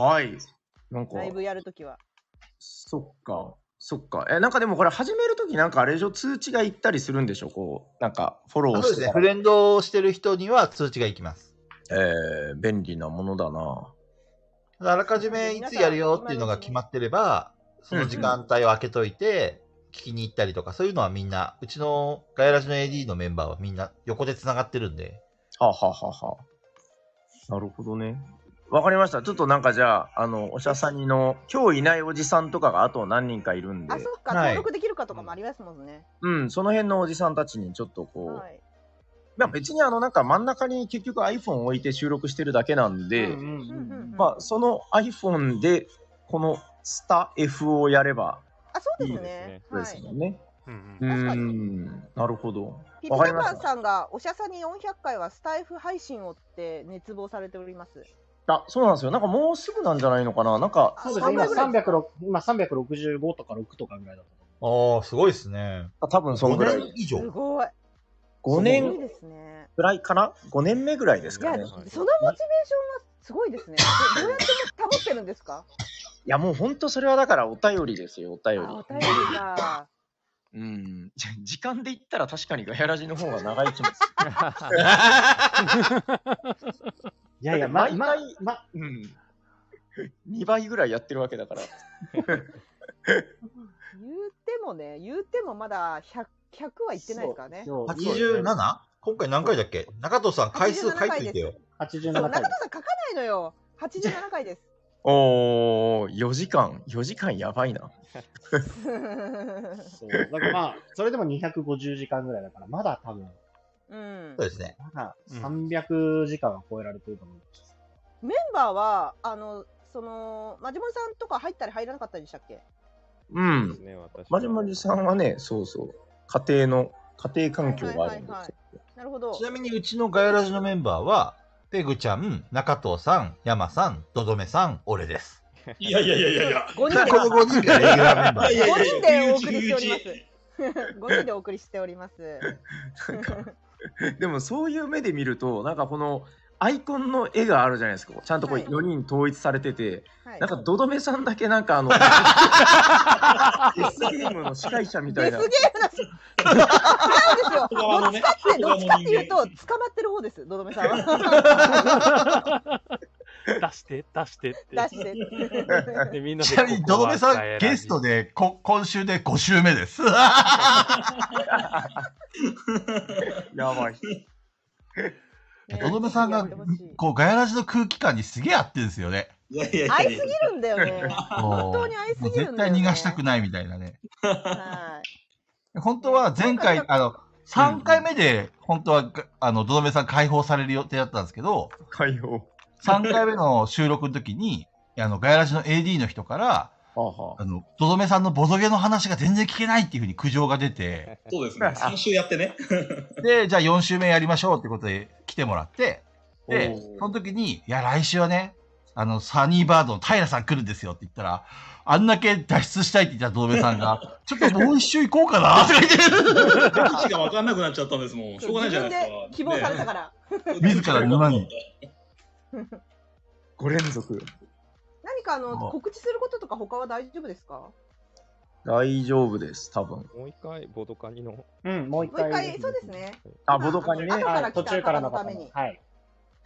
はい。なんかラ、イブやるときはそっか。そっか。え、なんかでもこれ始めるときなんかあれでしょ通知が行ったりするんでしょこう、なんかフォローそうでしすてね。たフら。レンドをしてる人には通知が行きます。えー、便利なものだな。あらかじめいつやるよっていうのが決まってれば、その時間帯を空けといて、聞きに行ったりとか、そういうのはみんな、うちのガヤラジの AD のメンバーはみんな横で繋がってるんで。はあ、はあはあはあ、なるほどね。わかりました。ちょっとなんかじゃあ、あの、おしゃさんにの、今日いないおじさんとかがあと何人かいるんであ、そうかはい登録できるかとかもありますもんねうん、その辺のおじさんたちにちょっとこう、はいまあ別にあの、なんか真ん中に結局 iPhone を置いて収録してるだけなんで、うんうんうんうんまあその iPhone で、このスタ F をやればあそうですいいねでそうではすいもんね。うんうい確かにん、なるほど。ピピわかりタまパしンた。さんがおしゃさに400回はスタイフ配信をって熱望されておりますあ、そうなんですよ。なんかもうすぐなんじゃないのかな。なんか、そうですね。今300ぐらいですか306今365とか6とかぐらいだと思う。ああ、すごいですね。多分その5ぐら年い。以上。すごい5すごい年ですねぐらいかな ?5 年目ぐらいですいかや、ね。そのねモチベーションはすごいですね。どどうやって保ってるんですか。いやもう本当それはだからお便りですよ、お便り。あ、お便りか。うん、時間で言ったら確かにガヤラジの方が長い気もする。いやいや、毎回、ま、ま、うん。2倍ぐらいやってるわけだから。言うてもね、言うてもまだ 100, 100はいってないですからね。 87? 今回何回だっけ中藤さん回数書いといてよ。 87中藤さん書かないのよ。87回です。 おー、4時間、4時間やばいな。そう。だからまあ、それでも250時間ぐらいだから、まだ多分。うん。そうですね。まだ300時間は超えられてると思います、うん。メンバーは、あの、その、まじもりさんとか入ったり入らなかったりでしたっけうん。まじもりさんはね、そうそう。家庭の、家庭環境があるんですよ。はいはいはいはい、なるほど。ちなみに、うちのガヤラジのメンバーは、ペグちゃん、中藤さん、山さん、ドドメさん、俺です。いやいやいやいやいや、 5人でこの5人 がレギュラー メンバー。 5人でお送りしております。5人でお送りしており ます。でもそういう目で見ると、なんかこのアイコンの絵があるじゃないですか。ちゃんとこう4人統一されてて、はい、なんかドドメさんだけなんかあの、 はい、デスゲームの司会者みたいな。デスゲームの なんですよ。どっちかって、どっちかっていうと、捕まってる方です、ドドメさ んは。出して出してって出して でみん なちなみにどどめさんゲストでこ今週で5週目です やばいどどめさんがこうガヤラジの空気感にすげえ合ってるんですよねいやいや愛すぎるんだよね 本当に愛すぎるんだよ、ね、絶対逃がしたくないみたいなね本当は前回あの3回目で、本当は、あの、どどめさん解放される予定だったんですけど、解放。 3回目の収録の時に、あの、ガヤラジの AD の人から、あはあの、とどめさんのボドゲの話が全然聞けないっていうふうに苦情が出て。そうですね。3週やってね。で、じゃあ4週目やりましょうってことで来てもらって、で、その時に、いや、来週はね、あの、サニーバードの平さん来るんですよって言ったら、あんだけ脱出したいって言ったとどめさんが、ちょっともう一周行こうかなって言って。どっちか分かんなくなっちゃったんですもん。しょうがないじゃないですか。希望されたから。ね、自ら沼に。 5連続。何かあの告知することとか他は大丈夫ですか大丈夫です、多分もう一回、ボドカニの。うん、もう一回、ね、そうですね。あ、ボドカニね。はい、途中からのために。はい。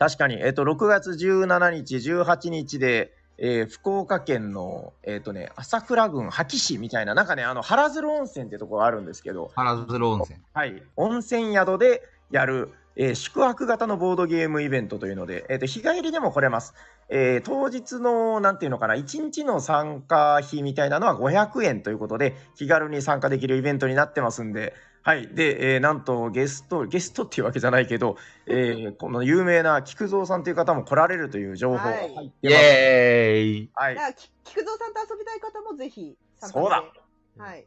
確かに、えっ、ー、と、6月17日、18日で、えー、福岡県の、えっ、ー、とね、朝倉郡覇気市みたいな、なんかね、あの、原鶴温泉ってとこがあるんですけど、原鶴温泉。はい、温泉宿でやる、えー、宿泊型のボードゲームイベントというので、えーと、と日帰りでも来れます。えー、当日の、なんていうのかな、1日の参加費みたいなのは500円ということで、気軽に参加できるイベントになってますんで、はい。で、えー、なんとゲスト、ゲストっていうわけじゃないけど、えー、この有名な菊蔵さんという方も来られるという情報が入ってます。はい、イエーイ、はい、菊蔵さんと遊びたい方もぜひ参加そうだはい。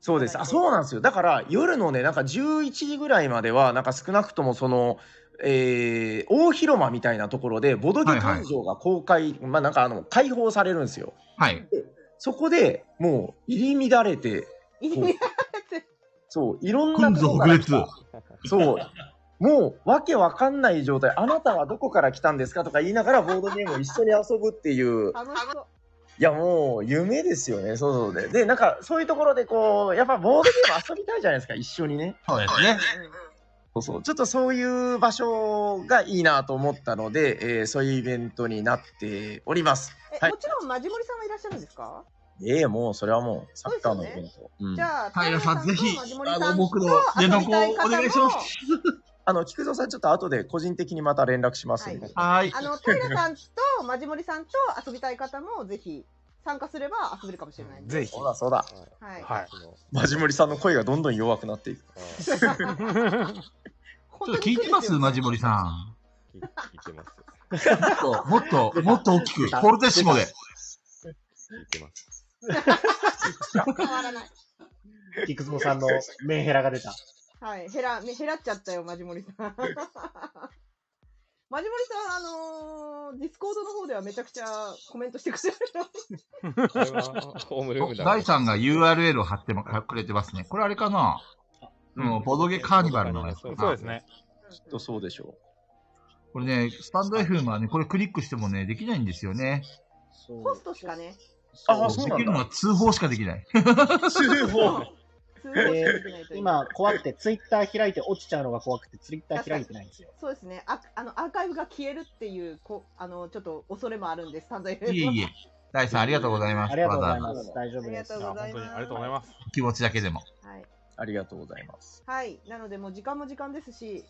そうです。あ、そうなんですよ。だから夜のね、なんか11時ぐらいまでは、なんか少なくともその、えー、大広間みたいなところで、ボドゲ会場が公開、はいはい、まあなんかあの、解放されるんですよ。はい。そこでもう入り乱れて、入り乱れて。そう、いろんなとこから来た。 そう。もう、わけわかんない状態。あなたはどこから来たんですかとか言いながら、ボードゲームを一緒に遊ぶっていう。いやもう夢ですよね、そうそうで。で、なんかそういうところでこう、やっぱボードゲーム遊びたいじゃないですか、一緒にね。そうですね。そうそう。ちょっとそういう場所がいいなと思ったので、えー、そういうイベントになっております。はい、もちろん、まじもりさんはいらっしゃるんですかええー、もう、それはもう、サッカーのイベント。うん、じゃあ、平さん、ぜひ、あの、僕の連絡をお願いします。あの、菊蔵さん、ちょっと後で個人的にまた連絡しますんで。はい。あの、平さんと、まじもりさんと遊びたい方も、ぜひ、参加すれば遊べるかもしれない、ぜひ。そうだ、そうだ。はい。はい。まじもりさんの声がどんどん弱くなっていく。ちょっと聞いてますまじもりさん。。聞いてますもっと、もっと、もっと大きく、ポルテッシモで。聞いてます。変わらない。菊蔵さんのメンヘラが出 た。はい、ヘラ、ね、ヘラっちゃったよ、マジモリさん。マジモリさん、あのー、ディスコードの方ではめちゃくちゃコメントしてくれる。こ れはホームルームだ、ね。第3が URL を貼ってもくれてますね。これあれかなうん、ボドゲカーニバルのやつそうですね。きっとそうでしょう。これね、スタンド FM はね、これクリックしてもね、できないんですよね。ホストしかね。あ、そうできるのは通報しかできない。通報。今、怖くて、ツイッター開いて落ちちゃうのが怖くて、ツイッター開いてないんですよ。そうですね。ああのアーカイブが消えるっていうこあのちょっと恐れもあるんです。サンドイフいえいえ。大さん、ありがとうございます。ありがとうございわまざわす。大丈夫です。ありがとうござや本います当にありがとうございます。ざ気持ちだけでも。はい。ありがとうございます。はい。なのでもう時間も時間ですし、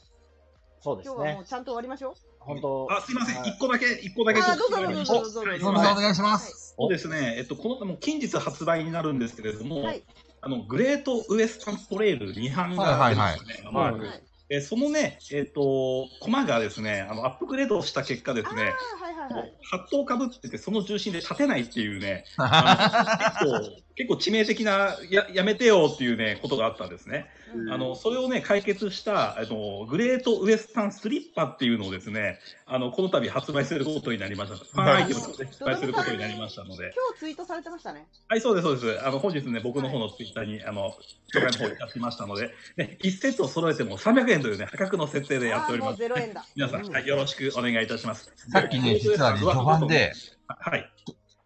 そうです今日はもねう。ちゃんと終わりましょう。本当。あ、すいません。はい一個だけ、一個だけ告あどう知ぞがありどまうす。ぞどうぞどうぞ。のびさんお願いします。そうですね。えっと、このもう近日発売になるんですけれども、はいあの、グレートウエスタントレール2版はがい出はまいはいすね。は。はいいもうはいえーそのね、えっ、と、コマがですね、あの、アップグレードした結果ですね、あーはいはいはい。ハットをかぶってて、その重心で立てないっていうね、はあの結構、結構致命的なや、やめてよっていうね、ことがあったんですね。うんあの、それをね、解決した、あの、グレートウエスタンスリッパっていうのをですね、あの、この度発売することになりました。ファンアイテムとして発売することになりましたので。今日ツイートされてましたね。はい、そうです、そうです。あの、本日ね、僕の方のツイッターに、あの、紹介の方にやってましたので、ね、一セットを揃えても300円というね、破格の設定でやっておりあーもまうすゼ。ロ円だ。皆さん、はい、よろしくお願いいたします。さっきね、実はね、序盤で、はい。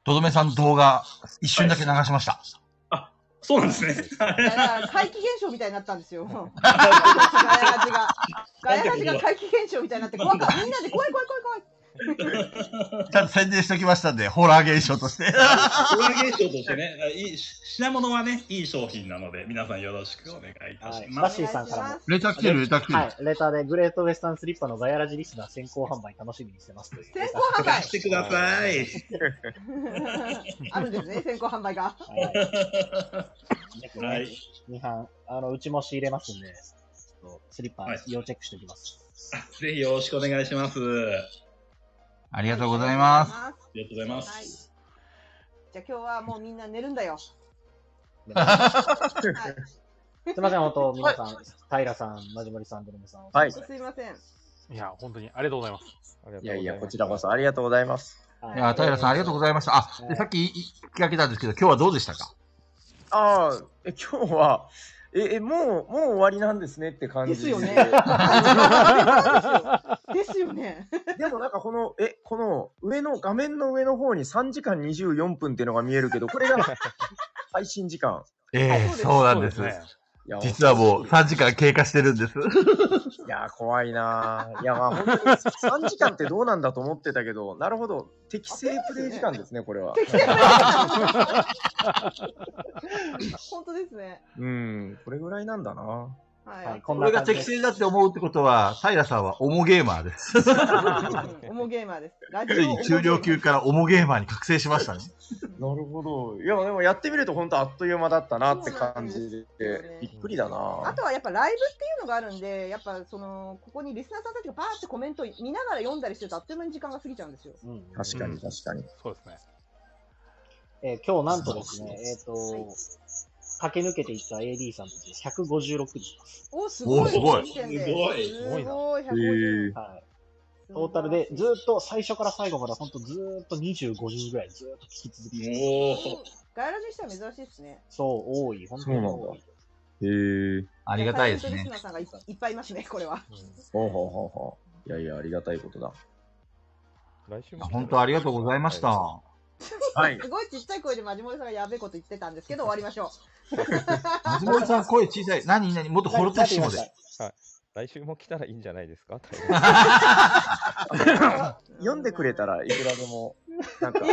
とどめさんの動画、一瞬だけ流しました。そうなんですね。いやだから怪奇現象みたいになったんですよ。ガヤラジが。ガヤラジが怪奇現象みたいになって怖かった。みんなで怖い怖い怖い怖い。ちゃんと宣伝しておきましたんで、ホラー現象として。プラ現象としてね、あいいし品物はね、いい商品なので、皆さんよろしくお願いいたしマまッす。シーさんからもす。レター来てる、レター来てる。はい、レターでグレートウェスタンスリッパのガヤラジリスナー先行販売楽しみにしてますという。先行販売出してください。 あるんですね、先行販売が。はい。ははいい。二班、あの、うちも仕入れますんで、ちょっとスリッパはい要チェックしておきます。ぜひよろしくお願いします。あありがとうございます。ありがとうございりがとうございま。ますはいす。。じゃあ今日はもうみんな寝るんだよ。 はい。すみません、本当、皆さん、平さん、まじもりさん、ドルメさん、はいすいません。いや、本当にありがとうございます。いやいや、こちらこそありがとうございます。はいや、平さんありがとうございました。あ、でさっきいい聞きかけたんですけど、今日はどうでしたかああ、え今日は、え、えもう、もう終わりなんですねって感じですよね。ですよね。でもなんかこの、え、この上の、画面の上の方に3時間24分っていうのが見えるけど、これが配信時間。ええそうなんです。ね。いや実はもう3時間経過してるんです。いや、怖いなぁ。いや、まあ本当に3時間ってどうなんだと思ってたけど、なるほど。適正プレイ時間ですね、これは。本当ですね。うん、これぐらいなんだなは、はいい。こんこなれが感じで適す。正だって思うってことは、平さんはオモゲーマーです。オモゲーマーです。ラジオ ついに中量級からオモゲーマーに覚醒しましたね。なるほど。いや、でもやってみると本当あっという間だったなって感じで、びっくりだあなとはやっぱライブっていうのがあるんで、やっぱそのここにリスナーさんたちがバーってコメント見ながら読んだりしてるとあっという間に時間が過ぎちゃうんですよ。うんうん確かに確かに。そうですね。えー今日なんとですね、えっ、と、はい駆け抜けていった AD さんたち156人。おすごおい。すごい時点ですごいすすごごい。いな150はい。トータルでずーっと最初から最後までほんとずーっと25人ぐらいずーっと聞き続けて、もう、ガイラジにしては珍しいですね。そう、多い、本当にそう多。ないへえ。 ありがたいですリね。スナーさんがいいっぱいいますね、これは。ほうほうほうほう。いやいや、ありがたいことだ。来週も本当ありがとうございました。ははい。すごいちっちゃい声でマジモリさんがやべえこと言ってたんですけど、終わりましょじもりさん声小さい。なになにもっとホルテッシモで。来週も来たらいいんじゃないですかう。読んでくれた。らいくらでも、なんかえ、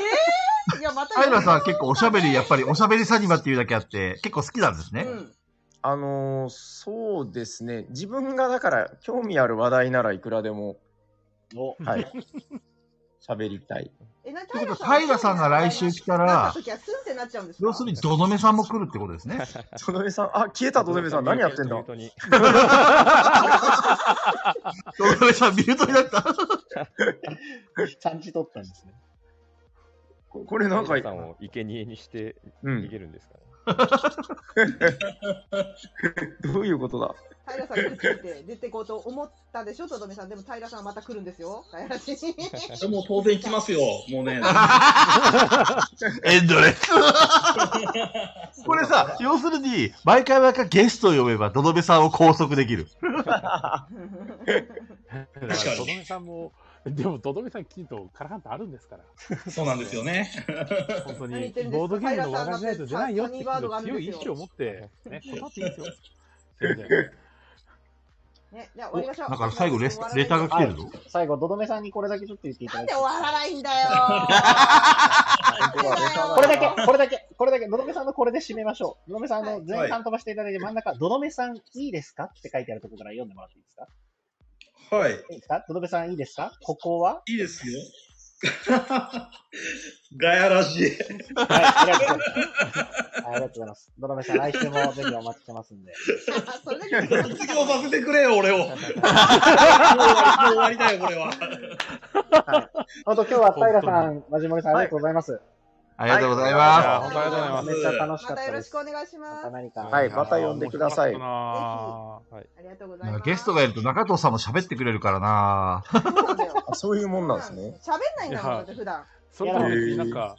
いや、また。平さん結構おしゃべり、やっぱりおしゃべりサニバっていうだけあって、結構好きなんですね。うん。あのーそうですね。自分がだから興味ある話題ならいくらでも、おはい。喋りたい。 え、な、ということは、平さんが来週来たなっらた、時はスンってなっちゃうんですか要するに、どどめさんも来るってことです ね。とどめさん、あ、 消えたとどめさん、何やってん だどどめさん、ミュートになった。ちゃんち取ったんですね。ここれなんか、さんを生贄にしてう逃ん、げるんですかね。どういうことだ平さん来るって言って出てこうと思ったでしょ、とどめさん。でも平さんまた来るんです よ。ガヤラジに。それもう当然行きますよ。もうね。エンドレス。 これさ、要するに、毎回毎回ゲストを呼べば、どどめさんを拘束できる。だから、とどめさんもでも、とどめさん、きんとカラハンタあるんですから。 そうなんですよね。本 当に、ボードゲームの話しないと出ないよって強い意志を持って、 ね、断っていいですよ。ね、じゃあ終わりましょう。だから最後レス、レターが来てるぞ。最後、ドドメさんにこれだけちょっと言っていただいて。なんで終わらないんだよこれだけ、これだけ、これだけ、ドドメさんのこれで締めましょう。ドドメさんの前半飛ばしていただいて、真ん中、ドドメさんいいですかって書いてあるところから読んでもらっていいですかはい。いいですかドドメさんいいですかここはいいですよ。ガヤらしい。はい、ありがとうございます。ありがとうございます。ドラメさん、来週もぜひお待ちしてますんで。卒 業させてくれよ、俺を。もう終わりだよ、これは。はい、本当、今日は平さん、まじもりさん、ありがとうございます。ありがとうございます。本当ありがとうございます。めっちゃ楽しかったまたよろしくお願いします。何か。はい、また呼んでください。ぜひ。ありがとうございます。ゲストがいると中藤さんも喋ってくれるからなそういうもんなんですね。喋んないんだもん、だって普段。それとも別になんか、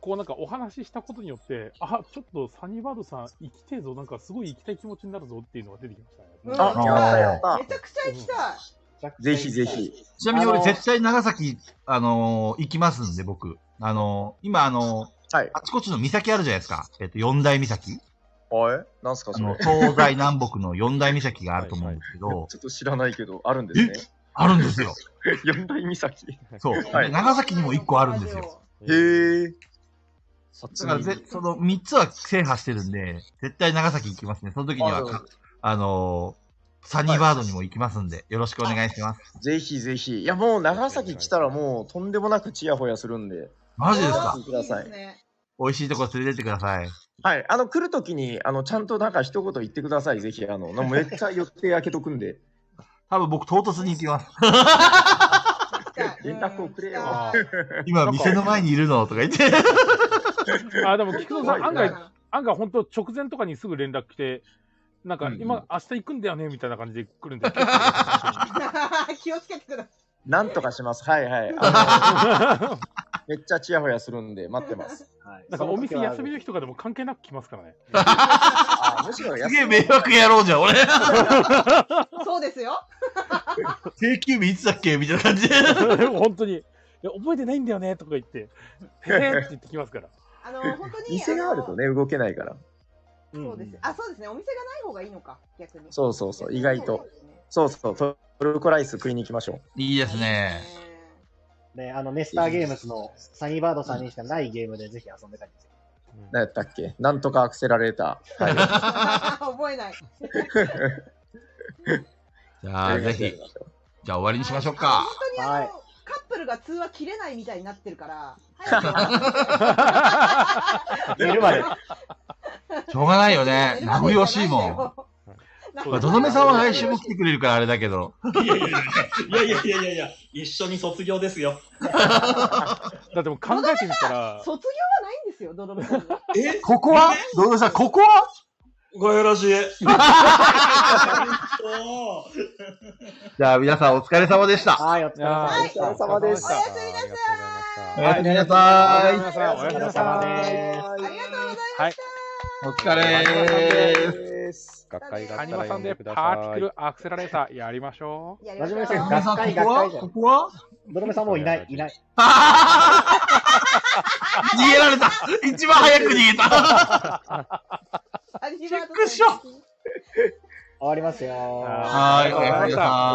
こうなんかお話ししたことによって、あ、ちょっとサニーバードさん生きてえぞ、なんかすごい行きたい気持ちになるぞっていうのが出てきましたね。うん、めちゃくちゃ行きたい。ぜひぜひ。ちなみに俺絶対長崎、あのー、行きますんで、僕。あのー、今、あのー、はい、あちこちの岬あるじゃないですか。えっと、四大岬。はい。なんすか、そ、の、東西南北の四大岬があると思うんですけど。はいはいちょっと知らないけど、あるんですね。あるんですよ。四大岬。そう。はい、長崎にも一個あるんですよ。へえ。だからぜ、その三つは制覇してるんで、絶対長崎行きますね。その時にはか、あのー、サニーバードにも行きますんで、よろしくお願いします。ぜひぜひ。いや、もう長崎来たらもうとんでもなくちやほやするんで。マジですかください。美味しいとこ連れてってください。はい。あの、来るときに、あの、ちゃんとなんか一言言ってください。ぜひ、あの、めっちゃ予定開けとくんで。 多分僕、唐突に行きます。連絡をくれよ。 今、店の前にいるのとか言って。あ、でも、菊蔵さん、案外、案外、本当直前とかにすぐ連絡来て、なんか、今、明日行くんだよね、みたいな感じで来るんで。 気をつけてください。なんとかします。はいはい。 めっちゃちやほやするんで、待ってます。はい、なんかお店休みの日とかでも関係なく来ますからね。むしろ すげえ迷惑やろうじゃん、俺。そうですよ。定休日いつだっけみたいな感じで。本当に。いや覚えてないんだよねとか言って、へえって言ってきますから。あの本当に店があるとね、動けないから。そうです。あ、そうですね。お店がない方がいいのか、逆に。そうそうそう、意外と。そうそう、トルコライス食いに行きましょう。いいですね。ね、あの、ネスターゲームズのサニーバードさんにしかないゲームでぜひ遊んでたりです。何やったっけなんとかアクセラレーター。はい、覚えない。 じゃあ、ぜひ。じゃあ終わりにしましょうか。本当にあの、カップルが通話切れないみたいになってるから、寝るまで。しょうがないよね。名残惜し いもん。まあ、どどめさんは来週も来てくれるからあれだけど。いやいやいやいやいやいや、一緒に卒業ですよ。 だってもう考えてみたら。卒業はないんですよ、どどめさん。えここはどどめさん、ここはごよろしい。じゃあ皆さんお疲れ様でした。はい、お疲れ様でした。おやすみなさい。おやすみなさい。おやすみなさい。ありがとうございました。お疲 れです。学会がさんでパーティクルアクセラレーターやりましょう。真面目さん、学会学会ここはドロメさんもういない、いない。逃げられた一番早く逃げたチェックしょ終わりますよ。Ờ, はい、お疲れ様でした。